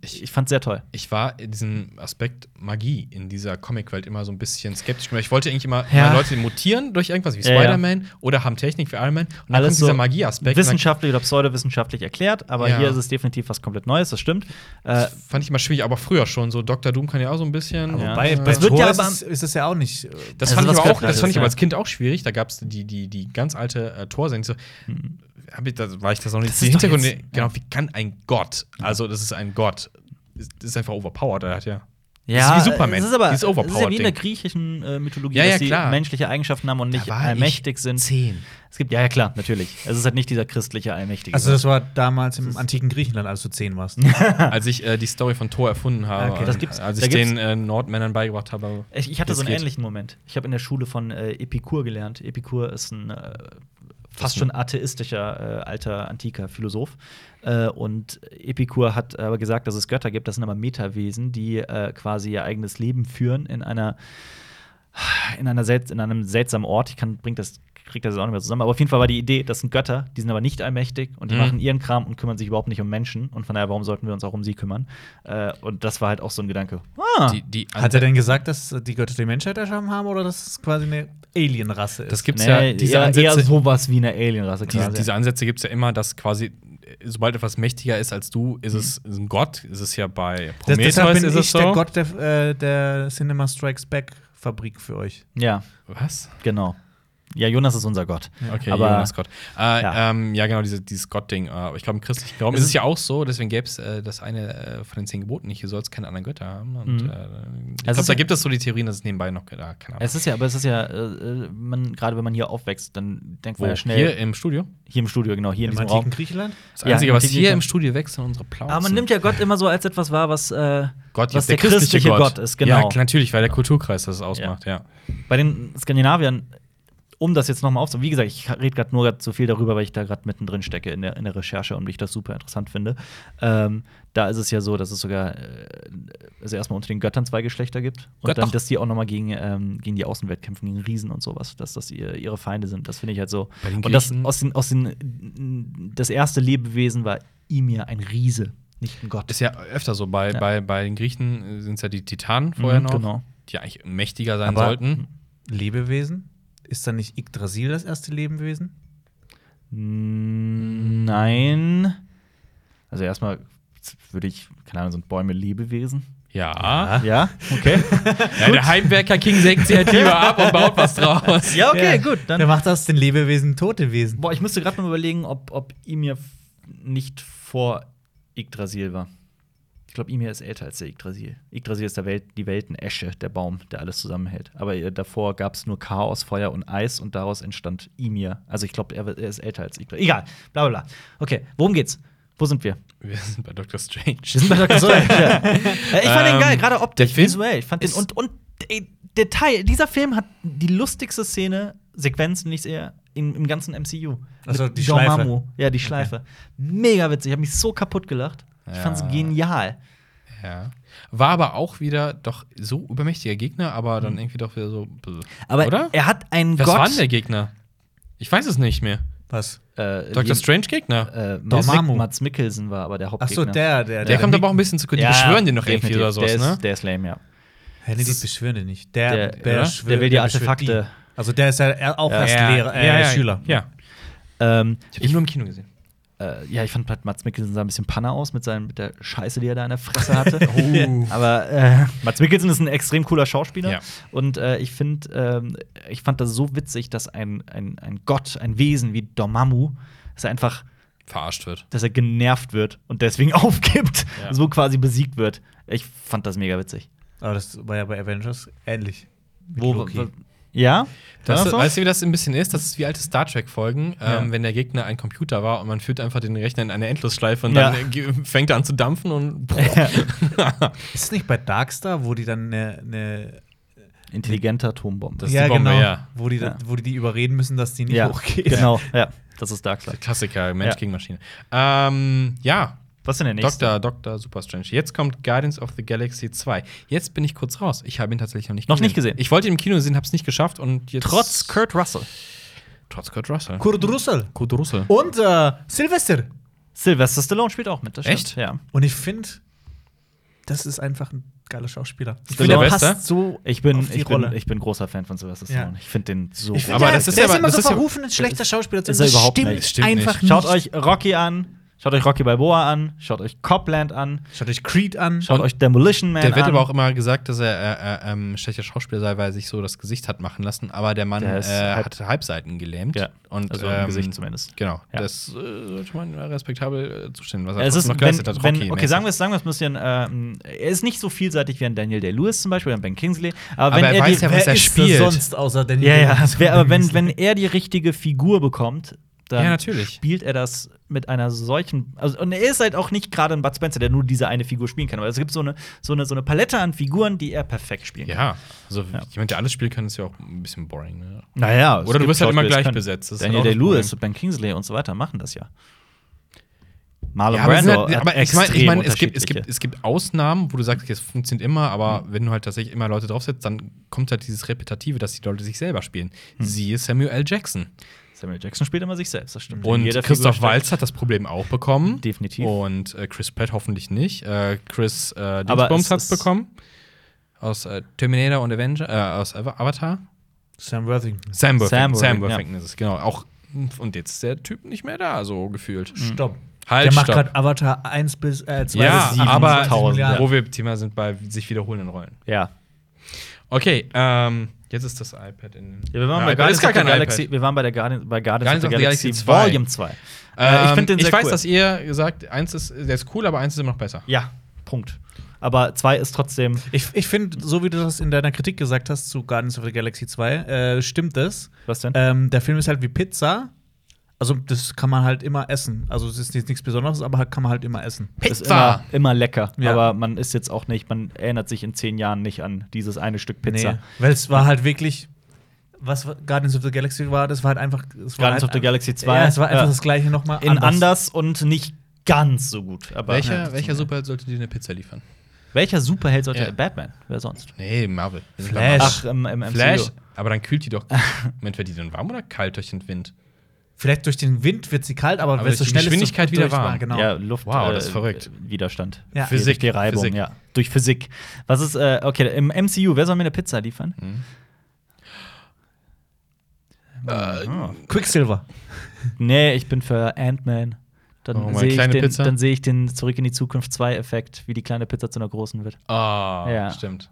[SPEAKER 1] ich, ich fand's sehr toll.
[SPEAKER 3] ich war in diesem Aspekt Magie in dieser Comicwelt immer so ein bisschen skeptisch. weil Ich wollte eigentlich immer
[SPEAKER 1] Ja.
[SPEAKER 3] meine Leute mutieren durch irgendwas wie
[SPEAKER 1] Ja, ja.
[SPEAKER 3] Spider-Man oder haben Technik wie Iron Man. Und dann
[SPEAKER 1] Alles
[SPEAKER 3] kommt
[SPEAKER 1] so
[SPEAKER 3] dieser Magie-Aspekt. und dann
[SPEAKER 1] Wissenschaftlich oder pseudowissenschaftlich erklärt, aber
[SPEAKER 3] Ja.
[SPEAKER 1] hier ist es definitiv was komplett Neues, das stimmt. Äh,
[SPEAKER 3] Das fand ich immer schwierig, aber früher schon. So Dr. Doom kann ja auch so ein bisschen.
[SPEAKER 1] Ja.
[SPEAKER 2] Bei,
[SPEAKER 1] Das
[SPEAKER 2] bei
[SPEAKER 1] wird
[SPEAKER 2] Thor
[SPEAKER 1] ja
[SPEAKER 2] ist,
[SPEAKER 1] aber-
[SPEAKER 2] es, ist es ja auch nicht. äh,
[SPEAKER 3] Das
[SPEAKER 1] Also
[SPEAKER 3] fand,
[SPEAKER 1] was
[SPEAKER 3] ich, aber auch,
[SPEAKER 1] Göttliches,
[SPEAKER 3] das fand ich aber
[SPEAKER 1] ja.
[SPEAKER 3] als Kind auch schwierig. Da gab es die, die, die ganz alte äh, Torsenkung. So, hab ich, da war ich das noch
[SPEAKER 1] Hm.
[SPEAKER 3] nicht.
[SPEAKER 1] Das
[SPEAKER 3] die
[SPEAKER 1] ist doch
[SPEAKER 3] Hintergründe,
[SPEAKER 1] jetzt-
[SPEAKER 3] genau, wie kann ein Gott, also das ist ein Gott, ist, ist einfach overpowered. Er hat ja.
[SPEAKER 1] Ja,
[SPEAKER 3] Das ist wie Superman.
[SPEAKER 1] Es ist aber
[SPEAKER 3] Dieses
[SPEAKER 1] es ist ja wie in der
[SPEAKER 3] Overpowered-Ding.
[SPEAKER 1] griechischen äh, Mythologie,
[SPEAKER 3] Ja, ja,
[SPEAKER 1] dass sie
[SPEAKER 3] klar.
[SPEAKER 1] menschliche Eigenschaften haben und nicht
[SPEAKER 3] war ich
[SPEAKER 1] allmächtig sind.
[SPEAKER 3] zehn.
[SPEAKER 1] Es gibt ja, ja klar, natürlich. Es ist halt nicht dieser christliche allmächtige.
[SPEAKER 2] Also, das war damals im antiken Griechenland, als du zehn warst.
[SPEAKER 3] als ich äh, die Story von Thor erfunden habe,
[SPEAKER 2] Okay,
[SPEAKER 1] Ah. das gibt's-
[SPEAKER 3] als
[SPEAKER 1] da
[SPEAKER 3] ich
[SPEAKER 1] gibt's-
[SPEAKER 3] den äh, Nordmännern beigebracht habe.
[SPEAKER 1] ich, ich hatte so einen
[SPEAKER 3] Das geht.
[SPEAKER 1] ähnlichen Moment. Ich habe in der Schule von äh, Epikur gelernt. Epikur ist ein äh,
[SPEAKER 3] Das ist
[SPEAKER 1] fast schon atheistischer äh, alter antiker Philosoph. Äh, und Epikur hat aber gesagt, dass es Götter gibt. Das sind aber Metawesen, die äh, quasi ihr eigenes Leben führen in einer in, einer selts- in einem seltsamen Ort. Ich kann, bring das, krieg das jetzt auch nicht mehr zusammen. Aber auf jeden Fall war die Idee, das sind Götter, die sind aber nicht allmächtig und die
[SPEAKER 3] Mhm.
[SPEAKER 1] machen ihren Kram und kümmern sich überhaupt nicht um Menschen. Und von daher, warum sollten wir uns auch um sie kümmern? Äh, und das war halt auch so ein Gedanke. Ah,
[SPEAKER 3] Die, die
[SPEAKER 2] Hat er denn gesagt, dass die Götter die Menschheit erschaffen haben oder dass es quasi eine Alienrasse ist?
[SPEAKER 3] das gibt's ja, diese
[SPEAKER 1] eher,
[SPEAKER 3] Ansätze.
[SPEAKER 1] eher sowas wie eine Alienrasse.
[SPEAKER 3] diese,
[SPEAKER 1] quasi.
[SPEAKER 3] diese Ansätze gibt es ja immer, dass quasi, äh, sobald etwas mächtiger ist als du, ist es
[SPEAKER 1] Hm.
[SPEAKER 3] ist ein Gott. Ist es ja bei
[SPEAKER 2] Das-
[SPEAKER 3] Prometheus
[SPEAKER 2] deshalb bin
[SPEAKER 3] ist
[SPEAKER 2] ich
[SPEAKER 3] es so.
[SPEAKER 2] der Gott der, äh, der Cinema Strikes Back Fabrik für euch.
[SPEAKER 1] ja,
[SPEAKER 3] Was?
[SPEAKER 1] genau. Ja, Jonas ist unser Gott.
[SPEAKER 3] Okay,
[SPEAKER 1] Aber-
[SPEAKER 3] Jonas Gott. Äh, ja.
[SPEAKER 1] Ja. Also
[SPEAKER 3] Ähm, ja, genau, diese, dieses Gott-Ding. Äh, Aber ich glaube, im christlichen Glauben
[SPEAKER 1] Es
[SPEAKER 3] ist es
[SPEAKER 1] ist-
[SPEAKER 3] ja auch so, deswegen gäbe es äh, das eine äh, von den zehn Geboten nicht. Du sollst keine anderen Götter haben. Und,
[SPEAKER 1] Mhm.
[SPEAKER 3] äh, ich
[SPEAKER 1] Es
[SPEAKER 3] glaube,
[SPEAKER 1] ist
[SPEAKER 3] da
[SPEAKER 1] ja-
[SPEAKER 3] gibt es so die Theorien, dass es nebenbei noch, äh, keine Ahnung.
[SPEAKER 1] Es ist ja, aber es ist ja, äh, man, gerade wenn man hier aufwächst, dann denkt man ja schnell.
[SPEAKER 3] Hier im Studio.
[SPEAKER 1] hier im Studio, genau, hier in
[SPEAKER 2] Im
[SPEAKER 1] diesem
[SPEAKER 2] antiken
[SPEAKER 1] Raum.
[SPEAKER 2] Griechenland?
[SPEAKER 3] Das
[SPEAKER 1] Ja,
[SPEAKER 3] Einzige, was
[SPEAKER 1] die- die-
[SPEAKER 3] hier im Studio wächst, sind unsere Plauzen.
[SPEAKER 1] Aber man nimmt ja Gott immer so als etwas wahr, was, äh,
[SPEAKER 3] Gott,
[SPEAKER 1] was
[SPEAKER 3] jetzt der, christliche, Gott.
[SPEAKER 1] ist, genau.
[SPEAKER 3] Ja, natürlich, weil der Kulturkreis das ausmacht, ja.
[SPEAKER 1] bei den Skandinaviern, um das jetzt nochmal aufzunehmen, wie gesagt, ich rede gerade nur grad so viel darüber, weil ich da gerade mittendrin stecke in der, in der Recherche und ich das super interessant finde. Ähm, da ist es ja so, dass es sogar äh, also erstmal unter den Göttern zwei Geschlechter gibt und
[SPEAKER 3] Götter.
[SPEAKER 1] dann, dass die auch nochmal gegen, ähm, gegen die Außenwelt kämpfen, gegen Riesen und sowas, dass das ihr, ihre Feinde sind. Das finde ich halt so.
[SPEAKER 3] Bei den
[SPEAKER 1] Und das
[SPEAKER 3] Griechen-
[SPEAKER 1] aus den, aus den das erste Lebewesen war Ymir ein Riese, nicht ein Gott.
[SPEAKER 3] Ist ja öfter so. Bei,
[SPEAKER 1] Ja.
[SPEAKER 3] bei, bei den Griechen sind es ja die Titanen vorher
[SPEAKER 1] Mhm,
[SPEAKER 3] noch,
[SPEAKER 1] genau. hm.
[SPEAKER 3] die eigentlich mächtiger sein
[SPEAKER 2] Aber-
[SPEAKER 3] sollten.
[SPEAKER 2] Lebewesen? Ist da nicht Yggdrasil das erste Lebewesen?
[SPEAKER 1] Nein. Also erstmal würde ich, keine Ahnung, sind Bäume Lebewesen?
[SPEAKER 3] Ja.
[SPEAKER 1] Ja, okay.
[SPEAKER 3] Ja, der Heimwerker King senkt sie halt lieber ab und baut was
[SPEAKER 1] *laughs*
[SPEAKER 3] draus.
[SPEAKER 1] ja,
[SPEAKER 2] Dann macht das den Lebewesen tote Wesen.
[SPEAKER 1] Boah, ich müsste gerade mal überlegen, ob, ob Ymir f- nicht vor Yggdrasil war. Ich glaube, Ymir ist älter als der Yggdrasil. Yggdrasil ist der Welt, die Weltenesche, der Baum, der alles zusammenhält. Aber äh, davor gab es nur Chaos, Feuer und Eis und daraus entstand Ymir. Also ich glaube, er, er ist älter als Yggdrasil. Egal, bla bla bla. Okay, worum geht's? Wo sind wir?
[SPEAKER 3] Wir sind bei Doctor Strange.
[SPEAKER 1] Wir sind bei Dr.
[SPEAKER 3] *laughs*
[SPEAKER 1] Strange. ja. Äh, Ich fand den
[SPEAKER 3] Ähm,
[SPEAKER 1] geil, gerade optisch,
[SPEAKER 3] der Film
[SPEAKER 1] visuell. Ich fand den
[SPEAKER 3] ist-
[SPEAKER 1] und und äh, Detail. Dieser Film hat die lustigste Szene, Sequenz, nichts eher im, im ganzen MCU.
[SPEAKER 2] Also
[SPEAKER 1] Mit
[SPEAKER 2] die
[SPEAKER 1] Jean
[SPEAKER 2] Schleife.
[SPEAKER 1] Mamou. Ja, die Schleife. Mega witzig. Ich habe mich so kaputt gelacht. Ich
[SPEAKER 3] Ja.
[SPEAKER 1] fand's genial.
[SPEAKER 3] Ja. War aber auch wieder doch so übermächtiger Gegner, aber dann irgendwie doch wieder so. bäh.
[SPEAKER 1] Hm. Aber
[SPEAKER 3] Oder?
[SPEAKER 1] er hat einen
[SPEAKER 3] Was
[SPEAKER 1] Gott.
[SPEAKER 3] war denn der Gegner? Ich weiß es nicht mehr.
[SPEAKER 2] Was?
[SPEAKER 1] äh,
[SPEAKER 3] Dr.
[SPEAKER 1] jeden-
[SPEAKER 3] Strange Gegner.
[SPEAKER 1] Äh,
[SPEAKER 2] Der
[SPEAKER 1] Mats,
[SPEAKER 2] Mamu.
[SPEAKER 1] Mats Mikkelsen war aber der
[SPEAKER 2] Ach
[SPEAKER 1] Hauptgegner.
[SPEAKER 2] so, der, der, der.
[SPEAKER 3] der kommt aber auch ein bisschen zu kurz. Die
[SPEAKER 1] Ja,
[SPEAKER 3] beschwören den noch irgendwie
[SPEAKER 1] definitiv.
[SPEAKER 3] oder sowas,
[SPEAKER 1] der ist,
[SPEAKER 3] ne?
[SPEAKER 1] Der ist lame, ja.
[SPEAKER 2] Hä, nee, die beschwören den nicht. Der,
[SPEAKER 1] Der- oder?
[SPEAKER 2] beschwört-
[SPEAKER 1] Der will die
[SPEAKER 2] beschwört
[SPEAKER 1] Artefakte.
[SPEAKER 2] die. Also der ist ja er- auch erst Lehrer, äh,
[SPEAKER 3] ja, ja,
[SPEAKER 2] Schüler.
[SPEAKER 3] Ja.
[SPEAKER 1] Ähm,
[SPEAKER 3] Ich habe ihn nur im Kino gesehen.
[SPEAKER 1] äh, ja, ich fand Mats Mikkelsen sah ein bisschen Panne aus mit, seinem, mit der Scheiße, die er da in der Fresse hatte. Aber äh, Mats Mikkelsen ist ein extrem cooler Schauspieler.
[SPEAKER 3] Ja.
[SPEAKER 1] Und äh, ich finde, ähm, ich fand das so witzig, dass ein, ein, ein Gott, ein Wesen wie Dormammu, dass er einfach,
[SPEAKER 3] Verarscht wird.
[SPEAKER 1] dass er genervt wird und deswegen *laughs* aufgibt,
[SPEAKER 3] Ja.
[SPEAKER 1] so quasi besiegt wird. Ich fand das mega witzig.
[SPEAKER 2] Aber das war ja bei Avengers ähnlich. Mit Loki.
[SPEAKER 1] ja?
[SPEAKER 3] Das,
[SPEAKER 1] War das so?
[SPEAKER 3] weißt du, wie das ein bisschen ist? Das ist wie alte Star Trek-Folgen,
[SPEAKER 2] Ja.
[SPEAKER 3] ähm, wenn der Gegner ein Computer war und man führt einfach den Rechner in eine Endlosschleife und
[SPEAKER 1] Ja.
[SPEAKER 3] dann äh, ge- fängt er an zu dampfen und.
[SPEAKER 1] *laughs*
[SPEAKER 2] Ist es nicht bei Darkstar, wo die dann eine. Ne,
[SPEAKER 1] Intelligenter Atombombe.
[SPEAKER 3] Das ist die Bombe, ja.
[SPEAKER 2] Wo, die,
[SPEAKER 1] Ja.
[SPEAKER 2] wo die die überreden müssen, dass die nicht
[SPEAKER 1] ja,
[SPEAKER 2] hochgeht.
[SPEAKER 1] genau. Ja, das ist Darkseid.
[SPEAKER 3] Klassiker, Mensch
[SPEAKER 1] Ja.
[SPEAKER 3] gegen Maschine. Ähm, ja,
[SPEAKER 1] Was ist denn der nächste?
[SPEAKER 3] Dr. Dr. Super Strange. Jetzt kommt Guardians of the Galaxy 2. Jetzt bin ich kurz raus. Ich habe ihn tatsächlich noch nicht
[SPEAKER 1] Noch nicht gesehen.
[SPEAKER 3] Ich wollte ihn im Kino sehen, habe es nicht geschafft und jetzt.
[SPEAKER 1] Trotz Kurt Russell.
[SPEAKER 3] Trotz Kurt Russell.
[SPEAKER 2] Kurt Russell.
[SPEAKER 3] Kurt Russell.
[SPEAKER 1] Oh,
[SPEAKER 2] Und äh, Sylvester.
[SPEAKER 1] Sylvester Stallone spielt auch mit. Das stimmt,
[SPEAKER 3] Echt?
[SPEAKER 1] Ja.
[SPEAKER 2] Und ich finde, das ist einfach ein geiler Schauspieler.
[SPEAKER 3] Ich find, der
[SPEAKER 1] Stallone
[SPEAKER 3] Beste.
[SPEAKER 1] passt so. Ich bin,
[SPEAKER 2] auf die
[SPEAKER 1] ich, bin,
[SPEAKER 2] Rolle.
[SPEAKER 1] ich bin großer Fan von Sylvester
[SPEAKER 2] Ja.
[SPEAKER 1] Stallone. Ich finde den so.
[SPEAKER 2] Ich find,
[SPEAKER 1] geil.
[SPEAKER 3] Aber
[SPEAKER 2] ja,
[SPEAKER 3] das ist
[SPEAKER 2] der
[SPEAKER 3] ja-
[SPEAKER 2] ist immer
[SPEAKER 3] das
[SPEAKER 2] so
[SPEAKER 3] ist ja-
[SPEAKER 2] verrufen, ein schlechter Schauspieler zu
[SPEAKER 1] ist
[SPEAKER 2] sein.
[SPEAKER 1] er überhaupt
[SPEAKER 2] stimmt
[SPEAKER 1] nicht.
[SPEAKER 3] Stimmt
[SPEAKER 2] einfach
[SPEAKER 3] nicht.
[SPEAKER 2] nicht.
[SPEAKER 1] Schaut euch Rocky an, schaut euch Rocky Balboa an, schaut euch Copland an,
[SPEAKER 2] Schaut euch Creed an.
[SPEAKER 1] schaut
[SPEAKER 3] Und
[SPEAKER 1] euch Demolition Man
[SPEAKER 3] Der wird
[SPEAKER 1] an.
[SPEAKER 3] aber auch immer gesagt, dass er äh, äh, ähm, schlechter Schauspieler sei, weil er sich so das Gesicht hat machen lassen. Aber der Mann
[SPEAKER 1] Der ist
[SPEAKER 3] äh,
[SPEAKER 1] halb-
[SPEAKER 3] hat Halbseiten gelähmt.
[SPEAKER 1] Ja,
[SPEAKER 3] Und, ähm,
[SPEAKER 1] also im Gesicht zumindest.
[SPEAKER 3] Genau.
[SPEAKER 1] Ja.
[SPEAKER 3] Das äh, sollte man respektabel äh, zustellen, was er
[SPEAKER 1] es ist,
[SPEAKER 3] trotzdem noch
[SPEAKER 1] wenn,
[SPEAKER 3] geleistet hat.
[SPEAKER 1] wenn, okay,
[SPEAKER 3] Rocky-mäßig.
[SPEAKER 1] sagen wir es sagen wir's ein bisschen. ähm, er ist nicht so vielseitig wie ein Daniel Day-Lewis zum Beispiel, oder ein Ben Kingsley. Aber,
[SPEAKER 3] Aber
[SPEAKER 1] wenn
[SPEAKER 3] er
[SPEAKER 1] er,
[SPEAKER 3] weiß
[SPEAKER 1] die,
[SPEAKER 3] ja, was er
[SPEAKER 2] ist
[SPEAKER 3] spielt.
[SPEAKER 2] das sonst außer Daniel
[SPEAKER 1] ja, ja,
[SPEAKER 2] Day-Lewis?
[SPEAKER 1] wer, aber wenn, wenn er die richtige Figur bekommt, dann
[SPEAKER 3] Ja, natürlich.
[SPEAKER 1] spielt er das mit einer solchen. Also, und er ist halt auch nicht gerade ein Bud Spencer, der nur diese eine Figur spielen kann. Aber es gibt so eine, so eine, so eine Palette an Figuren, die er perfekt spielen kann.
[SPEAKER 3] Ja, also
[SPEAKER 1] Ja.
[SPEAKER 3] jemand, der alles spielen kann, ist ja auch ein bisschen boring. Ne?
[SPEAKER 1] Naja,
[SPEAKER 3] Oder du wirst halt immer gleich besetzt. Das ist
[SPEAKER 1] Daniel
[SPEAKER 3] halt auch das
[SPEAKER 1] Day-Lewis
[SPEAKER 3] Problem.
[SPEAKER 1] und Ben Kingsley und so weiter machen das ja. Marlon
[SPEAKER 3] Ja, aber es sind
[SPEAKER 1] Brando.
[SPEAKER 3] halt,
[SPEAKER 1] hat
[SPEAKER 3] aber ich meine, ich
[SPEAKER 1] extrem
[SPEAKER 3] mein, es, gibt, es,
[SPEAKER 1] unterschiedliche.
[SPEAKER 3] gibt, es gibt Ausnahmen, wo du sagst, okay, es funktioniert immer, aber wenn du halt tatsächlich immer Leute draufsetzt, dann kommt halt dieses Repetitive, dass die Leute sich selber spielen.
[SPEAKER 1] Hm.
[SPEAKER 3] Siehe Samuel L. Jackson.
[SPEAKER 1] Samuel Jackson spielt immer sich selbst, das stimmt.
[SPEAKER 3] Und
[SPEAKER 1] Jeder
[SPEAKER 3] Christoph
[SPEAKER 1] Figur
[SPEAKER 3] Walz hat das Problem auch bekommen.
[SPEAKER 1] Definitiv.
[SPEAKER 3] Und äh, Chris Pratt hoffentlich nicht. Äh, Chris äh,
[SPEAKER 1] Aber
[SPEAKER 3] Dingsbums
[SPEAKER 1] es
[SPEAKER 3] hat es
[SPEAKER 1] ist-
[SPEAKER 3] bekommen. Aus äh, Terminator und Avenger, äh, aus Ava- Avatar.
[SPEAKER 2] Sam Worthington.
[SPEAKER 3] Sam Worthington. Sam
[SPEAKER 1] Worthington,
[SPEAKER 3] Worthington ist es, genau. Auch, und jetzt ist der Typ nicht mehr da, so gefühlt.
[SPEAKER 1] Hm.
[SPEAKER 2] Stopp.
[SPEAKER 3] Halt,
[SPEAKER 2] der macht
[SPEAKER 3] stopp.
[SPEAKER 2] gerade Avatar 1 bis äh, 2
[SPEAKER 3] Ja,
[SPEAKER 2] bis 7.
[SPEAKER 3] aber
[SPEAKER 1] 27 Milliarden.
[SPEAKER 3] wo wir im Thema sind bei sich wiederholenden Rollen.
[SPEAKER 1] Ja.
[SPEAKER 3] Okay, ähm, jetzt ist das iPad in.
[SPEAKER 1] ja, wir waren
[SPEAKER 3] Ja,
[SPEAKER 1] bei
[SPEAKER 3] iPad
[SPEAKER 1] Guardians
[SPEAKER 3] ist gar
[SPEAKER 1] of the
[SPEAKER 3] kein
[SPEAKER 1] Galaxy.
[SPEAKER 3] iPad.
[SPEAKER 1] Wir waren bei der Guardians, bei Guardians,
[SPEAKER 3] Guardians
[SPEAKER 1] of the Galaxy,
[SPEAKER 3] zwei.
[SPEAKER 1] Volume 2.
[SPEAKER 3] Ähm,
[SPEAKER 1] Äh, ich finde den sehr
[SPEAKER 3] weiß,
[SPEAKER 1] cool.
[SPEAKER 3] dass ihr sagt, eins ist, der ist cool, aber eins ist immer noch besser.
[SPEAKER 1] ja, Punkt. Aber 2 ist trotzdem.
[SPEAKER 2] Ich, ich finde, so wie du das in deiner Kritik gesagt hast zu Guardians of the Galaxy 2, äh, stimmt das.
[SPEAKER 1] Was denn?
[SPEAKER 2] Ähm, der Film ist halt wie Pizza. Also, das kann man halt immer essen. Also, es ist jetzt nichts Besonderes, aber halt kann man halt immer essen.
[SPEAKER 1] Ist immer, immer lecker.
[SPEAKER 2] Ja.
[SPEAKER 1] Aber man ist jetzt auch nicht, man erinnert sich in zehn Jahren nicht an dieses eine Stück Pizza.
[SPEAKER 2] Weil es war halt wirklich. Was war- Guardians of the Galaxy war, das war halt einfach. Es
[SPEAKER 1] Guardians
[SPEAKER 2] war halt,
[SPEAKER 1] of the Galaxy 2,
[SPEAKER 2] Ja, es war einfach
[SPEAKER 1] ja.
[SPEAKER 2] das gleiche nochmal.
[SPEAKER 1] In anders und nicht ganz so gut. Aber
[SPEAKER 3] Welcher,
[SPEAKER 1] Ja.
[SPEAKER 3] welcher Superheld sollte dir eine Pizza liefern?
[SPEAKER 1] Welcher Superheld sollte
[SPEAKER 3] Ja.
[SPEAKER 1] Batman? Wer sonst?
[SPEAKER 3] Nee, Marvel. Wir sind bei
[SPEAKER 2] Flash.
[SPEAKER 3] Marvel.
[SPEAKER 1] Ach, im, im MCU.
[SPEAKER 3] Flash. Aber dann kühlt
[SPEAKER 1] *laughs*
[SPEAKER 3] die doch. Moment, wird die dann warm oder kalt durch den Wind?
[SPEAKER 2] Vielleicht durch den Wind wird sie kalt, aber,
[SPEAKER 3] Aber
[SPEAKER 2] wenn es
[SPEAKER 3] durch die Geschwindigkeit wieder
[SPEAKER 2] durch war,
[SPEAKER 3] warm.
[SPEAKER 2] Genau.
[SPEAKER 1] Ja, Luft. äh,
[SPEAKER 3] Wow, das ist verrückt.
[SPEAKER 1] Widerstand.
[SPEAKER 2] Ja.
[SPEAKER 1] Durch
[SPEAKER 3] Physik,
[SPEAKER 1] Die Reibung,
[SPEAKER 3] Physik.
[SPEAKER 1] ja. Durch Physik. Was ist, äh, okay, im MCU, wer soll mir eine Pizza liefern?
[SPEAKER 3] Hm. Äh,
[SPEAKER 2] Quicksilver.
[SPEAKER 1] Nee, ich bin für Ant-Man. Dann
[SPEAKER 3] Warum, eine
[SPEAKER 1] sehe ich,
[SPEAKER 3] Oh, kleine
[SPEAKER 1] den-
[SPEAKER 3] Pizza?
[SPEAKER 1] dann sehe ich den Zurück in die Zukunft 2-Effekt, wie die kleine Pizza zu einer großen wird.
[SPEAKER 3] Ah,
[SPEAKER 1] Ja.
[SPEAKER 3] stimmt.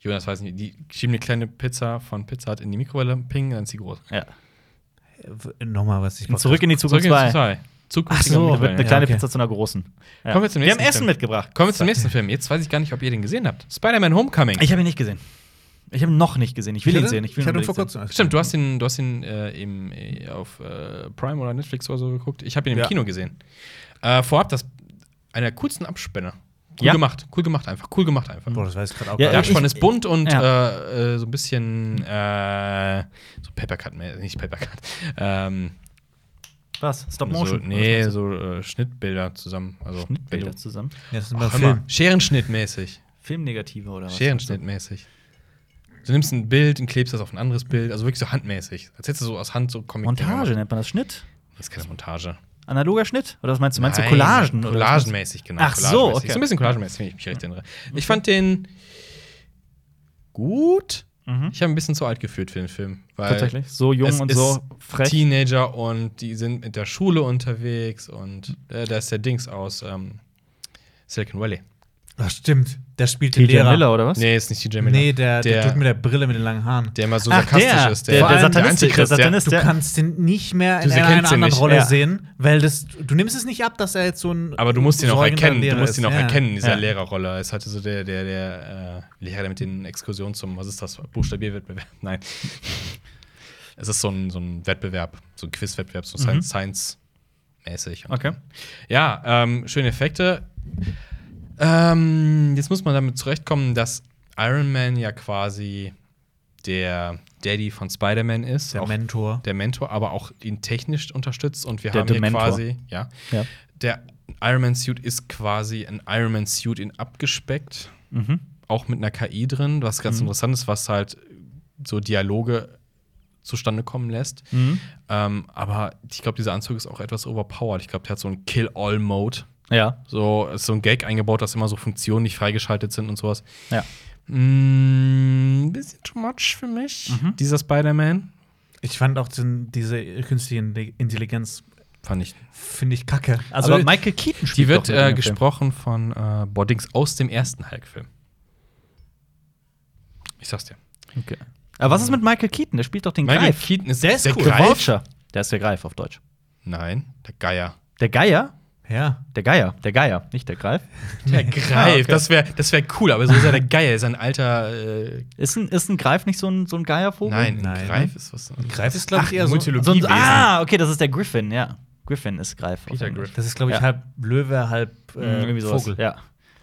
[SPEAKER 3] Jonas weiß nicht, die schieben eine kleine Pizza von Pizza Hut in die Mikrowelle, ping, dann ist sie groß.
[SPEAKER 1] Ja.
[SPEAKER 2] Äh, Nochmal was ich
[SPEAKER 1] Und Zurück in die
[SPEAKER 3] Zurück
[SPEAKER 1] Zukunft
[SPEAKER 3] in um
[SPEAKER 1] 2.
[SPEAKER 3] die Zwei.
[SPEAKER 1] um Ach
[SPEAKER 3] Zukünftige
[SPEAKER 1] so, wird
[SPEAKER 3] Mikrowelle.
[SPEAKER 1] eine kleine
[SPEAKER 2] okay.
[SPEAKER 1] Pizza zu einer großen. Ja.
[SPEAKER 3] Kommen wir zum nächsten
[SPEAKER 1] Wir haben Essen
[SPEAKER 3] Film.
[SPEAKER 1] mitgebracht.
[SPEAKER 3] Kommen wir zum nächsten Film. Jetzt weiß ich gar nicht, ob ihr den gesehen habt. Spider-Man Homecoming.
[SPEAKER 1] Ich habe ihn nicht gesehen. Ich habe ihn noch nicht gesehen. Ich will ihn sehen. Ich will
[SPEAKER 2] hatte
[SPEAKER 1] unbedingt
[SPEAKER 2] ihn vor
[SPEAKER 1] sehen.
[SPEAKER 2] kurzem. erst
[SPEAKER 3] Stimmt,
[SPEAKER 1] Mhm.
[SPEAKER 2] gesehen.
[SPEAKER 3] du hast ihn, du hast ihn äh, im, äh, auf äh, Prime oder Netflix oder so geguckt. Ich habe ihn im
[SPEAKER 2] Ja.
[SPEAKER 3] Kino gesehen. Äh, vorab das einer der coolsten Abspänne. Cool
[SPEAKER 1] Ja.
[SPEAKER 3] gemacht, cool gemacht einfach, cool gemacht einfach.
[SPEAKER 2] Boah, das weiß ich gerade auch
[SPEAKER 1] Ja,
[SPEAKER 2] gar
[SPEAKER 3] Der
[SPEAKER 1] ja,
[SPEAKER 2] nicht.
[SPEAKER 3] Abspann
[SPEAKER 1] ich-
[SPEAKER 3] ist bunt und
[SPEAKER 1] ja.
[SPEAKER 3] äh, äh, so ein bisschen äh, so Papercut, mehr- nicht Papercut. Ähm,
[SPEAKER 1] Was? Stop
[SPEAKER 3] so,
[SPEAKER 1] Motion?
[SPEAKER 3] nee, so äh, Schnittbilder zusammen. Also
[SPEAKER 1] Schnittbilder zusammen.
[SPEAKER 2] Ja, das ist
[SPEAKER 3] Bilder.
[SPEAKER 2] immer
[SPEAKER 3] Ach, hör mal,
[SPEAKER 2] Film.
[SPEAKER 3] Scherenschnittmäßig.
[SPEAKER 1] Filmnegative oder was?
[SPEAKER 3] Scherenschnittmäßig. Du nimmst ein Bild und klebst das auf ein anderes Bild, also wirklich so handmäßig. Als hättest du so aus Hand so Comic.
[SPEAKER 1] Montage nennt man das Schnitt?
[SPEAKER 3] Das ist keine Montage.
[SPEAKER 1] Analoger Schnitt? Oder was meinst du? Meinst du
[SPEAKER 3] Nein,
[SPEAKER 1] Collagen? oder was meinst du?
[SPEAKER 3] Collagenmäßig, genau.
[SPEAKER 1] Ach so,
[SPEAKER 3] collagenmäßig.
[SPEAKER 1] okay.
[SPEAKER 3] So ein bisschen collagenmäßig, wenn ich mich recht erinnere. Ich fand den gut.
[SPEAKER 1] Mhm.
[SPEAKER 3] Ich habe ein bisschen zu alt gefühlt für den Film. Weil
[SPEAKER 1] Tatsächlich. So jung
[SPEAKER 3] es
[SPEAKER 1] und
[SPEAKER 3] ist
[SPEAKER 1] so frech.
[SPEAKER 3] Teenager und die sind mit der Schule unterwegs und äh, da ist der Dings aus ähm, Silicon Valley.
[SPEAKER 2] Ach, stimmt. Der spielt den
[SPEAKER 1] TJ
[SPEAKER 2] Lehrer.
[SPEAKER 1] Miller oder was?
[SPEAKER 3] Nee, ist nicht DJ Miller.
[SPEAKER 2] Nee, der, der,
[SPEAKER 3] der,
[SPEAKER 2] Typ mit der Brille mit den langen Haaren.
[SPEAKER 3] der immer so
[SPEAKER 1] Ach,
[SPEAKER 3] sarkastisch
[SPEAKER 1] der,
[SPEAKER 3] ist.
[SPEAKER 1] der-
[SPEAKER 2] der
[SPEAKER 1] Satanist, der
[SPEAKER 3] Antichrist,
[SPEAKER 1] Satanist.
[SPEAKER 2] Du
[SPEAKER 1] der-
[SPEAKER 2] kannst den nicht mehr in
[SPEAKER 3] Du
[SPEAKER 2] einer
[SPEAKER 3] erkennst ihn
[SPEAKER 2] anderen
[SPEAKER 3] nicht,
[SPEAKER 2] Rolle
[SPEAKER 1] ja.
[SPEAKER 2] sehen, weil das, du nimmst es nicht ab, dass er jetzt so ein.
[SPEAKER 3] Aber du musst ihn auch
[SPEAKER 2] säugender
[SPEAKER 3] erkennen. Du
[SPEAKER 2] Lehrer
[SPEAKER 3] musst ihn
[SPEAKER 2] ist.
[SPEAKER 3] auch
[SPEAKER 2] ja.
[SPEAKER 3] erkennen, dieser
[SPEAKER 2] ja.
[SPEAKER 3] Lehrerrolle. Es hatte so der, der, der äh, Lehrer, der mit den Exkursionen zum, was ist das, Buchstabierwettbewerb? *laughs* Nein. es ist so ein, so ein Wettbewerb, so ein Quizwettbewerb, so
[SPEAKER 1] Mhm.
[SPEAKER 3] Science- Science-mäßig.
[SPEAKER 1] Okay.
[SPEAKER 3] Ja, ähm, schöne Effekte. Ähm, jetzt muss man damit zurechtkommen, dass Iron Man ja quasi der Daddy von Spider-Man ist.
[SPEAKER 2] Der
[SPEAKER 3] auch
[SPEAKER 2] Mentor.
[SPEAKER 3] der Mentor, aber auch ihn technisch unterstützt und wir
[SPEAKER 1] Der
[SPEAKER 3] haben hier
[SPEAKER 1] Dementor.
[SPEAKER 3] quasi, ja,
[SPEAKER 1] Ja.
[SPEAKER 3] der Iron Man Suit ist quasi ein Iron Man Suit in abgespeckt,
[SPEAKER 1] Mhm.
[SPEAKER 3] auch mit einer KI drin, was ganz interessant ist, was halt so Dialoge zustande kommen lässt.
[SPEAKER 1] Mhm.
[SPEAKER 3] Ähm, aber ich glaube, dieser Anzug ist auch etwas overpowered. Ich glaube, der hat so einen Kill-All-Mode.
[SPEAKER 1] Ja.
[SPEAKER 3] So ist so ein Gag eingebaut, dass immer so Funktionen nicht freigeschaltet sind und sowas.
[SPEAKER 1] Ja.
[SPEAKER 3] Mm, bisschen too much für mich,
[SPEAKER 1] Mhm.
[SPEAKER 3] dieser Spider-Man.
[SPEAKER 2] Ich fand auch den, diese künstliche Inte- Intelligenz,
[SPEAKER 3] Fand ich
[SPEAKER 2] finde ich kacke.
[SPEAKER 1] Also aber Michael Keaton spielt
[SPEAKER 3] Die wird
[SPEAKER 1] doch mit in
[SPEAKER 3] äh,
[SPEAKER 1] dem Film.
[SPEAKER 3] gesprochen von äh, Boddings aus dem ersten Hulk-Film. Ich sag's dir.
[SPEAKER 1] Okay. Aber was ist mit Michael Keaton? Der spielt doch den
[SPEAKER 3] Michael
[SPEAKER 1] Greif.
[SPEAKER 3] Keaton ist
[SPEAKER 1] der ist
[SPEAKER 3] der
[SPEAKER 1] cool.
[SPEAKER 3] Greif?
[SPEAKER 1] Der Vulture. Der ist der Greif auf Deutsch.
[SPEAKER 3] Nein, der Geier.
[SPEAKER 1] Der Geier?
[SPEAKER 2] ja.
[SPEAKER 1] Der Geier. Der Geier, nicht der Greif.
[SPEAKER 3] *laughs* Der Greif,
[SPEAKER 1] okay.
[SPEAKER 3] das wäre das wär cool, aber so ist er der Geier, ist ein alter. Äh,
[SPEAKER 1] Ist ein, ist ein Greif nicht so ein, so ein Geiervogel?
[SPEAKER 3] Oh, nein,
[SPEAKER 2] Nein.
[SPEAKER 3] ein Greif ist was.
[SPEAKER 2] Greif ist, glaube ich, eher so.
[SPEAKER 1] So ein,
[SPEAKER 3] Mythologiewesen.
[SPEAKER 1] ah, okay, das ist der Griffin, ja. Griffin ist Greif. auf
[SPEAKER 3] Peter
[SPEAKER 1] Englisch.
[SPEAKER 3] Griffin.
[SPEAKER 2] Das ist, glaube ich,
[SPEAKER 1] Ja.
[SPEAKER 2] halb Löwe, halb
[SPEAKER 1] Mhm,
[SPEAKER 2] äh,
[SPEAKER 1] irgendwie sowas.
[SPEAKER 2] Vogel.
[SPEAKER 1] Ja.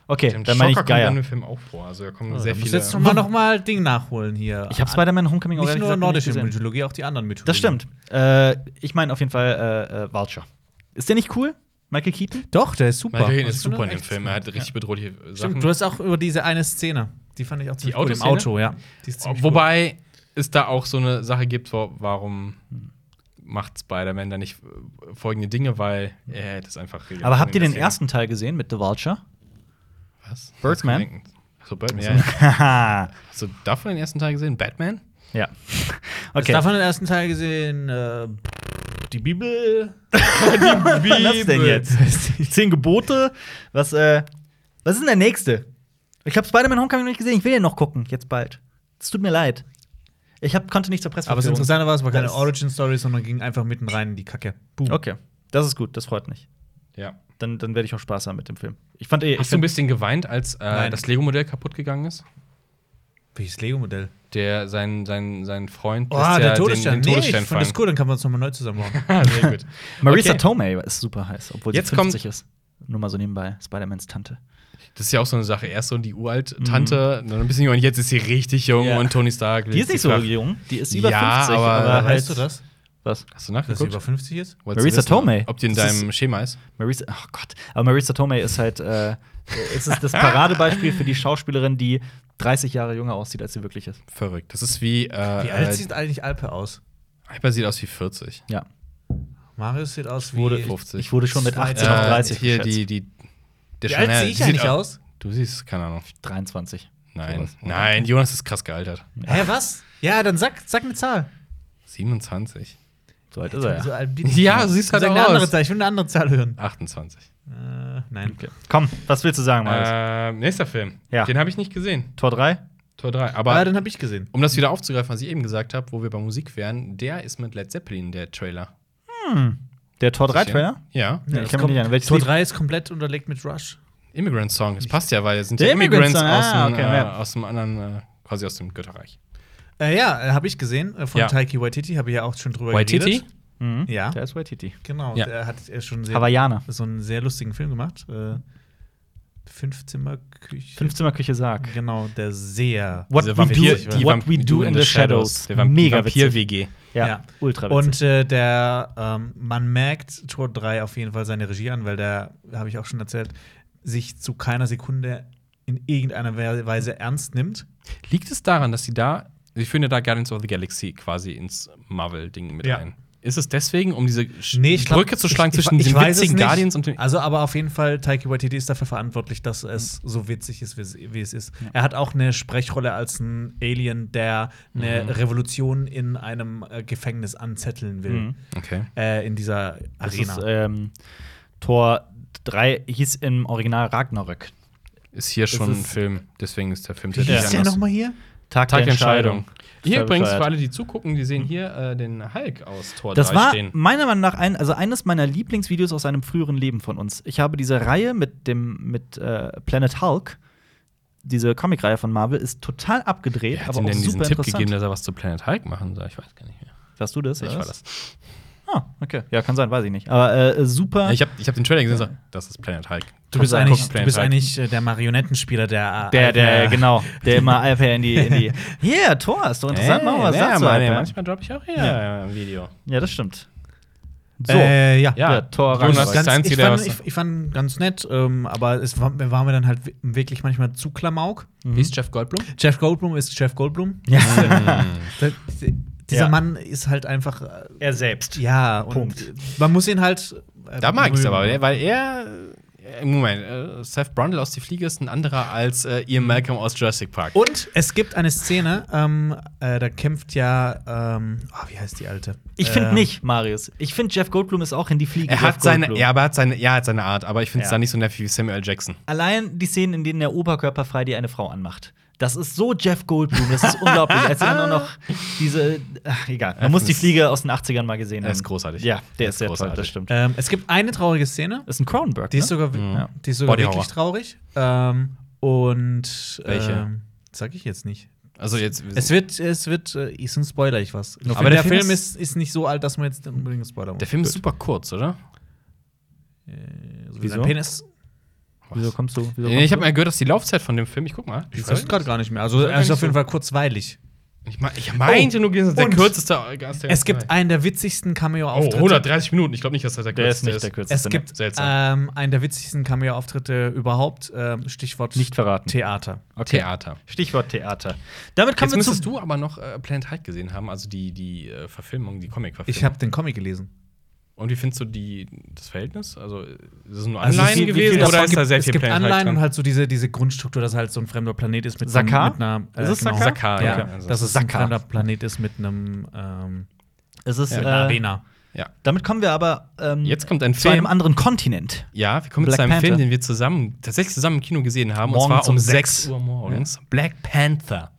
[SPEAKER 1] Okay,
[SPEAKER 3] Der
[SPEAKER 1] dann meine
[SPEAKER 3] Schocker
[SPEAKER 1] ich Geier.
[SPEAKER 3] kommt in dem Film auch vor. Also da kommen
[SPEAKER 2] Also,
[SPEAKER 3] sehr
[SPEAKER 2] da muss
[SPEAKER 3] viele.
[SPEAKER 2] jetzt nochmal noch mal Ding nachholen hier.
[SPEAKER 1] Ich habe Spider-Man Homecoming auch
[SPEAKER 2] Nicht
[SPEAKER 1] ehrlich
[SPEAKER 2] nur
[SPEAKER 1] gesagt noch
[SPEAKER 2] nordische
[SPEAKER 1] gesehen.
[SPEAKER 2] Mythologie, auch die anderen Mythologien.
[SPEAKER 1] Das stimmt. Äh, ich meine auf jeden Fall äh, äh, Vulture. Ist der nicht cool? Michael Keaton?
[SPEAKER 2] Doch, der ist super.
[SPEAKER 3] Michael Keaton
[SPEAKER 2] Das
[SPEAKER 3] ist super in dem
[SPEAKER 2] echt
[SPEAKER 3] Film. Er hat
[SPEAKER 2] super.
[SPEAKER 3] richtig bedrohliche Sachen.
[SPEAKER 2] Stimmt, du hast auch über diese eine Szene, die fand ich auch ziemlich cool. Im
[SPEAKER 3] Autoszene?
[SPEAKER 2] Auto, ja. Die ist ziemlich cool.
[SPEAKER 3] Wobei es da auch so eine Sache gibt, wo- warum macht Spider-Man da nicht äh, folgende Dinge, weil er hätte es einfach regeln
[SPEAKER 1] Aber habt ihr
[SPEAKER 3] können
[SPEAKER 1] den
[SPEAKER 3] in der Szene.
[SPEAKER 1] ersten Teil gesehen mit The Vulture?
[SPEAKER 3] Was?
[SPEAKER 1] Birdman?
[SPEAKER 3] Was kann man denken? Ach so, Birdman, ja, ja.
[SPEAKER 1] Haha.
[SPEAKER 3] Hast du davon den ersten Teil gesehen? Batman?
[SPEAKER 1] ja.
[SPEAKER 2] Hast du
[SPEAKER 1] Okay.
[SPEAKER 2] davon den ersten Teil gesehen? Äh, die Bibel?
[SPEAKER 1] *laughs* Was ist das denn *laughs* jetzt? Zehn Gebote? Was, äh, was ist denn der nächste? Ich habe Spider-Man Homecoming noch nicht gesehen. Ich will den noch gucken, jetzt bald. Es tut mir leid. Ich hab, konnte nicht zur Presse
[SPEAKER 2] Aber das Interessante war, es war keine
[SPEAKER 1] Das-
[SPEAKER 2] Origin-Story, sondern ging einfach mitten rein in die Kacke. Boom.
[SPEAKER 1] Okay, das ist gut, das freut mich.
[SPEAKER 3] Ja.
[SPEAKER 1] Dann, dann werde ich auch Spaß haben mit dem Film. Ich fand eh. ich
[SPEAKER 3] Hast du ein
[SPEAKER 1] find-
[SPEAKER 3] bisschen geweint, als äh,
[SPEAKER 2] Nein.
[SPEAKER 3] das Lego-Modell kaputt gegangen ist?
[SPEAKER 2] Welches Lego-Modell?
[SPEAKER 3] Der, sein, sein, sein Freund
[SPEAKER 2] Oh,
[SPEAKER 3] lässt ja
[SPEAKER 2] der Todesstern.
[SPEAKER 3] Den, den
[SPEAKER 2] nee,
[SPEAKER 3] Todesstern
[SPEAKER 2] ich fand das cool, dann kann man es nochmal neu zusammenbauen.
[SPEAKER 3] cool. *laughs* Sehr gut.
[SPEAKER 1] Marisa
[SPEAKER 3] Okay.
[SPEAKER 1] Tomei ist super heiß, obwohl sie
[SPEAKER 3] Jetzt kommt-
[SPEAKER 1] 50 ist. Nur mal so nebenbei, Spider-Mans Tante.
[SPEAKER 3] Das ist ja auch so eine Sache. Erst so die Uralt-Tante, dann ein bisschen jung und jetzt ist sie richtig jung
[SPEAKER 1] Mhm. Ja.
[SPEAKER 3] und Tony Stark.
[SPEAKER 1] Die ist nicht so
[SPEAKER 3] flach.
[SPEAKER 1] jung, die ist über
[SPEAKER 3] Ja,
[SPEAKER 1] 50.
[SPEAKER 3] aber- aber
[SPEAKER 2] weißt du
[SPEAKER 1] halt
[SPEAKER 2] das?
[SPEAKER 1] Was?
[SPEAKER 3] Hast du
[SPEAKER 2] Dass sie
[SPEAKER 3] nachgeguckt?
[SPEAKER 2] über 50 ist?
[SPEAKER 3] Wolltest du
[SPEAKER 1] Marisa
[SPEAKER 3] wissen,
[SPEAKER 1] Tomei.
[SPEAKER 3] Ob die in
[SPEAKER 1] Das ist-
[SPEAKER 3] deinem Schema ist?
[SPEAKER 1] Marisa, oh Gott. Aber Marisa Tomei ist halt äh, es ist das Paradebeispiel für die Schauspielerin, die 30 Jahre jünger aussieht, als sie wirklich ist.
[SPEAKER 3] Verrückt. Das ist wie. Äh,
[SPEAKER 2] Wie alt
[SPEAKER 3] äh,
[SPEAKER 2] sieht eigentlich Alpe aus?
[SPEAKER 3] Hyper sieht aus wie 40.
[SPEAKER 1] Ja.
[SPEAKER 2] Marius sieht aus wie.
[SPEAKER 1] Wurde-
[SPEAKER 2] wie
[SPEAKER 3] 50.
[SPEAKER 1] Ich wurde schon mit 18 auf
[SPEAKER 3] Äh,
[SPEAKER 1] 30
[SPEAKER 3] Hier,
[SPEAKER 1] geschätzt.
[SPEAKER 3] die, die, der
[SPEAKER 2] alt
[SPEAKER 3] Chanel,
[SPEAKER 2] sehe ich
[SPEAKER 3] die
[SPEAKER 2] ja
[SPEAKER 3] sieht
[SPEAKER 2] nicht aus.
[SPEAKER 3] Du siehst, keine Ahnung.
[SPEAKER 1] 23.
[SPEAKER 3] Nein.
[SPEAKER 1] Sowas.
[SPEAKER 3] Nein, Jonas ist krass gealtert.
[SPEAKER 2] Hä, was? Ja, dann sag, sag eine Zahl.
[SPEAKER 3] 27.
[SPEAKER 1] So alt ist er ja.
[SPEAKER 2] alt bin ich
[SPEAKER 3] Ja,
[SPEAKER 2] nicht.
[SPEAKER 3] du siehst halt
[SPEAKER 2] Sag
[SPEAKER 3] auch
[SPEAKER 2] eine andere
[SPEAKER 3] aus.
[SPEAKER 2] Zahl. Ich will eine andere Zahl hören.
[SPEAKER 3] 28.
[SPEAKER 2] Äh, nein.
[SPEAKER 1] Okay. Komm, was willst du sagen, Marius?
[SPEAKER 3] Äh, nächster Film.
[SPEAKER 1] Ja.
[SPEAKER 3] Den habe ich nicht gesehen.
[SPEAKER 1] Tor 3?
[SPEAKER 3] Tor 3.
[SPEAKER 2] Ah,
[SPEAKER 3] Aber
[SPEAKER 2] den habe ich gesehen.
[SPEAKER 3] um das wieder aufzugreifen, was ich eben gesagt habe, wo wir bei Musik wären, der ist mit Led Zeppelin der Trailer.
[SPEAKER 1] Der Tor 3-Trailer?
[SPEAKER 3] Ja.
[SPEAKER 1] Ja, ich kann mich nicht erinnern. Welches
[SPEAKER 2] Tor
[SPEAKER 1] Lied?
[SPEAKER 2] 3 ist komplett unterlegt mit Rush.
[SPEAKER 3] Immigrant Song. Das passt ja, weil es sind
[SPEAKER 1] Der
[SPEAKER 3] ja
[SPEAKER 1] Immigrant
[SPEAKER 3] Immigrants
[SPEAKER 1] Song,
[SPEAKER 3] aus,
[SPEAKER 1] ah,
[SPEAKER 3] dem,
[SPEAKER 1] okay,
[SPEAKER 3] äh,
[SPEAKER 1] ja.
[SPEAKER 3] aus dem anderen äh, quasi aus dem Götterreich.
[SPEAKER 2] Äh, ja, habe ich gesehen. äh, Von
[SPEAKER 3] Ja.
[SPEAKER 2] Taiki Waititi habe ich ja auch schon drüber
[SPEAKER 3] Waititi?
[SPEAKER 2] geredet.
[SPEAKER 1] Mhm.
[SPEAKER 2] Ja.
[SPEAKER 1] Der ist Waititi.
[SPEAKER 2] Genau,
[SPEAKER 3] Ja.
[SPEAKER 2] der hat äh, schon sehr,
[SPEAKER 1] Hawaiianer.
[SPEAKER 2] so einen sehr lustigen Film gemacht. Äh, Fünfzimmerküche.
[SPEAKER 1] Fünfzimmerküche Sarg.
[SPEAKER 2] Genau, der sehr.
[SPEAKER 1] What
[SPEAKER 3] Diese
[SPEAKER 1] we
[SPEAKER 3] Vampir-
[SPEAKER 1] do,
[SPEAKER 3] die
[SPEAKER 1] what we
[SPEAKER 3] Vamp-
[SPEAKER 1] do in the shadows.
[SPEAKER 3] Der Vamp
[SPEAKER 1] Mega witzig.
[SPEAKER 3] Vampir WG.
[SPEAKER 1] Ja,
[SPEAKER 2] Ja.
[SPEAKER 1] ultra witzig.
[SPEAKER 2] Und äh, der, ähm, man merkt Tor 3 auf jeden Fall seine Regie an, weil der, habe ich auch schon erzählt, sich zu keiner Sekunde in irgendeiner We- Weise ernst nimmt.
[SPEAKER 3] Liegt es daran, dass sie da, sie führen ja da Guardians of the Galaxy quasi ins Marvel-Ding mit
[SPEAKER 2] Ja.
[SPEAKER 3] rein. Ist es deswegen, um diese Sch-
[SPEAKER 2] Nee, ich glaub,
[SPEAKER 3] Brücke zu schlagen
[SPEAKER 2] ich- ich-
[SPEAKER 3] zwischen
[SPEAKER 2] ich
[SPEAKER 3] den
[SPEAKER 2] weiß es
[SPEAKER 3] witzigen
[SPEAKER 2] nicht.
[SPEAKER 3] Guardians und dem.
[SPEAKER 2] Also, aber auf jeden Fall, Taiki Waititi ist dafür verantwortlich, dass es so witzig ist, wie es, wie es ist. Er hat auch eine Sprechrolle als ein Alien, der eine
[SPEAKER 3] Mhm.
[SPEAKER 2] Revolution in einem äh, Gefängnis anzetteln will.
[SPEAKER 1] Mhm.
[SPEAKER 3] Okay.
[SPEAKER 2] Äh, in dieser
[SPEAKER 1] Das
[SPEAKER 2] Arena.
[SPEAKER 1] ist,
[SPEAKER 3] äh,
[SPEAKER 1] ähm, Tor 3 hieß im Original Ragnarök.
[SPEAKER 3] Ist hier schon
[SPEAKER 2] ist-
[SPEAKER 3] ein Film, deswegen ist der Film
[SPEAKER 2] wie hieß der nochmal hier?
[SPEAKER 1] Tag,
[SPEAKER 3] Tag der Entscheidung. Hier
[SPEAKER 1] Voll
[SPEAKER 3] übrigens,
[SPEAKER 1] bescheuert.
[SPEAKER 3] für alle, die zugucken, die sehen hier äh, den Hulk aus Tor
[SPEAKER 1] Das
[SPEAKER 3] 3
[SPEAKER 1] war
[SPEAKER 3] stehen.
[SPEAKER 1] meiner Meinung nach ein, also eines meiner Lieblingsvideos aus einem früheren Leben von uns. Ich habe diese Reihe mit dem mit äh, Planet Hulk, diese Comicreihe von Marvel, ist total abgedreht,
[SPEAKER 3] Wer hat
[SPEAKER 1] aber
[SPEAKER 3] ihm
[SPEAKER 1] auch
[SPEAKER 3] denn diesen
[SPEAKER 1] super
[SPEAKER 3] Tipp
[SPEAKER 1] interessant.
[SPEAKER 3] gegeben, dass er was zu Planet Hulk machen soll? Ich weiß gar nicht mehr.
[SPEAKER 1] Warst du das?
[SPEAKER 3] Ich
[SPEAKER 1] oder
[SPEAKER 3] war
[SPEAKER 1] was?
[SPEAKER 3] das.
[SPEAKER 1] Ah, okay. Ja, kann sein, weiß ich nicht. Aber äh, super.
[SPEAKER 3] Ja, Ich habe ich hab den Trailer gesehen, so, das ist Planet Hulk.
[SPEAKER 2] Du bist,
[SPEAKER 1] Guck,
[SPEAKER 2] eigentlich,
[SPEAKER 3] guck,
[SPEAKER 2] du bist
[SPEAKER 3] Planet Hulk.
[SPEAKER 2] eigentlich äh, der Marionettenspieler, der. äh,
[SPEAKER 1] der, der,
[SPEAKER 2] äh,
[SPEAKER 1] genau, der
[SPEAKER 3] *laughs*
[SPEAKER 1] immer Alper in die, in die. Yeah, Tor, ist doch interessant, machen wir was
[SPEAKER 3] ja,
[SPEAKER 1] sagst du,
[SPEAKER 3] Mann,
[SPEAKER 1] Alper?
[SPEAKER 3] ey, manchmal droppe ich auch hier
[SPEAKER 1] Ja.
[SPEAKER 3] ein Video.
[SPEAKER 1] Ja, das stimmt. So,
[SPEAKER 2] Äh, ja.
[SPEAKER 1] Ja, Thor
[SPEAKER 3] Jonas,
[SPEAKER 1] Ragnarök.
[SPEAKER 3] das ist
[SPEAKER 2] Ganz,
[SPEAKER 3] das
[SPEAKER 2] ich,
[SPEAKER 3] Einzige,
[SPEAKER 2] fand,
[SPEAKER 3] was-
[SPEAKER 2] ich, ich fand ganz nett, ähm, aber es war, war mir dann halt wi- wirklich manchmal zu klamauk.
[SPEAKER 3] Wie ist Jeff Goldblum?
[SPEAKER 2] Jeff Goldblum ist Jeff Goldblum.
[SPEAKER 1] *laughs* ja.
[SPEAKER 2] *laughs*
[SPEAKER 3] hm.
[SPEAKER 2] Da- Dieser
[SPEAKER 1] Ja.
[SPEAKER 2] Mann ist halt einfach. äh,
[SPEAKER 1] er selbst.
[SPEAKER 2] Ja, und
[SPEAKER 1] Punkt.
[SPEAKER 2] man muss ihn halt. äh,
[SPEAKER 3] Da mag ich es
[SPEAKER 2] rühmen.
[SPEAKER 3] aber, weil er. äh, Moment, äh, Seth Brundle aus Die Fliege ist ein anderer als äh, Ian Malcolm aus Jurassic Park.
[SPEAKER 2] Und es gibt eine Szene, ähm, äh, da kämpft ja. Ähm, ah, wie heißt die alte?
[SPEAKER 1] Ich finde
[SPEAKER 2] Ähm,
[SPEAKER 1] nicht, Marius. Ich finde, Jeff Goldblum ist auch in die Fliege.
[SPEAKER 3] er
[SPEAKER 1] Jeff
[SPEAKER 3] hat seine,
[SPEAKER 1] Goldblum.
[SPEAKER 3] ja, aber er hat seine, ja, er hat seine Art, aber ich finde es
[SPEAKER 1] Ja.
[SPEAKER 3] da nicht so nervig wie Samuel Jackson.
[SPEAKER 1] Allein die Szenen, in denen er oberkörperfrei die eine Frau anmacht. Das ist so Jeff Goldblum, das ist unglaublich. Als er nur noch diese. Ach, egal. Man muss die Fliege aus den 80ern mal gesehen haben.
[SPEAKER 3] Er ist großartig.
[SPEAKER 1] Ja, der
[SPEAKER 3] Er
[SPEAKER 1] ist
[SPEAKER 3] ist
[SPEAKER 1] sehr toll,
[SPEAKER 3] großartig.
[SPEAKER 1] das stimmt.
[SPEAKER 2] Ähm, es gibt eine traurige Szene.
[SPEAKER 1] Das ist ein Cronenberg.
[SPEAKER 2] Die
[SPEAKER 1] ne?
[SPEAKER 2] ist sogar, wi-
[SPEAKER 3] Mhm.
[SPEAKER 2] ja. die ist sogar
[SPEAKER 3] Body
[SPEAKER 2] wirklich
[SPEAKER 3] Horror.
[SPEAKER 2] traurig. Ähm, und
[SPEAKER 3] Welche?
[SPEAKER 2] Ähm, sag ich jetzt nicht.
[SPEAKER 3] Also jetzt.
[SPEAKER 2] Es wird, es wird, äh, ist ein Spoiler, ich was.
[SPEAKER 1] Aber
[SPEAKER 2] Aber
[SPEAKER 1] der
[SPEAKER 2] der
[SPEAKER 1] Film
[SPEAKER 2] Film ist, ist nicht so alt, dass man jetzt unbedingt einen Spoiler muss.
[SPEAKER 3] der Film ist super kurz, oder?
[SPEAKER 2] Äh, so wie
[SPEAKER 1] Wieso?
[SPEAKER 2] sein Penis.
[SPEAKER 1] Wieso kommst du? Wieso
[SPEAKER 3] Nee, ich
[SPEAKER 1] kommst
[SPEAKER 3] habe
[SPEAKER 1] du?
[SPEAKER 3] mal gehört, dass die Laufzeit von dem Film, ich guck mal.
[SPEAKER 2] Ich weiß es gerade gar nicht mehr. Also
[SPEAKER 3] Soll
[SPEAKER 2] er ist
[SPEAKER 3] gar
[SPEAKER 2] auf
[SPEAKER 3] nicht
[SPEAKER 2] jeden
[SPEAKER 3] so-
[SPEAKER 2] Fall kurzweilig.
[SPEAKER 3] Ich, mein, ich
[SPEAKER 1] Oh.
[SPEAKER 3] meinte nur, das ist der
[SPEAKER 2] und-
[SPEAKER 3] kürzeste. Gast der
[SPEAKER 2] Es gibt einen der witzigsten
[SPEAKER 3] oh,
[SPEAKER 2] Cameo-Auftritte.
[SPEAKER 3] 130 Minuten. Ich glaube nicht, dass das der
[SPEAKER 1] Der ist
[SPEAKER 3] kürzeste
[SPEAKER 1] nicht der kürzeste.
[SPEAKER 2] es
[SPEAKER 1] ne?
[SPEAKER 2] gibt
[SPEAKER 3] Seltsam.
[SPEAKER 2] ähm, einen der witzigsten Cameo-Auftritte überhaupt. Ähm, Stichwort
[SPEAKER 1] Nicht verraten.
[SPEAKER 2] Theater.
[SPEAKER 3] Okay. Theater.
[SPEAKER 1] Stichwort Theater. Damit kommen
[SPEAKER 3] Jetzt
[SPEAKER 1] wir zu.
[SPEAKER 3] müsstest du aber noch äh, Planet Hulk gesehen haben, also die, die äh, Verfilmung, die Comic-Verfilmung.
[SPEAKER 2] Ich habe den Comic gelesen.
[SPEAKER 3] Und wie findest du die, das Verhältnis? Also ist es nur
[SPEAKER 2] Also
[SPEAKER 3] online
[SPEAKER 2] wie- wie viel
[SPEAKER 3] gewesen
[SPEAKER 2] davon
[SPEAKER 3] oder ist da
[SPEAKER 2] gibt-
[SPEAKER 3] sehr
[SPEAKER 2] Es
[SPEAKER 3] viel
[SPEAKER 2] gibt
[SPEAKER 3] Planet Hulk
[SPEAKER 2] Anleihen
[SPEAKER 3] dran?
[SPEAKER 2] und halt so diese, diese Grundstruktur, dass halt so ein fremder Planet ist mit so einem-
[SPEAKER 1] Sakaar?
[SPEAKER 2] Mit einer,
[SPEAKER 1] Ist es
[SPEAKER 2] genau.
[SPEAKER 1] Sakaar?
[SPEAKER 3] Sakaar,
[SPEAKER 2] Ja,
[SPEAKER 3] ja. Also
[SPEAKER 2] dass es ein
[SPEAKER 1] Sakaar.
[SPEAKER 2] fremder Planet ist mit einem ähm,
[SPEAKER 1] Es ist,
[SPEAKER 2] mit einer
[SPEAKER 1] äh,
[SPEAKER 2] Arena.
[SPEAKER 1] damit kommen wir aber ähm,
[SPEAKER 3] Jetzt kommt ein
[SPEAKER 1] zu einem
[SPEAKER 3] Film.
[SPEAKER 1] anderen Kontinent.
[SPEAKER 3] Ja, wir kommen
[SPEAKER 1] Black
[SPEAKER 3] zu einem
[SPEAKER 1] Panther.
[SPEAKER 3] Film, den wir zusammen, tatsächlich zusammen im Kino gesehen haben.
[SPEAKER 1] Morgens
[SPEAKER 3] und zwar
[SPEAKER 1] um
[SPEAKER 3] um
[SPEAKER 1] sechs.
[SPEAKER 3] 6 Uhr morgens. Black Panther.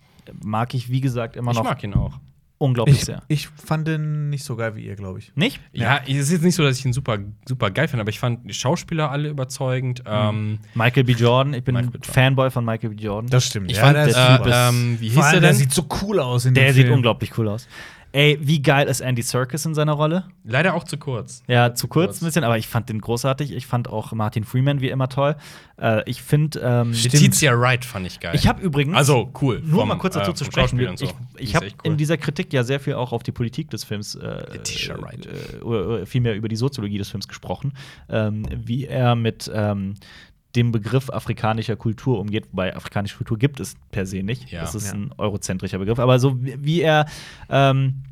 [SPEAKER 1] Mag ich, wie gesagt, immer
[SPEAKER 3] Ich
[SPEAKER 1] noch
[SPEAKER 3] mag ihn auch.
[SPEAKER 1] unglaublich
[SPEAKER 2] Ich,
[SPEAKER 1] sehr.
[SPEAKER 2] ich fand den nicht so geil wie ihr, glaube ich.
[SPEAKER 1] Nicht?
[SPEAKER 3] Ja, es ist jetzt nicht so, dass ich ihn super, super geil finde, aber ich fand die Schauspieler alle überzeugend. Ähm,
[SPEAKER 1] Michael B. Jordan, ich bin
[SPEAKER 3] Michael B. Jordan.
[SPEAKER 1] Fanboy von Michael B. Jordan.
[SPEAKER 2] stimmt.
[SPEAKER 3] Ich
[SPEAKER 2] ja,
[SPEAKER 3] fand,
[SPEAKER 2] der ist
[SPEAKER 3] äh,
[SPEAKER 2] super.
[SPEAKER 3] ähm, wie hieß
[SPEAKER 2] Vor allem,
[SPEAKER 3] er
[SPEAKER 2] der
[SPEAKER 3] denn?
[SPEAKER 2] sieht so cool aus in
[SPEAKER 1] Der
[SPEAKER 2] dem
[SPEAKER 1] sieht
[SPEAKER 2] Film.
[SPEAKER 1] unglaublich cool aus. Ey, wie geil ist Andy Serkis in seiner Rolle?
[SPEAKER 3] Leider auch zu kurz.
[SPEAKER 1] Ja, zu kurz ein bisschen, aber ich fand den großartig. Ich fand auch Martin Freeman wie immer toll. Äh, ich finde, ähm,
[SPEAKER 3] Letizia Wright fand ich geil.
[SPEAKER 1] ich habe übrigens
[SPEAKER 3] also cool.
[SPEAKER 1] nur
[SPEAKER 3] vom,
[SPEAKER 1] mal kurz dazu
[SPEAKER 3] äh,
[SPEAKER 1] zu
[SPEAKER 3] vom
[SPEAKER 1] sprechen.
[SPEAKER 3] Schauspiel und so. Die
[SPEAKER 1] Ich, ich
[SPEAKER 3] ist
[SPEAKER 1] habe
[SPEAKER 3] echt cool.
[SPEAKER 1] in dieser Kritik ja sehr viel auch auf die Politik des Films, äh,
[SPEAKER 3] Letitia Wright.
[SPEAKER 1] äh, oder, oder vielmehr über die Soziologie des Films gesprochen, ähm, wie er mit ähm, dem Begriff afrikanischer Kultur umgeht, wobei afrikanische Kultur gibt es per se nicht.
[SPEAKER 3] Ja.
[SPEAKER 1] Das ist
[SPEAKER 2] Ja.
[SPEAKER 1] ein eurozentrischer Begriff, aber so wie wie er ähm,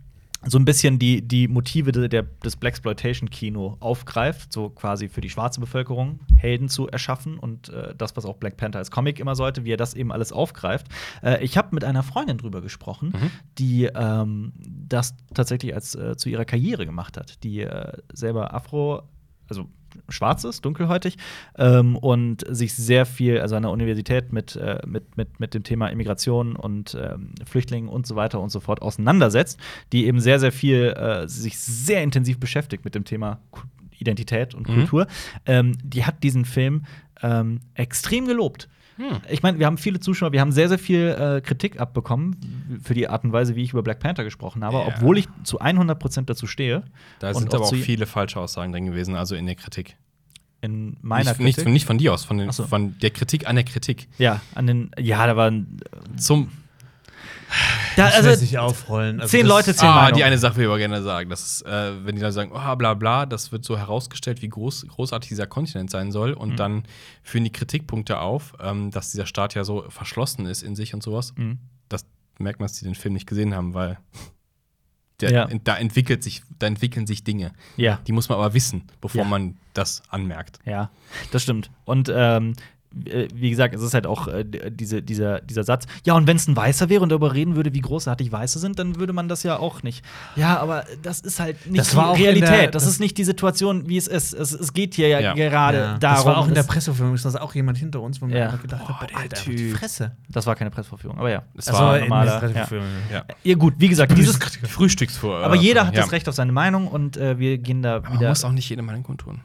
[SPEAKER 1] so ein bisschen die, die Motive de, der, des Blaxploitation-Kino aufgreift, so quasi für die schwarze Bevölkerung Helden zu erschaffen und äh, das, was auch Black Panther als Comic immer sollte, wie er das eben alles aufgreift. Äh, ich habe mit einer Freundin drüber gesprochen,
[SPEAKER 3] Mhm.
[SPEAKER 1] die ähm, das tatsächlich als äh, zu ihrer Karriere gemacht hat, die äh, selber Afro, also schwarz ist, dunkelhäutig ähm, und sich sehr viel, also an der Universität mit, äh, mit, mit, mit dem Thema Immigration und ähm, Flüchtlingen und so weiter und so fort auseinandersetzt, die eben sehr, sehr viel, äh, sich sehr intensiv beschäftigt mit dem Thema Ku- Identität und
[SPEAKER 3] Mhm.
[SPEAKER 1] Kultur, ähm, die hat diesen Film ähm, extrem gelobt.
[SPEAKER 3] Hm.
[SPEAKER 1] Ich meine, wir haben viele Zuschauer, wir haben sehr, sehr viel äh, Kritik abbekommen für die Art und Weise, wie ich über Black Panther gesprochen habe,
[SPEAKER 3] Ja.
[SPEAKER 1] obwohl ich zu 100% dazu stehe.
[SPEAKER 3] Da
[SPEAKER 1] Und
[SPEAKER 3] sind
[SPEAKER 1] auch
[SPEAKER 3] aber auch
[SPEAKER 1] zu-
[SPEAKER 3] viele falsche Aussagen drin gewesen, also in der Kritik.
[SPEAKER 1] In meiner
[SPEAKER 3] nicht, nicht,
[SPEAKER 1] Kritik.
[SPEAKER 3] nicht von dir aus, von, den,
[SPEAKER 1] Ach so.
[SPEAKER 3] von der Kritik an der Kritik.
[SPEAKER 1] Ja, an den. Ja, da waren.
[SPEAKER 3] Zum
[SPEAKER 1] Da,
[SPEAKER 2] Ich will es
[SPEAKER 1] also,
[SPEAKER 2] nicht aufrollen. Also
[SPEAKER 1] zehn
[SPEAKER 2] das-
[SPEAKER 1] Leute, zehn
[SPEAKER 3] ah,
[SPEAKER 1] Meinungen.
[SPEAKER 3] die eine Sache will ich aber gerne sagen. Das ist, äh, wenn die Leute sagen, oh, bla bla, das wird so herausgestellt, wie groß, großartig dieser Kontinent sein soll. Und
[SPEAKER 1] Mhm.
[SPEAKER 3] dann führen die Kritikpunkte auf, ähm, dass dieser Staat ja so verschlossen ist in sich und sowas.
[SPEAKER 1] Hm.
[SPEAKER 3] Das merkt man, dass die den Film nicht gesehen haben, weil *laughs* der,
[SPEAKER 1] Ja.
[SPEAKER 3] da, entwickelt sich, da entwickeln sich Dinge.
[SPEAKER 1] ja,
[SPEAKER 3] Die muss man aber wissen, bevor
[SPEAKER 1] Ja.
[SPEAKER 3] man das anmerkt.
[SPEAKER 1] ja, das stimmt. Und ähm, äh, wie gesagt, es ist halt auch äh, d- diese, dieser, dieser Satz. Ja, und wenn es ein Weißer wäre und darüber reden würde, wie großartig Weiße sind, dann würde man das ja auch nicht. Ja, aber das ist halt nicht
[SPEAKER 2] Das
[SPEAKER 1] die
[SPEAKER 2] war auch in
[SPEAKER 1] Realität.
[SPEAKER 2] der-
[SPEAKER 1] das,
[SPEAKER 2] das-
[SPEAKER 1] ist nicht die Situation, wie es ist. Es, es geht hier ja,
[SPEAKER 3] Ja.
[SPEAKER 1] gerade
[SPEAKER 2] Ja.
[SPEAKER 1] darum.
[SPEAKER 2] Das war auch in der
[SPEAKER 1] Es-
[SPEAKER 2] Presseverführung, ist das auch jemand hinter uns, wo man
[SPEAKER 1] Ja.
[SPEAKER 2] einfach gedacht hat,
[SPEAKER 3] Boah,
[SPEAKER 2] boah,
[SPEAKER 3] der
[SPEAKER 2] Alter, die
[SPEAKER 3] Typ.
[SPEAKER 2] Fresse.
[SPEAKER 1] Das war keine Presseverführung, aber ja.
[SPEAKER 3] Es
[SPEAKER 2] Das
[SPEAKER 3] war
[SPEAKER 2] war
[SPEAKER 1] ein
[SPEAKER 2] in
[SPEAKER 1] normaler-
[SPEAKER 2] der Presseverführung.
[SPEAKER 3] Ja.
[SPEAKER 1] Ja, gut, wie gesagt, Äh, dieses.
[SPEAKER 3] Frühstücksfuhr.
[SPEAKER 1] Aber jeder hat
[SPEAKER 3] ja.
[SPEAKER 1] das Recht auf seine Meinung und äh, wir gehen da
[SPEAKER 3] Aber man
[SPEAKER 1] wieder.
[SPEAKER 3] muss auch nicht jede Meinung kundtun.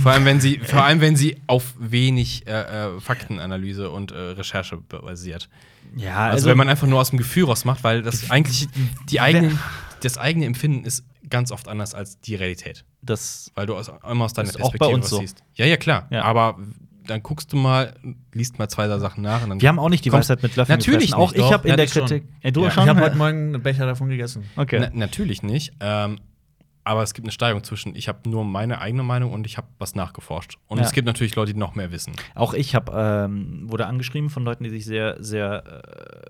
[SPEAKER 3] Vor allem, wenn sie, vor allem, wenn sie auf wenig äh, äh, Faktenanalyse und äh, Recherche basiert.
[SPEAKER 1] Ja,
[SPEAKER 3] Also, wenn man einfach nur aus dem Gefühl raus macht, weil das eigentlich die eigenen, das eigene Empfinden ist ganz oft anders als die Realität.
[SPEAKER 1] das
[SPEAKER 3] Weil du aus, immer aus deiner
[SPEAKER 1] Ist auch
[SPEAKER 3] Perspektive
[SPEAKER 1] bei uns
[SPEAKER 3] was
[SPEAKER 1] so.
[SPEAKER 3] siehst. Ja, ja, klar.
[SPEAKER 1] Ja.
[SPEAKER 3] Aber dann guckst du mal, liest mal zwei, drei Sachen nach und dann.
[SPEAKER 1] Wir haben auch nicht die
[SPEAKER 3] kommst-
[SPEAKER 1] Weisheit mit Löffeln
[SPEAKER 3] Natürlich
[SPEAKER 1] gefressen. Auch
[SPEAKER 3] nicht,
[SPEAKER 1] ich
[SPEAKER 3] doch.
[SPEAKER 1] habe in
[SPEAKER 2] Ja,
[SPEAKER 1] der
[SPEAKER 2] ich schon.
[SPEAKER 1] Kritik. Ey, du
[SPEAKER 2] Ja, ich
[SPEAKER 1] schon?
[SPEAKER 2] habe heute Morgen einen Becher davon gegessen.
[SPEAKER 1] okay.
[SPEAKER 3] Na, natürlich nicht. Ähm, aber es gibt eine Steigung zwischen, ich habe nur meine eigene Meinung und ich habe was nachgeforscht. Und
[SPEAKER 1] Ja.
[SPEAKER 3] es gibt natürlich Leute, die noch mehr wissen.
[SPEAKER 1] Auch ich hab, ähm, wurde angeschrieben von Leuten, die sich sehr, sehr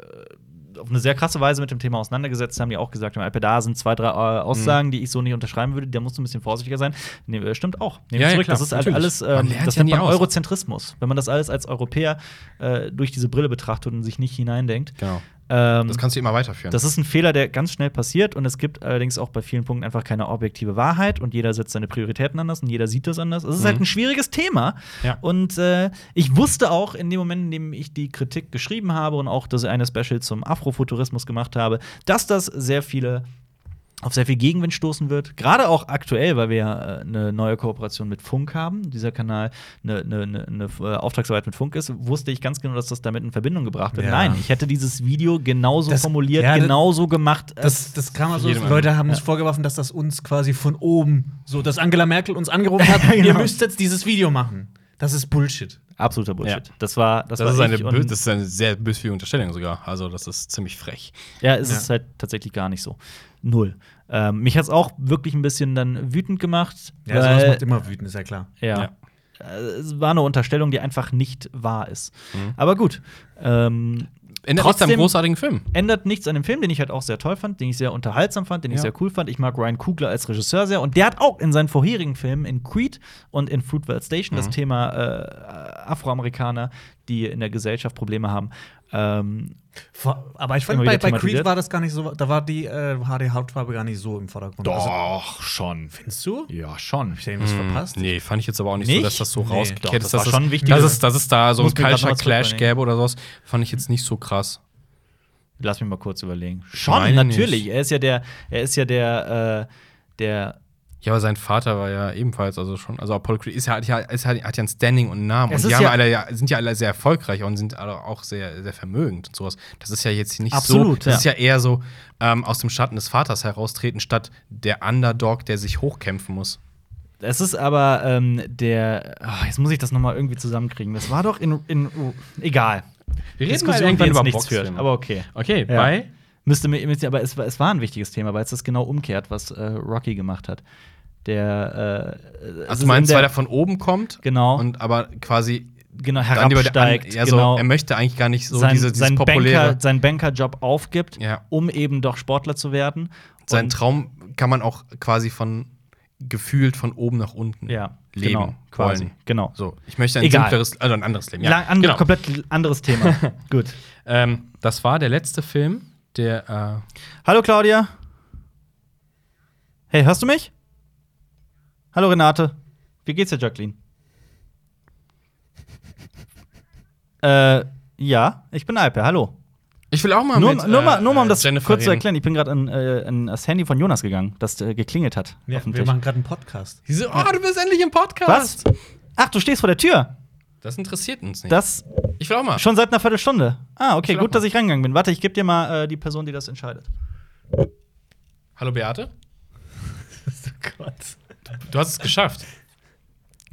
[SPEAKER 1] äh, auf eine sehr krasse Weise mit dem Thema auseinandergesetzt haben, die auch gesagt haben, Alper, da sind zwei, drei äh, Aussagen, die ich so nicht unterschreiben würde, da musst du ein bisschen vorsichtiger sein. Nee, äh, stimmt auch. Nehme
[SPEAKER 3] Ja,
[SPEAKER 1] ich
[SPEAKER 3] ja,
[SPEAKER 1] zurück.
[SPEAKER 3] klar,
[SPEAKER 1] das ist halt
[SPEAKER 3] natürlich.
[SPEAKER 1] alles,
[SPEAKER 3] Man
[SPEAKER 1] ähm,
[SPEAKER 3] lernt
[SPEAKER 1] das
[SPEAKER 3] ja
[SPEAKER 1] nennt
[SPEAKER 3] nie
[SPEAKER 1] man
[SPEAKER 3] aus.
[SPEAKER 1] Eurozentrismus. Wenn man das alles als Europäer äh, durch diese Brille betrachtet und sich nicht hineindenkt.
[SPEAKER 3] Genau.
[SPEAKER 1] Ähm,
[SPEAKER 3] Das kannst du immer weiterführen.
[SPEAKER 1] Das ist ein Fehler, der ganz schnell passiert und es gibt allerdings auch bei vielen Punkten einfach keine objektive Wahrheit und jeder setzt seine Prioritäten anders und jeder sieht das anders. Es ist halt ein schwieriges Thema.
[SPEAKER 3] Ja.
[SPEAKER 1] Und äh, ich wusste auch in dem Moment, in dem ich die Kritik geschrieben habe und auch das eine Special zum Afrofuturismus gemacht habe, dass das sehr viele auf sehr viel Gegenwind stoßen wird. Gerade auch aktuell, weil wir ja äh, eine neue Kooperation mit Funk haben, dieser Kanal eine, eine, eine, eine äh, Auftragsarbeit mit Funk ist, wusste ich ganz genau, dass das damit in Verbindung gebracht wird.
[SPEAKER 2] Ja.
[SPEAKER 1] Nein, ich hätte dieses Video genauso
[SPEAKER 2] Das-
[SPEAKER 1] Hm. formuliert,
[SPEAKER 2] ja, das-
[SPEAKER 1] genauso gemacht.
[SPEAKER 2] Das, das kam also,
[SPEAKER 3] Jedem
[SPEAKER 2] Leute haben uns vorgeworfen, dass das uns quasi von oben, so dass Angela Merkel uns angerufen hat,
[SPEAKER 1] Ja, genau.
[SPEAKER 2] ihr müsst jetzt dieses Video machen. Das ist Bullshit.
[SPEAKER 1] Äh, absoluter Bullshit.
[SPEAKER 3] Ja.
[SPEAKER 1] Das war das,
[SPEAKER 3] Das
[SPEAKER 1] war
[SPEAKER 3] ist, eine,
[SPEAKER 1] ich und-
[SPEAKER 3] bö- das ist eine sehr böswillige Unterstellung sogar. Also, das ist ziemlich frech.
[SPEAKER 1] Ja, es
[SPEAKER 2] Ja.
[SPEAKER 1] ist halt tatsächlich gar nicht so. Null. Ähm, mich hat es auch wirklich ein bisschen dann wütend gemacht.
[SPEAKER 2] Ja, sowas macht immer wütend, ist ja klar.
[SPEAKER 1] ja. Äh, Es war eine Unterstellung, die einfach nicht wahr ist.
[SPEAKER 2] Mhm.
[SPEAKER 1] Aber gut. Ähm,
[SPEAKER 3] Ändert nichts
[SPEAKER 1] Trotzdem-
[SPEAKER 3] am großartigen Film.
[SPEAKER 1] ändert nichts an dem Film, den ich halt auch sehr toll fand, den ich sehr unterhaltsam fand, den ich
[SPEAKER 3] Ja.
[SPEAKER 1] sehr cool fand. Ich mag Ryan Coogler als Regisseur sehr und der hat auch in seinen vorherigen Filmen in Creed und in Fruitvale Station
[SPEAKER 3] Mhm.
[SPEAKER 1] das Thema äh, Afroamerikaner, die in der Gesellschaft Probleme haben. Ähm,
[SPEAKER 2] Vor- Aber ich fand,
[SPEAKER 1] Immer
[SPEAKER 2] bei,
[SPEAKER 1] wieder
[SPEAKER 2] bei Creed
[SPEAKER 1] thematisiert.
[SPEAKER 2] war das gar nicht so, da war die äh, HD-Hautfarbe gar nicht so im Vordergrund. Also,
[SPEAKER 4] schon.
[SPEAKER 2] findest du?
[SPEAKER 4] Ja, schon.
[SPEAKER 2] Hab ich da irgendwas verpasst?
[SPEAKER 3] Hm. Nee, fand ich jetzt aber auch nicht,
[SPEAKER 1] Nicht?
[SPEAKER 3] so, dass das so
[SPEAKER 2] Nee.
[SPEAKER 3] rausgekehrt
[SPEAKER 1] Doch,
[SPEAKER 3] ist.
[SPEAKER 1] das
[SPEAKER 3] dass
[SPEAKER 1] war
[SPEAKER 3] es-
[SPEAKER 1] schon wichtig.
[SPEAKER 3] Dass es, dass es da so
[SPEAKER 1] Muss
[SPEAKER 3] ein
[SPEAKER 1] mir grad
[SPEAKER 3] Culture
[SPEAKER 1] noch was
[SPEAKER 3] Clash
[SPEAKER 1] überlegen.
[SPEAKER 3] gäbe oder sowas, fand ich jetzt nicht so krass.
[SPEAKER 1] lass mich mal kurz überlegen. Schon,
[SPEAKER 3] meine
[SPEAKER 1] natürlich.
[SPEAKER 3] nicht.
[SPEAKER 1] Er ist ja der, er ist ja der, äh, der
[SPEAKER 3] Ja, aber sein Vater war ja ebenfalls, also schon, also Apollo Creed ist ja, hat, ja, ist, hat, hat ja ein Standing und einen Namen.
[SPEAKER 1] Es
[SPEAKER 3] und die
[SPEAKER 1] ist
[SPEAKER 3] haben
[SPEAKER 1] ja-
[SPEAKER 3] alle, ja- sind ja alle sehr erfolgreich und sind alle auch sehr, sehr vermögend und sowas. Das ist ja jetzt nicht so.
[SPEAKER 1] Absolut,
[SPEAKER 3] Das ist ja eher so ähm, aus dem Schatten des Vaters heraustreten, statt der Underdog, der sich hochkämpfen muss.
[SPEAKER 1] Es ist aber ähm, der. ah, jetzt muss ich das nochmal irgendwie zusammenkriegen. Das war doch in. in uh, egal.
[SPEAKER 3] Wir
[SPEAKER 1] Diskussion, die jetzt nichts führt, aber
[SPEAKER 3] Aber
[SPEAKER 1] okay.
[SPEAKER 3] okay,
[SPEAKER 1] Ja.
[SPEAKER 3] bei
[SPEAKER 1] Müsste mir, müsste, aber es, war- es war ein wichtiges Thema, weil es das genau umkehrt, was äh, Rocky gemacht hat. Der. Äh, es
[SPEAKER 3] Also
[SPEAKER 1] ist
[SPEAKER 3] du meinst,
[SPEAKER 1] in
[SPEAKER 3] weil
[SPEAKER 1] der,
[SPEAKER 3] er von oben kommt
[SPEAKER 1] Genau.
[SPEAKER 3] und aber quasi
[SPEAKER 1] genau
[SPEAKER 3] dann über der an,
[SPEAKER 1] herabsteigt.
[SPEAKER 3] ja, so,
[SPEAKER 1] genau.
[SPEAKER 3] er möchte eigentlich gar nicht so
[SPEAKER 1] sein,
[SPEAKER 3] diese, dieses
[SPEAKER 1] sein
[SPEAKER 3] populäre
[SPEAKER 1] Banker, seinen Bankerjob aufgibt,
[SPEAKER 3] Ja.
[SPEAKER 1] um eben doch Sportler zu werden.
[SPEAKER 3] seinen
[SPEAKER 1] Und-
[SPEAKER 3] Traum kann man auch quasi von gefühlt von oben nach unten
[SPEAKER 1] Ja,
[SPEAKER 3] leben
[SPEAKER 1] genau, quasi.
[SPEAKER 3] wollen.
[SPEAKER 1] Genau.
[SPEAKER 3] So, ich möchte ein
[SPEAKER 1] Egal.
[SPEAKER 3] simpleres, also ein anderes Leben. Ja,
[SPEAKER 1] Lang, andere,
[SPEAKER 3] genau.
[SPEAKER 1] Komplett anderes
[SPEAKER 3] *laughs*
[SPEAKER 1] Thema. Gut.
[SPEAKER 3] ähm, das war der letzte Film, der äh,
[SPEAKER 1] Hallo Claudia. Hey, hörst du mich? Hallo Renate. Wie geht's dir,
[SPEAKER 3] *laughs*
[SPEAKER 1] Jacqueline? äh, ja, ich bin Alper. Hallo.
[SPEAKER 3] ich will auch mal
[SPEAKER 1] Nur,
[SPEAKER 3] mit,
[SPEAKER 1] nur,
[SPEAKER 3] äh,
[SPEAKER 1] mal, nur mal um
[SPEAKER 3] äh,
[SPEAKER 1] das
[SPEAKER 3] Jennifer
[SPEAKER 1] kurz zu
[SPEAKER 3] reden.
[SPEAKER 1] erklären, ich bin gerade an, äh, an das Handy von Jonas gegangen, das äh, geklingelt hat.
[SPEAKER 2] Ja,
[SPEAKER 1] auf dem
[SPEAKER 2] wir
[SPEAKER 1] Tisch.
[SPEAKER 2] machen gerade einen Podcast.
[SPEAKER 3] Die so, oh, du bist endlich im Podcast.
[SPEAKER 1] Was? Ach, du stehst vor der Tür.
[SPEAKER 3] Das interessiert uns nicht.
[SPEAKER 1] Das
[SPEAKER 3] ich will auch mal.
[SPEAKER 1] schon seit einer Viertelstunde. Ah, okay,
[SPEAKER 3] Ich will auch
[SPEAKER 1] gut, dass ich reingegangen bin. Warte, ich gebe dir mal äh, die Person, die das entscheidet.
[SPEAKER 3] Hallo Beate. Du hast es geschafft.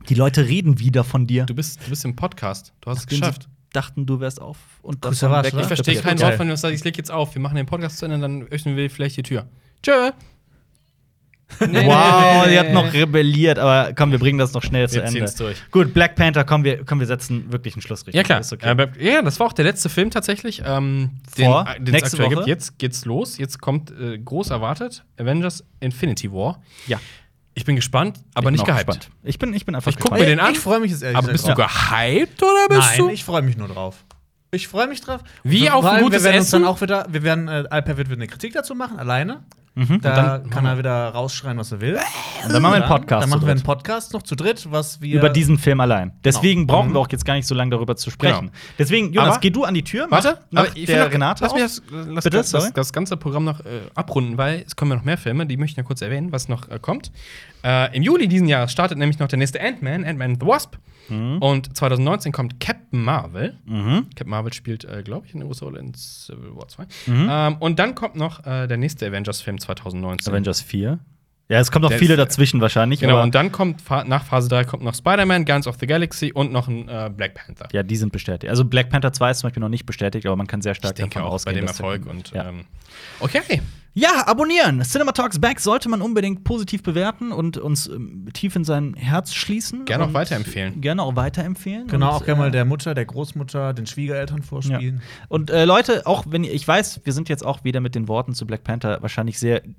[SPEAKER 1] Die Leute reden wieder von dir.
[SPEAKER 3] Du bist, du bist im Podcast. Du hast es
[SPEAKER 1] Nachdem sie
[SPEAKER 3] geschafft. ne?
[SPEAKER 1] dachten, du wärst auf und
[SPEAKER 2] Grüße
[SPEAKER 1] davon
[SPEAKER 2] war's,
[SPEAKER 1] weg-
[SPEAKER 2] oder?
[SPEAKER 3] Ich verstehe kein
[SPEAKER 2] Geil.
[SPEAKER 3] Wort von dem, was du sagst. Ich leg jetzt auf. Wir machen den Podcast zu Ende, dann öffnen wir vielleicht die Tür. Tschö. Nee,
[SPEAKER 1] Wow,
[SPEAKER 3] nee, nee,
[SPEAKER 1] ihr habt
[SPEAKER 3] nee,
[SPEAKER 1] noch
[SPEAKER 3] nee.
[SPEAKER 1] rebelliert, aber komm, wir bringen das noch schnell zu
[SPEAKER 3] Wir ziehen's
[SPEAKER 1] Ende.
[SPEAKER 3] durch.
[SPEAKER 1] Gut, Black Panther, komm, wir, komm, wir setzen wirklich einen Schlussrichter.
[SPEAKER 3] Ja, klar.
[SPEAKER 1] Ist okay.
[SPEAKER 3] Aber- ja, das war auch der letzte Film tatsächlich. Ähm, den,
[SPEAKER 1] Vor?
[SPEAKER 3] äh, den es
[SPEAKER 1] Nächste
[SPEAKER 3] aktuell
[SPEAKER 1] Woche?
[SPEAKER 3] gibt. Jetzt geht's los. Jetzt kommt äh, groß erwartet Avengers Infinity War.
[SPEAKER 1] Ja.
[SPEAKER 3] Ich bin gespannt, aber
[SPEAKER 1] bin
[SPEAKER 3] nicht
[SPEAKER 1] auch
[SPEAKER 3] gehypt.
[SPEAKER 1] gespannt. Ich bin, ich bin einfach
[SPEAKER 3] Ich guck
[SPEAKER 1] gespannt.
[SPEAKER 3] mir den an.
[SPEAKER 2] Ich freue mich jetzt ehrlich
[SPEAKER 3] Aber bist
[SPEAKER 2] gesagt
[SPEAKER 3] du
[SPEAKER 2] drauf.
[SPEAKER 3] gehypt oder bist
[SPEAKER 2] Nein,
[SPEAKER 3] du?
[SPEAKER 2] ich freue mich nur drauf. Ich freue mich drauf.
[SPEAKER 3] Wie
[SPEAKER 2] Vor
[SPEAKER 3] auf ein
[SPEAKER 2] allem,
[SPEAKER 3] gutes
[SPEAKER 2] wir werden Uns
[SPEAKER 3] Essen?
[SPEAKER 2] dann auch wieder, wir werden, äh, Alper wird eine Kritik dazu machen, alleine.
[SPEAKER 1] Mhm.
[SPEAKER 2] Da
[SPEAKER 3] dann-
[SPEAKER 2] kann er wieder rausschreien, was er will. Und
[SPEAKER 1] dann machen wir einen Podcast
[SPEAKER 2] Dann machen
[SPEAKER 1] zu
[SPEAKER 2] wir einen
[SPEAKER 1] dritt.
[SPEAKER 2] Podcast noch zu dritt, was wir.
[SPEAKER 1] Über diesen Film allein.
[SPEAKER 3] Genau.
[SPEAKER 1] Deswegen brauchen wir auch jetzt gar nicht so lange darüber zu sprechen. Deswegen, Jonas,
[SPEAKER 3] Mhm. Aber-
[SPEAKER 1] geh du an die Tür. mach-
[SPEAKER 3] Warte,
[SPEAKER 1] mach
[SPEAKER 3] aber ich
[SPEAKER 1] der
[SPEAKER 3] will
[SPEAKER 1] Renate.
[SPEAKER 3] lass mich
[SPEAKER 1] auf.
[SPEAKER 3] das, äh, lass
[SPEAKER 1] Bitte,
[SPEAKER 3] das,
[SPEAKER 1] sorry.
[SPEAKER 3] das, das ganze Programm noch äh, abrunden, weil es kommen ja noch mehr Filme, die möchte ich noch kurz erwähnen, was noch äh, kommt. Äh, Im Juli diesen Jahres startet nämlich noch der nächste Ant-Man, Ant-Man and the Wasp.
[SPEAKER 1] Mhm.
[SPEAKER 3] Und 2019 kommt Captain Marvel. Captain Marvel spielt, äh, glaube ich, eine große Rolle in Civil War 2.
[SPEAKER 1] Mhm.
[SPEAKER 3] Ähm, und dann kommt noch äh, der nächste Avengers-Film 2019.
[SPEAKER 1] Avengers 4. Ja, es kommen noch
[SPEAKER 3] Der-
[SPEAKER 1] viele dazwischen wahrscheinlich.
[SPEAKER 3] Genau,
[SPEAKER 1] aber-
[SPEAKER 3] und dann kommt Fa- nach Phase 3 kommt noch Spider-Man, Guardians of the Galaxy und noch ein äh, Black Panther.
[SPEAKER 1] ja, die sind bestätigt. Also Black Panther 2 ist zum Beispiel noch nicht bestätigt, aber man kann sehr stark
[SPEAKER 3] Ich denke
[SPEAKER 1] davon
[SPEAKER 3] auch bei
[SPEAKER 1] ausgehen.
[SPEAKER 3] dem
[SPEAKER 1] dass der-
[SPEAKER 3] Erfolg. Und,
[SPEAKER 1] ja.
[SPEAKER 3] ähm, okay.
[SPEAKER 1] Ja, abonnieren. Cinema Talks Back sollte man unbedingt positiv bewerten und uns ähm, tief in sein Herz schließen.
[SPEAKER 3] Gerne auch
[SPEAKER 1] und
[SPEAKER 3] weiterempfehlen.
[SPEAKER 1] Gerne auch weiterempfehlen.
[SPEAKER 2] genau,
[SPEAKER 1] und,
[SPEAKER 2] auch gerne
[SPEAKER 1] äh,
[SPEAKER 2] mal der Mutter, der Großmutter, den Schwiegereltern vorspielen.
[SPEAKER 1] Ja. Und äh, Leute, auch wenn ihr- ich weiß, wir sind jetzt auch wieder mit den Worten zu Black Panther wahrscheinlich sehr äh,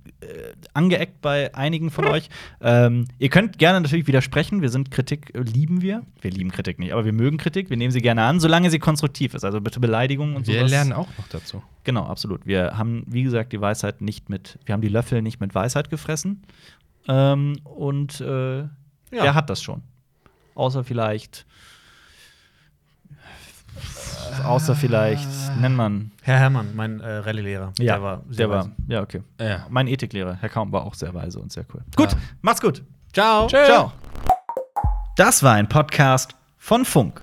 [SPEAKER 1] angeeckt bei einigen von euch. Ähm, ihr könnt gerne natürlich widersprechen. Wir sind Kritik, äh, lieben wir. Wir lieben Kritik nicht, aber wir mögen Kritik. Wir nehmen sie gerne an, solange sie konstruktiv ist. Also bitte Beleidigungen und
[SPEAKER 3] Wir
[SPEAKER 1] sowas.
[SPEAKER 3] lernen auch noch dazu.
[SPEAKER 1] Genau, absolut. Wir haben, wie gesagt, die Weisheit nicht mit, wir haben die Löffel nicht mit Weisheit gefressen. Ähm, und äh, wer hat das schon? Außer vielleicht. Außer vielleicht, nennt man.
[SPEAKER 2] Herr Herrmann, mein äh, Rallye-Lehrer. der war. sehr
[SPEAKER 1] der war
[SPEAKER 2] weise.
[SPEAKER 1] ja, okay.
[SPEAKER 3] Ja.
[SPEAKER 1] Mein Ethiklehrer, Herr Kaum, war auch sehr weise und sehr cool. Gut,
[SPEAKER 3] Ja.
[SPEAKER 1] macht's gut.
[SPEAKER 2] Ciao.
[SPEAKER 1] Ciao. Das war ein Podcast von Funk.